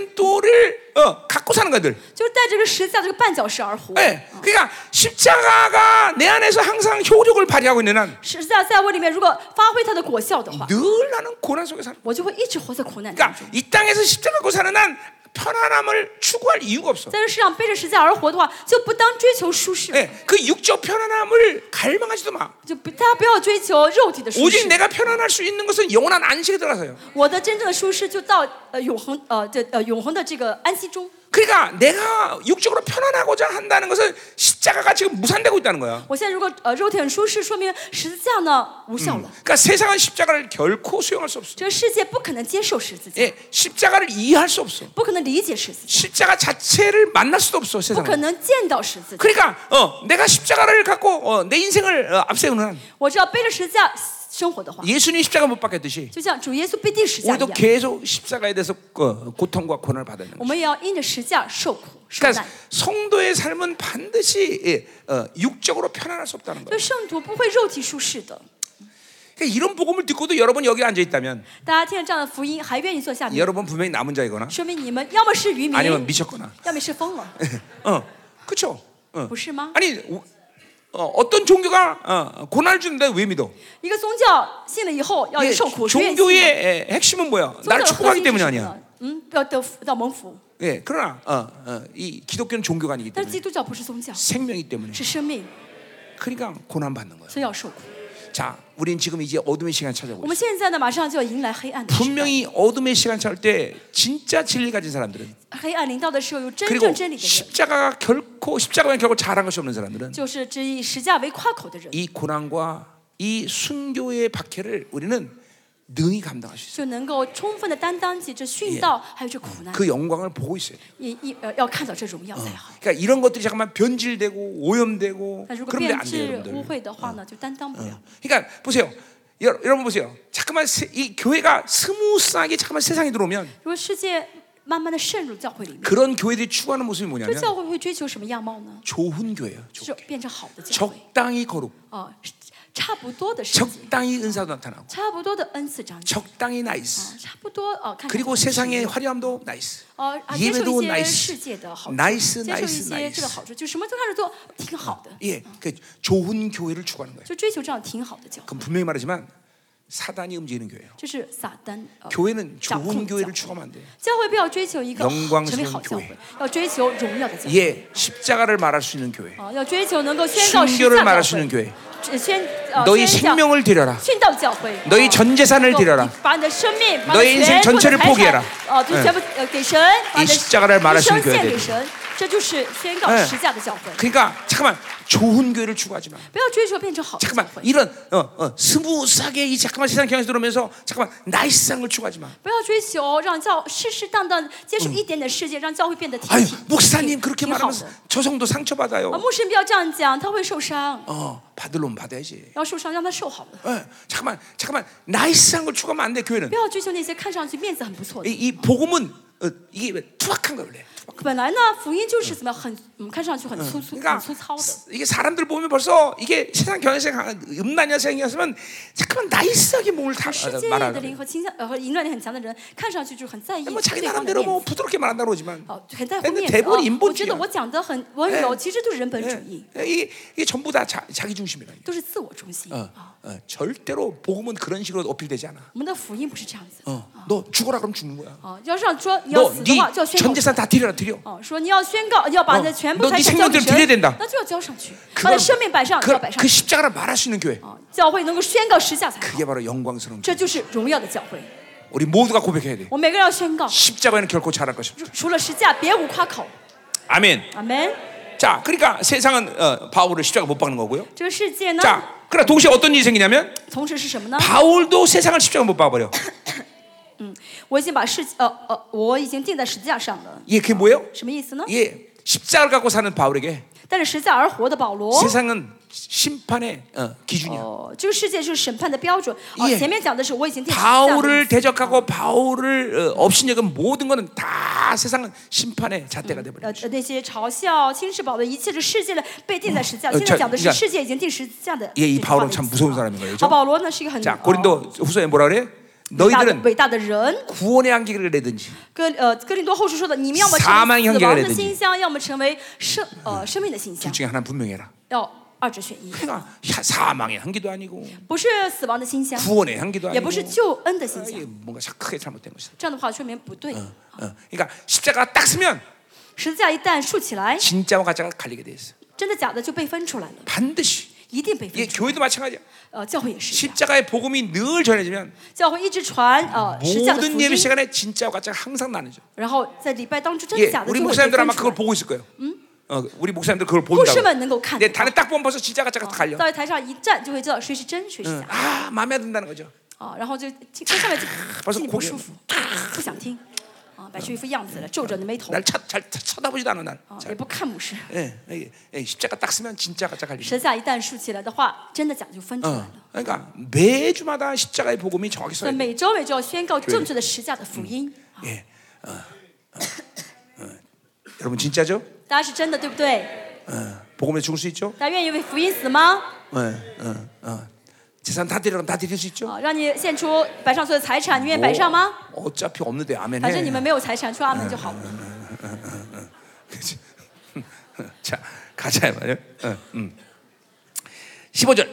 [SPEAKER 1] 걸림돌을 어, 갖고 사는 거들.
[SPEAKER 2] 就是带着这个十字架这个绊脚石而活。
[SPEAKER 1] 예, 그러니까 십자가가 내 안에서 항상 효력을 발휘하고 있는 한 늘
[SPEAKER 2] 十字架在我里面如果发挥它的果效的话，
[SPEAKER 1] 나는 고난 속에 사는. 거야.
[SPEAKER 2] 我就会一直活在苦难当
[SPEAKER 1] 그러니까
[SPEAKER 2] 中。
[SPEAKER 1] 이 땅에서 십자가 갖고 사는 한 편안함을 추구할 이유가 없어.
[SPEAKER 2] 在这世上背着十字架而活的话，就不当追求舒适，
[SPEAKER 1] 예, 그 육적 편안함을 갈망하지도 마.
[SPEAKER 2] 就不大家不要追求肉体的舒适
[SPEAKER 1] 오직 。 내가 편안할 수 있는 것은 영원한 안식에 들어가서요.
[SPEAKER 2] 我的真正的舒适就到呃永恒呃这呃永恒的这个安息中。
[SPEAKER 1] 그러니까 내가 육적으로 편안하고자 한다는 것은 십자가가 지금 무산되고 있다는 거야.
[SPEAKER 2] 我现在如果呃肉体很舒适，说明十字架呢无效了。
[SPEAKER 1] 그러니까 세상은 십자가를 결코 수용할 수 없어.
[SPEAKER 2] 这个世界不可能接受十字架，
[SPEAKER 1] 예, 십자가를 이해할 수 없어.
[SPEAKER 2] 不可能理解十字架，
[SPEAKER 1] 십자가 자체를 만날 수도 없어
[SPEAKER 2] 不可
[SPEAKER 1] 세상은.
[SPEAKER 2] 能见到十字架。
[SPEAKER 1] 그러니까 어, 내가 십자가를 갖고 어, 내 인생을 어, 앞세우는 한
[SPEAKER 2] 我只要背着十字架生活的话，
[SPEAKER 1] 예수님 십자가 못 받겠듯이
[SPEAKER 2] 就像主耶稣背定十字架一
[SPEAKER 1] 우리도
[SPEAKER 2] 样，
[SPEAKER 1] 계속 십자가에 대해서 어, 고통과 고난을 받아야 되는
[SPEAKER 2] 我
[SPEAKER 1] 거야.
[SPEAKER 2] 们也要因着十字架受苦受
[SPEAKER 1] 그러니까
[SPEAKER 2] 难。
[SPEAKER 1] 성도의 삶은 반드시 예, 어, 육적으로 편안할 수 없다는 거야.
[SPEAKER 2] 就圣徒不会肉体舒适的。
[SPEAKER 1] 그러니까 이런 복음을 듣고도 여러분 여기 앉아 있다면
[SPEAKER 2] 大家听了这样的福音，还愿意坐下面，
[SPEAKER 1] 여러분 분명히 남은 자이거나
[SPEAKER 2] 说明啊你们要么是渔民，
[SPEAKER 1] 아니면 미쳤거나
[SPEAKER 2] 要么是疯了，
[SPEAKER 1] 어 그쵸 어.
[SPEAKER 2] 不是吗？
[SPEAKER 1] 아니 오- 어, 어떤 종교가 어, 고난을 주는데 왜 믿어
[SPEAKER 2] 一个宗教信了以后要
[SPEAKER 1] 이게
[SPEAKER 2] 受苦，是愿意信的
[SPEAKER 1] 예, 종교의 예, 에, 핵심은 뭐야
[SPEAKER 2] 宗教
[SPEAKER 1] 나를
[SPEAKER 2] 的核
[SPEAKER 1] 축복하기
[SPEAKER 2] 心是
[SPEAKER 1] 때문이
[SPEAKER 2] 什么
[SPEAKER 1] 아니야
[SPEAKER 2] 呢？嗯，要得福要蒙福。
[SPEAKER 1] 예 그러나 어, 어, 이 기독교는 종교가 아니기
[SPEAKER 2] 但是
[SPEAKER 1] 때문에
[SPEAKER 2] 基督教不是宗教，
[SPEAKER 1] 생명이기 때문에
[SPEAKER 2] 是生命，
[SPEAKER 1] 그러니까 고난 받는 거야
[SPEAKER 2] 所以要受苦。
[SPEAKER 1] 자 우린 지금 이제 어둠의 시간 찾아오고 있어
[SPEAKER 2] 我们现在呢，马上就要迎来黑暗的时代。
[SPEAKER 1] 분명히 어둠의 시간 찾을 때 진짜 진리 가진 사람들은
[SPEAKER 2] 黑暗临到的时候，有真
[SPEAKER 1] 그리고
[SPEAKER 2] 正真理的人，
[SPEAKER 1] 십자가가 결코 십자가는 결코 잘한 것이 없는 사람들은
[SPEAKER 2] 就是只以十架为夸口的人，
[SPEAKER 1] 이 고난과 이 순교의 박해를 우리는 능히 감당할 수 있어요.
[SPEAKER 2] 就能够充分的担当起这殉道，还有这苦难，
[SPEAKER 1] 그 영광을 보고 있어요.
[SPEAKER 2] 也一呃要看到这荣耀才好。
[SPEAKER 1] 그러니까 이런 것들이 잠깐만 변질되고 오염되고
[SPEAKER 2] 那如果
[SPEAKER 1] 그런데
[SPEAKER 2] 变
[SPEAKER 1] 안 돼요,
[SPEAKER 2] 质污
[SPEAKER 1] 여러분들.
[SPEAKER 2] 秽的话呢，就担当不了。
[SPEAKER 1] 그러니까 보세요. 여- 여러분 보세요. 잠깐만 세- 이 교회가 스무스하게 잠깐만 세상에 들어오면
[SPEAKER 2] 如果世界慢慢的渗入教会里面，
[SPEAKER 1] 그런 교회들이 추구하는 모습이
[SPEAKER 2] 这
[SPEAKER 1] 뭐냐면
[SPEAKER 2] 教会会追求什么样貌呢？
[SPEAKER 1] 좋은 교회예요.
[SPEAKER 2] 就是
[SPEAKER 1] 좋게.
[SPEAKER 2] 变成好的教会，
[SPEAKER 1] 적당히 거룩.
[SPEAKER 2] 啊，差不多的事情，
[SPEAKER 1] 적당히 은사도 나타나고
[SPEAKER 2] 差不多的恩赐彰显，
[SPEAKER 1] 적당히 나이스
[SPEAKER 2] 差不多哦、看看
[SPEAKER 1] 그리고
[SPEAKER 2] 怎么使
[SPEAKER 1] 세상의
[SPEAKER 2] 用
[SPEAKER 1] 화려함도 나이스
[SPEAKER 2] 哦啊，接受
[SPEAKER 1] 예배도
[SPEAKER 2] 一些
[SPEAKER 1] 나이스
[SPEAKER 2] 世界的好处，
[SPEAKER 1] 나이스
[SPEAKER 2] 接受一
[SPEAKER 1] 나이스
[SPEAKER 2] 些这个
[SPEAKER 1] 나이스
[SPEAKER 2] 好处，就什么都开始做，挺好的，
[SPEAKER 1] 예, 그 좋은 교회를 추구하는 거예요
[SPEAKER 2] 就追求这样挺好的教会，
[SPEAKER 1] 그럼 분명히 말하지만 사단이 움직이는 교회예요
[SPEAKER 2] 这是撒旦。呃
[SPEAKER 1] 교회는
[SPEAKER 2] 掌控
[SPEAKER 1] 좋은
[SPEAKER 2] 教
[SPEAKER 1] 교회를 추구하면 안 돼요
[SPEAKER 2] 어, 教会不要追求一个
[SPEAKER 1] 영광스러운
[SPEAKER 2] 成为好教
[SPEAKER 1] 교회
[SPEAKER 2] 会，要追求荣耀的教会。 어，
[SPEAKER 1] 예, 십자가를 말할 수 있는 교회
[SPEAKER 2] 啊，要追求能够
[SPEAKER 1] 그러니까
[SPEAKER 2] 宣告十
[SPEAKER 1] 순교를
[SPEAKER 2] 架
[SPEAKER 1] 말할
[SPEAKER 2] 教
[SPEAKER 1] 수
[SPEAKER 2] 会
[SPEAKER 1] 있는 ， 교회
[SPEAKER 2] 只宣呃
[SPEAKER 1] 너희
[SPEAKER 2] 宣教
[SPEAKER 1] 생명을 드려라
[SPEAKER 2] 殉道教会，
[SPEAKER 1] 너희
[SPEAKER 2] 啊
[SPEAKER 1] 전 재산을
[SPEAKER 2] 能够
[SPEAKER 1] 드려라
[SPEAKER 2] 把你的生命，把
[SPEAKER 1] 너희인
[SPEAKER 2] 你的
[SPEAKER 1] 생
[SPEAKER 2] 全
[SPEAKER 1] 전
[SPEAKER 2] 部
[SPEAKER 1] 체를
[SPEAKER 2] 的财
[SPEAKER 1] 포기해라
[SPEAKER 2] 产，哦，就
[SPEAKER 1] 응
[SPEAKER 2] 全部呃给神，把
[SPEAKER 1] 이
[SPEAKER 2] 你的
[SPEAKER 1] 십자가를 말할
[SPEAKER 2] 一
[SPEAKER 1] 수
[SPEAKER 2] 生
[SPEAKER 1] 있는 예。
[SPEAKER 2] 献
[SPEAKER 1] 교회가
[SPEAKER 2] 给
[SPEAKER 1] 돼요
[SPEAKER 2] 神，这就是宣告
[SPEAKER 1] 응
[SPEAKER 2] 十架的教会。
[SPEAKER 1] 그러니까 잠깐만 좋은 교회를 추구하지 마
[SPEAKER 2] 不要追求变成好的
[SPEAKER 1] 어,
[SPEAKER 2] 教
[SPEAKER 1] 잠깐만
[SPEAKER 2] 会，
[SPEAKER 1] 이런 어, 어, 스무스하게 이 잠깐만 세상 경향에서 들어오면서 잠깐만 나이스한 걸 추구하지 마
[SPEAKER 2] 不要追求让教世世当当接受一点点世界，让教会变得挺
[SPEAKER 1] 아유
[SPEAKER 2] 挺
[SPEAKER 1] 목사님
[SPEAKER 2] 挺
[SPEAKER 1] 그렇게
[SPEAKER 2] 挺好的
[SPEAKER 1] 말하면서 。저 성도 상처 받아요
[SPEAKER 2] 啊，牧师不要这样讲，他会受伤，
[SPEAKER 1] 어 받을 놈 받아야지
[SPEAKER 2] 要受伤让他受好了。
[SPEAKER 1] 어, 잠깐만 잠깐만 나이스한 걸 추구하면 안 돼 교회는
[SPEAKER 2] 不要追求那些看上去面子很不错的
[SPEAKER 1] 이, 。이 복음은 어, 이게 투박한 거예요 원래
[SPEAKER 2] 本来呢，福音就是怎么样，很嗯，看上哎去很粗粗、很
[SPEAKER 1] 그러니까
[SPEAKER 2] 粗糙的。
[SPEAKER 1] 이게 사람들 보면 벌써 이게 세상 경향성 음란한 생각이었으면 잠깐만 나이스하게 몸을 다
[SPEAKER 2] 世
[SPEAKER 1] 어,
[SPEAKER 2] 界的哎
[SPEAKER 1] 말하는
[SPEAKER 2] 灵和倾向呃和淫乱力很强的人，看上去就是很在意
[SPEAKER 1] 뭐
[SPEAKER 2] 对
[SPEAKER 1] 자기
[SPEAKER 2] 方
[SPEAKER 1] 나름대로
[SPEAKER 2] 的
[SPEAKER 1] 뭐
[SPEAKER 2] 面子，
[SPEAKER 1] 부드럽게 말한다고 그러지만
[SPEAKER 2] 哦，很在乎
[SPEAKER 1] 但是
[SPEAKER 2] 面
[SPEAKER 1] 대본이
[SPEAKER 2] 子。
[SPEAKER 1] 인 본주의야
[SPEAKER 2] 哦我觉得我讲的很温柔，其实都是人本主义，
[SPEAKER 1] 예, 이게, 이게 전부 다 자, 자기 중심이라니
[SPEAKER 2] 都是自我中心。
[SPEAKER 1] 어,
[SPEAKER 2] 啊，
[SPEAKER 1] 어, 절대로 복음은 그런 식으로 어필되지 않아
[SPEAKER 2] 我们的福音不是这样子的。
[SPEAKER 1] 어, 너 죽어라 그럼 죽는 거야
[SPEAKER 2] 哦，要是让说你要死的话，就要宣告
[SPEAKER 1] 너네전 。 재산 다 드려라 드려
[SPEAKER 2] 哦，说你要宣告，要把你的
[SPEAKER 1] 哦
[SPEAKER 2] 全
[SPEAKER 1] 너네
[SPEAKER 2] 部财产
[SPEAKER 1] 생
[SPEAKER 2] 交
[SPEAKER 1] 명
[SPEAKER 2] 给
[SPEAKER 1] 대로
[SPEAKER 2] 神
[SPEAKER 1] 드려야된다 ，
[SPEAKER 2] 那就要交上去，把
[SPEAKER 1] 그걸-
[SPEAKER 2] 你的生命摆上，就要摆
[SPEAKER 1] 그,
[SPEAKER 2] 上
[SPEAKER 1] 그
[SPEAKER 2] 去。
[SPEAKER 1] 십자가를 말할 수 있는 교회
[SPEAKER 2] 哦，教会能够宣告十架才好
[SPEAKER 1] 그게 ， 바로 영광스러운 교회
[SPEAKER 2] 这就是荣耀的教会。
[SPEAKER 1] 우리 모두가 고백해야 돼
[SPEAKER 2] 我们每个人要宣告，
[SPEAKER 1] 십자가에는 결코 잘할 것이 없다
[SPEAKER 2] 除了十架别无夸口。
[SPEAKER 1] 아멘
[SPEAKER 2] 阿门。
[SPEAKER 1] 자 그러니까 세상은 어, 바울을 십자가 못 박는 거고요
[SPEAKER 2] 这个世界呢，
[SPEAKER 1] 자 그러나 동시에 어떤 일이 생기냐면
[SPEAKER 2] 同时是什么呢？
[SPEAKER 1] 바울도 세상을 십자가 못 박아버려
[SPEAKER 2] 我已经把世呃呃，我已经定在十字架上了，
[SPEAKER 1] 예, 그게 뭐예요?
[SPEAKER 2] 什么意思呢？
[SPEAKER 1] 예, 십자가를 갖고 사는 바울에게
[SPEAKER 2] 带着十字架而活的保罗，
[SPEAKER 1] 세상은 심판의 어, 기준이야
[SPEAKER 2] 哦，这个世界是审判的标准。哦，
[SPEAKER 1] 예
[SPEAKER 2] 前面讲的是我已经定十字架了
[SPEAKER 1] 바울을 。 대적하고 바울을 어, 업신여긴 모든 거는 다 세상은 심판의 잣대가 돼버려.
[SPEAKER 2] 呃，呃那些嘲笑、轻视保罗一切的世界的被定在十字架。
[SPEAKER 1] 呃
[SPEAKER 2] 现在
[SPEAKER 1] 这
[SPEAKER 2] 讲的
[SPEAKER 1] 你
[SPEAKER 2] 是
[SPEAKER 1] 看
[SPEAKER 2] 世界已经定十字架的这
[SPEAKER 1] 예, 이
[SPEAKER 2] 句话
[SPEAKER 1] 바울은
[SPEAKER 2] 的意思啊。
[SPEAKER 1] 참 무서운 사람인 거예요.
[SPEAKER 2] 啊，
[SPEAKER 1] 그렇죠?
[SPEAKER 2] 保罗呢是一个很
[SPEAKER 1] 자
[SPEAKER 2] 哦
[SPEAKER 1] 고린도 후서에 뭐라 그래?
[SPEAKER 2] 伟大的
[SPEAKER 1] 너희들은
[SPEAKER 2] 伟大的人。
[SPEAKER 1] 구원의 한계를 내든지
[SPEAKER 2] 哥呃哥林多后书说的，你们要么成
[SPEAKER 1] 사망
[SPEAKER 2] 为
[SPEAKER 1] 향
[SPEAKER 2] 死
[SPEAKER 1] 기가
[SPEAKER 2] 亡
[SPEAKER 1] 되든
[SPEAKER 2] 的
[SPEAKER 1] 지
[SPEAKER 2] 馨香，要么成为生呃生命的馨
[SPEAKER 1] 둘
[SPEAKER 2] 香，
[SPEAKER 1] 중에 하나 는 분명히 해라.
[SPEAKER 2] 要二者选一，
[SPEAKER 1] 그러니까 야, 사망의 한계도 아니고
[SPEAKER 2] 不是死亡的馨香，
[SPEAKER 1] 구원의 한계도
[SPEAKER 2] 也
[SPEAKER 1] 아니고
[SPEAKER 2] 不是救恩的馨
[SPEAKER 1] 아,
[SPEAKER 2] 香
[SPEAKER 1] 이게 。 뭔가 참 크게 잘못된 것이다.
[SPEAKER 2] 这样的话说明不对。
[SPEAKER 1] 어, 그러니까 십자가 딱 쓰면
[SPEAKER 2] 十字架一旦竖起来，
[SPEAKER 1] 진짜와 가짜가 갈리게 돼 있어.
[SPEAKER 2] 真的假的就被分出来了，
[SPEAKER 1] 반드시
[SPEAKER 2] 一定被分
[SPEAKER 1] 이게
[SPEAKER 2] 出来。
[SPEAKER 1] 교회도 마찬가지야.
[SPEAKER 2] 呃，教会也是一样，
[SPEAKER 1] 십자가의 복음이 늘 전해지면
[SPEAKER 2] 教会一直传呃十字架的福
[SPEAKER 1] 모든 예배
[SPEAKER 2] 音，
[SPEAKER 1] 시간에 진짜와 가짜가 항상 나뉘죠.
[SPEAKER 2] 然后在礼拜当中真
[SPEAKER 1] 예,
[SPEAKER 2] 的假的
[SPEAKER 1] 우리
[SPEAKER 2] 就会被
[SPEAKER 1] 목사님들
[SPEAKER 2] 分
[SPEAKER 1] 아마
[SPEAKER 2] 出
[SPEAKER 1] 그걸
[SPEAKER 2] 来。
[SPEAKER 1] 보고 있을 거예요. 음? 어, 우리 목사님들 그걸
[SPEAKER 2] 목사만
[SPEAKER 1] 본다고.
[SPEAKER 2] 능고 칸.
[SPEAKER 1] 네, 다른 딱 보면 벌써 진짜 가짜가 다 갈려.
[SPEAKER 2] 到台上一站就会知道谁是真谁是假
[SPEAKER 1] 아 마음에 안 든다는 거죠.
[SPEAKER 2] 啊，然后就听跟上面就
[SPEAKER 1] 벌써
[SPEAKER 2] 心里
[SPEAKER 1] 고
[SPEAKER 2] 不
[SPEAKER 1] 개
[SPEAKER 2] 舒服，不想听啊，摆出一副样子来，皱着你眉头。
[SPEAKER 1] 날 차, 잘 쳐- 쳐다보지도 않아 날.
[SPEAKER 2] 啊，
[SPEAKER 1] 자,
[SPEAKER 2] 也不看牧师。
[SPEAKER 1] 예, 예, 예, 십자가 딱 쓰면 진짜 가짜 갈리.
[SPEAKER 2] 十字架一旦竖起来的话，真的假就分出来
[SPEAKER 1] 어,
[SPEAKER 2] 了。
[SPEAKER 1] 그러니까 매주마다 십자가의 복음이 정확히
[SPEAKER 2] 所
[SPEAKER 1] 써야
[SPEAKER 2] 以
[SPEAKER 1] 돼.
[SPEAKER 2] 每周每周要宣告正确的十字架的福音。啊
[SPEAKER 1] 예, 어, 어, 어. 여러분 진짜죠?
[SPEAKER 2] 大家是真的对不对？
[SPEAKER 1] 어, 복음에 죽을 수 있죠?
[SPEAKER 2] 大家愿意为福音死吗？
[SPEAKER 1] 예, 어, 어. 재산 다 드리면 다 드릴 수 있죠?
[SPEAKER 2] 啊，让你献出摆上所有财
[SPEAKER 1] 네,
[SPEAKER 2] 产，你愿意摆上吗？
[SPEAKER 1] 어차피 없는데 아멘
[SPEAKER 2] 反正你
[SPEAKER 1] 해.
[SPEAKER 2] 们没有财产，说阿门就好了。
[SPEAKER 1] 자, 가자 말이요. 어, 음. 15절.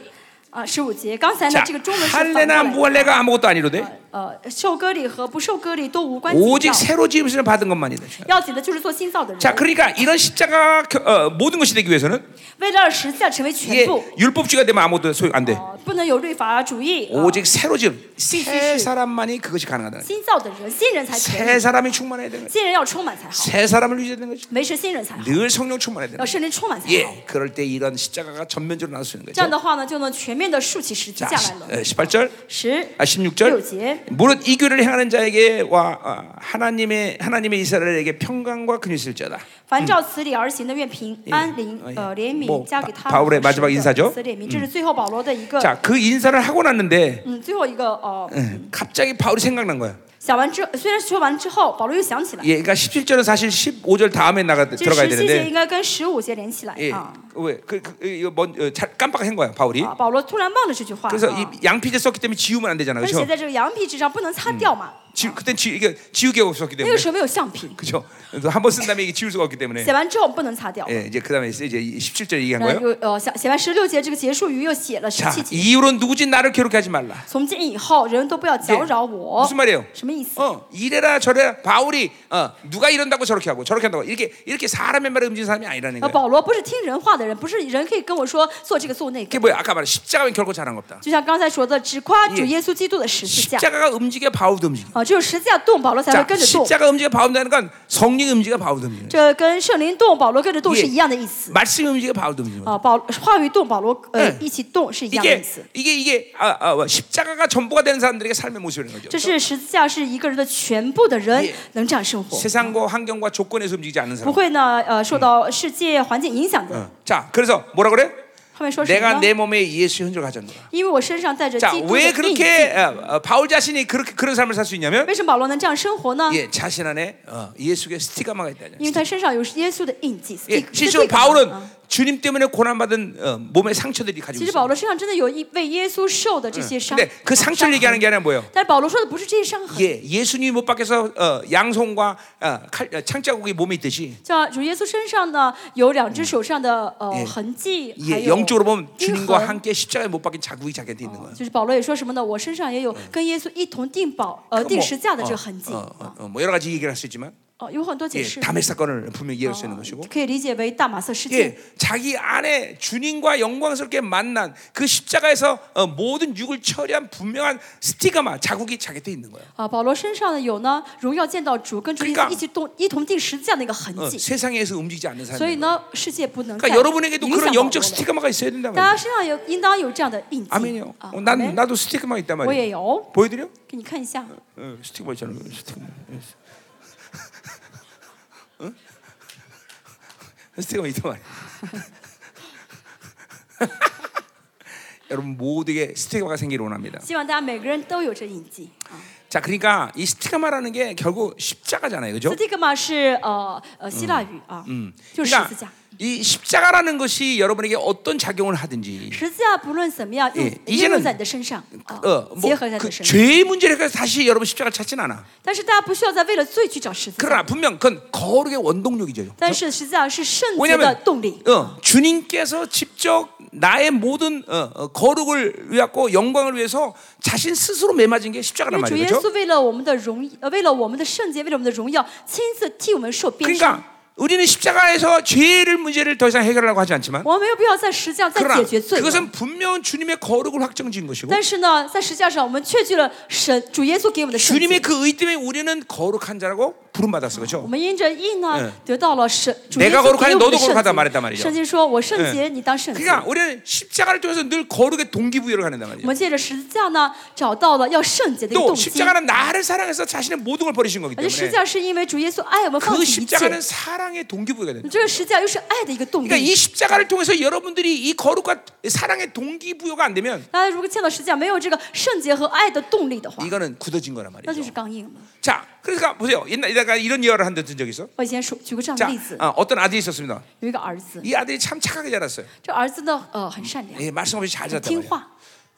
[SPEAKER 2] 啊，十五节，刚才呢
[SPEAKER 1] 자,
[SPEAKER 2] 这个中文是反过
[SPEAKER 1] 할래나
[SPEAKER 2] 来的。
[SPEAKER 1] 무할래가 아무것도 아니로되
[SPEAKER 2] 呃，受割礼和不受割礼都无关紧
[SPEAKER 1] 오직
[SPEAKER 2] 要，
[SPEAKER 1] 새로 지음을 받은 것만이다.
[SPEAKER 2] 要紧的就是做新造的
[SPEAKER 1] 자,
[SPEAKER 2] 人。
[SPEAKER 1] 그러니까 이런 십자가 겨- 어, 모든 것이 되기 위해서는
[SPEAKER 2] 为了让十字架成为
[SPEAKER 1] 이게
[SPEAKER 2] 全部，
[SPEAKER 1] 율법주의가 되면 아무것도 소용 안 돼.
[SPEAKER 2] 呃，不能有律法主义。呃
[SPEAKER 1] 오직 새로 지음 새
[SPEAKER 2] 시시.
[SPEAKER 1] 사람만이 그것이 가능하다.
[SPEAKER 2] 新造的人，新人才可
[SPEAKER 1] 새 어.
[SPEAKER 2] 以，
[SPEAKER 1] 사람이 충만해야 되는 거지.
[SPEAKER 2] 新人要充满才好，
[SPEAKER 1] 새 사람을 유지해야 되는 거지.
[SPEAKER 2] 没事新人才好，
[SPEAKER 1] 늘 성령 충만해야 되는
[SPEAKER 2] 要
[SPEAKER 1] 거지.
[SPEAKER 2] 圣灵充满才好。
[SPEAKER 1] 예, 그럴 때 이런 십자가가 전면적으로 나올 수 있는
[SPEAKER 2] 这
[SPEAKER 1] 거죠.
[SPEAKER 2] 样的话呢，就能全面的竖起十字
[SPEAKER 1] 자, 어,
[SPEAKER 2] 架来了。
[SPEAKER 1] 18절,
[SPEAKER 2] 十哎
[SPEAKER 1] 啊16
[SPEAKER 2] 六
[SPEAKER 1] 절
[SPEAKER 2] 节，人，
[SPEAKER 1] 무릇 이 교를 행하는 자에게 와 아, 하나님의 하나님의 이스라엘에게 평강과 근이 있을지어다.
[SPEAKER 2] 凡照此理而行的，愿平安灵
[SPEAKER 1] 哎
[SPEAKER 2] 呃怜
[SPEAKER 1] 뭐
[SPEAKER 2] 悯加给他
[SPEAKER 1] 바울의
[SPEAKER 2] 们
[SPEAKER 1] 마지막인사죠
[SPEAKER 2] 此怜悯，这是最后保罗的一个
[SPEAKER 1] 자, 그 인사를 하고 났는데
[SPEAKER 2] 嗯最后一个呃
[SPEAKER 1] 응, 갑자기 바울이 생각난 거야.
[SPEAKER 2] 想完之虽然说完之后，保罗又想起来，
[SPEAKER 1] 예, 그러니까 17절은 사실 15절 다음에 나가
[SPEAKER 2] 这
[SPEAKER 1] 들어가야
[SPEAKER 2] 十七节
[SPEAKER 1] 되는데
[SPEAKER 2] 应该跟十五节连起来
[SPEAKER 1] 예,
[SPEAKER 2] 啊
[SPEAKER 1] 왜 그, 그, 이거 뭔 어, 잘 깜빡한 거야 바울이.
[SPEAKER 2] 啊！保罗突然忘了这句话，
[SPEAKER 1] 그래서
[SPEAKER 2] 啊
[SPEAKER 1] 이 양피제 썼기 때문에 지우면 안 되잖아,
[SPEAKER 2] 但是写
[SPEAKER 1] 아, 그렇죠?
[SPEAKER 2] 在这个羊皮纸上不能擦掉嘛，
[SPEAKER 1] 지, 그땐 지, 이게 지우개가 없었기
[SPEAKER 2] 那个
[SPEAKER 1] 때문에,
[SPEAKER 2] 时候嗯没有橡皮，
[SPEAKER 1] 그렇죠? 그래서 한 번 쓴 다음에 이게 지울 수가 없기 때문에.
[SPEAKER 2] 写完之后不能擦掉。
[SPEAKER 1] 예, 이제 그다음에 이제 17절 얘기한
[SPEAKER 2] 然后
[SPEAKER 1] 거예요.
[SPEAKER 2] 又呃写写完十六节这个结束语又写了十
[SPEAKER 1] 자,
[SPEAKER 2] 七节，
[SPEAKER 1] 이후로 누구지 나를 괴롭게 하지 말라. 예.
[SPEAKER 2] 从今以后人都不要搅扰我。
[SPEAKER 1] 무슨 말이에요?
[SPEAKER 2] 什么意思？
[SPEAKER 1] 어, 이래라 저래라 바울이 어, 누가 이런다고 저렇게 하고 저렇게 한다고 이렇게 이렇게 사람의 말에 움직이는 사람이 아니라는
[SPEAKER 2] 呃，
[SPEAKER 1] 거예요.
[SPEAKER 2] 保罗不是听人话的人，不是人可以跟我说做这个做那
[SPEAKER 1] 이게
[SPEAKER 2] 个。
[SPEAKER 1] 뭐야? 아까 말한 십자가는 결코 잘한 거 없다.
[SPEAKER 2] 就像刚才说的，只夸主
[SPEAKER 1] 예
[SPEAKER 2] 耶稣基督的十字架
[SPEAKER 1] 십자가가 움직여 바울도 움직여.
[SPEAKER 2] 啊，只有十字架动，保罗才会
[SPEAKER 1] 자,
[SPEAKER 2] 跟着动。
[SPEAKER 1] 십자가 움직여 바울도 하는 건 성령 움직여 바울도 움직여.
[SPEAKER 2] 这跟圣灵动，保罗跟着动
[SPEAKER 1] 예
[SPEAKER 2] 是一样的意思
[SPEAKER 1] 말씀 움직여 바울도 움직여.
[SPEAKER 2] 啊。保话语动，保罗呃
[SPEAKER 1] 嗯
[SPEAKER 2] 一起动是一样的意
[SPEAKER 1] 이게
[SPEAKER 2] 思。
[SPEAKER 1] 이게 이게 아, 아, 와, 십자가가 전부가 되는 사람들에게 삶의 모습이라는 거죠.
[SPEAKER 2] 这是十字架是一个人的全部的人
[SPEAKER 1] 예
[SPEAKER 2] 能这样生活，
[SPEAKER 1] 세상과 환경과 조건에서 움직이지 않는
[SPEAKER 2] 不
[SPEAKER 1] 사람.
[SPEAKER 2] 会呢呃受到世界环境影响的。
[SPEAKER 1] 자, 뭐, 그래서 뭐? 뭐라 그래?
[SPEAKER 2] 后面说什
[SPEAKER 1] 내가
[SPEAKER 2] 么
[SPEAKER 1] 내
[SPEAKER 2] 呢？
[SPEAKER 1] 몸에 예수의 흔적을 가졌노라.
[SPEAKER 2] 因为我身上带着
[SPEAKER 1] 자,
[SPEAKER 2] 基督的
[SPEAKER 1] 왜
[SPEAKER 2] 印记。
[SPEAKER 1] 그렇게 어, 어, 바울 자신이 그렇게 그런 삶을 살 수 있냐면
[SPEAKER 2] 为什么保罗能这样生活呢？
[SPEAKER 1] 예, 자신 안에 어, 예수의 스티가마가 있다는
[SPEAKER 2] 因为他身上有耶稣的印记。
[SPEAKER 1] 예,
[SPEAKER 2] 这这
[SPEAKER 1] 실제로
[SPEAKER 2] 这个感觉
[SPEAKER 1] 바울은
[SPEAKER 2] 啊
[SPEAKER 1] 주님 때문에 고난받은 어, 몸의 상처들이
[SPEAKER 2] 其
[SPEAKER 1] 가지고
[SPEAKER 2] 实保
[SPEAKER 1] 있어요.
[SPEAKER 2] 罗身上真的有一为耶稣受的这些伤。
[SPEAKER 1] 근데 그
[SPEAKER 2] 啊
[SPEAKER 1] 상처를
[SPEAKER 2] 伤
[SPEAKER 1] 얘기하는
[SPEAKER 2] 痕
[SPEAKER 1] 게 아니라 뭐예요?
[SPEAKER 2] 但是保罗说的不是这些伤痕，
[SPEAKER 1] 예, 예수님이 못 밖에서 어, 양손과 어, 칼, 어, 창자국이 몸에 있듯이
[SPEAKER 2] 像主耶稣身上呢有两只手上的呃痕迹，还
[SPEAKER 1] 예,
[SPEAKER 2] 有
[SPEAKER 1] 영적으로 보면
[SPEAKER 2] 钉
[SPEAKER 1] 주님과
[SPEAKER 2] 痕
[SPEAKER 1] 함께 십자가에 못 박힌 자국이 자기한테 있는 거예요.
[SPEAKER 2] 就是保罗也说什么呢？我身上也有跟耶稣一同定宝呃定十字架的这个痕迹
[SPEAKER 1] 뭐, 어,
[SPEAKER 2] 啊
[SPEAKER 1] 어, 어, 뭐 여러 가지 얘기를 할 수 있지만
[SPEAKER 2] 哦，有很多
[SPEAKER 1] 예,
[SPEAKER 2] 解释，
[SPEAKER 1] 담의 사건을 분명히 이해할 수 있는 것이고
[SPEAKER 2] 可以理解为大马色事件。
[SPEAKER 1] 예, 자기 안에 주님과 영광스럽게 만난 그 십자가에서 어, 모든 육을 처리한 분명한 스티가마 자국이 자기한테 있는 거예요.
[SPEAKER 2] 啊，保罗身上呢有呢荣耀见到主跟主耶
[SPEAKER 1] 그러니
[SPEAKER 2] 稣
[SPEAKER 1] 까
[SPEAKER 2] 一起动一同定十字架那个痕
[SPEAKER 1] 어,
[SPEAKER 2] 迹，
[SPEAKER 1] 세상에서 움직이지 않는
[SPEAKER 2] 所以
[SPEAKER 1] 사람.
[SPEAKER 2] 呢世界不能再
[SPEAKER 1] 그러니까
[SPEAKER 2] 影
[SPEAKER 1] 여러분에게도
[SPEAKER 2] 响
[SPEAKER 1] 그런
[SPEAKER 2] 保罗
[SPEAKER 1] 영적
[SPEAKER 2] 了。
[SPEAKER 1] 스티가마가 있어야 된다
[SPEAKER 2] 大家
[SPEAKER 1] 말이에요.
[SPEAKER 2] 身上有应当有这样的印记
[SPEAKER 1] 아멘요.
[SPEAKER 2] 啊
[SPEAKER 1] 어, ，
[SPEAKER 2] 阿
[SPEAKER 1] 난
[SPEAKER 2] 门
[SPEAKER 1] 나도 스티가마 있단
[SPEAKER 2] 我
[SPEAKER 1] 말이에요.
[SPEAKER 2] 也有，
[SPEAKER 1] 보여드려?
[SPEAKER 2] 给你看一下，
[SPEAKER 1] 어, 스티가마 있잖아. 스티가마. 응? 어? 스티가마 있단 말이에요. 여러분 모두에게 스티가마가 생기길 원합니다.
[SPEAKER 2] 希望大家每个人都有这印记啊。
[SPEAKER 1] 자, 그러니까 이 스티가마라는 게 결국 십자가잖아요, 그죠?
[SPEAKER 2] 斯蒂格玛是呃呃希腊语啊，就是十字架
[SPEAKER 1] 그러니까 。이 십자가라는 것이 여러분에게 어떤 작용을 하든지
[SPEAKER 2] 十字架不论怎么样用
[SPEAKER 1] 예이제는
[SPEAKER 2] 应用在你的身上啊
[SPEAKER 1] 어, ，
[SPEAKER 2] 结
[SPEAKER 1] 뭐
[SPEAKER 2] 合在你
[SPEAKER 1] 그
[SPEAKER 2] 的身上。
[SPEAKER 1] 죄의 문제를 해서 다시 여러분 십자가를 찾진 않아.
[SPEAKER 2] 但是大家不需要再为了罪去找十字架，
[SPEAKER 1] 그러나 분명 그건 거룩의 원동력이죠.
[SPEAKER 2] 但是十字架是圣洁的
[SPEAKER 1] 왜냐하면
[SPEAKER 2] 动力。
[SPEAKER 1] 어, 주님께서 직접 나의 모든 어, 어, 거룩을 위하고 영광을 위해서 자신 스스로 매맞은 게
[SPEAKER 2] 因
[SPEAKER 1] 십자가란
[SPEAKER 2] 为主耶
[SPEAKER 1] 말이죠.
[SPEAKER 2] 稣为了我们的荣，呃，为了我们的圣洁，为了我们的荣耀，亲自替我们受鞭伤。
[SPEAKER 1] 그러니까 우리는 십자가에서 죄를 문제를 더 이상 해결하려고 하지 않지만
[SPEAKER 2] 我们没有必要在十字架再
[SPEAKER 1] 그러나
[SPEAKER 2] 解决罪了。
[SPEAKER 1] 그것은 분명 주님의 거룩을 확정지은 것이고
[SPEAKER 2] 但是呢，在十字架上，我们确据了神主耶稣给我们的圣
[SPEAKER 1] 주님의
[SPEAKER 2] 洁。
[SPEAKER 1] 그 의 때문에 우리는 거룩한 자라고 부름받았어. 그렇죠?
[SPEAKER 2] 我们因着义呢
[SPEAKER 1] 예 ，
[SPEAKER 2] 得到了神主耶
[SPEAKER 1] 嗯 내가
[SPEAKER 2] 稣
[SPEAKER 1] 거룩하
[SPEAKER 2] 给
[SPEAKER 1] 니
[SPEAKER 2] 我们
[SPEAKER 1] 너도
[SPEAKER 2] 的
[SPEAKER 1] 거룩하다 말했단
[SPEAKER 2] 圣洁。
[SPEAKER 1] 말이죠. 嗯
[SPEAKER 2] 圣经说：“我圣洁，
[SPEAKER 1] 예.
[SPEAKER 2] 你当圣洁。”
[SPEAKER 1] 그러니까 우리는 십자가를 통해서 늘 거룩의 동기부여를 한단
[SPEAKER 2] 我
[SPEAKER 1] 말이죠.
[SPEAKER 2] 们借着十字架呢，找到了要圣洁的一个
[SPEAKER 1] 또
[SPEAKER 2] 动机。
[SPEAKER 1] 십자가는 나를 사랑해서 자신의 모든 걸 버리신 거기
[SPEAKER 2] 而且十字
[SPEAKER 1] 때문에
[SPEAKER 2] 架是因为主耶稣爱我们放
[SPEAKER 1] 그
[SPEAKER 2] 弃一切，
[SPEAKER 1] 십자가는 사랑의 동기부여가 된다.
[SPEAKER 2] 这个十字架又是爱的一个动
[SPEAKER 1] 그러니까 이
[SPEAKER 2] 力。
[SPEAKER 1] 십자가를 통해서 여러분들이 이 거룩과 사랑의 동기부여가 안 되면
[SPEAKER 2] 大家如果见到十字架没有这个圣洁和爱的动力的话，
[SPEAKER 1] 이거는 굳어진 거란
[SPEAKER 2] 那就是
[SPEAKER 1] 말이죠.
[SPEAKER 2] 刚硬了。
[SPEAKER 1] 자, 그러니까 보세요. 옛날에 내가 이런 예화를 한 적이 있어.
[SPEAKER 2] 我以前说举过这样的
[SPEAKER 1] 자,
[SPEAKER 2] 例子，
[SPEAKER 1] 아, 어떤 아들이 있었습니다.
[SPEAKER 2] 有一个儿子，
[SPEAKER 1] 이 아들이 참 착하게 자랐어요.
[SPEAKER 2] 这儿子呢，呃，很善良，
[SPEAKER 1] 예, 말씀 없이 잘
[SPEAKER 2] 很
[SPEAKER 1] 잤단
[SPEAKER 2] 听
[SPEAKER 1] 말이에요.
[SPEAKER 2] 话。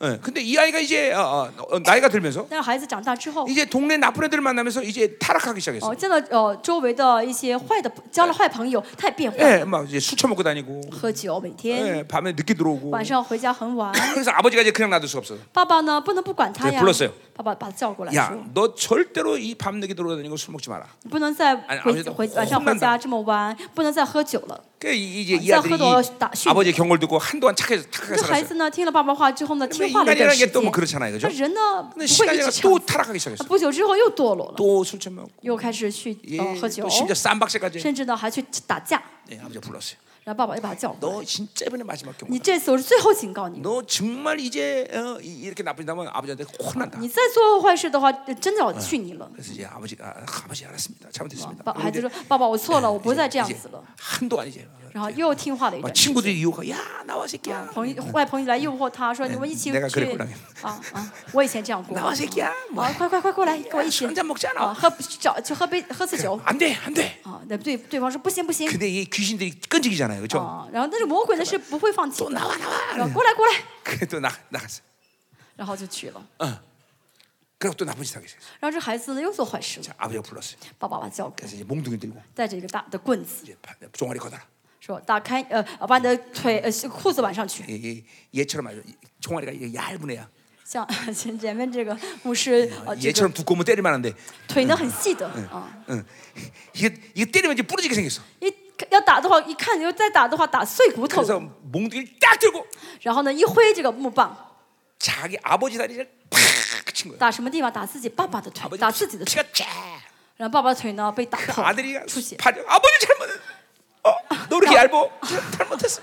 [SPEAKER 1] 예, 근데 이 아이가 이제 어, 어, 어, 나이가 들면서
[SPEAKER 2] 但是孩子长大之后，
[SPEAKER 1] 이제 동네 나쁜 애들을 만나면서 이제 타락하기 시작했어.
[SPEAKER 2] 哦，见到呃周围的一些坏的，交了坏朋友，他也变坏，
[SPEAKER 1] 예, 막 이제 술 처먹고 다니고,
[SPEAKER 2] 喝酒，每天
[SPEAKER 1] 예, 밤에 늦게 들어오고.
[SPEAKER 2] 晚上回家很晚。
[SPEAKER 1] 그래서 아버지가 이제 그냥 놔둘 수가 없어.
[SPEAKER 2] 爸爸呢，不能不管他
[SPEAKER 1] 네
[SPEAKER 2] 呀
[SPEAKER 1] 불렀어요 。
[SPEAKER 2] 爸爸把他叫过来
[SPEAKER 1] 야,
[SPEAKER 2] 说，
[SPEAKER 1] 너 절대로 이 밤 늦게 들어다니고 술 먹지 마라.
[SPEAKER 2] 你不能再
[SPEAKER 1] 아니
[SPEAKER 2] 回
[SPEAKER 1] 아버지도
[SPEAKER 2] 回晚上
[SPEAKER 1] 혼난다
[SPEAKER 2] 回家这么晚，不能再喝酒了。
[SPEAKER 1] 그 이제 이
[SPEAKER 2] 아,
[SPEAKER 1] 아들이
[SPEAKER 2] 싸워도
[SPEAKER 1] 이
[SPEAKER 2] 다 쉬고.
[SPEAKER 1] 아버지의 경고를 듣고 한동안 착해서 착하게
[SPEAKER 2] 这孩
[SPEAKER 1] 살았어요.
[SPEAKER 2] 子呢，听了爸爸话之后呢，
[SPEAKER 1] 근데
[SPEAKER 2] 听话了一段
[SPEAKER 1] 인간이라는게
[SPEAKER 2] 时
[SPEAKER 1] 또뭐
[SPEAKER 2] 间。
[SPEAKER 1] 그렇잖아요그죠
[SPEAKER 2] 但人呢，不
[SPEAKER 1] 근데 뭐
[SPEAKER 2] 会
[SPEAKER 1] 시간이
[SPEAKER 2] 一
[SPEAKER 1] 지나서
[SPEAKER 2] 直长
[SPEAKER 1] 또
[SPEAKER 2] 此。
[SPEAKER 1] 타락하기 시작했어.
[SPEAKER 2] 不久之后又堕落了，
[SPEAKER 1] 또 술 처먹고,
[SPEAKER 2] 又开始去
[SPEAKER 1] 예,
[SPEAKER 2] 呃喝酒
[SPEAKER 1] 또 ， 심지어 쌈박새까지.
[SPEAKER 2] 甚至呢还去打架。
[SPEAKER 1] 예, 아버지가 불렀어요.
[SPEAKER 2] 然然后爸爸又把他叫过来。
[SPEAKER 1] 너 진짜 이번에 마지막 경우.
[SPEAKER 2] 你这次我是最后警告你，
[SPEAKER 1] 너 정말 이제 어, 이- 이렇게 나쁜 짓 하면 아버지한테 혼난다.
[SPEAKER 2] 你再做坏事的话，真的要去你了。
[SPEAKER 1] 그래서 이제 아버지가 아, 아버지 알았습니다. 잘못했습니다.
[SPEAKER 2] 爸，孩子
[SPEAKER 1] 이제-
[SPEAKER 2] 说：“爸爸，我错了，我不会再这样
[SPEAKER 1] 이제
[SPEAKER 2] 子了。
[SPEAKER 1] 한동안 이제 ”
[SPEAKER 2] 然后又听话了一
[SPEAKER 1] 막
[SPEAKER 2] 阵。
[SPEAKER 1] 친구들이 유혹하, 야 나와 새끼야,
[SPEAKER 2] 朋友外朋友来诱惑他哎说：“你们一起
[SPEAKER 1] 내가
[SPEAKER 2] 去
[SPEAKER 1] 그랬구나
[SPEAKER 2] 啊啊！我以前这样过。
[SPEAKER 1] 나와 새끼야, 뭐
[SPEAKER 2] 啊，快快快过来，跟我一起
[SPEAKER 1] 술 한잔 먹자, 나.
[SPEAKER 2] 啊，喝找去喝杯喝次酒
[SPEAKER 1] 안돼 안돼.
[SPEAKER 2] 啊。那对对方说不行不行
[SPEAKER 1] 근데 이 귀신들이 끈질기잖아요, 그렇죠?
[SPEAKER 2] 啊，然后但是魔鬼呢是不会放弃
[SPEAKER 1] 또
[SPEAKER 2] 的，
[SPEAKER 1] 나와 나와.
[SPEAKER 2] 然后过来过来，
[SPEAKER 1] 그래도 나 나갔어.
[SPEAKER 2] 然后就去了。
[SPEAKER 1] 그리고 또 나쁜 짓 하게 됐어.
[SPEAKER 2] 然后这孩子呢又做坏事了，
[SPEAKER 1] 아버지가 불렀어요.
[SPEAKER 2] 把爸爸叫过来，
[SPEAKER 1] 그래서 이제 몽둥이 들고
[SPEAKER 2] 带着一个大的棍子
[SPEAKER 1] 이제 바- 종아리 걷어라.
[SPEAKER 2] 说：“打开呃，把你的腿呃裤子挽上去。”
[SPEAKER 1] 이- 이- 얘처럼 아주 이- 종아리가 이게 얇은 애야.
[SPEAKER 2] 像 前前面这个牧师呃，这个
[SPEAKER 1] 얘처럼 두꺼우면 때리면 안 돼.
[SPEAKER 2] 腿呢很细的啊，
[SPEAKER 1] 응. 이게 이게 때리면 이제 부러지게 생겼어.
[SPEAKER 2] 一要打的话，一看就再打的话打碎骨头，
[SPEAKER 1] 그래서 몽둥이를 딱 들고
[SPEAKER 2] 然后呢一挥这个木棒，
[SPEAKER 1] 자기 아버지 다리를 팍 친 거야.
[SPEAKER 2] 打什么地方？打自己爸爸的腿，
[SPEAKER 1] 아버지
[SPEAKER 2] 打自己的腿，
[SPEAKER 1] 피가 쫙.
[SPEAKER 2] 然后爸爸的腿呢被打
[SPEAKER 1] 그
[SPEAKER 2] 破
[SPEAKER 1] 아들이 ，
[SPEAKER 2] 出血，
[SPEAKER 1] 발, 아버지 잘못. 어? 너 이렇게 얇어? 잘못했어.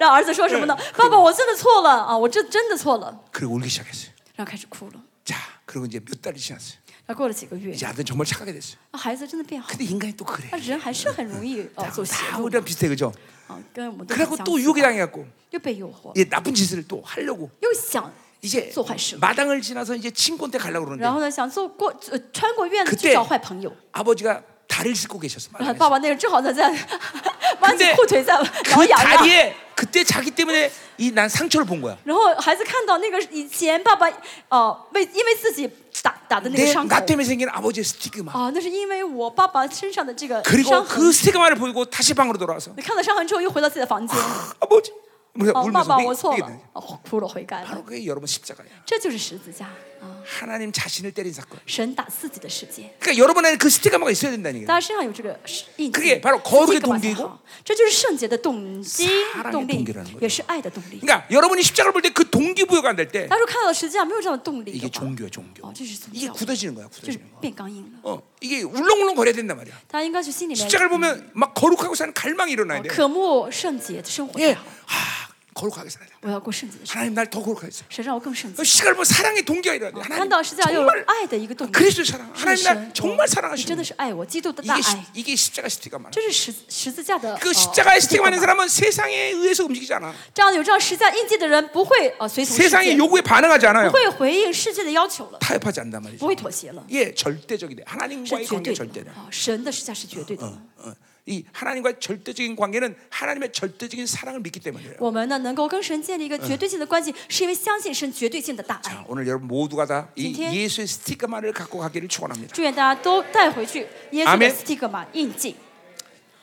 [SPEAKER 2] 然后儿子说什么呢？爸爸，我真的错了啊，我这真的错了，
[SPEAKER 1] 그리고 울기 시작했어요.
[SPEAKER 2] 然后开始哭了。
[SPEAKER 1] 자, 그리고 이제 몇 달이 지났어요.
[SPEAKER 2] 然后过了几个月，
[SPEAKER 1] 이제 아들 정말 착하게 됐어요.
[SPEAKER 2] 啊孩子真的变好，
[SPEAKER 1] 근데 인간이 또 그래.
[SPEAKER 2] 那人还是很容易哦走邪
[SPEAKER 1] 다
[SPEAKER 2] 路
[SPEAKER 1] 우리랑 비슷해 그죠?
[SPEAKER 2] 啊，跟我们都很
[SPEAKER 1] 네, 그래갖고
[SPEAKER 2] 相
[SPEAKER 1] 또
[SPEAKER 2] 似
[SPEAKER 1] 유혹에 당해갖고
[SPEAKER 2] 又被诱惑，
[SPEAKER 1] 이제 예, 나쁜 짓을 또 하려고
[SPEAKER 2] 又想
[SPEAKER 1] 이제
[SPEAKER 2] 做坏事，
[SPEAKER 1] 마당을 지나서 이제 친구한테 가려고
[SPEAKER 2] 然
[SPEAKER 1] 그러는데
[SPEAKER 2] 后呢想做过呃穿过院子
[SPEAKER 1] 그때
[SPEAKER 2] 去找坏朋友。
[SPEAKER 1] 아버지가 다리를 싣고 계셨어.
[SPEAKER 2] 然后
[SPEAKER 1] 마당에서.
[SPEAKER 2] 爸爸那个正好在在 弯起裤腿在挠
[SPEAKER 1] 그
[SPEAKER 2] 痒痒，
[SPEAKER 1] 다리에 그때 자기 때문에 이 난 상처를 본 거야.
[SPEAKER 2] 然后孩子看到那个以前爸爸哦为因为自己打打的那个
[SPEAKER 1] 내
[SPEAKER 2] 伤口
[SPEAKER 1] 나 때문에 생긴 아버지의 스티그마.
[SPEAKER 2] 啊，那是因为我爸爸身上的这个伤
[SPEAKER 1] 그리고
[SPEAKER 2] 痕
[SPEAKER 1] 그 。 스티그마를 보이고 다시 방으로 돌아와서
[SPEAKER 2] 你看到伤痕之后又回到自己的房间，
[SPEAKER 1] 네. 아버지, 우리가
[SPEAKER 2] 哦，爸
[SPEAKER 1] 울면서
[SPEAKER 2] 爸
[SPEAKER 1] 우리-
[SPEAKER 2] 我错
[SPEAKER 1] 우리
[SPEAKER 2] 了，哦，哭了悔改
[SPEAKER 1] 바로
[SPEAKER 2] 了，
[SPEAKER 1] 그게 여러분 십자가예요.
[SPEAKER 2] 这就是十字架啊，
[SPEAKER 1] 하나님 자신을 때린 사건.
[SPEAKER 2] 神打自己的世界。
[SPEAKER 1] 그러니까 여러분 안에 그 스티그마가 있어야 된다는 얘기예요.
[SPEAKER 2] 大家身上有这个印记，
[SPEAKER 1] 그게바로거룩의
[SPEAKER 2] 스티그마
[SPEAKER 1] 동기이고
[SPEAKER 2] 才好这就是圣洁的动机
[SPEAKER 1] 사랑의、
[SPEAKER 2] 动力
[SPEAKER 1] 동기라는거죠 ，
[SPEAKER 2] 也是爱的动力。
[SPEAKER 1] 그러니까 여러분이 십자가를 볼 때 그 동기부여가 안 될 때
[SPEAKER 2] 大家如果看到十字架没有这样的动力
[SPEAKER 1] 이게
[SPEAKER 2] 的话，哦
[SPEAKER 1] 종교야 종교.
[SPEAKER 2] 어, 진짜
[SPEAKER 1] 이게
[SPEAKER 2] 진짜.
[SPEAKER 1] 굳어지는 거야
[SPEAKER 2] 就是
[SPEAKER 1] 굳어지는 거.
[SPEAKER 2] 变刚硬了。
[SPEAKER 1] 어, 이게 울렁울렁 거려야 된단 말이야.
[SPEAKER 2] 大家应该去心里面哦
[SPEAKER 1] 십자가를 보면 막 거룩하고 사는 갈망이 네. 일어나야 그 돼.
[SPEAKER 2] 渴慕圣洁的生活就
[SPEAKER 1] 예,
[SPEAKER 2] 好。
[SPEAKER 1] 하, 거룩하게 살아야 돼.
[SPEAKER 2] 我要过圣洁的生活，
[SPEAKER 1] 하나님 날 더 거룩하게 살아.
[SPEAKER 2] 神让我更圣洁。
[SPEAKER 1] 십자가를 보면 사랑의 동기가 일어나야 돼.
[SPEAKER 2] 看
[SPEAKER 1] 하나님
[SPEAKER 2] 到十字架又有
[SPEAKER 1] 정말
[SPEAKER 2] 爱的一个动力，
[SPEAKER 1] 그리스도 사랑.
[SPEAKER 2] 是
[SPEAKER 1] 하나님
[SPEAKER 2] 神
[SPEAKER 1] 날 ， 정말
[SPEAKER 2] 你真
[SPEAKER 1] 사랑하시는
[SPEAKER 2] 的是爱我，基督的大
[SPEAKER 1] 이게 시-
[SPEAKER 2] 爱。
[SPEAKER 1] 이게 십자가 스티그마.
[SPEAKER 2] 这是十十字架的。
[SPEAKER 1] 그
[SPEAKER 2] 呃
[SPEAKER 1] 십자가의 스티그마
[SPEAKER 2] 这
[SPEAKER 1] 있는
[SPEAKER 2] 个
[SPEAKER 1] 사람은 세상에 어, 의해서 움직이지 않아.
[SPEAKER 2] 这样有这样十字架印记的人，不会呃随从世界
[SPEAKER 1] 세상의 ， 요구에 반응하지
[SPEAKER 2] 不
[SPEAKER 1] 않아요.
[SPEAKER 2] 会回应世界的要求了，
[SPEAKER 1] 타협하지 않단 말이죠.
[SPEAKER 2] 不会妥协了，
[SPEAKER 1] 예, 절대적이 돼.
[SPEAKER 2] 是
[SPEAKER 1] 하나님과의
[SPEAKER 2] 绝
[SPEAKER 1] 관계
[SPEAKER 2] 对的
[SPEAKER 1] 절대다.
[SPEAKER 2] 啊！神的十字架是绝对的。
[SPEAKER 1] 어. 이 하나님과의 절대적인 관계는 하나님의 절대적인 사랑을 믿기 때문이에요.
[SPEAKER 2] 我们呢，能够跟神建立一个绝对性的关系，是因为相信神绝对性的大爱。
[SPEAKER 1] 자, 오늘 여러분 모두가 다 이
[SPEAKER 2] 아, 진짜?
[SPEAKER 1] 예수의 스티그마를 갖고 가기를 축원합니다.
[SPEAKER 2] 祝愿大家都带回去耶稣的
[SPEAKER 1] 아멘
[SPEAKER 2] 斯蒂格玛印 记。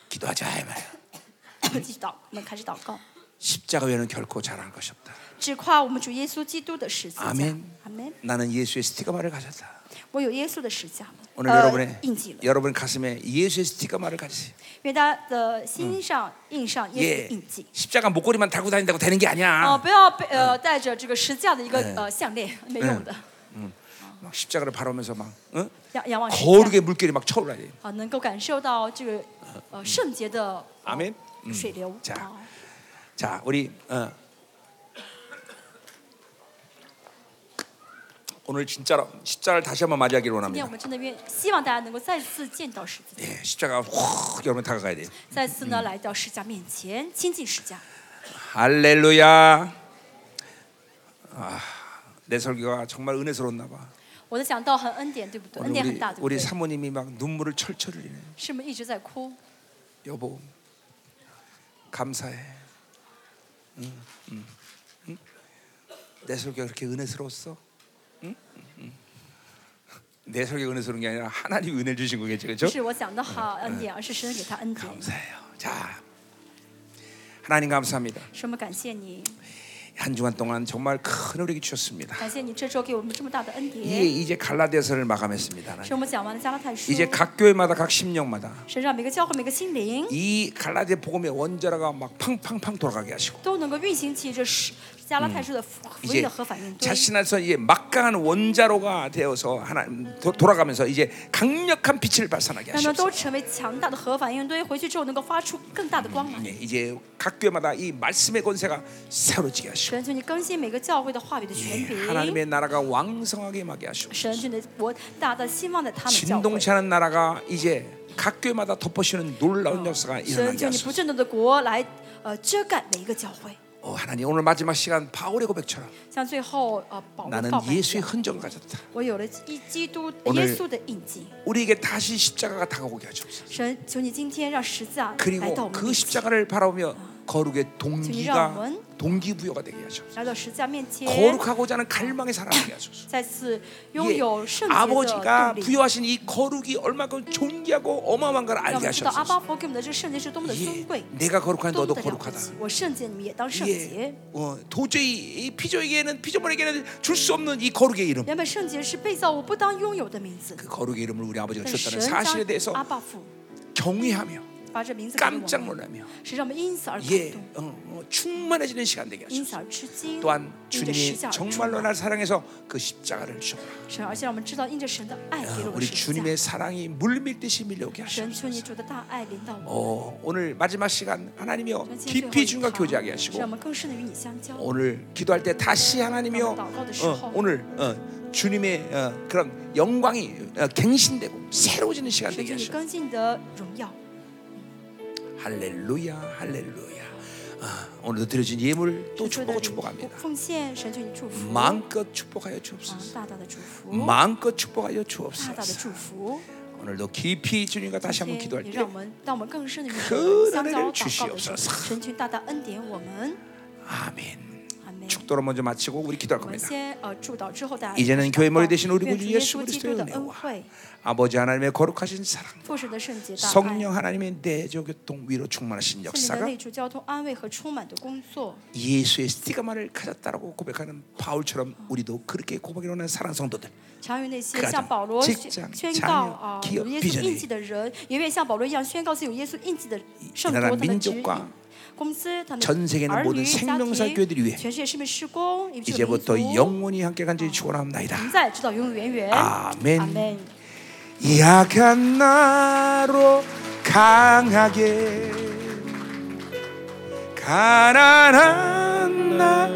[SPEAKER 1] 기도하자 이 말이야.
[SPEAKER 2] 继续祷，我们开始祷告，
[SPEAKER 1] 십자가 외에는 결코 잘할 것이 없다.
[SPEAKER 2] 只夸我们主耶稣基督的十字架。
[SPEAKER 1] 阿门
[SPEAKER 2] 阿门。
[SPEAKER 1] 나는 예수의 스티그마를 가졌다.
[SPEAKER 2] 我有耶稣的十字架了，
[SPEAKER 1] 오늘
[SPEAKER 2] 呃
[SPEAKER 1] 여러분의 ，
[SPEAKER 2] 印记了。
[SPEAKER 1] 여러분 가슴에 예수의 스티그마를 가지세요.
[SPEAKER 2] 愿大家的心上印上耶稣
[SPEAKER 1] 예,
[SPEAKER 2] 的印记。
[SPEAKER 1] 십자가 목걸이만 달고 다닌다고 되는 게
[SPEAKER 2] 哦，
[SPEAKER 1] 아니야.
[SPEAKER 2] 不要被呃带着这个十字架的一个呃项链，没用的。
[SPEAKER 1] 막 십자가를 바라면서 막 응?
[SPEAKER 2] 仰仰望十字架，
[SPEAKER 1] 거룩의 물결이 막 차올라야 돼.
[SPEAKER 2] 啊，能够感受到这个呃圣洁的
[SPEAKER 1] 阿门
[SPEAKER 2] 呃水流。
[SPEAKER 1] 자
[SPEAKER 2] 哦
[SPEAKER 1] 자, 우리 어. 오늘 진짜로 십자를 다시 한번 맞이하기를
[SPEAKER 2] 今天我
[SPEAKER 1] 원합니다.
[SPEAKER 2] 们真的愿希望大家能够再次见到十字架，
[SPEAKER 1] 예, 십자가 확 여러분 다가가야 돼요.
[SPEAKER 2] 再次呢来到十字架面前，亲近十字架。
[SPEAKER 1] 할렐루야. 아, 내 설교가 정말 은혜스러웠나 봐.
[SPEAKER 2] 我在想到很恩典，对不对？
[SPEAKER 1] 오늘
[SPEAKER 2] 恩典很
[SPEAKER 1] 우리,
[SPEAKER 2] 大，对不
[SPEAKER 1] 우리
[SPEAKER 2] 对？
[SPEAKER 1] 사모님이 막 눈물을 철철 흘리네.
[SPEAKER 2] 是不是一直在哭？
[SPEAKER 1] 여보, 감사해. 응, 응, 응? 내 설교가 그렇게 은혜스러웠어? 응? 응, 응. 내 설교가 은혜스러운 게 아니라 하나님 은혜 주신 거겠지, 그렇죠?
[SPEAKER 2] 不是我想到好恩典，而是神给他恩典。
[SPEAKER 1] 嗯 감사해요. 자, 하나님 감사합니다.
[SPEAKER 2] 什么感谢你，
[SPEAKER 1] 한 주간 동안 정말 큰 은혜를 주셨습니다.
[SPEAKER 2] 感谢你这周给我们这么大的恩
[SPEAKER 1] 예,
[SPEAKER 2] 典。
[SPEAKER 1] 이제 갈라디아서를 마감했습니다.
[SPEAKER 2] 是我们讲完了加拉太书，
[SPEAKER 1] 이제 각 교회마다 각 심령마다
[SPEAKER 2] 神让每个教会每个心灵
[SPEAKER 1] 이 갈라디아 복음의 원자라가 막 팡팡팡 돌아가게 하시고
[SPEAKER 2] 都能够运行起这十加拉太书的福福音
[SPEAKER 1] 이제
[SPEAKER 2] 的和反应堆。
[SPEAKER 1] 자신 안에서 이제 막강한 원자로가 되어서 하나 도, 돌아가면서 이제 강력한 빛을 발산하게
[SPEAKER 2] 让他们
[SPEAKER 1] 하시옵소서.
[SPEAKER 2] 都成为强大的核反应堆，回去之后能够发出更大的光芒
[SPEAKER 1] 예, 。 이제 각 교회마다 이 말씀의 권세가 새로지게 하시고
[SPEAKER 2] 神求你更新每个教会的话语的权
[SPEAKER 1] 예,
[SPEAKER 2] 柄。
[SPEAKER 1] 하나님의 나라가 왕성하게 임하게 하시고
[SPEAKER 2] 神求你的国大大兴旺在他们教会。
[SPEAKER 1] 진동치 않은 나라가 이제 각 교회마다 덮어씌우는 놀라운 역사가
[SPEAKER 2] 神
[SPEAKER 1] 일어나게
[SPEAKER 2] 求你不
[SPEAKER 1] 하소서.
[SPEAKER 2] 震动的国来呃遮盖每一个教会。
[SPEAKER 1] 어, 하나님 오늘 마지막 시간 바울의 고백처럼
[SPEAKER 2] 像最后呃保罗
[SPEAKER 1] 나는
[SPEAKER 2] 告白一
[SPEAKER 1] 예수의
[SPEAKER 2] 样，
[SPEAKER 1] 흔적을 가졌다.
[SPEAKER 2] 我有了一基督
[SPEAKER 1] 오늘
[SPEAKER 2] 耶稣的印记。
[SPEAKER 1] 우리에게 다시 십자가가 다가오게 하시옵소서.
[SPEAKER 2] 神求你今天让十字架来到
[SPEAKER 1] 그리고
[SPEAKER 2] 我们面
[SPEAKER 1] 그
[SPEAKER 2] 前，
[SPEAKER 1] 십자가를 바라보며 거룩의 동기가
[SPEAKER 2] 지금
[SPEAKER 1] 동기부여가 되게 하소서.
[SPEAKER 2] 来到十字架面前，
[SPEAKER 1] 거룩하고자 하는 갈망이 살아나게 하소서.
[SPEAKER 2] 再次
[SPEAKER 1] 예,
[SPEAKER 2] 拥有圣洁的动
[SPEAKER 1] 아버지가
[SPEAKER 2] 力。
[SPEAKER 1] 부여하신 이 거룩이 얼마큼 존귀하고 어마어마한 걸
[SPEAKER 2] 让我
[SPEAKER 1] 알게
[SPEAKER 2] 们知道阿
[SPEAKER 1] 하셨소서.
[SPEAKER 2] 巴佛给我们的这个圣洁是多么的
[SPEAKER 1] 예,
[SPEAKER 2] 尊贵，
[SPEAKER 1] 내가 거룩한
[SPEAKER 2] 多么
[SPEAKER 1] 너도
[SPEAKER 2] 的了不
[SPEAKER 1] 거룩하다.
[SPEAKER 2] 起。我圣洁，你们也当圣
[SPEAKER 1] 예,
[SPEAKER 2] 洁。
[SPEAKER 1] 어, 도저히 이 피조에게는 피조물에게는 줄 수 없는 이 거룩의 이름,
[SPEAKER 2] 原本圣洁是被造物不当拥有的名字，
[SPEAKER 1] 그 거룩의 이름을 우리 아버지가
[SPEAKER 2] 但神
[SPEAKER 1] 주셨다는 사실에
[SPEAKER 2] 将
[SPEAKER 1] 대해서
[SPEAKER 2] 阿爸父
[SPEAKER 1] 경외하며
[SPEAKER 2] 把这名字给我们，
[SPEAKER 1] 깜짝 놀라며
[SPEAKER 2] 使让我们因此而感
[SPEAKER 1] 예,
[SPEAKER 2] 动，
[SPEAKER 1] 어, 어, 충만해지는 시간 되게
[SPEAKER 2] 因
[SPEAKER 1] 하소서.
[SPEAKER 2] 此而吃惊。
[SPEAKER 1] 또한
[SPEAKER 2] 因着十
[SPEAKER 1] 주님이
[SPEAKER 2] 字架而充
[SPEAKER 1] 정말로
[SPEAKER 2] 满
[SPEAKER 1] 날 사랑해서 그 십자가를 주셨다.
[SPEAKER 2] 神，而且让我们知道，因着神的爱给啊了我
[SPEAKER 1] 우리
[SPEAKER 2] 们十字架
[SPEAKER 1] 주님의 。 사랑이 물밀듯이 밀려오게
[SPEAKER 2] 神，
[SPEAKER 1] 하시옵소서.
[SPEAKER 2] 求你主的大爱领导我们。
[SPEAKER 1] 어, 오늘 마지막 시간 하나님이여
[SPEAKER 2] 神今天
[SPEAKER 1] 깊이
[SPEAKER 2] 最后一
[SPEAKER 1] 주님과
[SPEAKER 2] 堂
[SPEAKER 1] 교제하게
[SPEAKER 2] 让我
[SPEAKER 1] 하시고
[SPEAKER 2] 们更深的与你相交。
[SPEAKER 1] 오늘 기도할 때 다시 하나님이여 어, 오늘 어, 주님의 어, 그런 영광이 어, 갱신되고 새로워지는 시간
[SPEAKER 2] 神，
[SPEAKER 1] 되게
[SPEAKER 2] 求你
[SPEAKER 1] 하시옵소서.
[SPEAKER 2] 更新你的荣耀。
[SPEAKER 1] 할렐루야 할렐루야 아, 오늘도 드려진 예물 또
[SPEAKER 2] 神说
[SPEAKER 1] 축복하고
[SPEAKER 2] 的
[SPEAKER 1] 축복합니다
[SPEAKER 2] 奉献，神求你祝福，啊，
[SPEAKER 1] 마음껏 축복하여 주옵소서
[SPEAKER 2] 大大的祝
[SPEAKER 1] 아,
[SPEAKER 2] 福，
[SPEAKER 1] 마음껏 축복하여
[SPEAKER 2] 大大的
[SPEAKER 1] 주옵소서
[SPEAKER 2] 祝福。
[SPEAKER 1] 오늘도 깊이 주님과 다시
[SPEAKER 2] 今
[SPEAKER 1] 네, 한번
[SPEAKER 2] 天
[SPEAKER 1] 기도할
[SPEAKER 2] 也
[SPEAKER 1] 때
[SPEAKER 2] 让我们，让我们更深的与
[SPEAKER 1] 큰
[SPEAKER 2] 你相交
[SPEAKER 1] 은혜를
[SPEAKER 2] 祷告的时候，
[SPEAKER 1] 주시옵소서.
[SPEAKER 2] 神求你大大恩典我们。
[SPEAKER 1] 아멘
[SPEAKER 2] 阿门。
[SPEAKER 1] 축도로 먼저 마치고 우리 기도할
[SPEAKER 2] 我们
[SPEAKER 1] 겁니다
[SPEAKER 2] 先呃祝祷之后，大家
[SPEAKER 1] 이제는
[SPEAKER 2] 一起祷
[SPEAKER 1] 교회머리
[SPEAKER 2] 告
[SPEAKER 1] 대신우리구주
[SPEAKER 2] 愿主
[SPEAKER 1] 예수
[SPEAKER 2] 耶稣
[SPEAKER 1] 그리스도의
[SPEAKER 2] 基督的恩
[SPEAKER 1] 은혜와
[SPEAKER 2] 惠，
[SPEAKER 1] 아버지 하나님의 거룩하신 사랑
[SPEAKER 2] 父神的圣洁大爱，
[SPEAKER 1] 성령 하나님의 내조교통 위로 충만하신
[SPEAKER 2] 圣灵的
[SPEAKER 1] 역사가
[SPEAKER 2] 内住交通安慰和充满的工作。
[SPEAKER 1] 예수의 스티가마를 가졌다라고 고백하는 바울처럼 우리도 그렇게 고백하는 려 사랑 성도들
[SPEAKER 2] 常于那些
[SPEAKER 1] 그가정
[SPEAKER 2] 像保罗宣
[SPEAKER 1] 직장
[SPEAKER 2] 宣
[SPEAKER 1] 자녀
[SPEAKER 2] 告啊
[SPEAKER 1] 기업
[SPEAKER 2] 有耶稣
[SPEAKER 1] 비전에
[SPEAKER 2] 印记的人，也愿像保罗一样宣告自己有耶稣印记的圣
[SPEAKER 1] 이
[SPEAKER 2] 国
[SPEAKER 1] 나라
[SPEAKER 2] 他们的指
[SPEAKER 1] 민족과
[SPEAKER 2] 公司、他们
[SPEAKER 1] 전 세계 있는
[SPEAKER 2] 儿
[SPEAKER 1] 모든
[SPEAKER 2] 女、家
[SPEAKER 1] 생명사 교회들을 위해
[SPEAKER 2] 庭、全世界市民施工，以及这个民
[SPEAKER 1] 이제부터
[SPEAKER 2] 族，
[SPEAKER 1] 영원히 함께 간절히 축원합니다
[SPEAKER 2] 同在直到永永远远。
[SPEAKER 1] 아멘.
[SPEAKER 2] 阿门。
[SPEAKER 1] 약한 나로 강하게 가난한 나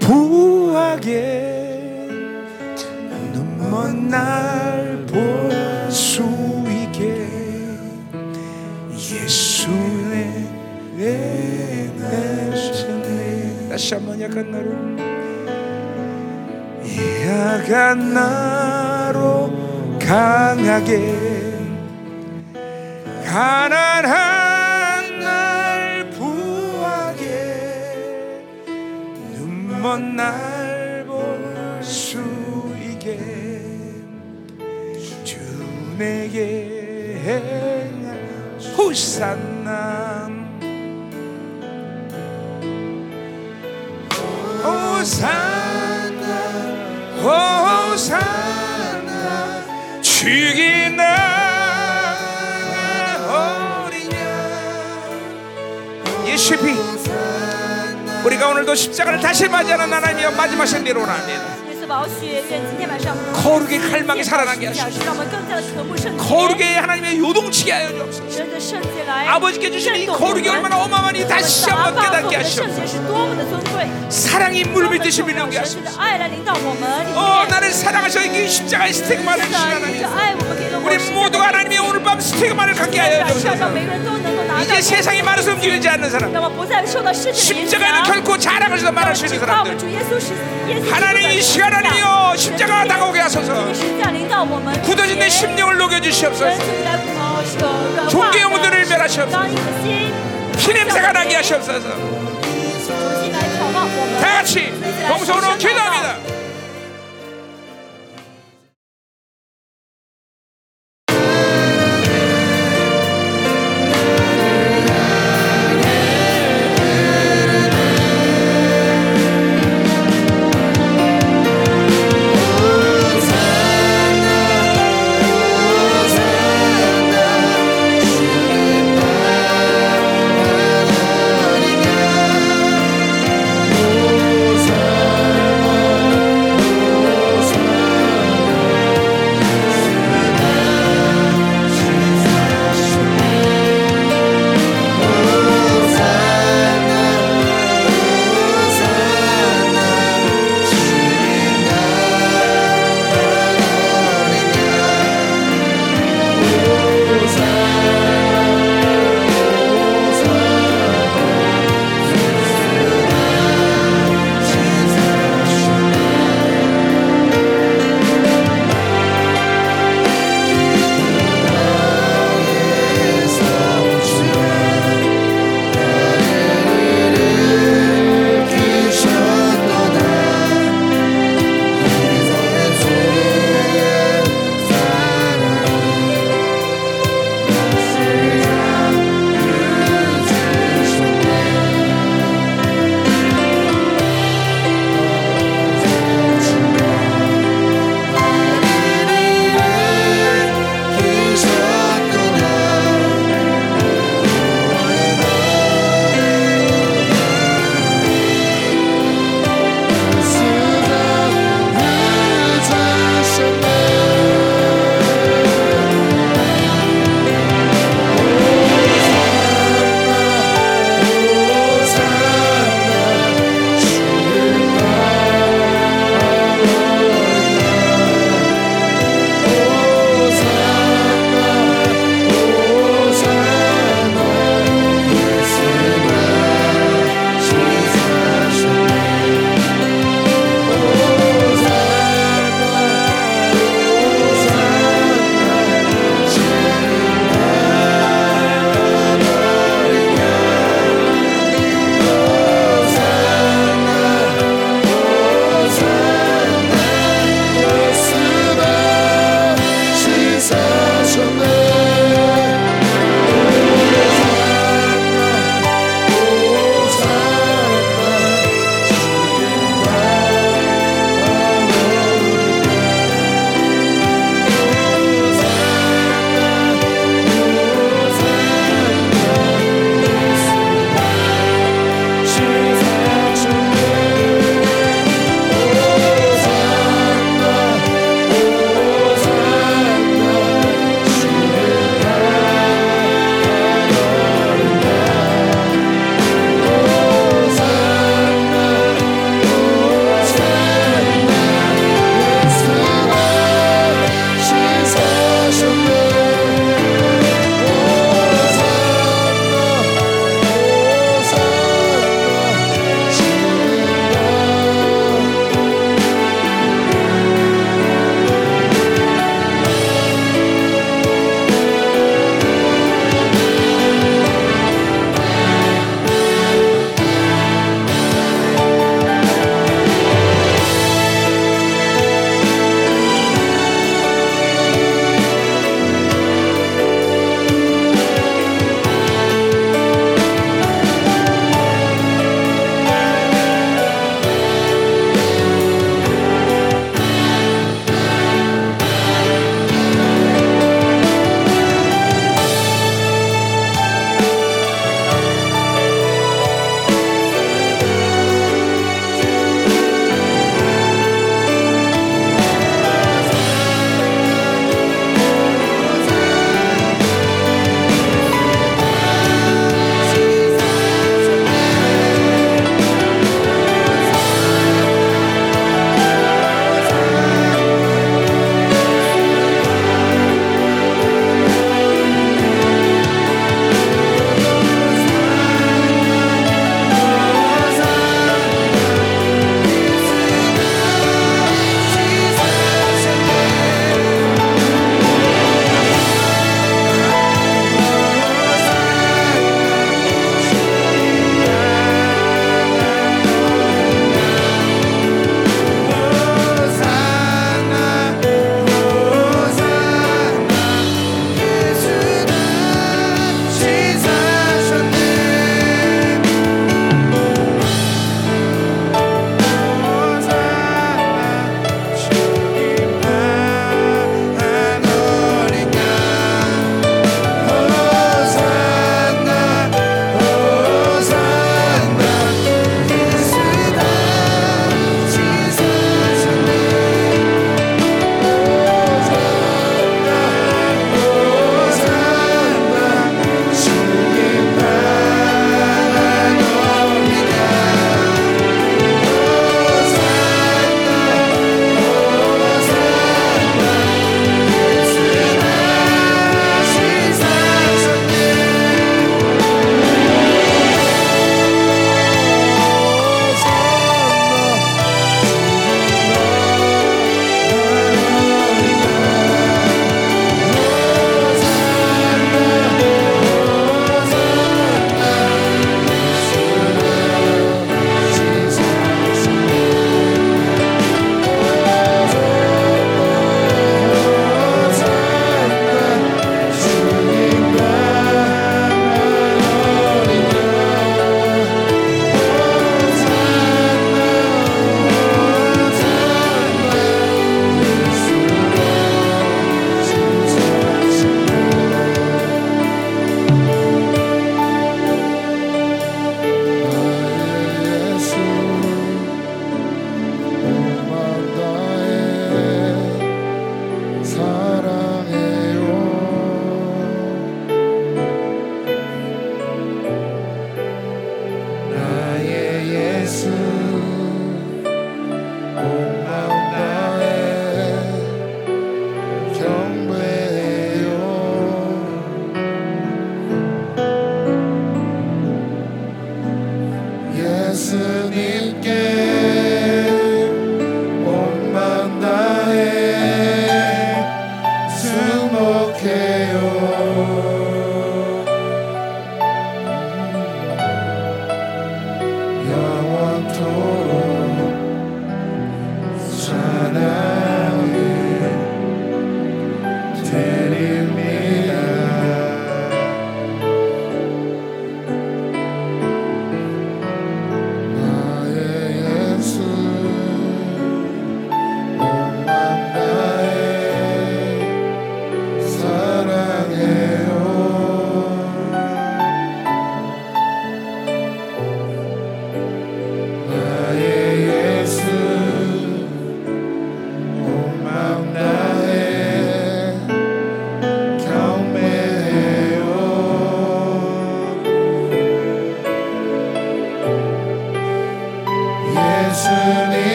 [SPEAKER 1] 부하게 눈먼 날 볼 수 있게 예수의 은혜 다시 한번 약한 나로 약한 나로 강하게 가난한 날 부하게 눈먼 날 볼 수 있게 주 내게 행한 호산남 호산나 호산나 주기 나오리냐 예수의 피 우리가 오늘도 십자가를 다시 맞이하는 하나님이여 마지막 시간 내려오나니
[SPEAKER 2] 耶稣宝血，愿今天晚上我们
[SPEAKER 1] 거룩의갈망이살아나게하시고
[SPEAKER 2] 主让我们更加的渴慕圣洁，
[SPEAKER 1] 거룩의 하나님의 요동치게 하여 주옵소서
[SPEAKER 2] 神的圣洁来。
[SPEAKER 1] 아버지께 주신 이
[SPEAKER 2] 震动我们
[SPEAKER 1] 거룩이 얼마나 어마어마한지
[SPEAKER 2] 让我们知
[SPEAKER 1] 다시
[SPEAKER 2] 道阿
[SPEAKER 1] 한번
[SPEAKER 2] 爸父
[SPEAKER 1] 깨닫게
[SPEAKER 2] 的圣
[SPEAKER 1] 하시옵소서
[SPEAKER 2] 洁是多么的尊贵，
[SPEAKER 1] 사랑이 물밀듯이
[SPEAKER 2] 让
[SPEAKER 1] 밀려오게 하소서
[SPEAKER 2] 神的爱来领导我们。里
[SPEAKER 1] 어
[SPEAKER 2] 面
[SPEAKER 1] 나를 사랑하셔 이 십자가의 스테그마를 주신
[SPEAKER 2] 的
[SPEAKER 1] 하나님
[SPEAKER 2] 爱，我们给了我
[SPEAKER 1] 우리
[SPEAKER 2] 们世界
[SPEAKER 1] 모두가 하나님의 오늘 밤 스테그마를 갖게 하여
[SPEAKER 2] 让
[SPEAKER 1] 주옵소서
[SPEAKER 2] 每个人都能够拿到
[SPEAKER 1] 이제 ， 세상의 말에서 움직이지 않는 사람
[SPEAKER 2] 让我不再受到世界的影响。
[SPEAKER 1] 십자가는 결코 자랑하지도 말할 수 있는
[SPEAKER 2] 让我们
[SPEAKER 1] 사람들
[SPEAKER 2] 主耶稣是耶稣基督的
[SPEAKER 1] 하나님 이 시간 안에요 십자가가 다가오게 하소서
[SPEAKER 2] 十字架领导我们，
[SPEAKER 1] 굳어진 내 심령을 예, 녹여주시옵소서
[SPEAKER 2] 尊
[SPEAKER 1] 종교의 무드를 멸하시옵소서
[SPEAKER 2] 当你的心
[SPEAKER 1] 피냄새가 나게 하시옵소서
[SPEAKER 2] 重新来眺望我们，
[SPEAKER 1] 다 같이 동서로 기도합니다
[SPEAKER 3] Hosanna,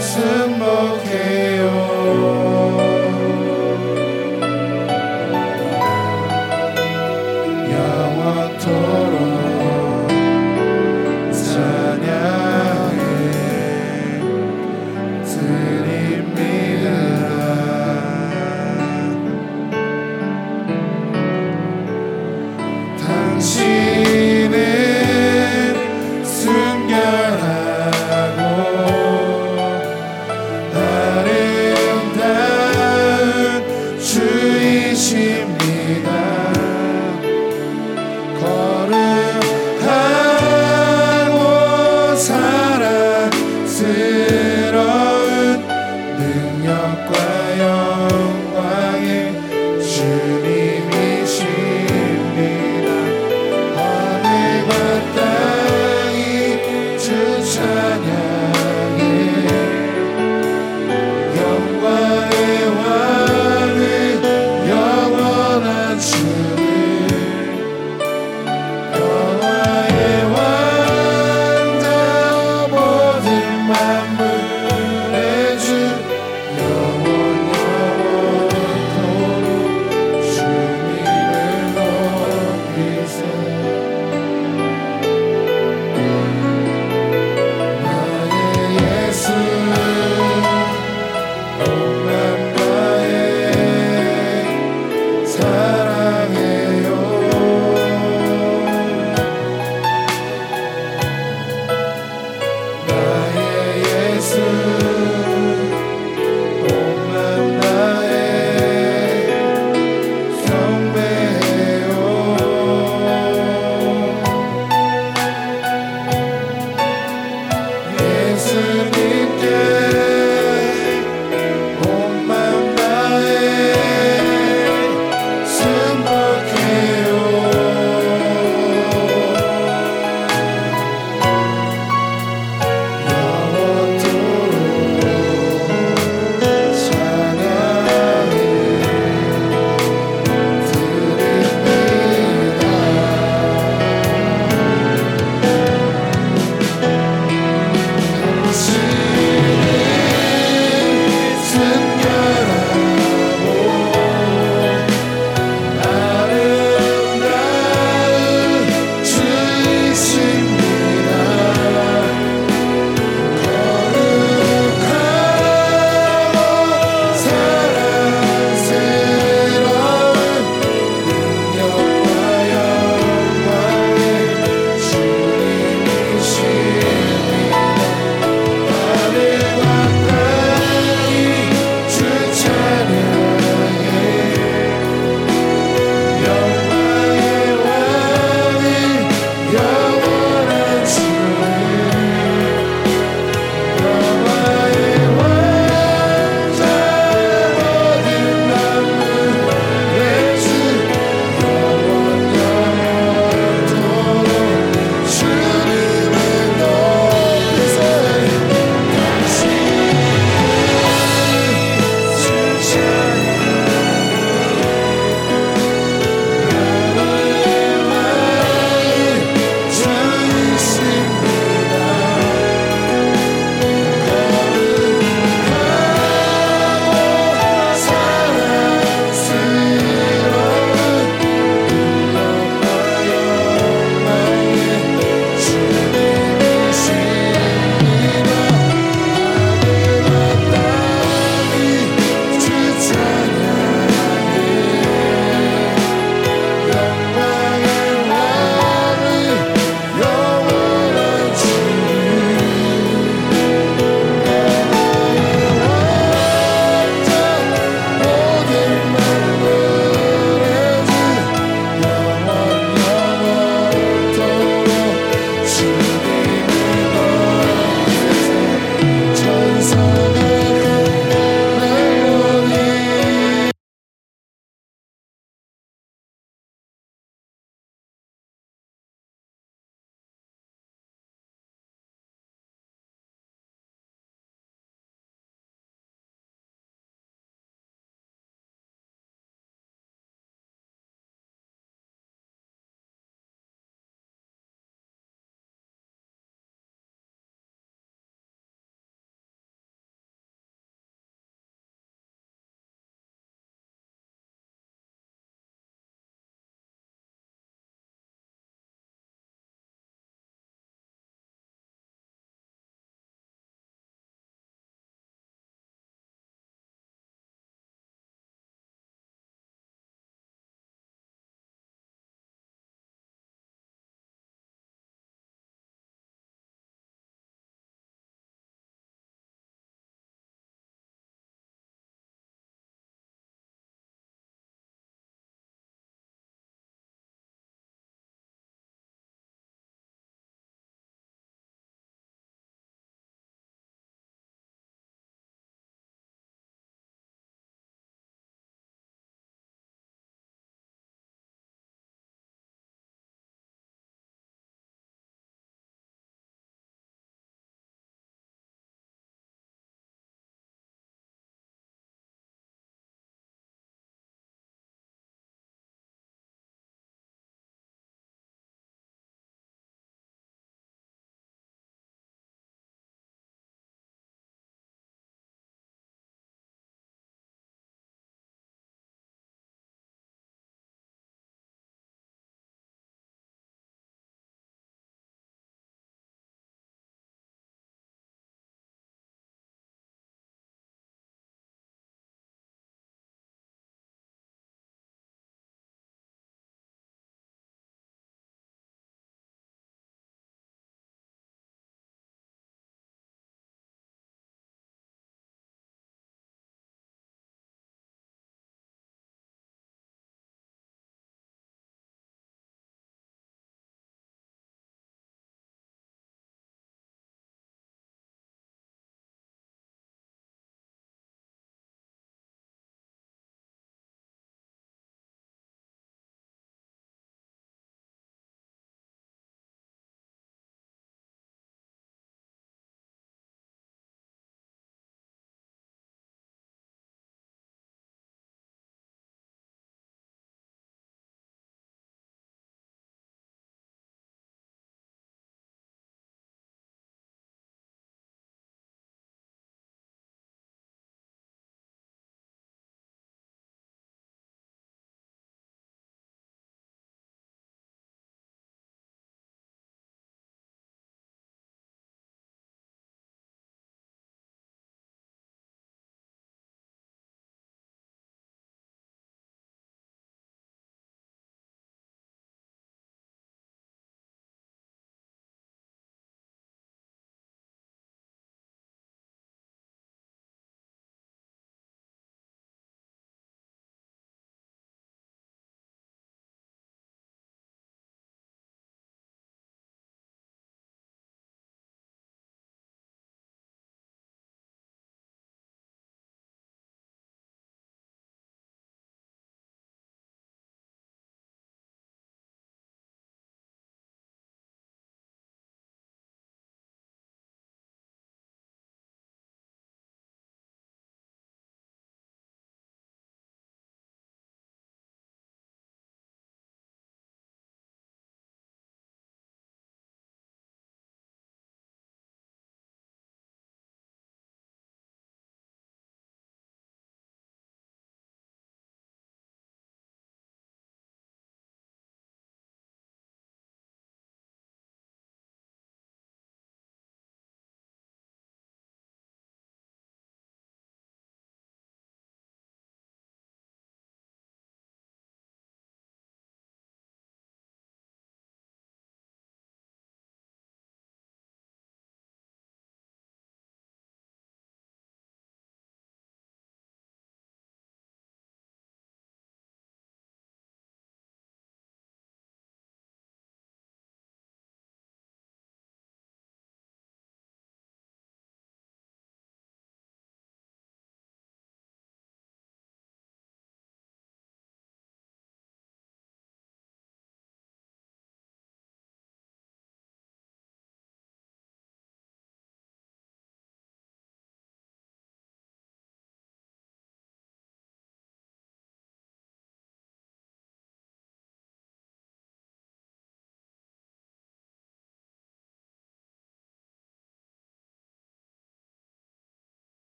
[SPEAKER 3] 기억해